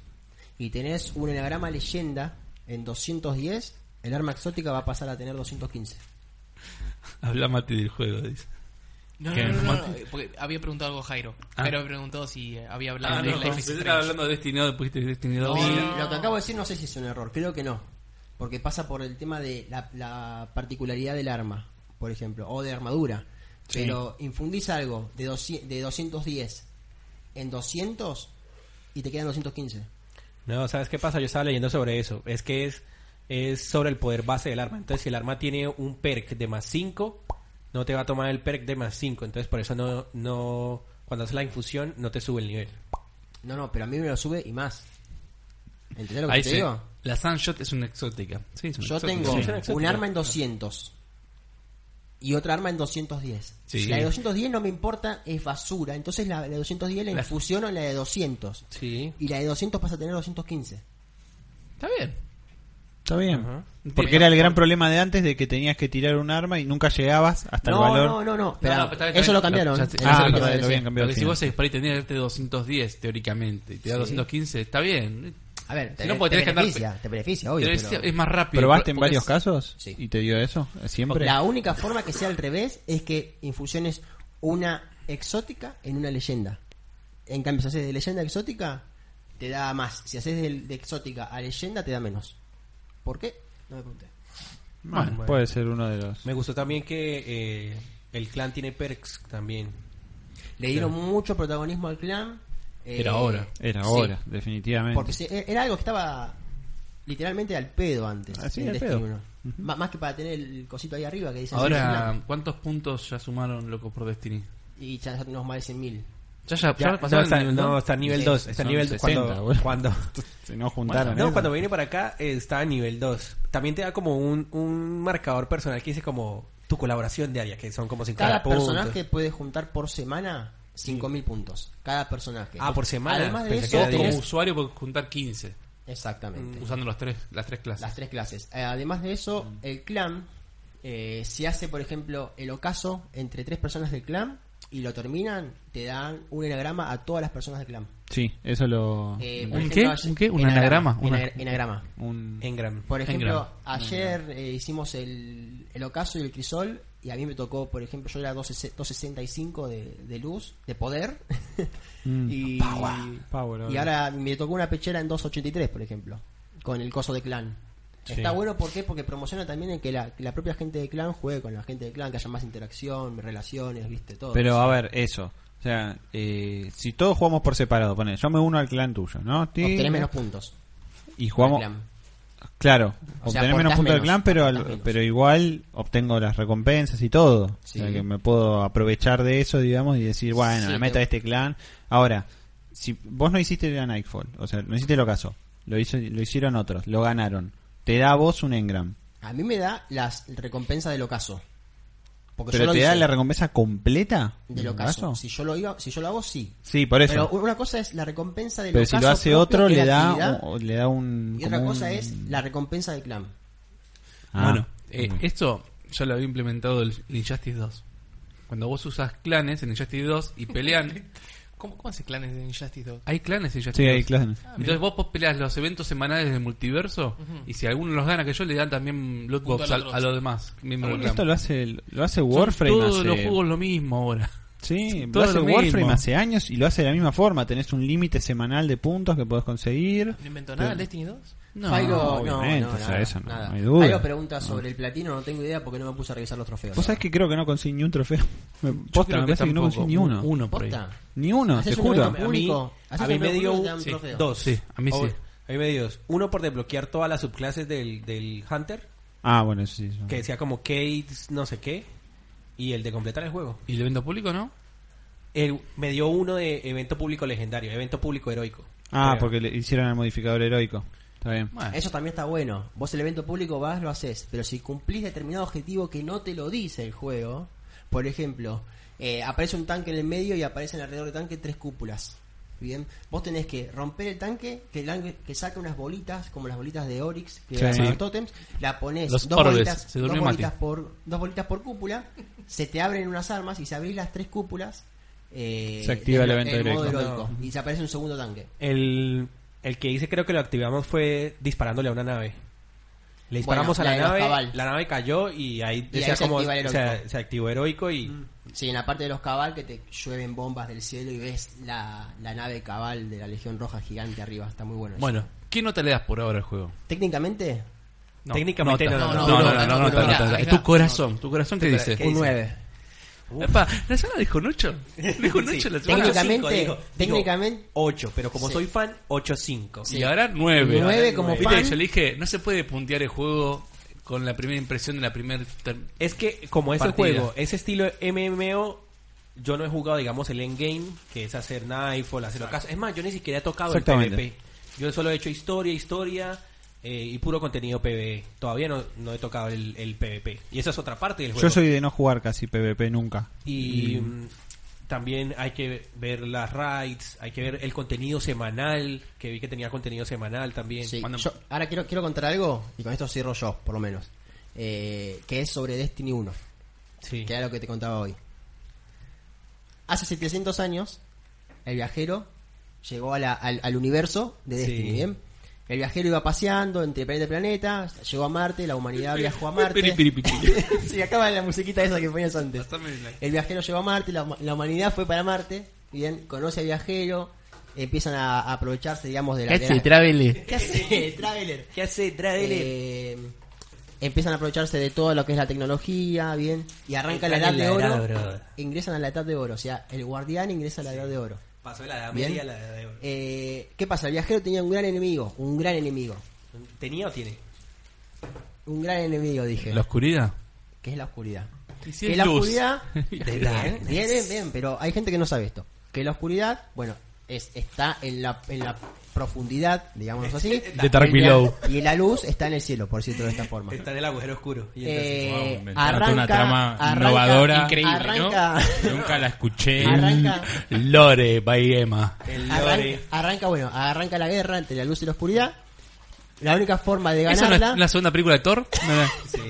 S1: y tenés un enagrama leyenda en 210, el arma exótica va a pasar a tener 215.
S6: Habla Mati del juego, dice.
S2: No,
S6: ¿Qué?
S2: no, no, no, no, porque había preguntado algo Jairo.
S6: Ah.
S2: Jairo preguntó si eh, había hablado
S6: Ah,
S2: de
S6: no,
S2: Life is Strange.
S6: hablando de Destiny 2, después de Destiny 2.
S1: Sí,
S2: no, no.
S1: Lo que acabo de decir no sé si es un error, creo que no. Porque pasa por el tema de la, la particularidad del arma, por ejemplo, o de armadura. Pero infundís algo de, 200 de 210 en 200 y te quedan 215.
S4: No, ¿sabes qué pasa? Yo estaba leyendo sobre eso. Es que es, es sobre el poder base del arma. Entonces, si el arma tiene un perk de más 5, no te va a tomar el perk de más 5. Entonces, por eso no, no cuando haces la infusión, no te sube el nivel.
S1: No, no, pero a mí me lo sube y más. ¿Entendés lo que
S6: Ahí
S1: te
S6: se,
S1: digo?
S6: la Sunshot es una exótica. Sí, es una
S1: Yo
S6: exótica.
S1: tengo
S6: Sí.
S1: un arma en 200 y otra arma en 210.
S6: Sí.
S1: La de 210 no me importa, es basura. Entonces la, la de 210 la
S6: La-
S1: infusiono en la de 200.
S4: Sí.
S1: Y la de 200 pasa a tener 215.
S6: Está bien.
S3: Está bien. Porque
S6: Sí,
S3: era el
S6: no,
S3: gran problema de antes de que tenías que tirar un arma y nunca llegabas hasta
S1: no,
S3: el valor.
S1: no, no, no,
S6: No,
S1: espera,
S6: no, pero está bien,
S1: Eso lo
S6: está bien.
S1: cambiaron.
S6: Ya sé,
S1: Eso
S6: ya sé
S3: Ah,
S6: lo
S1: lo
S6: que
S3: verdad,
S1: cambiaron,
S3: lo
S1: sí.
S3: habían cambiado.
S6: Porque
S3: sí.
S6: si vos para y tenés este 210 teóricamente y te da 215, está bien.
S1: A ver,
S6: Si
S1: te,
S6: no, porque
S1: te
S6: tenés que andar-
S1: beneficia, te beneficia, obvio.
S6: Pero es,
S1: pero-
S6: es más rápido.
S3: ¿Probaste en
S6: Porque
S3: varios
S6: es-
S3: casos?
S1: Sí.
S3: ¿Y te dio eso? ¿Siempre?
S1: La única forma que sea al revés es que infusiones una exótica en una leyenda. En cambio, si haces de leyenda a exótica, te da más. Si haces de, de exótica a leyenda, te da menos. ¿Por qué? No me pregunté.
S3: Bueno, puede ser uno de los.
S4: Me gustó también que eh, el clan tiene perks también.
S1: Le dieron mucho protagonismo al clan. eh,
S6: Era ahora.
S3: Era
S1: sí,
S3: ahora, definitivamente.
S1: Porque se- e, era algo que estaba literalmente al pedo antes.
S3: Ah, sí,
S1: en
S3: al
S1: Destiny
S3: pedo.
S1: uno. Má- Más que para tener el cosito ahí arriba que dice
S6: Ahora, ¿cuántos puntos ya sumaron locos por Destiny?
S1: Y ya, ya tenemos más de 100.000.
S6: Ya, ya,
S4: Ya,
S6: ya pasaba
S4: no, está,
S6: el nivel,
S4: no,
S6: ¿no?
S4: está a nivel
S6: Sí,
S4: 2. Está a
S5: son
S4: nivel
S5: 60,
S4: 60,
S5: boludo.
S4: cuando, cuando,
S3: Si no juntaron.
S4: no,
S3: eso.
S4: cuando viene para acá eh, está a nivel 2. También te da como un, un marcador personal que dice como tu colaboración diaria, que son como 50
S1: Cada
S4: puntos.
S1: personaje puede juntar por semana 5.000 puntos. Cada personaje.
S4: Ah, por semana.
S1: Además de
S4: Pensé que
S1: eso,
S4: era Mm.
S6: Vos como
S1: tenés-
S6: usuario puedes juntar 15
S1: Exactamente.
S6: usando los tres, las tres clases.
S1: Las tres clases. Eh, además de eso, el clan, eh, si hace, por ejemplo, el ocaso entre tres personas del clan y lo terminan, te dan un enagrama a todas las personas del clan.
S3: Sí, eso lo.
S1: Eh,
S3: lo-
S1: por
S6: ¿Un
S1: ejemplo,
S6: qué?
S1: ayer-
S6: ¿Un qué? ¿Un anagrama? Una-
S1: enagra- Enagrama.
S3: un-
S4: Engram.
S1: Por ejemplo,
S6: Engram.
S1: ayer eh, hicimos el, el ocaso y el crisol y a mí me tocó, por ejemplo, yo era 12 265 de, de luz, de poder. y,
S3: Mm. Power,
S1: y
S3: ahora.
S1: ahora me tocó una pechera en 283, por ejemplo, con el coso de clan. Está bueno ¿por qué? porque promociona también el que la, que la propia gente de clan juegue con la gente de clan, que haya más interacción, relaciones, viste, todo.
S3: Pero a ver, eso. O sea, eh, si todos jugamos por separado, poner, yo me uno al clan tuyo, ¿no? Ti-
S1: Obtenés menos puntos.
S3: Y
S1: al
S3: jugamos.
S1: clan.
S3: Claro,
S1: O sea,
S3: obtener menos
S1: aportás
S3: puntos del
S1: menos,
S3: clan, pero, al-
S1: aportás menos.
S3: pero igual obtengo las recompensas y todo.
S1: Sí.
S3: O sea, que me puedo aprovechar de eso, digamos, y decir, bueno,
S1: Sí,
S3: me
S1: te-
S3: meto a este clan. Ahora, si vos no hiciste la Nightfall, o sea, no hiciste lo caso, lo, hizo, lo hicieron otros, lo ganaron. Te da a vos un engram,
S1: A mí me da las recompensas del ocaso. Porque yo
S3: pero
S1: lo
S3: te da
S1: hice
S3: la recompensa completa
S1: del ocaso. Si yo lo iba, si yo lo hago, sí.
S3: Sí, por eso.
S1: Pero una cosa es la recompensa del
S3: Pero si lo
S1: ocaso
S3: hace
S1: propio,
S3: otro,
S1: que
S3: le
S1: es la
S3: da,
S1: actividad,
S3: o- le da un.
S1: Y otra
S3: como
S1: cosa
S3: un-
S1: es la recompensa del clan.
S3: Ah.
S6: Bueno, eh, esto ya lo había implementado el, el Injustice 2. Cuando vos usas clanes en Injustice 2 y pelean,
S2: ¿Cómo, cómo haces clanes en Injustice 2?
S6: hay clanes en Injustice
S3: Sí,
S6: 2.
S3: hay clases.
S6: Entonces vos, vos peleas los eventos semanales del multiverso y si alguno los gana que yo, le dan también loot
S2: Junto
S6: box
S2: a
S6: a,
S2: los
S6: a
S2: otros.
S6: los demás. miembros del
S3: Esto
S6: clan.
S3: lo hace, lo hace
S6: Son
S3: Warframe.
S6: Todos
S3: hace-
S6: los juegos lo mismo ahora.
S3: Sí, lo
S6: todo
S3: hace
S6: lo
S3: Warframe
S6: mismo.
S3: hace años y lo hace de la misma forma. Tenés un límite semanal de puntos que podés conseguir.
S2: ¿No inventó nada el Destiny 2?
S6: No,
S1: Faigo-
S3: obviamente, o sea, eso no- no hay duda.
S1: Faigo pregunta sobre el platino, no tengo idea porque no me puse a revisar los trofeos.
S3: Vos sabés que creo que no conseguí ni un trofeo. Me,
S6: Yo
S3: posta,
S6: creo
S3: me parece que
S6: tampoco.
S3: no conseguí ni uno.
S6: Uno por ahí.
S1: ¿Posta?
S3: Ni uno, te
S1: Haces un
S3: juro.
S1: evento público, haces
S4: a mí
S1: un
S4: me
S1: evento
S4: dio
S1: público y te dan
S4: un-
S1: un trofeo.
S4: Dos.
S6: Sí, a mí sí.
S4: Obvio. A mí me dio dos. Uno por desbloquear todas las subclases del, del Hunter,
S3: Ah, bueno, eso sí. eso.
S4: que decía como Kate, no sé qué, y el de completar el juego.
S6: ¿Y el evento público no?
S4: El- me dio uno de evento público legendario, evento público heroico.
S3: Ah,
S4: Creo.
S3: porque le hicieron el modificador heroico. Está bien.
S6: Bueno,
S1: Eso también está bueno. Vos el evento público vas, lo haces, pero si cumplís determinado objetivo que no te lo dice el juego, por ejemplo, eh, aparece un tanque en el medio y aparecen alrededor del tanque tres cúpulas. Bien, vos tenés que romper el tanque, que el tanque que saca unas bolitas, como las bolitas de Oryx, que
S3: Sí.
S1: hacen
S3: Sí.
S1: los tótems, la pones
S6: Los
S1: dos
S6: orbes,
S1: bolitas,
S6: se
S1: dos
S6: durmió
S1: bolitas
S6: Mati.
S1: por dos bolitas por cúpula, se te abren unas armas y si abrís las tres cúpulas eh,
S3: Se activa el
S1: desblo-
S3: evento
S1: modo
S3: heroico.
S1: heroico, y se aparece un segundo tanque.
S4: El, el que hice creo que lo activamos fue disparándole a una nave. Le disparamos
S1: Bueno,
S4: a
S1: la
S4: la,
S1: de los
S4: nave,
S1: cabal.
S4: la nave cayó y ahí decía
S1: ahí se
S4: como
S1: activa el
S4: o sea,
S1: heroico.
S4: se activó heroico y
S1: Sí, en la parte de los cabal que te llueven bombas del cielo y ves la, la nave cabal de la Legión Roja gigante arriba. Está muy bueno. eso.
S6: bueno, ¿qué nota le das por ahora al juego?
S1: técnicamente,
S6: No,
S4: Técnicamente
S6: nota.
S4: no,
S6: no, no,
S4: no,
S2: no,
S6: no, no,
S2: no,
S6: nota,
S2: no,
S6: nota,
S2: no,
S6: nota. Es
S2: no,
S6: tu
S2: no.
S6: corazón, tu corazón te dice.
S1: un 9.
S6: Epa, la semana dijo un 8. Dijo un 8 la semana.
S1: Técnicamente, técnicamente-
S4: 8, pero como
S1: Sí.
S4: soy fan, 8-5.
S6: Y ahora 9.
S1: Nueve como
S6: Viste,
S1: fan.
S6: yo le dije, no se puede puntear el juego con la primera impresión de la primera...
S4: Es que como ese
S6: Partida.
S4: juego, ese estilo MMO, yo no he jugado, digamos, el endgame, que es hacer Nightfall, hacer ocaso. Es más, yo ni siquiera he tocado el
S3: Exactamente.
S4: PvP. Yo solo he hecho historia, historia eh, y puro contenido PvE. Todavía no, no he tocado el, el PvP. Y esa es otra parte del juego.
S3: Yo soy de no jugar casi PvP nunca.
S4: Y mm, también hay que ver las raids, hay que ver el contenido semanal, que vi que tenía contenido semanal también.
S1: Sí,
S6: Cuando-
S1: yo- ahora quiero, quiero contar algo y con esto cierro yo, por lo menos. eh, que es sobre Destiny 1,
S4: Sí.
S1: que era lo que te contaba hoy. Hace 700 años, el viajero llegó a la- al, al universo de Destiny.
S4: Sí.
S1: ¿bien? El viajero iba paseando entre planeta y planeta, llegó a Marte, la humanidad viajó a Marte. Sí, acaba la musiquita esa que ponías antes. El viajero llegó a Marte, la, huma- la humanidad fue para Marte, bien, conoce al viajero, empiezan a, a aprovecharse, digamos, de la... de la- ¿Qué hace, Traveler?
S4: ¿Qué hace
S1: Eh, empiezan a aprovecharse de todo lo que es la tecnología, bien, y arranca la edad
S4: Están
S1: de
S4: en la
S1: oro,
S4: edad, brother.
S1: ingresan a la edad de oro, o sea, el guardián ingresa a la edad de oro.
S4: Pasó de la edad
S1: Bien.
S4: media a la edad de oro.
S1: Eh, ¿Qué pasa? El viajero tenía un gran enemigo, un gran enemigo,
S4: ¿Tenía o tiene?
S1: un gran enemigo, dije,
S6: ¿La oscuridad?
S1: que es la oscuridad.
S6: Y si
S1: que
S6: es
S1: la
S6: luz.
S1: oscuridad
S4: De la-
S1: Bien, bien, bien, pero hay gente que no sabe esto. que la oscuridad, bueno, es, está en la, en la profundidad, digamos así.
S6: The dark
S1: Y la-
S6: below.
S1: Y la luz está en el cielo, por cierto, de esta forma.
S4: Está en el agujero oscuro. Y entonces-
S1: Eh,
S5: Wow, me
S1: arranca,
S5: encanta una trama
S1: arranca-
S5: innovadora.
S2: Increíble, ¿no?
S1: arranca,
S5: Nunca la escuché.
S1: Arranca,
S6: Lore by Emma.
S4: el
S1: arranca,
S4: lore.
S1: arranca, bueno, arranca la guerra entre la luz y la oscuridad. La única forma de
S6: ¿Esa no es
S1: ganarla,
S6: la segunda película de Thor?
S4: Sí.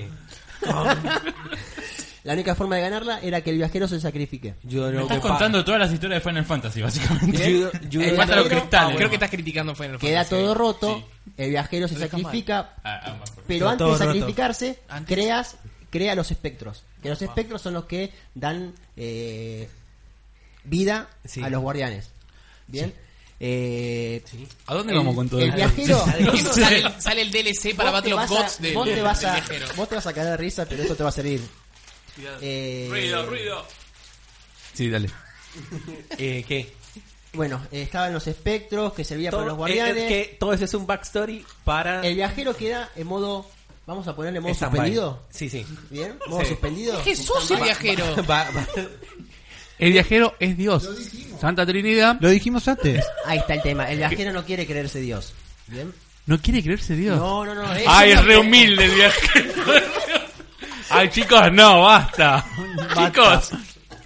S1: la única forma de ganarla era que el viajero se sacrifique.
S4: Yo
S5: Me
S4: no
S5: estás contando todas las historias de Final Fantasy, básicamente.
S4: Judo-
S2: Eh,
S4: judo-
S5: Falta los
S2: creo-
S6: Ah,
S1: Ah,
S5: cristales.
S2: Creo que estás criticando Final
S1: Queda
S2: Fantasy.
S1: todo roto, el viajero se sacrifica,
S5: Ah, ah, más por-
S1: pero
S4: Todo
S1: antes de
S4: roto.
S1: sacrificarse,
S2: Antes.
S1: creas, crea los espectros. Que los espectros son los que dan eh, vida
S4: Sí.
S1: a los guardianes. ¿Bien? Eh,
S6: ¿A dónde vamos con todo
S1: el
S6: esto?
S1: viajero,
S2: Incluso sale, el- sale el DLC para
S1: vos te
S2: Battle of
S1: vas a-
S2: Gods de,
S1: vos te
S2: del
S1: vas a,
S2: viajero.
S1: vos te vas a caer de risa, pero esto te va a servir. Eh,
S6: Sí, dale.
S4: Eh, ¿Qué?
S1: Bueno, eh, estaban los espectros que servía para
S4: Todo-
S1: los guardianes.
S4: eh, es que todo eso es un backstory para...
S1: El viajero queda en modo, vamos a ponerle modo
S4: Stand-by.
S1: suspendido.
S4: Sí, sí.
S1: ¿Bien? ¿Modo
S4: Sí.
S1: suspendido?
S2: Jesús el viajero.
S4: Va- va-
S6: El viajero es Dios. Santa Trinidad
S3: Lo dijimos antes.
S1: Ahí está el tema. El viajero no quiere creerse Dios. ¿Bien?
S6: no quiere creerse Dios.
S1: No, no, no. eh,
S6: Ay,
S1: no,
S6: es re humilde el viajero. Ay, chicos, no, basta. Chicos,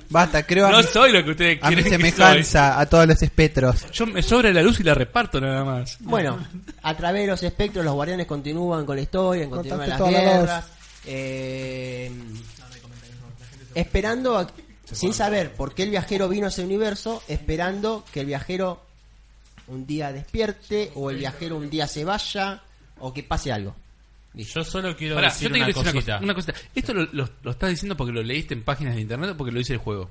S3: Basta, creo a,
S6: no
S3: mi,
S6: soy lo que ustedes
S3: a mi
S6: quieren que soy.
S3: semejanza a todos los espectros.
S6: Yo me sobra la luz y la reparto nada más.
S1: Bueno, a través de los espectros, los guardianes continúan con la historia,
S3: Cortaste
S1: continúan las
S3: toda la
S1: guerras. eh, esperando, a- sin saber por qué el viajero vino a ese universo, esperando que el viajero un día despierte o el viajero un día se vaya o que pase algo.
S5: Yo solo quiero
S6: Pará,
S5: decir
S6: yo te quiero
S5: una
S6: decir una
S5: cosita.
S6: cosita. Una cosita. ¿Esto lo, lo- lo estás diciendo porque lo leíste en páginas de internet o porque lo dice el juego?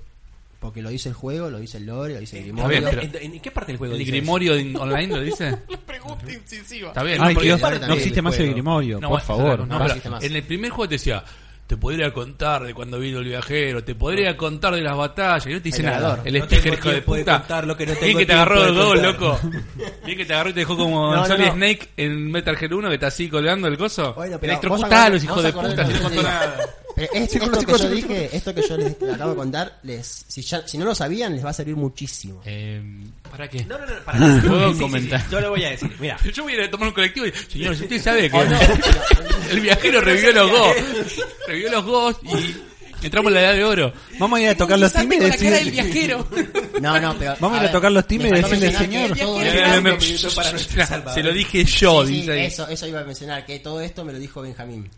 S1: Porque lo dice el juego, lo dice el lore, lo dice el
S6: Está bien,
S1: grimorio.
S6: pero-
S4: ¿En, en- en qué parte del juego?
S6: ¿El
S4: dice
S6: grimorio de- online lo dice?
S2: Pregunta incisiva.
S6: Está bien.
S3: Ay,
S6: Eh, porque-
S3: que Dios,
S1: ahora
S3: no
S1: también
S3: existe
S1: el
S3: más el
S1: juego.
S3: grimorio,
S6: No,
S3: por
S6: bueno,
S3: favor.
S6: no,
S1: no
S6: pero
S1: existe más.
S6: en el primer juego te decía, te podría contar de cuando vino el viajero, te podría contar de las batallas, y no te dice
S1: El
S6: nada.
S1: ganador.
S6: El
S4: No
S6: sticker,
S4: tengo
S6: hijo de
S4: tiempo de
S6: puta.
S4: contar lo que no
S6: Bien
S4: tengo
S6: que te
S4: tiempo
S6: agarró
S4: de
S6: el dos,
S4: contar.
S6: loco. Bien que te agarró y te dejó como
S1: No, no,
S6: Solid
S1: no.
S6: Snake en Metal Gear 1 que está así colgando el coso.
S1: Bueno, pero
S6: Electrocutalos,
S1: vos acordate-
S6: hijo
S1: vos
S6: de
S1: acordate
S6: puta,
S1: lo
S6: si no
S1: que
S6: contó
S1: yo te
S6: nada.
S1: Pero es- esto que yo dije, esto que yo les acabo de contar, les, si, ya- si no lo sabían, les va a servir muchísimo.
S5: Eh,
S6: ¿Para qué?
S4: No, no, no, para. Sí,
S5: ¿Puedo
S4: sí, sí,
S5: comentar?
S4: sí, yo lo voy a decir. Mira,
S6: Yo voy a ir a tomar un colectivo y, señor, si usted sabe que
S4: Oh,
S6: el viajero revivió los GOS, revivió los GOS y entramos en la edad de oro.
S3: Vamos a ir a tocar los
S2: Monetizate
S3: timbres y
S2: con la cara del
S3: decir...
S2: viajero.
S1: No, no, pero.
S3: Vamos a ir a tocar los timbres y
S1: me faltó
S3: decirle,
S1: mencionar que
S2: señor.
S1: todo
S2: Eh,
S1: esto-
S2: eh, me-
S4: minuto para nuestro Salvador.
S6: Se lo dije yo,
S1: Sí, sí,
S6: dice ahí.
S1: eso, eso iba a mencionar, que todo esto me lo dijo Benjamín.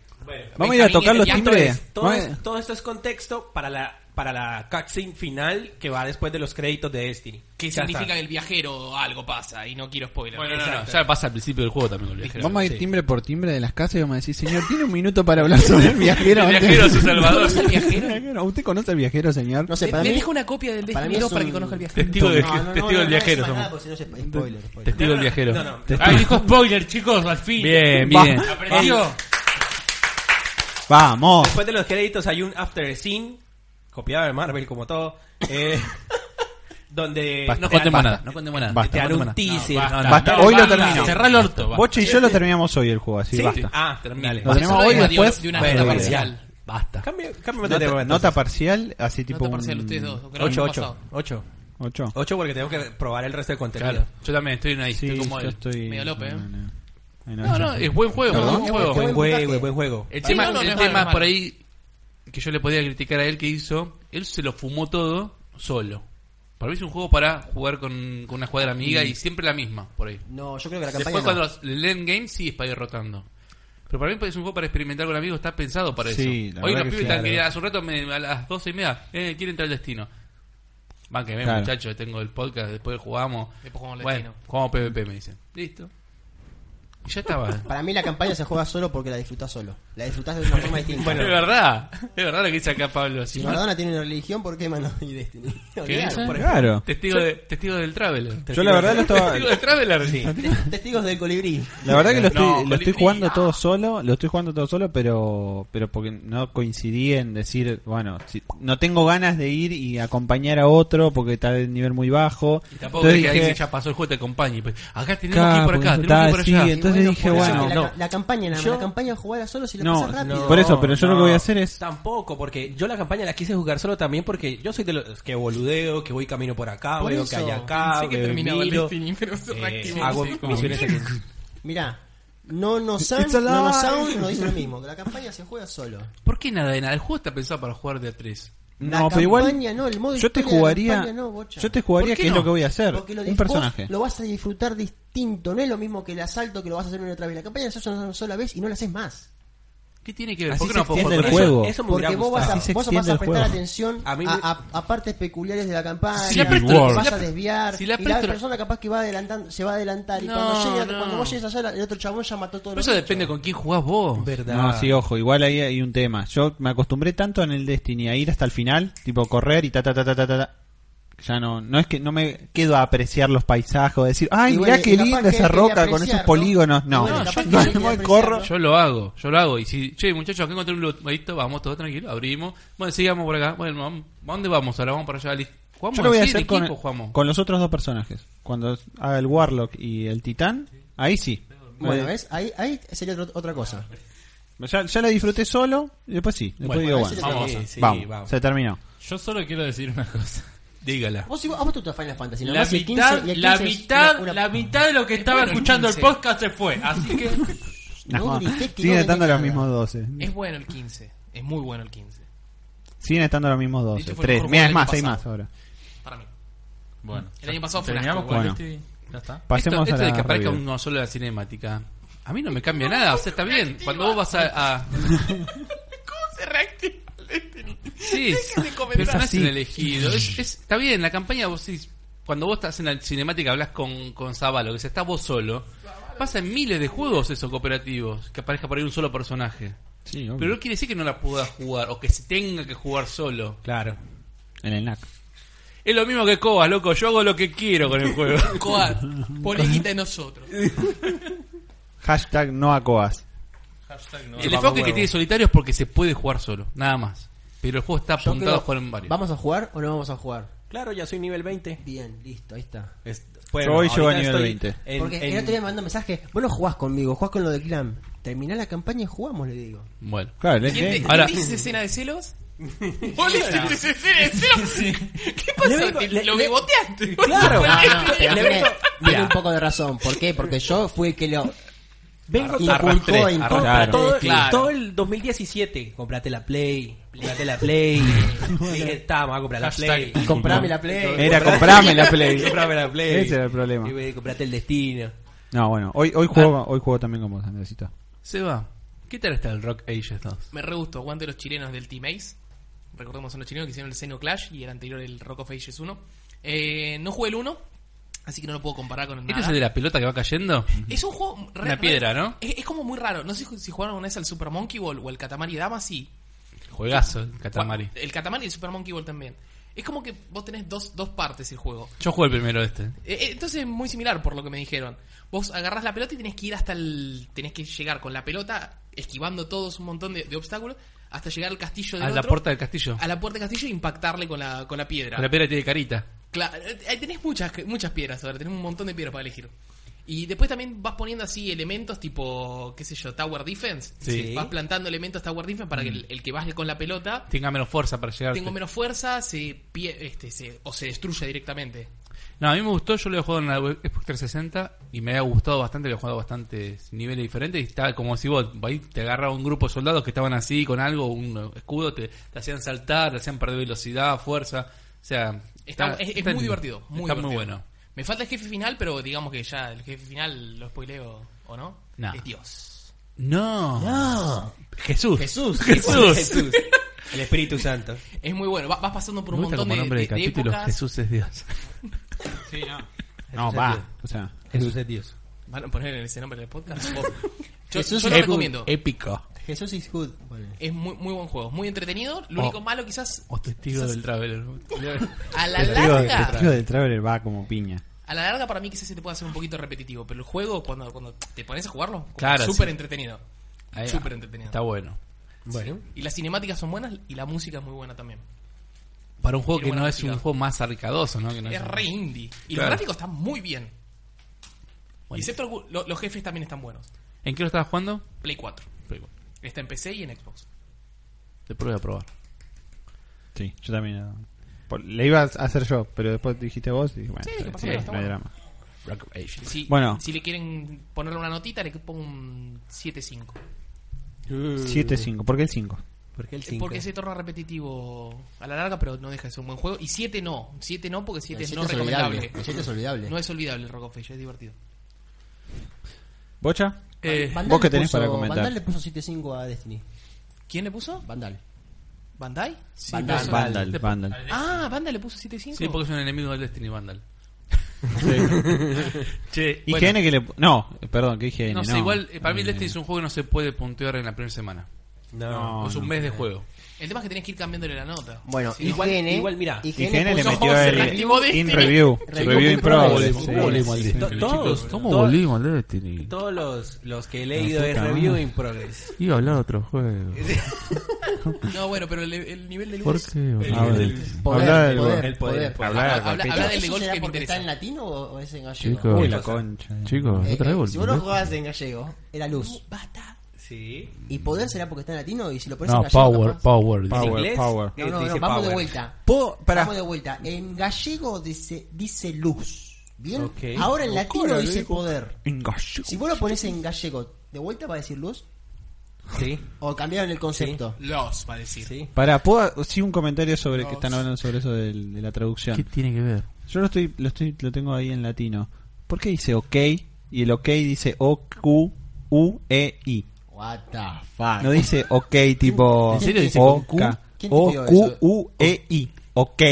S3: Vamos a ir a tocar los
S2: Benjamín,
S3: timbres.
S4: todo,
S3: Vamos a-
S4: es- todo esto es contexto para la, para la cutscene final que va después de los créditos de Destiny.
S2: Que
S4: Ya
S2: significa
S4: está.
S2: que el viajero algo pasa y no quiero spoiler.
S6: Bueno, no, no,
S4: Exacto.
S6: ya pasa al principio del juego también con el viajero.
S3: Vamos a ir timbre por timbre de las casas y vamos a decir, señor, ¿tiene un minuto para hablar sobre el viajero?
S6: El
S3: antes?
S6: viajero es un salvador.
S2: ¿Conoce al viajero?
S3: Viajero, ¿Usted conoce al viajero, señor?
S1: No sé,
S2: Le,
S1: para
S2: le
S1: mí.
S2: dejo una copia del
S1: para mí
S2: Destiny 2
S1: es
S2: para que
S1: un-
S2: conozca el viajero.
S6: Testigo, de-
S1: No, no, no,
S6: testigo
S1: no,
S6: del
S1: no
S6: viajero
S1: decimos nada,
S6: somos.
S1: porque si no se- spoiler, spoiler.
S6: Testigo del viajero.
S4: No, no.
S6: Testigo-
S5: Ay, dijo spoiler, chicos, al fin.
S6: Bien, bien.
S3: Va.
S5: Aprendió.
S3: Vamos.
S4: Después de los créditos hay un after scene, copiado de Marvel como todo, eh, donde
S6: No
S4: te dan-
S6: contemos nada, no contemos nada.
S4: te
S3: Basta,
S6: no
S4: dan
S6: contemos
S4: un
S6: nada.
S4: teaser.
S5: basta.
S3: Basta,
S5: No,
S3: hoy lo
S5: basta.
S3: termino.
S5: Cerrá el orto. basta.
S3: Bocha y yo lo terminamos hoy el juego, así
S4: ¿Sí?
S3: basta.
S4: Ah,
S6: Termine.
S4: dale.
S3: Lo tenemos
S2: Eso
S3: hoy
S2: de una-
S3: después.
S2: de una
S3: bueno,
S2: nota
S3: bien.
S2: parcial.
S6: Basta.
S4: Cambio, cambio de tema,
S3: Nota,
S4: entonces.
S3: nota parcial, así tipo.
S2: Nota parcial,
S3: un...
S2: ustedes dos. Gran
S4: 8,
S2: pasado.
S4: 8, 8.
S3: 8.
S4: 8 porque tengo que probar el resto de contenido.
S6: Claro. Yo también estoy en ahí,
S3: Sí,
S6: estoy como
S3: yo
S6: él.
S3: estoy.
S2: Medio Lope, ¿eh?
S3: No, no. Ay, no,
S6: No,
S3: yo-
S6: no, es buen juego,
S3: Perdón.
S6: buen juego.
S4: Buen
S1: puntaje.
S4: juego, buen juego.
S6: El
S2: Para
S6: tema,
S2: mí no, no,
S6: el
S2: no es
S6: tema
S2: malo, no
S6: por
S2: es
S6: ahí que yo le podía criticar a él que hizo, él se lo fumó todo solo. Para mí es un juego para jugar con, con una cuadra amiga y siempre la misma, por ahí.
S1: No, yo creo que la campaña.
S6: Después
S1: no.
S6: cuando el endgame sí es para ir rotando. Pero para mí es un juego para experimentar con amigos, está pensado para
S3: Sí,
S6: eso.
S3: la
S6: Hoy
S3: verdad
S6: los
S3: que
S6: pibes
S3: sí,
S6: están
S3: la
S6: que
S3: verdad.
S6: hace un rato me- a las 12 y media, eh, quiere entrar al destino. Van que ven,
S3: Claro.
S6: muchachos, tengo el podcast, después jugamos.
S2: Después jugamos al
S6: Bueno,
S2: destino.
S6: jugamos PvP, me dicen. Listo. Y ya estaba.
S1: Para mí la campaña se juega solo porque la disfrutás solo. La disfrutás de una forma distinta.
S6: es verdad, es verdad lo que dice acá Pablo.
S1: si
S6: Si no-
S1: Maradona tiene una religión, ¿por qué Maradona y Destiny?
S6: dice?
S1: Olvidate.
S3: Claro.
S6: Testigo, de, testigo del Traveler.
S3: Yo la verdad lo estaba.
S6: Testigo del Traveler.
S1: Testigos del colibrí.
S3: La verdad que lo estoy,
S6: Eh, No, ah.
S3: lo estoy
S6: Colibrí.
S3: jugando todo solo, lo estoy jugando todo solo, pero pero porque no coincidí en decir, bueno, si- no tengo ganas de ir y acompañar a otro porque está de nivel muy bajo.
S6: Y tampoco es que
S3: Entonces
S6: alguien
S3: dije,
S6: ya pasó el juego te acompañe. Pues, acá tenemos que ir
S3: "Acá,
S6: por acá,
S3: porque
S6: tenemos que ir
S3: está
S6: por
S3: así",
S6: allá.
S3: entonces entonces dije,
S1: por eso,
S3: bueno,
S1: la,
S4: no.
S1: la- la campaña, nada más,
S4: Yo-
S1: la campaña jugala solo si la
S3: No,
S1: pasas rápido.
S3: por eso, pero yo lo que voy a hacer es.
S4: Tampoco, porque yo la campaña la quise jugar solo también porque yo soy de los que boludeo, que voy camino por acá,
S1: Por
S4: veo
S1: eso,
S4: que hay acá,
S2: Pensé que
S4: veo
S2: terminaba el
S4: Ah, miro,
S2: Destiny, pero se
S4: eh,
S2: reactivó.
S4: hago
S2: Sí, como-
S4: misiones secundarias.
S1: Mirá, no no sound,
S3: It's alive.
S1: no no sound nos dice lo mismo, que la campaña se juega solo.
S6: ¿Por qué nada de nada? El juego está pensado para jugar de a tres.
S1: La
S3: No, pero
S1: campaña
S3: igual.
S1: no, el modo
S3: Yo te
S1: historia de la
S3: jugaría.
S1: campaña no, bocha.
S3: Yo te jugaría
S6: ¿Por qué
S3: que es
S6: no?
S3: lo que voy a hacer.
S1: Porque lo
S3: Un
S1: disfrut-
S3: personaje.
S1: lo vas a disfrutar distinto, no es lo mismo que el asalto que lo vas a hacer una y otra vez. La campaña la haces una sola vez y no la haces más.
S6: ¿Qué tiene que ver?
S4: Así
S6: ¿Por qué
S4: se
S6: no puedo
S4: extiende
S6: jugar
S4: el
S6: con eso?
S4: juego.
S1: Eso
S4: Eso
S1: me
S4: me
S1: porque
S4: hubiera
S1: vos vas a,
S4: gustado.
S3: Así se
S1: vos vas
S3: extiende
S1: a
S3: el
S1: prestar
S3: juego.
S1: atención a,
S4: A mí me-
S1: a- a partes peculiares de la campaña.
S6: Si la
S1: y
S6: presto-
S1: te
S6: si
S1: vas
S6: la-
S1: a desviar.
S6: si la
S1: y la
S6: presto-
S1: persona capaz que va adelantando, se va a adelantar. Y
S6: No,
S1: cuando, llega-
S6: no.
S1: cuando vos llegues allá, el otro chabón ya mató todo
S6: Pero eso depende con quién jugás vos.
S4: Verdad.
S3: No, sí, ojo, igual ahí hay un tema. Yo me acostumbré tanto en el Destiny a ir hasta el final, tipo correr y ta ta ta ta ta ta. ta. Ya no, no es que no me quedo a apreciar los paisajes o decir, ay,
S1: Y
S3: mirá
S1: bueno, y
S3: qué
S1: capaz
S3: linda
S1: que
S3: esa
S1: quería
S3: roca con
S1: apreciar,
S3: esos
S1: ¿no?
S3: polígonos.
S1: Y
S3: No,
S1: bueno, capaz que
S3: no,
S1: quería
S3: no,
S1: apreciar,
S3: corro.
S1: ¿no?
S6: Yo lo hago, yo lo hago. Y si, che, muchachos, acá encontré un lugarito, vamos todos tranquilos, abrimos. Bueno, sigamos por acá. Bueno, vamos- ¿a dónde vamos? Ahora vamos para allá. listo. ¿Jugamos
S3: Yo lo voy a
S6: así en
S3: hacer
S6: equipo,
S3: con,
S6: jugamos?
S3: con los otros dos personajes. Cuando haga el Warlock y el Titán, ahí sí.
S1: Bueno,
S3: Eh,
S1: ¿ves? Ahí, ahí sería otro- otra cosa.
S3: Ya, ya la disfruté solo, y después sí. Después
S4: Bueno,
S3: digo,
S1: ahí sí
S3: bueno,
S1: le-
S6: Vamos.
S4: Sí, sí,
S3: vamos,
S4: vamos.
S3: se terminó.
S5: Yo solo quiero decir una cosa.
S6: Dígala.
S1: Vos, si vos- a vos te gusta Final Fantasy. nada
S5: La
S1: más y el
S5: mitad,
S1: 15 y el
S5: la
S1: 15 es
S5: mitad,
S1: una- una-
S5: la mitad de lo que estaba
S2: bueno el
S5: escuchando el
S2: 15.
S5: podcast se fue. Así que
S1: No
S3: No,
S1: grites que no
S3: siguen estando
S1: tenés
S3: los mismos 12.
S2: Es bueno el 15. Es muy bueno el 15.
S3: Siguen estando los mismos
S2: Este
S3: 12.
S2: fue el
S3: Tres.
S2: mejor
S3: Mira,
S2: juego
S3: es más,
S2: del
S3: hay
S2: año
S3: más
S2: pasado.
S3: ahora.
S2: Para mí.
S5: bueno.
S2: El año pasado fue un
S5: terminamos
S2: asco,
S5: con
S3: bueno.
S5: este. Ya está.
S3: Pasemos
S6: esto, esto
S3: a
S6: de que
S3: la
S6: aparezca
S3: review.
S6: una sola cinemática. A mí no me cambia nada, o sea, está bien. Cuando vos vas a. a-
S2: Se reactiva el Destiny.
S6: Sí,
S2: Dejen de comer
S6: pero
S2: así.
S6: estás en elegido. Es- es- está bien, la campaña vos sí, Cuando vos estás en la cinemática hablas con, con Zavalo, que se está vos solo. Pasa en miles de juegos esos cooperativos, que aparezca por ahí un solo personaje.
S3: Sí, obvio.
S6: Pero no quiere decir que no la pueda jugar o que se tenga que jugar solo.
S4: Claro.
S3: En el NAC.
S6: Es lo mismo que Coa, loco. Yo hago lo que quiero con el juego.
S2: Coad, polémica de nosotros.
S3: Hashtag no a coas.
S6: el enfoque que tiene solitario es porque se puede jugar solo, nada más. Pero el juego está
S1: Yo
S6: apuntado
S1: creo-
S6: a jugar en varios.
S1: ¿Vamos a jugar o no vamos a jugar?
S4: Claro, ya soy nivel 20.
S1: Bien, listo, ahí está.
S4: Es-
S3: hoy
S4: ahorita
S3: llego a nivel
S4: estoy
S3: 20.
S4: en-
S1: Porque
S4: en-
S1: el otro día me mandó un mensaje. Vos no jugás conmigo, jugás con lo de Clan. Terminá la campaña y jugamos, le digo.
S6: Bueno.
S3: Claro,
S2: ¿Quién te-
S3: es
S2: quién
S6: Ahora-
S2: te hizo escena de celos? ¿Vos le hiciste esa escena de celos? ¿Qué pasó?
S4: Le-
S2: ¿Te-
S4: le-
S2: ¿Lo
S4: le-
S2: beboteaste?
S4: Claro.
S2: Fue el
S4: Ah, no,
S2: Destiny.
S1: Pero tiene, tiene un poco de razón. ¿Por qué? Porque yo fui el que lo
S4: Vengo
S1: inculcó,
S6: arrastré,
S1: inculcó
S4: Compra
S3: Claro.
S4: todo,
S6: Claro.
S4: todo el 2017. Comprate la Play. Comprate la Play. Dije, está, me voy a comprar la Play.
S6: Hashtag.
S1: y comprame la Play.
S3: Era comprarme la Play.
S4: Comprame la Play.
S3: Ese era el problema.
S4: Y me- comprate el Destino.
S3: No, bueno, hoy, hoy, juego, hoy juego también con vos, Andresito.
S6: Seba, ¿qué tal está el Rock Ages 2?
S2: Me re gustó, aguante los chilenos del Team Ace. Recordemos son los chilenos que hicieron el Xeno Clash y el anterior el Rock of Ages 1. Eh, no jugué el 1, así que no lo puedo comparar con el
S6: ¿Este
S2: nada.
S6: es el de la pelota que va cayendo?
S2: Es un juego re-
S6: Una
S2: re-
S6: piedra, ¿no?
S2: Es, es como muy raro. No sé si jugaron una vez al Super Monkey Ball o al Katamari Dama, sí.
S6: Juegazo, el Catamari.
S2: El Katamari y el Super Monkey Ball también. Es como que vos tenés dos, dos partes el juego.
S6: Yo jugué el primero este.
S2: Eh, eh, Entonces es muy similar por lo que me dijeron. Vos agarrás la pelota y tenés que ir hasta el. tenés que llegar con la pelota, esquivando todos un montón de, de obstáculos, hasta llegar al castillo de
S6: A la
S2: otro,
S6: puerta del castillo.
S2: a la puerta del castillo e impactarle con la, con la piedra.
S6: La piedra tiene carita.
S2: Cla- eh, ahí tenés muchas, muchas piedras ahora, tenés un montón de piedras para elegir. Y después también vas poniendo así elementos tipo, qué sé yo, Tower Defense.
S4: Sí.
S2: Vas plantando elementos Tower Defense para que
S6: Mm.
S2: el, el que baje con la pelota
S6: Tenga menos fuerza para llegar.
S2: tenga menos fuerza se, pie- este, se- o se destruya directamente.
S6: No, a mí me gustó. Yo lo he jugado en la web- Xbox 360 y me había gustado bastante. Lo he jugado a bastantes niveles diferentes. Y estaba como si vos ahí te agarraba un grupo de soldados que estaban así con algo, un escudo, te, te hacían saltar, te hacían perder velocidad, fuerza. O sea,
S2: Está, es, es
S6: está-
S2: muy divertido. Muy
S6: está muy
S2: divertido.
S6: bueno.
S2: Me falta el jefe final, pero digamos que ya el jefe final lo spoileo o no.
S6: No.
S2: Es Dios.
S6: No. Jesús.
S2: Jesús.
S4: Jesús. El Espíritu Santo.
S2: Es muy bueno. Va- vas pasando por
S6: Me
S2: un
S6: gusta
S2: montón
S6: como
S2: de,
S6: nombre de,
S2: de- de
S6: capítulo.
S2: épocas.
S6: Jesús es Dios.
S3: No, va. O sea,
S4: Jesús es Dios.
S2: ¿Van a poner ese nombre del podcast? Vos. yo,
S1: Jesús
S2: yo lo
S1: es-
S2: recomiendo.
S6: Épico.
S1: Jesús is good. Bueno.
S2: Es muy, muy buen juego, muy entretenido. Lo único
S6: Oh.
S2: malo quizás
S6: O testigo del Traveler.
S2: a la
S3: el testigo, el
S2: larga,
S3: testigo del Traveler va como piña.
S2: a la larga para mí quizás se te puede hacer un poquito repetitivo, pero el juego cuando, cuando te pones a jugarlo, como
S6: Claro,
S2: súper
S6: sí.
S2: entretenido.
S6: Ahí va.
S2: Súper entretenido.
S6: Está bueno.
S4: Bueno.
S2: Y las cinemáticas son buenas y la música es muy buena también.
S6: Para un juego
S2: Tiene
S6: que no
S2: buena
S6: es un
S2: música.
S6: juego más arcadoso, ¿no? Que no
S2: Es re indie. Y los
S6: Claro.
S2: gráficos están muy bien.
S6: Bueno.
S2: Excepto algu- lo- los jefes también están buenos.
S6: ¿En qué lo estabas jugando?
S2: Play 4. Está en PC y en Xbox.
S6: Te pruebo a probar.
S3: Sí, yo también. eh, por- Le iba a hacer yo, pero después dijiste vos y bueno,
S2: Sí,
S3: está
S2: que
S3: bien,
S2: pasó, pero está
S3: no hay
S2: bueno.
S3: drama.
S6: Rock of Ages.
S2: Si,
S3: Bueno.
S2: si le quieren ponerle una notita, le pongo un 7.5.
S3: 7-5, ¿por qué el 5?
S4: Porque el
S2: Eh,
S4: 5.
S2: Porque se torna repetitivo a la larga, pero no deja de ser un buen juego. Y 7 no. 7 no, porque 7
S1: El
S2: es
S1: siete
S2: no
S1: es olvidable,
S2: recomendable.
S1: el siete es olvidable.
S2: No es olvidable el Rock of Ages, es divertido.
S3: ¿Bocha?
S6: Eh,
S1: Vandal
S3: vos qué
S1: le
S3: tenés
S1: puso-
S3: para comentar.
S1: Vandal le puso 7.5 a Destiny.
S2: ¿Quién le puso?
S1: Vandal.
S2: ¿Bandai?
S1: Vandal.
S3: Vandal, Vandal.
S2: Ah, Banda le puso 7.5.
S6: sí, porque es un enemigo del Destiny Vandal. che,
S3: IGN
S6: bueno,
S3: que le. No, eh, perdón, que IGN.
S6: no
S3: No,
S6: sé, igual eh, para mí el
S3: Eh,
S6: Destiny es un juego que no se puede puntear en la primera semana.
S3: No,
S6: es un
S3: no.
S6: mes de juego.
S2: El tema es que tenés que ir cambiándole la nota.
S1: Bueno,
S2: Sí,
S1: igual, IGN,
S4: igual, mirá,
S3: IGN le
S2: puso
S3: metió
S2: José,
S3: el
S2: reactivó
S3: In
S2: Destiny.
S3: Review. Review in Progress.
S4: Volvimos,
S3: sí.
S4: volvimos al
S3: Sí.
S4: Destiny. Todos, todos,
S6: volvimos al Destiny?
S4: todos los, los que he leído
S6: La
S4: es
S6: puta
S4: Review
S6: madre.
S4: in Progress.
S6: Iba a hablar otro juego.
S2: No, bueno, pero el, el nivel de luz.
S6: qué?
S3: Habla ah, del-
S1: Poder,
S3: habla del-
S1: poder,
S4: el
S1: poder.
S4: poder.
S3: Habla del-
S2: Habla- habla
S1: ¿Eso
S2: del de golf
S1: será
S2: que me
S1: porque está en
S2: interesa.
S1: latino o o es en gallego?
S6: Chicos,
S3: Uy, la concha.
S6: Chicos,
S1: Eh, eh, si vos lo jugabas en gallego, era luz.
S2: Basta.
S4: Sí.
S1: Y poder será porque está en latino y si lo pones en
S6: No,
S1: gallego.
S6: Power,
S1: capaz-
S6: Power.
S4: ¿En
S3: Power,
S4: inglés?
S3: power.
S4: Eh,
S1: No, no,
S4: te
S1: no,
S4: dice
S1: vamos de
S4: power.
S1: vuelta.
S4: Po- para-
S1: Vamos de vuelta. En gallego dice, dice luz. ¿Bien?
S4: Ok.
S1: Ahora en latino dice poder.
S3: En gallego.
S1: Si vos lo pones en gallego, ¿de vuelta va a decir luz?
S4: Sí,
S1: ¿O cambiaron el concepto?
S2: Los, va a decir.
S4: sí.
S3: Para, ¿puedo sí un comentario sobre que están hablando sobre eso del- de, la traducción?
S6: tiene que ver?
S3: Yo lo estoy, lo estoy, lo tengo ahí en latino. ¿Por qué dice ok? Y el ok dice O Q U E I.
S1: What the fuck.
S3: No dice ok tipo
S6: ¿En serio dice
S3: O
S6: con
S3: K.
S1: Q? ¿Quién
S3: O
S1: te pidió
S3: Q
S1: eso?
S3: U E I. Ok,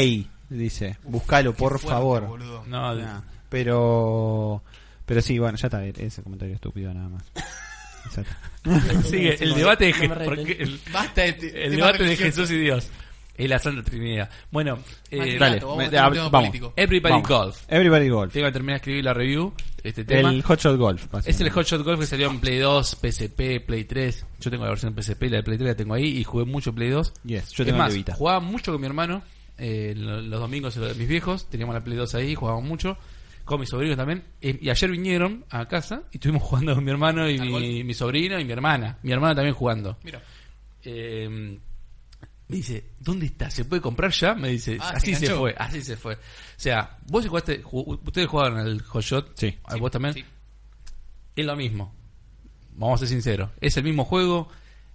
S3: dice. Búscalo, por
S2: Fuerte,
S3: favor.
S2: boludo.
S6: No, de-
S3: Nah, pero pero sí, bueno, ya está e-, ese comentario estúpido nada más. Ya está.
S6: sigue el debate de, Je- porque el,
S2: Basta de- este
S6: el
S2: de
S6: debate de
S2: religión.
S6: Jesús y Dios. Y la Santa Trinidad. Bueno, eh,
S2: Dale,
S3: Dale,
S2: vamos
S3: me-
S2: a tener un
S3: hab-
S2: tema
S3: vamos.
S2: político.
S6: Everybody
S3: Vamos.
S6: Golf.
S3: Everybody Golf.
S6: Tengo que terminar de escribir la review de este tema.
S3: El Hotshot Golf.
S6: Es el
S3: básicamente.
S6: Hotshot Golf que salió en Play 2, PSP, Play 3. Yo tengo la versión PSP, la de Play 3 la tengo ahí y jugué mucho Play 2.
S3: Yes, yo
S6: Es
S3: tengo el
S6: más,
S3: de Vita.
S6: jugaba mucho con mi hermano, eh, lo- los domingos en lo de mis viejos, teníamos la Play 2 ahí, jugábamos mucho, con mis sobrinos también. Eh, y ayer vinieron a casa y estuvimos jugando con mi hermano y
S2: ¿Al
S6: mi,
S2: golf?
S6: mi sobrino y mi hermana. Mi hermana también jugando.
S2: Mira.
S6: Eh, me dice, ¿dónde está? ¿Se puede comprar ya? Me dice,
S2: Ah,
S6: así
S2: se
S6: se,
S2: enganchó.
S6: fue, así se fue. O sea, vos jugaste, ju- ustedes jugaron al Hotshot,
S3: Sí.
S6: ¿A vos también.
S2: Sí.
S6: Es lo mismo. Vamos a ser sinceros. Es el mismo juego.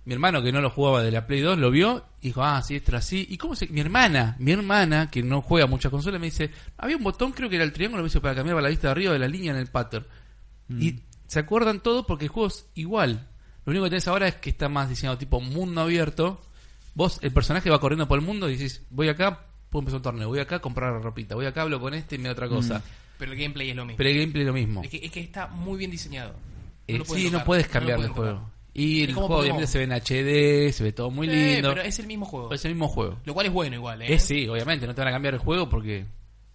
S6: Mi hermano que no lo jugaba de la Play 2 lo vio y dijo, ah, sí, esto era así. ¿Y cómo se.? Mi hermana, mi hermana que no juega muchas consolas, me dice, había un botón, creo que era el triángulo, me hizo para cambiar para la vista de arriba de la línea en el pattern. Y se acuerdan todo porque el juego es igual. Lo único que tenés ahora es que está más diseñado tipo mundo abierto. Vos, el personaje va corriendo por el mundo y decís, voy acá, puedo empezar un torneo, voy acá a comprar ropita, voy acá, hablo con este y me da otra cosa.
S2: Pero el gameplay es lo mismo.
S6: Pero el gameplay es lo mismo.
S2: Es que, es que está muy bien diseñado. No
S6: Eh,
S2: lo
S6: sí, no
S2: tocar,
S6: puedes
S2: lo
S6: cambiar de
S2: pueden
S6: juego.
S2: tocar.
S6: Y
S2: Es
S6: el
S2: como
S6: juego obviamente
S2: Pokémon.
S6: se ve en HD, se ve todo muy
S2: Eh,
S6: lindo.
S2: pero es el mismo juego.
S6: es el mismo juego.
S2: Lo cual es bueno igual, ¿eh?
S6: Eh, sí, obviamente, no te van a cambiar el juego porque...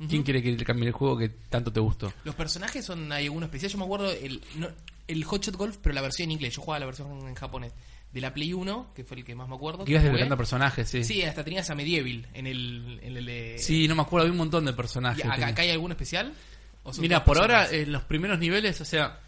S6: ¿Quién quiere que te cambie el juego que tanto te gustó?
S2: Los personajes son, hay alguno especial. Yo me acuerdo el, no, el Hotshot Golf, pero la versión en inglés. Yo jugaba la versión en japonés. De la Play 1, que fue el que más me acuerdo.
S6: Que ibas
S2: jugué.
S6: desbloqueando personajes, sí. sí.
S2: Sí, hasta tenías a Medieval en el, en el de...
S6: no me acuerdo, había un montón de personajes.
S2: ¿Y
S6: que
S2: acá,
S6: tenía.
S2: acá hay alguno especial? ¿O son
S6: Mira,
S2: todos
S6: por ahora,
S2: personajes?
S6: en los primeros niveles, o sea,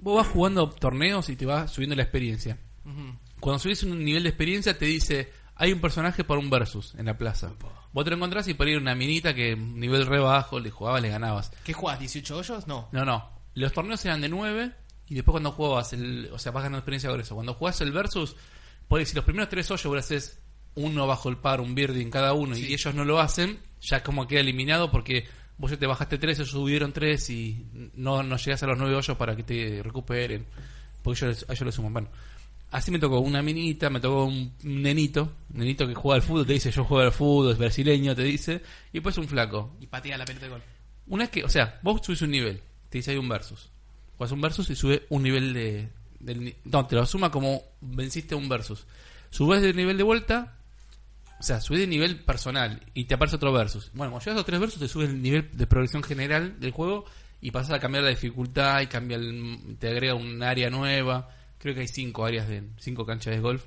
S6: vos vas jugando torneos y te vas subiendo la experiencia.
S2: Ujú.
S6: Cuando subís un nivel de experiencia, te dice: hay un personaje para un versus en la plaza. Vos te lo encontrás y por ahí era una minita que nivel re bajo, le jugabas, le ganabas.
S2: ¿Qué jugás? ¿18 hoyos? No.
S6: No, no. Los torneos eran de 9 y después cuando jugabas, el, o sea, vas ganando experiencia con eso. Cuando jugás el versus, podés si los primeros tres hoyos vos haces uno bajo el par, un birdie en cada uno
S2: Sí.
S6: y ellos no lo hacen, ya como queda eliminado porque vos ya te bajaste tres, ellos subieron tres y no, no llegás a los nueve hoyos para que te recuperen. Porque ellos, les- a ellos lo suman. Bueno, así me tocó una minita, me tocó un un nenito, un nenito que juega al fútbol, te dice yo juego al fútbol, es brasileño, te dice, y pues un flaco.
S2: Y patea la pelota de gol.
S6: Una vez que, o sea, vos subís un nivel, te dice hay un versus. Juegas un versus y sube un nivel de. del ni- no, te lo suma como venciste un versus. Subes de nivel de vuelta, o sea, subís de nivel personal y te aparece otro versus. Bueno, cuando llegas a los tres versus, te sube el nivel de progresión general del juego y pasas a cambiar la dificultad y cambia el- te agrega un área nueva. Creo que hay cinco áreas de. cinco canchas de golf.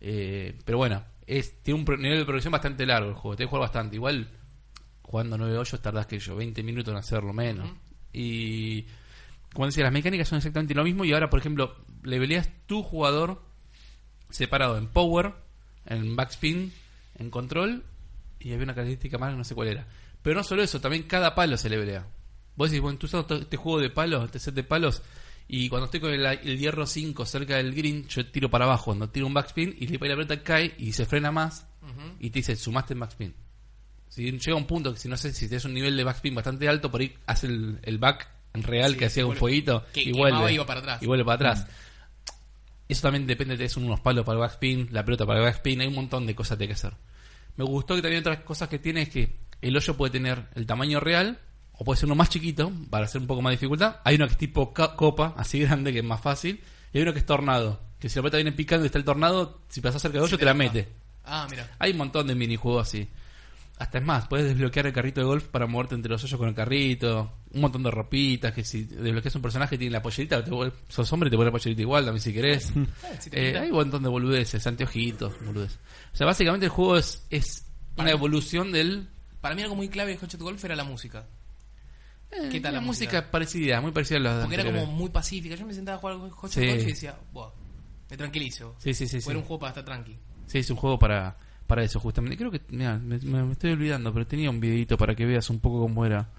S6: Eh, pero bueno, es, tiene un pro- nivel de progresión bastante largo el juego, te que jugar bastante. Igual jugando 9 hoyos tardás que yo, 20 minutos en hacerlo menos. Y como decía, las mecánicas son exactamente lo mismo y ahora, por ejemplo, leveleas tu jugador separado en power, en backspin, en control y había una característica más, no sé cuál era. Pero no solo eso, también cada palo se levelea. Vos decís, bueno, tú usas to- este juego de palos, este set de palos, y cuando estoy con el, el hierro 5 cerca del green, yo tiro para abajo, cuando tiro un backspin y le pega la pelota cae y se frena más y te dice, sumaste en backspin. Si llega un punto que si no sé si tienes un nivel de backspin bastante alto, por ahí hace el, el back real
S2: Sí,
S6: que hacía un
S2: vuelve-
S6: fueguito
S2: que
S6: y
S2: quemaba
S6: vuelve.
S2: y iba para atrás. Mm.
S6: Y vuelve para atrás. Eso también depende, tenés unos palos para el backspin, la pelota para el backspin, hay un montón de cosas que hay que hacer. Me gustó que también otras cosas que tiene es que el hoyo puede tener el tamaño real o puede ser uno más chiquito para hacer un poco más de dificultad. Hay uno que es tipo ca- copa, así grande que es más fácil. Y hay uno que es tornado, que si la pelota viene picando y está el tornado, si pasas cerca del hoyo te la mete.
S2: Ah, mira.
S6: Hay un montón de minijuegos así. Hasta es más, puedes desbloquear el carrito de golf para moverte entre los hoyos con el carrito. Un montón de ropitas que si desbloqueas un personaje tiene la pollerita, te vuel- sos hombre y te pone la pollerita igual también si querés.
S2: Si te
S6: Eh,
S2: pinta.
S6: hay un montón de boludeces, anteojitos, boludeces. O sea, básicamente el juego es, es una evolución del...
S2: Para mí algo muy clave de Hotshot Golf era la música.
S6: eh,
S2: ¿Qué tal la música?
S6: parecida, muy parecida a los
S2: Porque era como
S6: anteriores.
S2: muy pacífica. Yo me sentaba a jugar con Hotshot
S6: Sí.
S2: Golf y decía, wow, me tranquilizo.
S6: Sí, sí, sí, sí.
S2: Era un juego para estar tranqui.
S6: Sí, es un juego para, para eso, justamente. Creo que, mira, me, me- me estoy olvidando, pero tenía un videito para que veas un poco cómo era.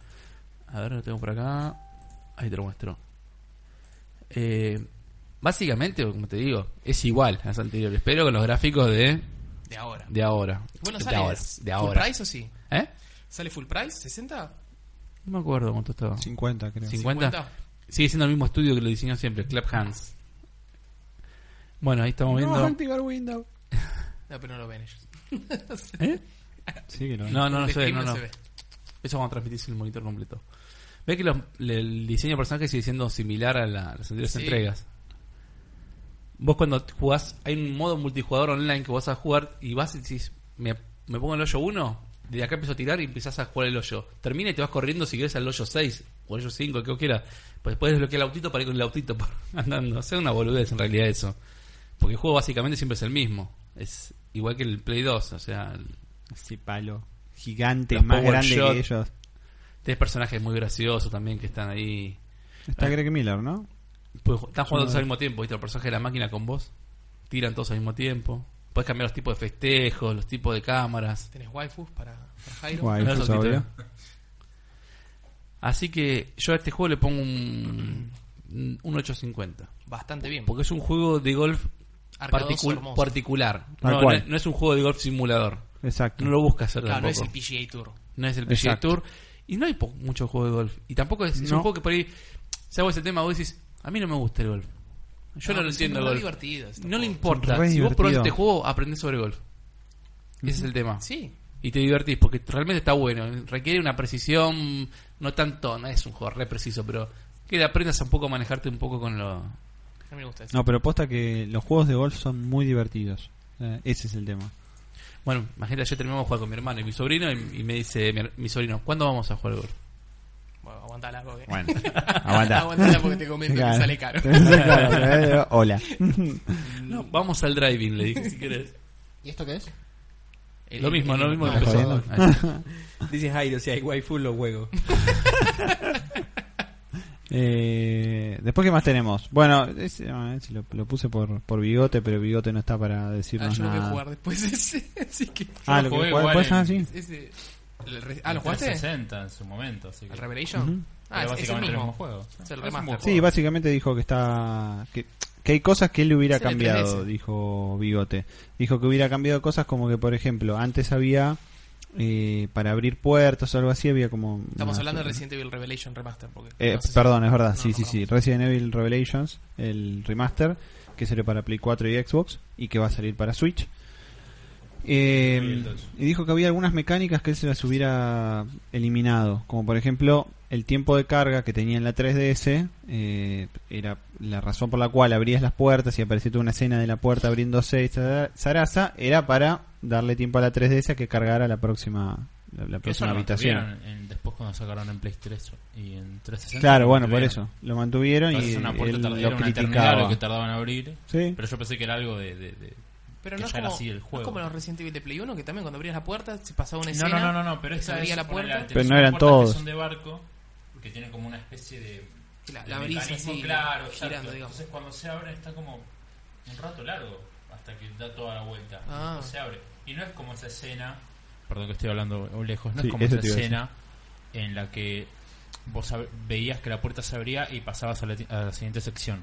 S6: A ver, lo tengo por acá. Ahí te lo muestro. Eh, básicamente, como te digo, es igual a las anteriores, pero con los gráficos de,
S2: De ahora.
S6: de ahora.
S2: Bueno,
S6: de
S2: sale
S6: ahora.
S2: full
S6: De ahora.
S2: price o sí?
S6: ¿Eh?
S2: ¿Sale full price? ¿60?
S6: No me acuerdo cuánto estaba.
S3: 50, creo.
S6: 50. Sigue siendo el mismo estudio que lo diseñó siempre, Clap Hands. Bueno, ahí estamos viendo.
S3: activar Windows.
S2: No, pero no lo ven ellos.
S3: Sí, que lo
S6: No, no, no
S2: El
S6: se ve,
S2: Steam
S6: no, no.
S2: se ve.
S6: Eso cuando transmitís el monitor completo. Ve que los- le- el diseño de personaje sigue siendo similar a la- las anteriores
S2: Sí.
S6: entregas. Vos cuando jugás, hay un modo multijugador online que vas a jugar y vas y decís, me, me pongo en el hoyo 1, de acá empiezo a tirar y empezás a jugar el hoyo. Termina y te vas corriendo si querés al hoyo 6 o al hoyo 5, el que vos quieras. Pues después desbloquear el autito para ir con el autito por- andando. O sea, una boludez en realidad eso. Porque el juego básicamente siempre es el mismo. Es igual que el Play 2, o sea,
S3: Ese palo gigante,
S6: Los
S3: más
S6: power
S3: grande
S6: shot.
S3: que ellos.
S6: tenés personajes muy graciosos también que están ahí.
S3: Está Greg Miller, ¿no?
S6: Pues están jugando todos al mismo tiempo, ¿viste? El personaje de la máquina con vos. Tiran todos al mismo tiempo. Puedes cambiar los tipos de festejos, los tipos de cámaras.
S2: Tenés waifus para, para Jairo.
S3: Guay,
S6: No,
S3: eso
S6: eso sí,
S3: obvio.
S6: todavía. Así que yo a este juego le pongo un, un 850.
S2: Bastante bien.
S6: Porque es un juego de golf
S2: Arcadoso,
S6: particu-
S2: hermoso.
S6: particular.
S3: Tal
S6: No,
S3: cual.
S6: no- no es un juego de golf simulador.
S3: Exacto.
S6: No lo busca hacer
S2: Claro, no es
S6: tampoco.
S2: el PGA Tour.
S6: No es el PGA
S3: Exacto.
S6: Tour. Y no hay po- mucho juego de golf. Y tampoco es, es
S3: No.
S6: un juego que por ahí. ¿Sabes vos ese tema? Vos decís, a mí no me gusta el golf. Yo no, lo entiendo el
S2: No
S6: golf.
S2: divertido. este
S6: No le
S2: juego.
S6: importa.
S3: Son re
S6: Si vos probás
S3: divertido.
S6: este juego, aprendés sobre golf. Ese es el tema.
S2: Sí.
S6: Y te divertís, porque realmente está bueno. Requiere una precisión, no tanto, no es un juego re preciso, pero que aprendas un poco a manejarte un poco con lo...
S2: A mí me gusta eso.
S3: No, pero posta que los juegos de golf son muy divertidos. Eh, ese es el tema.
S6: Bueno, imagínate, ayer terminamos de jugar con mi hermano y mi sobrino, y, y me dice mi, mi sobrino, ¿cuándo vamos a jugar al golf?
S2: Bueno, aguantala, porque...
S3: Bueno, aguanta.
S2: aguantala porque te comento que sale caro.
S3: Claro, ¿eh? Hola.
S6: No, vamos al driving, le dije, si querés.
S1: ¿Y esto qué es?
S2: Eh,
S6: Lo mismo, lo mismo que
S2: ah,
S3: no,
S6: empezó.
S3: jodiendo.
S6: Ahí está.
S4: Dice Jairo, si hay waifu lo juego.
S3: Eh, después, ¿qué más tenemos? Bueno, ese, ah, ese lo, lo puse por, por bigote, pero bigote no está para
S2: Ah,
S3: decirnos
S2: yo lo voy a
S3: nada.
S2: jugar después ese. Así que...
S3: ah,
S5: Yo
S3: lo que
S5: jugué
S3: juega
S5: igual
S3: después,
S5: en-
S3: ah, sí.
S2: Ese- el re- Ah, ¿lo jugaste?
S5: 60 en su momento, así que.
S2: ¿El Revelation? Ah,
S5: Pero
S2: es, es el
S5: básicamente el mismo
S2: mismo.
S5: juego.
S2: Es el
S5: Es un buen
S2: remaster.
S3: Sí, básicamente dijo que está. Que, que hay cosas que él hubiera
S2: Es el
S3: cambiado,
S2: 3DS.
S3: dijo Bigote. Dijo que hubiera cambiado cosas como que, por ejemplo, antes había. eh, para abrir puertas o algo así, había como.
S2: Estamos
S3: una-
S2: hablando de Resident Evil Revelation Remaster. Porque
S3: Eh,
S2: no sé si-
S3: perdón, es verdad,
S2: no,
S3: sí,
S2: no,
S3: sí,
S2: no.
S3: sí. Resident Evil Revelations, el remaster, que salió para Play 4 y Xbox y que va a salir para Switch. Eh, y dijo que había algunas mecánicas que él se las hubiera eliminado, como por ejemplo el tiempo de carga que tenía en la 3DS, eh, era la razón por la cual abrías las puertas y aparecía toda una escena de la puerta abriéndose y zara- zaraza, era para darle tiempo a la 3DS a que cargara la próxima, la, la
S5: Que eso
S3: próxima
S5: lo
S3: habitación.
S5: mantuvieron en- después cuando sacaron en Play 3 y en 360.
S3: Claro,
S5: lo
S3: bueno, por
S5: mantuvieron.
S3: eso. Lo mantuvieron y
S5: Entonces, una puerta
S3: él
S5: tardaba- era
S3: lo
S5: una eternidad lo
S3: criticaba.
S5: que tardaban en abrir.
S3: Sí.
S5: Pero yo pensé que era algo de. de- de-
S2: Pero
S5: que
S2: no es,
S5: ya era
S2: como,
S5: así el
S2: no es
S5: juego.
S2: como los Resident Evil de Play 1, que también cuando abrías la puerta se pasaba una
S5: No,
S2: escena.
S5: no, no, no, no, pero
S2: que
S5: esa
S2: se abría
S5: es-
S2: la
S5: ponele,
S2: puerta.
S5: tenés
S3: Pero no
S5: unas
S3: eran
S5: puertas que
S3: todos.
S5: Son de barco, que tienen como una especie de.
S2: La,
S5: El
S2: la brisa
S5: mecanismo,
S2: así,
S5: claro, exacto.
S2: girando, digamos.
S5: Entonces cuando se abre está como un rato largo hasta que da toda la vuelta.
S2: Ah.
S5: Después se abre. Y no es como esa escena, perdón que estoy hablando lejos, no
S3: Sí,
S5: es como
S3: eso
S5: esa
S3: te iba a
S5: escena en la que vos ab- veías que la puerta se abría y pasabas a la, ti- a la siguiente sección.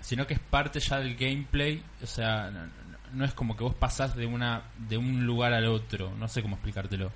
S5: Sino que es parte ya del gameplay, o sea, no, no- no es como que vos pasás de una de un lugar al otro, no sé cómo explicártelo.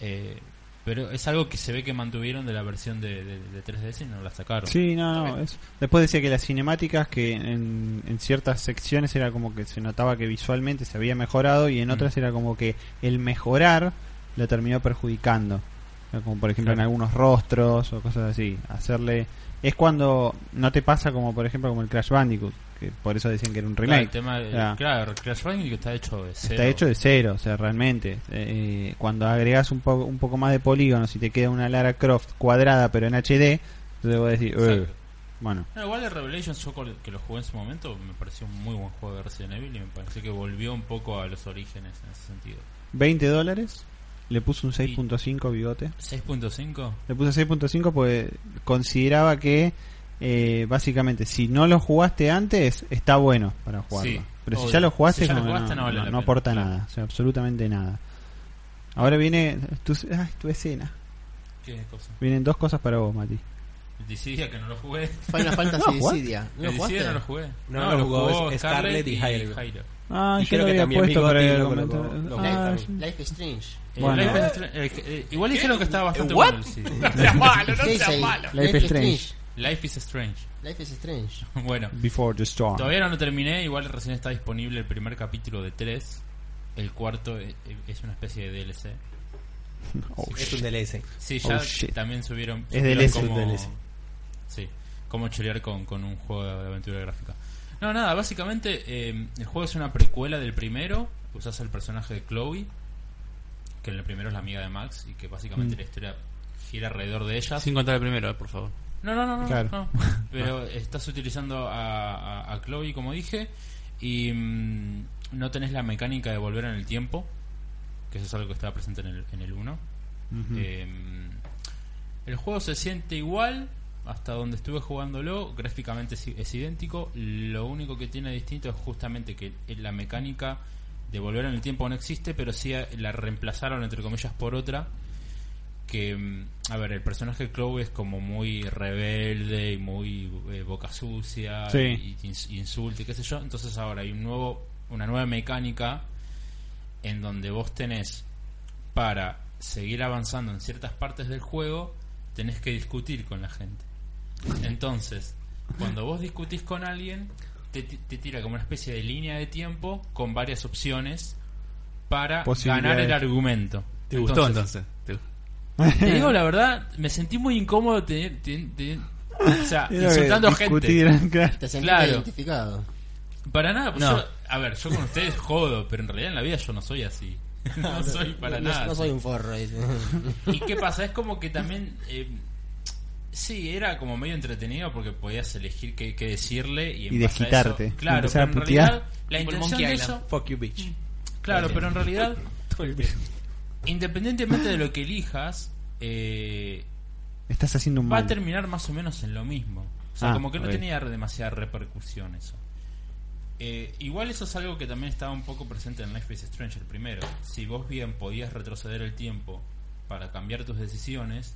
S5: Eh, pero es algo que se ve que mantuvieron de la versión de, de, de 3DS y no la sacaron.
S3: Sí, no, no. es- Después decía que las cinemáticas, que en, en ciertas secciones era como que se notaba que visualmente se había mejorado
S5: Mm.
S3: y en otras era como que el mejorar lo terminó perjudicando. O sea, Como por ejemplo en algunos rostros o cosas así. Hacerle. Es cuando no te pasa como por ejemplo como el Crash Bandicoot, que por eso decían que era un
S5: Claro, el
S3: remake.
S5: tema de,
S3: Claro.
S5: Claro, Crash Bandicoot está hecho de cero.
S3: Está hecho de cero, o sea, realmente. Eh, cuando agregas un, poco un poco más de polígonos y te queda una Lara Croft cuadrada pero en HD, entonces vos decís, "Eh,
S5: Exacto.
S3: bueno.
S5: No, igual el Revelations, yo col- que lo jugué en su momento, me pareció un muy buen juego de Resident Evil y me pareció que volvió un poco a los orígenes en ese sentido.
S3: 20 dólares. Le puse un 6.5 bigote.
S5: 6.5,
S3: Le puse 6.5 porque consideraba que eh, básicamente si no lo jugaste antes está bueno para jugarlo.
S5: Sí,
S3: Pero si
S5: obvio.
S3: ya lo jugaste,
S5: Si ya lo
S3: no,
S5: jugaste,
S3: no,
S5: no vale
S3: no-
S5: la
S3: no
S5: pena,
S3: aporta
S5: claro.
S3: nada, o sea, absolutamente nada. Ahora viene tu, ay, tu escena.
S5: ¿qué cosa?
S3: Vienen dos cosas para vos, Mati.
S5: Dissidia que no lo jugué.
S1: Final Fantasy
S3: ¿jugaste?
S1: Dissidia. ¿No
S5: El
S1: lo
S5: Dissidia
S1: jugaste?
S5: no lo jugué.
S4: No, lo jugó Scarlett y Jairo.
S5: Jairo.
S3: Ah,
S4: Y
S3: yo
S4: creo
S3: lo
S4: que
S3: había
S4: también
S3: puesto
S4: Bigote
S3: para el
S4: lo colocó-
S3: comentario.
S4: lo
S3: Ah,
S4: colocó.
S3: sí.
S1: Life is Strange.
S5: Eh,
S3: Bueno.
S5: Life is Strange- eh, eh, igual dijeron que estaba bastante
S2: ¿What?
S5: bueno el CD.
S2: No seas malo, no
S1: ¿Qué dice
S2: seas
S1: ahí?
S2: malo.
S3: Life is Strange.
S5: Life is Strange.
S1: Life is Strange.
S5: bueno,
S3: Before the Storm.
S5: Todavía no lo terminé, igual recién está disponible el primer capítulo de 3. El cuarto e- e- es una especie de DLC.
S3: Oh,
S4: Es un DLC.
S5: Sí, ya
S3: Oh, shit.
S5: también subieron.
S3: Es
S5: subieron
S3: DLC, DLC.
S5: Sí, como chorear con, con un juego de aventura gráfica. No, nada, básicamente eh, el juego es una precuela del primero. Usas el personaje de Chloe, que en el primero es la amiga de Max, y que básicamente
S3: Mm.
S5: la historia gira alrededor de ella.
S6: Sin contar el primero, eh, por favor.
S5: No, no, no, no.
S3: Claro.
S5: no. Pero estás utilizando a, a, a Chloe, como dije, y mm, no tenés la mecánica de volver en el tiempo, que eso es algo que estaba presente en el, en el 1. Eh, el juego se siente igual hasta donde estuve jugándolo, gráficamente es, i- es idéntico, lo único que tiene distinto es justamente que eh, la mecánica de volver en el tiempo no existe, pero sí eh, la reemplazaron entre comillas por otra que mm, a ver el personaje de Chloe es como muy rebelde y muy eh, boca sucia
S3: Sí.
S5: y, te ins- y insulta y qué sé yo entonces ahora hay un nuevo una nueva mecánica en donde vos tenés para seguir avanzando en ciertas partes del juego tenés que discutir con la gente entonces cuando vos discutís con alguien te, ti- te tira como una especie de línea de tiempo con varias opciones para ganar
S3: Posibilidades.
S5: el argumento
S6: ¿Te gustó entonces? Te gu-
S5: te digo la verdad, me sentí muy incómodo tener, ten- ten- o sea,
S3: Era que
S5: insultando a gente.
S3: discutir, claro.
S1: Te sentiste
S5: Claro.
S1: identificado.
S5: Para nada, pues
S6: No.
S5: yo- a ver, yo con ustedes jodo, pero en realidad en la vida yo no soy así. No soy para
S1: No- no-
S5: nada.
S1: No
S5: así.
S1: soy un forro. dice.
S5: ¿Y qué pasa? Es como que también. eh, sí, era como medio entretenido porque podías elegir qué, qué decirle y, en
S3: Y
S5: base a
S3: desquitarte.
S5: eso- claro,
S3: Empezar a
S5: pero en
S3: putear.
S5: realidad la
S2: Tipo el
S5: intención
S2: Monkey
S5: de
S2: Island.
S5: eso. Mm.
S4: Fuck you, bitch.
S5: Claro, pero en realidad. independientemente de lo que elijas, eh,
S3: Estás haciendo un
S5: va
S3: mal.
S5: a terminar más o menos en lo mismo. O sea,
S3: Ah,
S5: como que no
S3: ok.
S5: tenía demasiada repercusión eso. Eh, igual eso es algo que también estaba un poco presente en Life is Strange el primero. Si vos bien podías retroceder el tiempo para cambiar tus decisiones,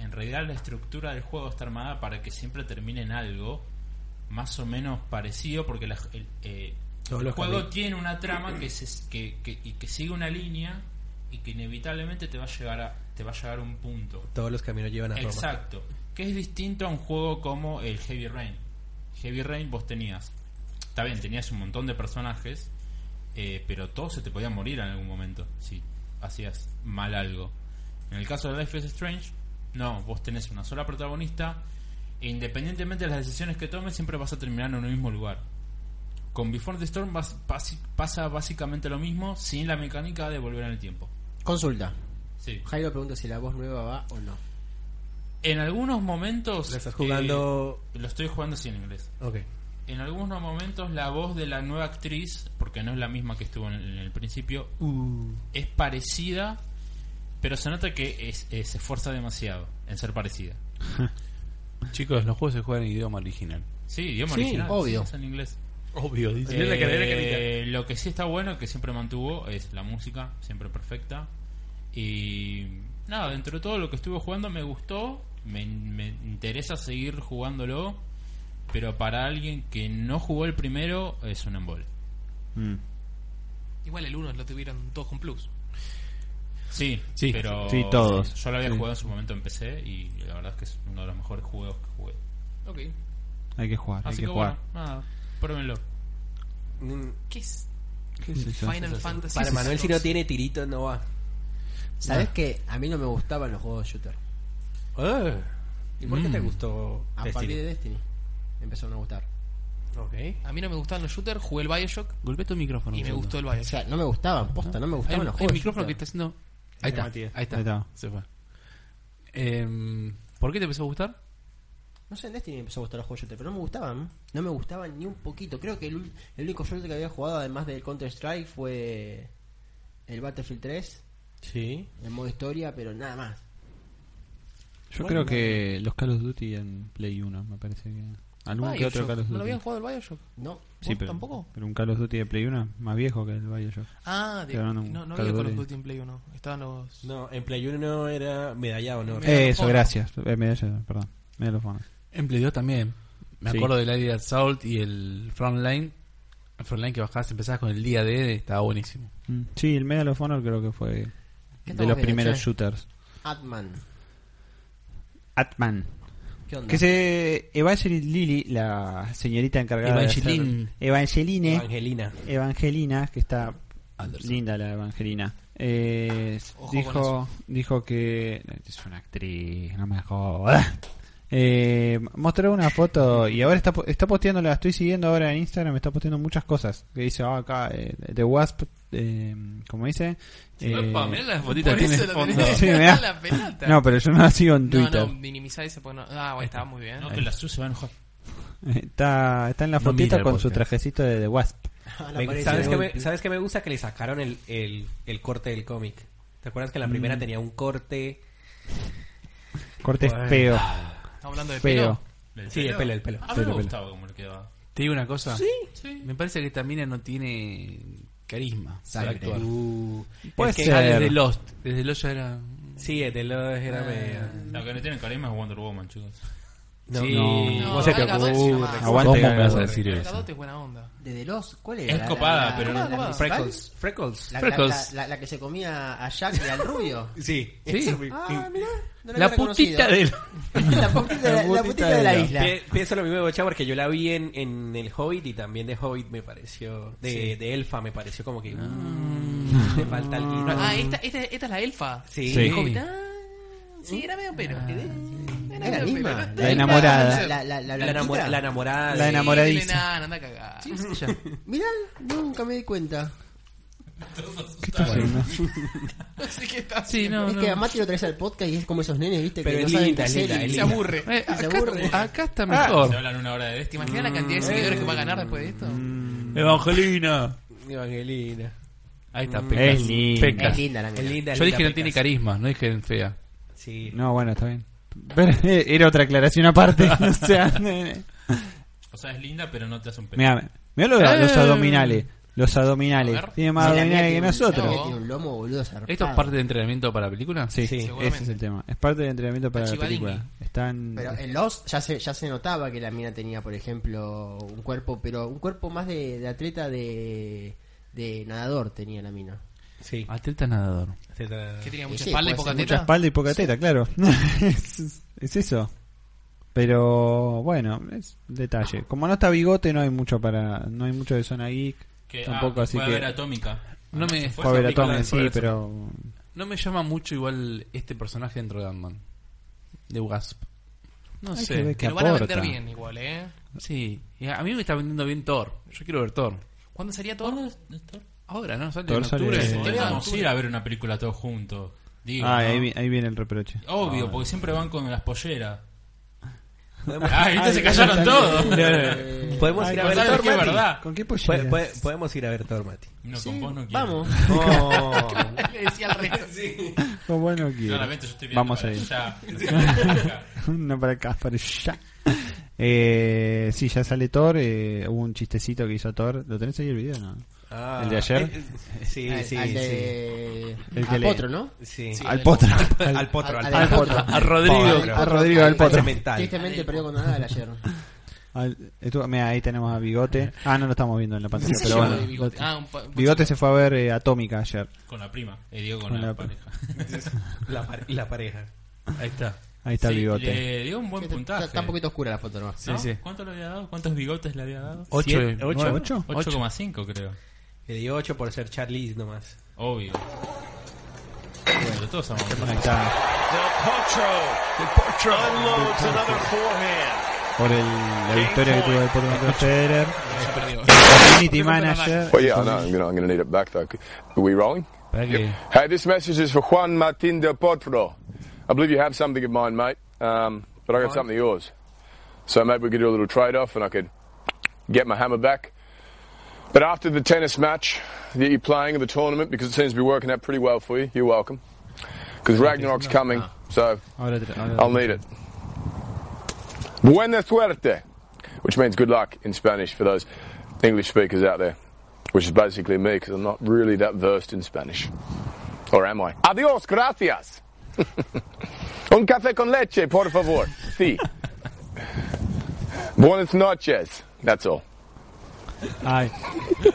S5: en realidad la estructura del juego está armada para que siempre termine en algo más o menos parecido, porque la- el, eh,
S4: Todos
S5: el
S4: los
S5: juego
S4: caminos.
S5: tiene una trama que, se, que, que- y que sigue una línea y que inevitablemente te va a llegar a, te va a llegar a un punto.
S4: Todos los caminos llevan a Roma.
S5: Exacto. Que es distinto a un juego como el Heavy Rain. Heavy Rain vos tenías. Está bien, tenías un montón de personajes. eh, pero todos se te podían morir en algún momento. Si hacías mal algo. En el caso de Life is Strange, no. Vos tenés una sola protagonista. E independientemente de las decisiones que tomes, siempre vas a terminar en un mismo lugar. Con Before the Storm vas- basi- pasa básicamente lo mismo sin la mecánica de volver en el tiempo.
S1: Consulta.
S5: Sí.
S1: Jairo pregunta si la voz nueva va o no.
S5: En algunos momentos.
S4: Lo estás
S5: eh,
S4: jugando.
S5: lo estoy jugando sin inglés.
S4: Ok.
S5: En algunos momentos la voz de la nueva actriz, porque no es la misma que estuvo en el, en el principio,
S1: Uh.
S5: es parecida, pero se nota que es- eh, se esfuerza demasiado en ser parecida.
S6: Chicos, los juegos se juegan en idioma original.
S5: Sí, idioma
S1: Sí,
S5: original.
S1: obvio.
S5: sí, es en inglés.
S6: Obvio,
S4: Pues
S5: Eh,
S2: la cadera carita.
S5: lo que sí está bueno, que siempre mantuvo, es la música, siempre perfecta. Y nada, dentro de todo lo que estuve jugando me gustó, me, me interesa seguir jugándolo, pero para alguien que no jugó el primero es un embole.
S3: Mm.
S2: Igual el 1 lo tuvieron todos con plus.
S5: Sí,
S6: Sí.
S5: pero
S3: Sí, todos.
S5: yo lo había
S3: Sí.
S5: jugado en su momento en PC y la verdad es que es uno de los mejores juegos que jugué.
S2: Ok.
S3: Hay que jugar, hay
S5: Así
S3: que,
S5: que,
S3: jugar.
S5: bueno, nada, pruébenlo.
S4: Eh,
S1: Mm,
S2: ¿Qué es?
S3: ¿Qué es eso?
S2: Final Fantasy.
S1: Para Manuel, si no
S2: 16.
S1: tiene tirito, no va. ¿Sabes que A mí no me gustaban los juegos de shooter.
S4: ¿Y por qué te gustó este
S1: A partir de
S4: Destiny?
S1: Destiny me empezaron a gustar.
S4: Ok.
S2: A mí no me gustaban los shooters, jugué el Bioshock
S6: Golpea tu micrófono.
S2: y
S6: un
S2: me
S6: segundo.
S2: gustó el
S1: O
S2: Bioshock.
S1: sea, no me gustaban, posta, no me
S6: Hay,
S1: gustaban los
S6: hay
S1: juegos.
S6: un
S1: de
S6: micrófono que
S1: shooter.
S6: está haciendo. Ahí está, ahí
S4: Matías.
S6: está.
S3: Ahí está.
S6: Se fue. Em, ¿Por qué te empezó a gustar?
S1: No sé, en Destiny me empezó a gustar los juegos de shooter, pero no me gustaban. No me gustaban ni un poquito. Creo que el, ul- el único shooter que había jugado, además del Counter-Strike, fue el Battlefield 3,
S4: Sí.
S1: en modo historia, pero nada más.
S3: Yo creo que los Call of Duty en Play 1, me parece que. Algún que otro
S2: Ah, Bioshock.
S3: Call of
S2: ¿No lo
S3: Duty.
S2: habían jugado el Bioshock?
S1: No.
S3: Sí,
S2: ¿Vos
S3: pero,
S2: tampoco?
S3: pero un Call of Duty de Play 1 más viejo que el Bioshock.
S2: Ah, de,
S3: Te dan un
S2: no, no
S3: Call
S2: había
S3: of
S2: Call of
S3: Duty.
S2: Duty en Play 1. Estaban los...
S4: No, en Play 1 era medalla de honor.
S2: Medalla de
S3: Eh, eso,
S2: honor.
S3: gracias. Eh, medalla, perdón. Medalla de honor.
S6: En Play 2 también. Me
S3: Sí.
S6: acuerdo del Alien Assault y el Frontline. El Frontline que bajabas, empezabas con el día de, estaba buenísimo.
S3: Mm, Sí, el Medal of Honor creo que fue de
S1: estamos
S3: los
S1: viendo,
S3: primeros
S1: che?
S3: shooters.
S1: Atman.
S3: Atman.
S1: ¿Qué onda?
S3: Que se Evangeline Lily, la señorita encargada de
S6: Evangeline.
S3: hacer-
S1: ¿Eh?
S3: Evangeline,
S4: Evangelina.
S3: Evangelina, que está
S6: Anderson.
S3: linda la Evangelina. eh,
S2: Ojo con
S3: dijo
S2: eso.
S3: dijo que es una actriz, no me jodas. Eh, mostró una foto y ahora está, po- está posteando, la estoy siguiendo ahora en Instagram, está posteando muchas cosas. Que dice, ah, acá, eh, The Wasp, eh, como dice. eh,
S6: Opa, mirá las
S2: Por
S6: fotitas que tiene
S2: eso
S6: de
S2: lo
S6: fondo.
S2: tenés.
S3: Sí, mirá.
S2: La pelota.
S3: no, pero yo no la sigo en
S2: No,
S3: Twitter.
S2: no, minimizá eso porque no... Ah, bueno, estaba muy bien.
S4: eh.
S5: No, que la SU se va a enojar.
S3: Está, está en la
S6: No
S3: fotita
S6: mira el
S3: con su
S6: podcast.
S3: trajecito de The Wasp.
S1: Ah, la
S4: Me-
S1: aparece
S4: ¿sabes,
S1: de
S4: que
S1: golpe.
S4: me, ¿Sabes qué me gusta? Que le sacaron el, el, el corte del cómic. ¿Te acuerdas que en la primera tenía un corte?
S3: Corte
S6: Bueno.
S3: feo.
S2: Estamos hablando de
S3: Feo.
S2: pelo.
S4: Sí, el pelo, el pelo.
S5: A mí
S3: Pelo,
S5: me
S3: pelo.
S5: gustaba cómo le quedaba.
S6: Te digo una cosa.
S5: Sí.
S6: Me parece que esta mina no tiene carisma. para
S1: Sangre.
S6: actuar.
S4: Uh,
S3: Puede
S4: es que-
S3: ser.
S6: Ah, desde Lost. Desde Lost ya era.
S4: Sí, el de los era medio-
S5: La que no tiene carisma es Wonder Woman, chicos.
S4: No,
S6: Sí.
S4: no,
S2: No,
S4: se te
S2: Gal Gadot se
S4: ocurre.
S2: llama-
S3: uh, Aguante,
S6: ¿Cómo me
S3: cagado.
S6: vas a decir
S2: El
S6: eso?
S2: Gadote es buena onda.
S1: ¿De The Lost? ¿Cuál era?
S5: Es
S1: La-
S5: copada,
S1: la-
S5: pero no-
S1: la- la-
S4: Freckles. Freckles.
S1: La, la-
S6: Freckles.
S1: la- la- la que se comía a Jack y al rubio.
S4: Sí.
S6: Sí.
S1: Ah, mirá. no
S6: La
S1: había reconocido.
S6: putita de.
S1: la putita, la, la putita de la isla.
S4: Pi- Pienso lo mismo de Bocha porque yo la vi en, en El Hobbit y también de Hobbit me pareció. De, de Elfa me pareció como que. mm, le falta algo.
S2: Ah, esta, esta, esta es la elfa.
S4: Sí.
S6: Sí.
S2: Hobbit. Ah, sí, era medio pelo.
S3: Ah,
S1: Era la misma.
S3: La enamorada.
S1: La, la, la,
S4: La, enamor- la enamorada.
S3: La enamor-
S4: de-
S3: enamoradiza.
S2: anda a cagar.
S1: Mirá, nunca me di cuenta.
S2: No sé qué está
S6: Sí,
S2: haciendo.
S6: no,
S1: es
S6: no.
S1: que a Mati lo traes al podcast y es como esos nenes, ¿viste?
S4: Pero
S1: que
S4: es
S1: no saben
S4: linda,
S1: qué
S4: es
S1: hacer
S4: linda,
S1: y-
S4: es
S2: Se
S4: linda.
S2: aburre.
S6: Eh,
S2: se aburre.
S6: acá, acá está
S5: Se
S6: mejor.
S5: hablan una hora de
S2: ¿Te
S5: este.
S2: imaginas la cantidad
S3: Mm.
S2: de seguidores que va a ganar después de esto?
S6: Evangelina.
S4: Evangelina.
S6: Ahí está,
S3: Es
S6: pecas.
S3: linda.
S1: Es
S6: Pecas.
S1: linda la
S4: Es
S1: mina.
S4: linda,
S6: Yo
S4: linda
S6: dije no tiene
S4: pecas.
S6: carisma, no dije en fea.
S4: Sí.
S3: No, bueno, está bien. Pero, eh, era otra aclaración aparte. o sea,
S5: O sea, es linda, pero no te hace un pelo.
S3: mira, mira lo- los
S6: Eh.
S3: abdominales. Los
S2: A
S3: abdominales.
S2: ver.
S3: Tiene más
S1: Sí, la mina
S3: abdominales que
S1: tiene un- la mina
S3: nosotros.
S1: Tiene un lomo, boludo, zarpado.
S6: ¿Esto es parte de entrenamiento para película?
S3: Sí,
S4: Sí,
S3: ese es el tema. Es parte del entrenamiento para la
S2: Chivadini.
S3: película. Están.
S1: Pero en Lost ya se, ya se notaba que la mina tenía, por ejemplo, un cuerpo, pero un cuerpo más de, de atleta de, de nadador tenía la mina.
S4: Sí.
S6: Atleta nadador.
S4: Se tra-
S2: Que tenía mucha
S1: sí,
S2: espalda y
S1: puede
S2: poca
S1: ser
S3: Mucha
S2: teta.
S3: espalda y poca teta, claro. es, es eso. Pero bueno, es un detalle. Como no está bigote, no hay mucho para, no hay mucho de zona geek.
S5: Que,
S3: tampoco
S5: ah,
S3: así
S5: fue a ver
S3: que.
S5: Atómica.
S6: No me,
S5: fue
S3: Fue a ver
S5: esa película,
S3: Atomic,
S5: fue a
S3: sí,
S5: ver esa-
S3: pero
S6: no me llama mucho igual este personaje dentro de Ant-Man. De Wasp. No
S3: Hay que
S6: sé.
S3: ver qué
S2: Que lo van a vender
S3: aporta.
S2: bien igual, ¿eh?
S6: Sí. Y a a mí me está vendiendo bien Thor. Yo quiero ver Thor.
S2: ¿Cuándo sería todo?
S6: Ahora, ¿no? Sale
S3: Thor
S6: en octubre.
S3: sale-
S6: Sí.
S5: Deberíamos ir a ver una película todos juntos. Digo,
S3: Ah,
S5: ¿no?
S6: Ah.
S3: ahí, vi- ahí viene el reproche.
S5: Obvio, porque siempre van con las polleras. Ah, viste, se callaron todos.
S4: Podemos
S1: Ay,
S4: ir a
S5: no
S4: ver
S5: sabes
S4: Thor
S5: qué es
S4: Mati.
S5: verdad.
S3: ¿Con qué
S4: Pue-
S3: pollera?
S4: pue- Podemos ir a ver Thor Mati.
S5: No, con vos no quiero.
S1: Vamos.
S4: Oh.
S2: Le decía al resto.
S3: Con vos no quiero.
S5: Claramente yo estoy viendo
S3: Vamos
S5: para
S3: a ir.
S5: allá. Acá.
S3: no para acá, para allá. Eh, sí, ya sale Thor. eh, hubo un chistecito que hizo Thor. ¿Lo tenés ahí el video? No.
S4: Ah.
S3: ¿El de ayer?
S4: Eh, eh, Sí,
S1: Al-
S4: sí,
S1: al
S4: sí.
S1: de-
S3: El que
S1: al
S3: lee.
S1: potro, ¿no?
S4: Sí.
S3: al potro.
S4: Al, al potro, al,
S1: al-
S4: potro.
S1: potro.
S6: A Rodrigo.
S3: A Rodrigo del
S4: Al
S3: potro.
S4: cemental.
S1: Tristemente perdió con nada el ayer.
S3: Al- estuvo- mira, ahí tenemos a Bigote. Ah, no lo estamos viendo en la pantalla,
S2: se
S3: pero
S2: llevó
S3: bueno.
S2: de bigote?
S3: Bigote.
S2: Ah, un pa- un
S3: Bigote se fue a ver eh, Atómica ayer.
S5: Con la prima. Eh, digo, con,
S3: Con
S5: la,
S3: la-
S5: pareja.
S4: La, pare- la pareja.
S6: Ahí está.
S3: Ahí está
S5: Sí,
S3: el Bigote.
S5: Le dio un buen
S1: Está-
S5: puntaje.
S1: Está un poquito oscura la foto nomás.
S5: ¿No?
S6: Sí, sí.
S5: ¿Cuánto le había dado? ¿Cuántos bigotes le había dado?
S6: Ocho,
S4: Siete- ocho.
S6: nueve.
S3: ¿Ocho?
S5: 8,5 creo.
S4: Le dio 8 por ser Charlize nomás.
S5: Obvio. Pero todos amamos.
S3: Ahí está. Por el- la victoria que tuvo el potro contra Federer. Community Manager.
S11: Well, yeah, I know. You know, I'm going to need it back, though. Are we rolling?
S6: Para que-
S11: Hey, this message is for Juan Martin de Potro. I believe you have something of mine, mate, um, but I got something of yours. So maybe we could do a little trade off and I could get my hammer back. But after the tennis match that you're playing in the tournament, because it seems to be working out pretty well for you, you're welcome. Because Ragnarok's coming, so
S3: Ahora te- ahora-
S11: I'll need it. Buena suerte, which means good luck in Spanish for those English speakers out there, which is basically me because I'm not really that versed in Spanish. Or am I? Adios, gracias. Un café con leche, por favor. Sí. Buenas noches. That's all.
S3: Ay.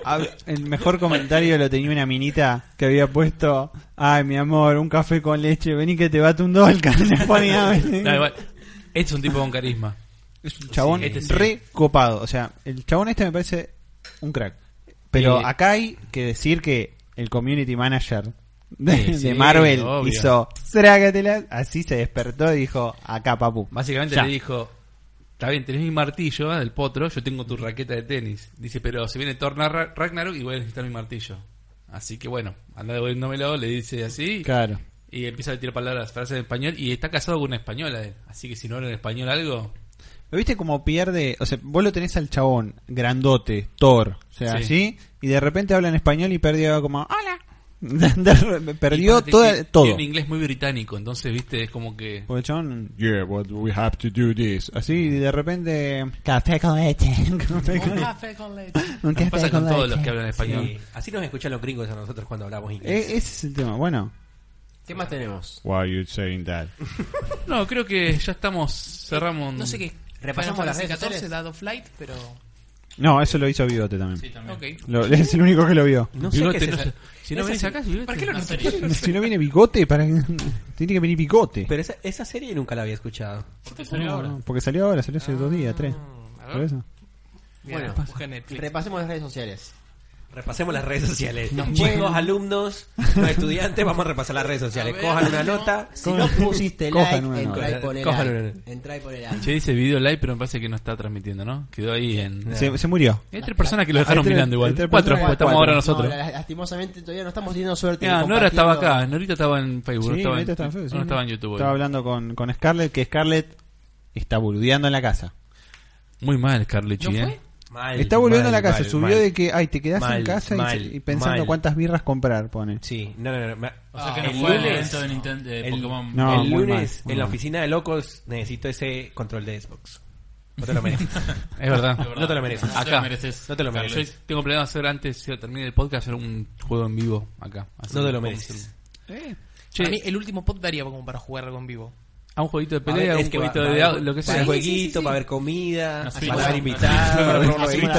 S3: Ah, El mejor comentario lo tenía una minita que había puesto. Ay, mi amor, un café con leche. Vení que te bate un dolca. Le ponía, vení.
S6: No, igual. Este es un tipo con carisma.
S3: Es un chabón
S6: Sí, este sí.
S3: recopado. O sea, el chabón este me parece un crack. Pero
S6: Sí.
S3: acá hay que decir que el community manager de,
S6: Sí,
S3: de
S6: sí,
S3: Marvel
S6: obvio.
S3: hizo "Trágatela", Así se despertó y dijo: Acá, papu.
S6: Básicamente
S3: Ya.
S6: le dijo, está bien, tenés mi martillo ah, del potro, yo tengo tu raqueta de tenis. Dice, pero si viene Thor Ra- Ragnarok y voy a necesitar mi martillo. Así que bueno, anda devolviéndomelo, le dice así.
S3: Claro.
S6: Y empieza a tirar palabras, frases en español. Y está casado con una española él. Así que si no habla en español algo,
S3: ¿Lo viste como pierde? O sea, vos lo tenés al chabón, grandote, Thor, o sea,
S6: Sí.
S3: así, y de repente habla en español y perdió como, hola. De- de- perdió
S6: Y
S3: toda-
S6: tiene-
S3: todo.
S6: Tiene un inglés muy británico, entonces, viste, es como que.
S3: Porque el chabón, yeah, what we have to do this. Pues, Así, y de repente, café con leche. café con
S2: Un
S3: leche.
S2: café con leche.
S3: Un
S6: Nos
S3: café
S6: pasa con
S3: con
S6: todos
S3: leche.
S6: los que hablan español.
S4: Sí. Así nos escuchan los gringos a nosotros cuando hablamos
S3: E-
S4: inglés.
S3: ese es el tema, bueno.
S1: ¿Qué más tenemos?
S3: Why are you saying that?
S6: No, creo que ya estamos, cerramos.
S2: No sé qué.
S1: Repasamos
S2: Final
S1: las
S2: Fantasy
S1: redes sociales.
S2: dado flight, pero.
S3: No, eso lo hizo Bigote también.
S5: Sí, también.
S2: Ok.
S3: Lo- es el único que lo vio.
S4: No sé
S6: Bigote,
S4: qué es
S6: no
S4: esa-
S6: sé. Si no
S4: esa
S6: venís
S4: se-
S6: acá, si
S2: ¿Por qué lo
S5: Una
S2: noté?
S5: serie.
S3: Si no viene Bigote, para... tiene que venir Bigote.
S4: Pero esa, esa serie nunca la había escuchado.
S5: ¿Por qué salió ahora?
S3: No, porque salió ahora, salió hace dos
S6: Ah,
S3: días, tres.
S2: a ver.
S3: Por eso.
S2: Bueno,
S1: Bueno,
S2: busca en Netflix.
S1: Repasemos las redes sociales.
S4: Repasemos las redes sociales.
S1: Nos
S4: Chicos,
S1: pueden-
S4: alumnos, los estudiantes, vamos a repasar las redes sociales.
S2: A ver,
S4: Cojan una
S2: no.
S4: nota.
S1: Si no pusiste like,
S3: Cojan una
S1: entra y
S4: nota.
S1: pone
S4: Cojan una
S1: like.
S4: nota.
S1: Entra y pone like.
S6: Che, dice video live, pero me parece que no está transmitiendo, ¿no? Quedó ahí en.
S3: Se, se murió.
S6: Hay tres personas que lo dejaron
S3: Hay tres-
S6: mirando igual.
S3: hay tres
S6: Cuatro,
S3: personas-
S6: pues estamos
S3: cuatro.
S6: ahora
S1: No,
S6: nosotros.
S1: la- lastimosamente todavía no estamos teniendo suerte.
S6: Mira,
S1: de
S6: Nora estaba
S1: compartirlo.
S6: acá, Norita estaba en Facebook, no
S3: Sí,
S6: estaba,
S3: ahorita
S6: en,
S3: está en Facebook, sí,
S6: no
S3: sí.
S6: estaba en YouTube.
S3: Estaba
S6: hoy.
S3: hablando con, con Scarlett, que Scarlett está boludeando en la casa.
S6: Muy mal, Carlucci,
S2: ¿No
S6: ¿eh?
S2: fue?
S4: Mal,
S3: está boludeando
S4: mal,
S3: en la casa.
S4: mal,
S3: Subió
S4: mal.
S3: de que, ay, te quedás
S4: Mal,
S3: en casa y-
S4: mal,
S3: y, pensando
S4: mal.
S3: cuántas birras comprar, pone.
S4: Sí, no, no, no. me-
S5: O sea que
S4: Ah, el
S5: no fue el
S4: lunes-
S5: evento de, Nintendo, de
S4: el-
S5: Pokémon.
S3: No,
S4: el
S3: muy
S4: lunes,
S3: mal, muy
S4: en la
S3: mal.
S4: oficina de locos, necesito ese control de Xbox. No te lo mereces.
S6: Es verdad.
S5: De verdad.
S4: No te lo mereces.
S5: No te
S6: Acá.
S5: lo mereces.
S4: No te lo
S6: Pero
S4: mereces.
S6: Yo tengo planeado hacer antes, si termine el podcast, hacer un juego en vivo acá. Así
S4: no
S6: que
S4: te
S6: vamos
S4: lo mereces.
S2: A mí el último pod daría como para jugar algo en vivo.
S6: A un jueguito de
S4: Va a haber-
S6: pelea,
S4: es
S6: Pues un
S4: que va-
S6: jueguito
S4: va a
S6: de
S4: haber-
S6: au- lo que
S4: Va a
S6: sea.
S4: haber jueguito, va a haber comida,
S5: Así
S4: van a
S5: va.
S4: haber invitados.
S3: Ahorita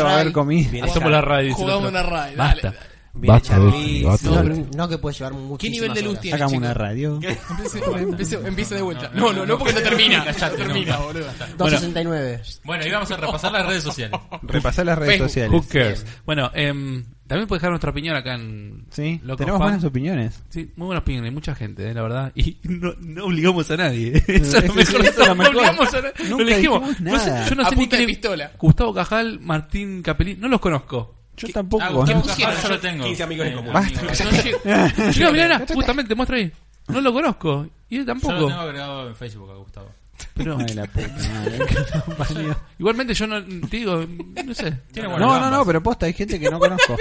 S3: va a haber comida.
S4: Viene
S6: Hacemos la
S4: Char-
S6: radio. dice el
S2: Jugamos
S6: otro.
S2: una radio, dale,
S6: Basta.
S2: dale.
S4: viene Charlize.
S1: No, no que puede llevar muchísimas
S2: ¿Qué nivel de luz
S1: horas.
S2: tiene?
S3: Sacamos
S2: chicos?
S3: una radio.
S2: Empiezo- empiezo- Empiezo de vuelta. No, no, no, porque no termina. No termina, boludo.
S1: 269.
S5: Bueno, íbamos a repasar las redes sociales.
S3: Repasar las redes
S2: Facebook.
S3: sociales.
S6: Who cares? Bueno, em, también puedes dejar nuestra opinión acá en.
S3: Sí,
S6: Locos
S3: tenemos
S6: Fan.
S3: buenas opiniones.
S6: Sí, muy buenas opiniones, mucha gente, eh, la verdad. Y no, no obligamos a nadie. Eso es
S3: Eso-
S6: lo mejor de
S3: eso
S6: todo,
S3: es lo
S6: No
S3: mejor.
S6: obligamos a nadie. No
S3: Nunca
S6: elegimos.
S3: dijimos
S6: No sé-
S3: nada.
S6: yo no
S2: A
S6: sé ni
S2: punta de
S6: quién-
S2: pistola.
S6: Gustavo Cajal, Martín Capelín, no los conozco.
S3: Yo
S5: Ah,
S3: tampoco.
S5: Gustavo
S3: ¿eh?
S5: Cajal, yo lo tengo.
S4: 15 amigos en
S5: Eh,
S4: común.
S5: amigo.
S2: No llego.
S6: Yo, Milana, justamente, muestra ahí. No lo conozco. Y él
S5: Yo lo
S6: tampoco.
S5: tengo agregado en Facebook a Gustavo.
S6: Pero
S3: Ay, la puta madre, que lo parió.
S6: igualmente yo no te digo, no sé.
S5: Tiene buenas
S3: No, no,
S5: gambas.
S3: no, pero posta, hay gente que no conozco.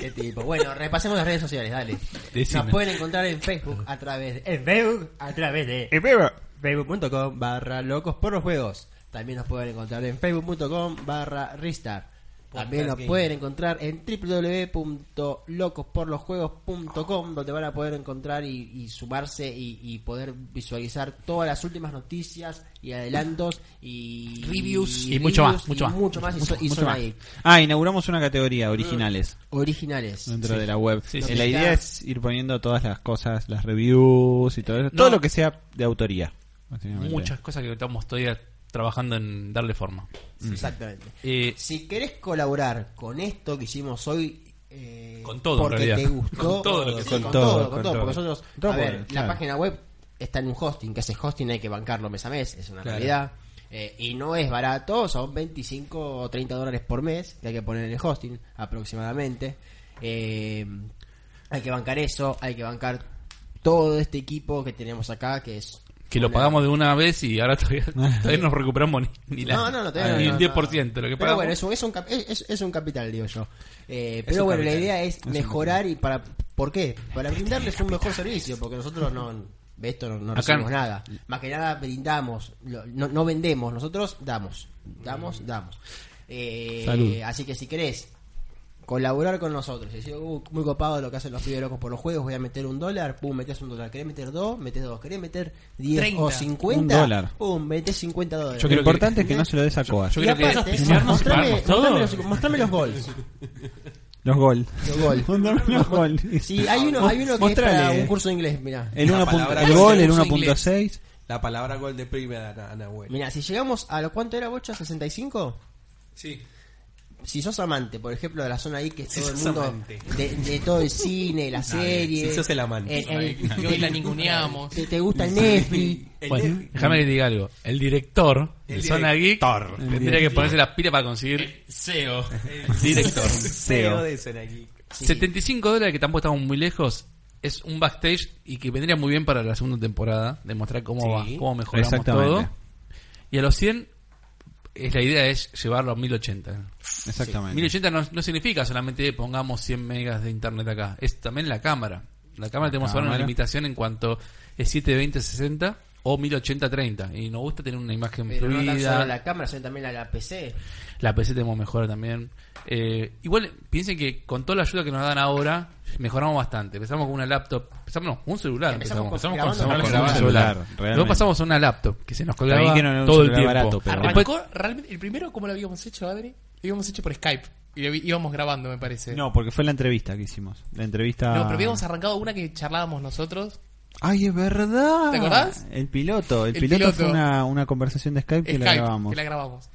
S1: Qué tipo. Bueno, repasemos las redes sociales, dale.
S6: Decime.
S1: Nos pueden encontrar en Facebook a través de, en Facebook a través de facebook.com barra locos por los juegos. También nos pueden encontrar en facebook.com barra ristar. También nos pueden encontrar en www.locosporlosjuegos.com donde van a poder encontrar y, y sumarse y, y poder visualizar todas las últimas noticias y adelantos y
S2: Reviews.
S6: Y mucho más,
S1: reviews
S6: mucho
S1: y
S6: más.
S1: mucho más y so- y
S3: Mucho
S1: son
S3: más.
S1: ahí.
S3: Ah, inauguramos una categoría, originales,
S1: originales.
S3: dentro de la web. Eh,
S6: Sí, sí.
S3: la idea es ir poniendo todas las cosas, las reviews y todo eso. Todo lo que sea de autoría. básicamente.
S6: Muchas cosas que estamos todavía trabajando en darle forma.
S1: Exactamente.
S6: Eh,
S1: Si querés colaborar con esto que hicimos hoy, eh,
S6: Con todo, en
S1: porque
S6: realidad.
S1: te gustó,
S6: Con todo lo que
S1: sí,
S6: son.
S3: Con
S1: con todo,
S3: todo,
S1: con
S3: con todo.
S1: todo, porque nosotros,
S3: Todo
S1: a ver,
S3: bueno,
S1: la
S3: claro.
S1: página web está en un hosting, que ese hosting hay que bancarlo mes a mes, es una realidad. Eh, y no es barato, son 25 o 30 dólares por mes que hay que poner en el hosting aproximadamente. Eh, hay que bancar eso, hay que bancar todo este equipo que tenemos acá, que es...
S6: que lo
S1: una-
S6: pagamos de una vez y ahora todavía, todavía nos recuperamos ni, ni la- Ah,
S1: no, no, no, todavía
S6: ni
S1: no, no,
S6: el 10%
S1: no.
S6: lo que
S1: Pero
S6: pagamos.
S1: bueno, es un, es un, cap- es- es- es un capital, digo yo. Eh,
S6: Es
S1: pero
S6: un
S1: bueno, la
S6: capital.
S1: idea es, mejorar y para... ¿Por qué? Para brindarles un mejor servicio, porque nosotros no... De esto no, no
S6: Acá
S1: recibimos
S6: no.
S1: nada. Más que nada brindamos, lo- no, no vendemos, nosotros damos, damos, damos. Eh,
S3: Salud.
S1: Así que si querés colaborar con nosotros. Si yo, uh, muy copado lo que hacen los pibes locos por los juegos, voy a meter un dólar, pum, metes un dólar, querés meter dos, metes dos, querés meter diez
S2: 30.
S1: o cincuenta,
S3: Un dólar.
S1: pum, metes cincuenta dólares.
S6: Yo
S3: Lo
S6: creo que-
S3: importante es que no se lo des a Coas.
S6: yo
S1: Y
S6: creo que
S1: aparte,
S6: auspiciarnos y
S1: mostrame,
S6: pagarnos todo.
S1: mostrame los, mostrame los goals.
S3: Los gol.
S1: Los gol.
S3: Mostrame los gol.
S1: Sí, hay uno, hay uno que
S3: Mostrale.
S1: es para un curso de inglés, mirá.
S3: El,
S4: La
S3: 1.
S4: palabra
S3: el
S4: que
S3: gol,
S4: se
S3: el
S4: usa
S3: 1.6.
S4: La palabra gol de primera, Ana- Anahuel.
S1: Mirá, si llegamos a lo cuánto era Bocha, 65?
S6: Sí.
S1: Si sos amante, por ejemplo, de la zona ahí que es
S4: Si
S1: todo el
S4: sos
S1: mundo
S4: amante.
S1: de, de todo el cine, la serie. Eh,
S4: si sos el amante.
S1: el- el-
S2: Que hoy la ninguneamos.
S1: te, te gusta el Netflix.
S6: Bueno, déjame que te diga algo. El director de Zona Geek tendría que ponerse las pilas para conseguir
S5: SEO.
S6: director.
S4: CEO de Senagui.
S1: Sí.
S6: 75 dólares, que tampoco estamos muy lejos, es un backstage y que vendría muy bien para la segunda temporada, demostrar cómo va, cómo mejoramos
S3: Exactamente.
S6: todo. Y a los 100, es la idea es llevarlo a 1080.
S3: Exactamente.
S6: 1080 no, no significa solamente pongamos 100 megas de internet acá, es también la cámara. La cámara tenemos ahora una
S3: cámara.
S6: limitación en cuanto es 720-60 o 1080-30. Y nos gusta tener una imagen
S1: Pero no tan
S6: fluida.
S1: solo la cámara, sino también a la PC.
S6: La PC tenemos mejora también. Eh, igual, piensen que con toda la ayuda que nos dan ahora, mejoramos bastante. Empezamos con una laptop, empezamos, no, un celular.
S1: Empezamos
S6: Empezamos,
S1: con-
S6: Empezamos
S1: grabando
S6: con,
S3: con
S6: un
S3: un
S6: celular.
S3: celular,
S6: Luego
S3: realmente.
S6: pasamos a una laptop que se nos
S3: bien
S6: colgaba
S3: que no era un
S6: todo el tiempo.
S3: celular barato, pero-
S6: Después-
S2: Arrancó realmente, el primero, ¿cómo lo habíamos hecho, Adri? Lo habíamos hecho por Skype. Y lo vi- íbamos grabando, me parece.
S3: No, porque fue la entrevista que hicimos. La entrevista.
S2: No, pero habíamos arrancado una que charlábamos nosotros.
S3: Ay, es verdad.
S2: ¿Te acordás?
S3: El piloto. El,
S2: El
S3: piloto,
S2: piloto.
S3: fue una, una conversación de Skype que la
S2: Skype,
S3: grabamos.
S2: que la grabamos.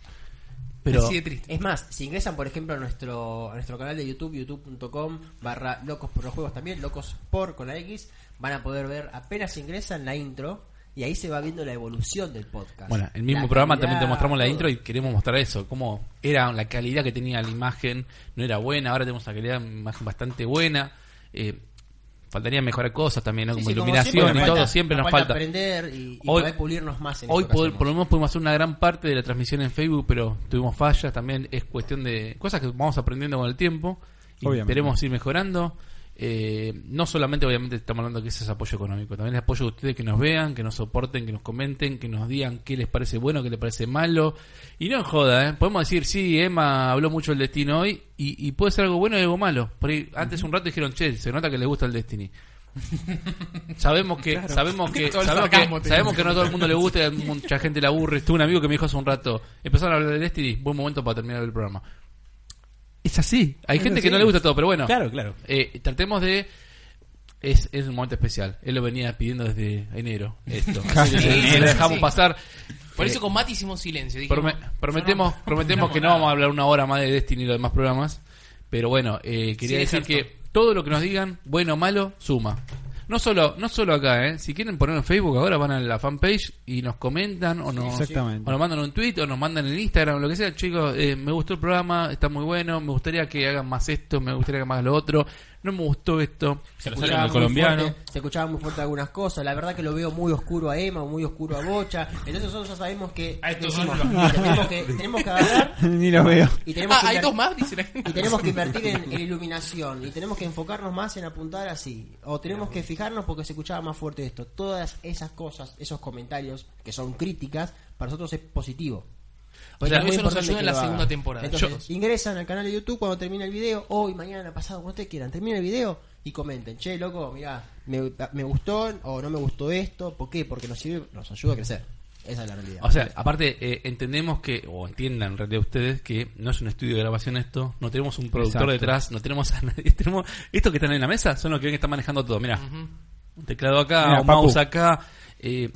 S6: pero
S2: Así de triste.
S1: Es más, si ingresan, por ejemplo, a nuestro, a nuestro canal de YouTube, youtube.com barra locos por los juegos también, locos por con la X, van a poder ver apenas ingresan la intro y ahí se va viendo la evolución del podcast.
S6: Bueno, el mismo
S1: La
S6: programa
S1: calidad,
S6: también te mostramos la
S1: todo.
S6: intro y queremos mostrar eso, cómo era la calidad que tenía la imagen, no era buena, ahora tenemos una calidad de imagen bastante buena. Eh, faltaría mejorar cosas también, ¿no?
S1: Sí,
S6: como
S1: sí, como
S6: iluminación
S1: siempre
S6: y
S1: nos
S6: todo,
S1: falta-
S6: siempre nos falta.
S1: aprender y, y
S6: Hoy-
S1: poder pulirnos más en
S6: Hoy
S1: esto que
S6: poder-
S1: hacemos.
S6: por lo menos pudimos hacer una gran parte de la transmisión en Facebook, pero tuvimos fallas también. Es cuestión de cosas que vamos aprendiendo con el tiempo y
S3: Obviamente.
S6: esperemos ir mejorando. Eh, no solamente, obviamente, estamos hablando que ese es apoyo económico, también es apoyo de ustedes que nos vean, que nos soporten, que nos comenten, que nos digan qué les parece bueno, qué les parece malo. Y no en joda, ¿eh? podemos decir, sí, Emma habló mucho del Destino hoy y, y puede ser algo bueno y algo malo. Por ahí, antes un rato dijeron, che, se nota que le gusta el Destiny. Sabemos que, sabemos que,
S2: Todo el
S6: sabemos
S2: sarcasmo
S6: que,
S2: te
S6: sabemos que no a todo el mundo le gusta y a mucha gente le aburre. Estuve un amigo que me dijo hace un rato, empezaron a hablar de Destiny, buen momento para terminar el programa. Es así, hay gente que no le gusta todo, pero bueno,
S4: Claro, claro.
S6: eh, tratemos de es, es un momento especial. Él lo venía pidiendo desde enero esto. Así que
S2: Sí,
S6: se lo
S2: sí,
S6: dejamos
S2: sí.
S6: pasar.
S2: Por
S6: Eh,
S2: eso con Mati hicimos silencio. dijimos,
S6: Prome- prometemos
S2: no-
S6: prometemos
S2: no
S6: que no
S2: nada.
S6: vamos a hablar una hora más de Destiny y los demás programas. Pero bueno, eh, quería
S2: Sí,
S6: decir
S2: exacto.
S6: que todo lo que nos digan, bueno o malo, suma. No solo, no solo acá, ¿eh? Si quieren poner en Facebook, ahora van a la fanpage y nos comentan o nos,
S3: Exactamente.
S6: o nos mandan un tweet o nos mandan en Instagram, lo que sea. Chicos, eh, me gustó el programa, está muy bueno, me gustaría que hagan más esto, me gustaría que hagan más lo otro. no me gustó esto.
S5: Se lo
S1: escuchaba
S5: sacan al
S1: muy
S5: colombiano.
S1: fuerte, se escuchaban muy fuerte algunas cosas. La verdad que lo veo muy oscuro a Emma, muy oscuro a Bocha. Entonces nosotros ya sabemos que,
S5: A estos
S1: decimos,
S5: dos los-
S1: tenemos, que tenemos que agarrar
S3: Ni lo veo.
S1: y tenemos
S2: Ah,
S1: que
S2: hay
S1: inver-
S2: dos más, dice la gente.
S1: y tenemos que invertir en, en iluminación y tenemos que enfocarnos más en apuntar así o tenemos que fijarnos porque se escuchaba más fuerte esto todas esas cosas esos comentarios que son críticas para nosotros es positivo
S2: O sea,
S1: es muy
S2: eso nos
S1: importante
S2: ayuda en
S1: que
S2: la
S1: lo hagan.
S2: segunda temporada.
S1: Entonces, ingresan al canal de YouTube cuando termina el video, hoy, mañana, pasado, cuando ustedes quieran, termina el video y comenten, che, loco, mirá, me, me gustó o no me gustó esto, ¿por qué? Porque nos sirve, nos ayuda a crecer. Esa es la realidad.
S6: O sea, aparte, eh, entendemos que, o entiendan en realidad ustedes, que no es un estudio de grabación esto, no tenemos un productor
S3: Exacto.
S6: detrás, no tenemos a nadie. Tenemos, estos que están en la mesa son los que ven que están manejando todo. Mira, un teclado acá,
S3: Mirá,
S6: un
S3: Papu.
S6: mouse acá. eh,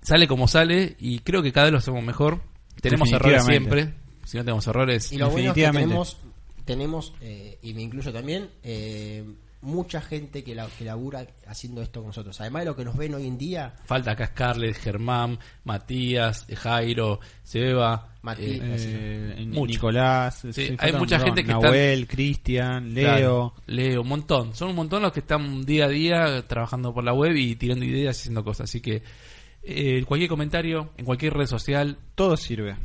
S6: sale como sale y creo que cada vez lo hacemos mejor. Tenemos errores
S3: Definitivamente.
S6: siempre. Si no tenemos errores,
S1: Y lo bueno es que
S3: Definitivamente.
S1: tenemos, tenemos eh, y me incluyo también, eh, mucha gente que, la, que labura haciendo esto con nosotros. Además de lo que nos ven hoy en día,
S6: falta acá Scarlett, Germán, Matías, eh, Jairo, Seba.
S1: Mati-
S6: eh,
S3: Eh,
S6: Mucho.
S3: Nicolás,
S6: hay
S3: faltan
S6: mucha
S3: un
S6: gente
S3: montón.
S6: que está-
S3: Nahuel, Cristian, Leo.
S6: Claro, Leo, un montón. Son un montón los que están día a día trabajando por la web y tirando ideas y haciendo cosas. Así que eh, cualquier comentario, en cualquier red social,
S3: Todo sirve.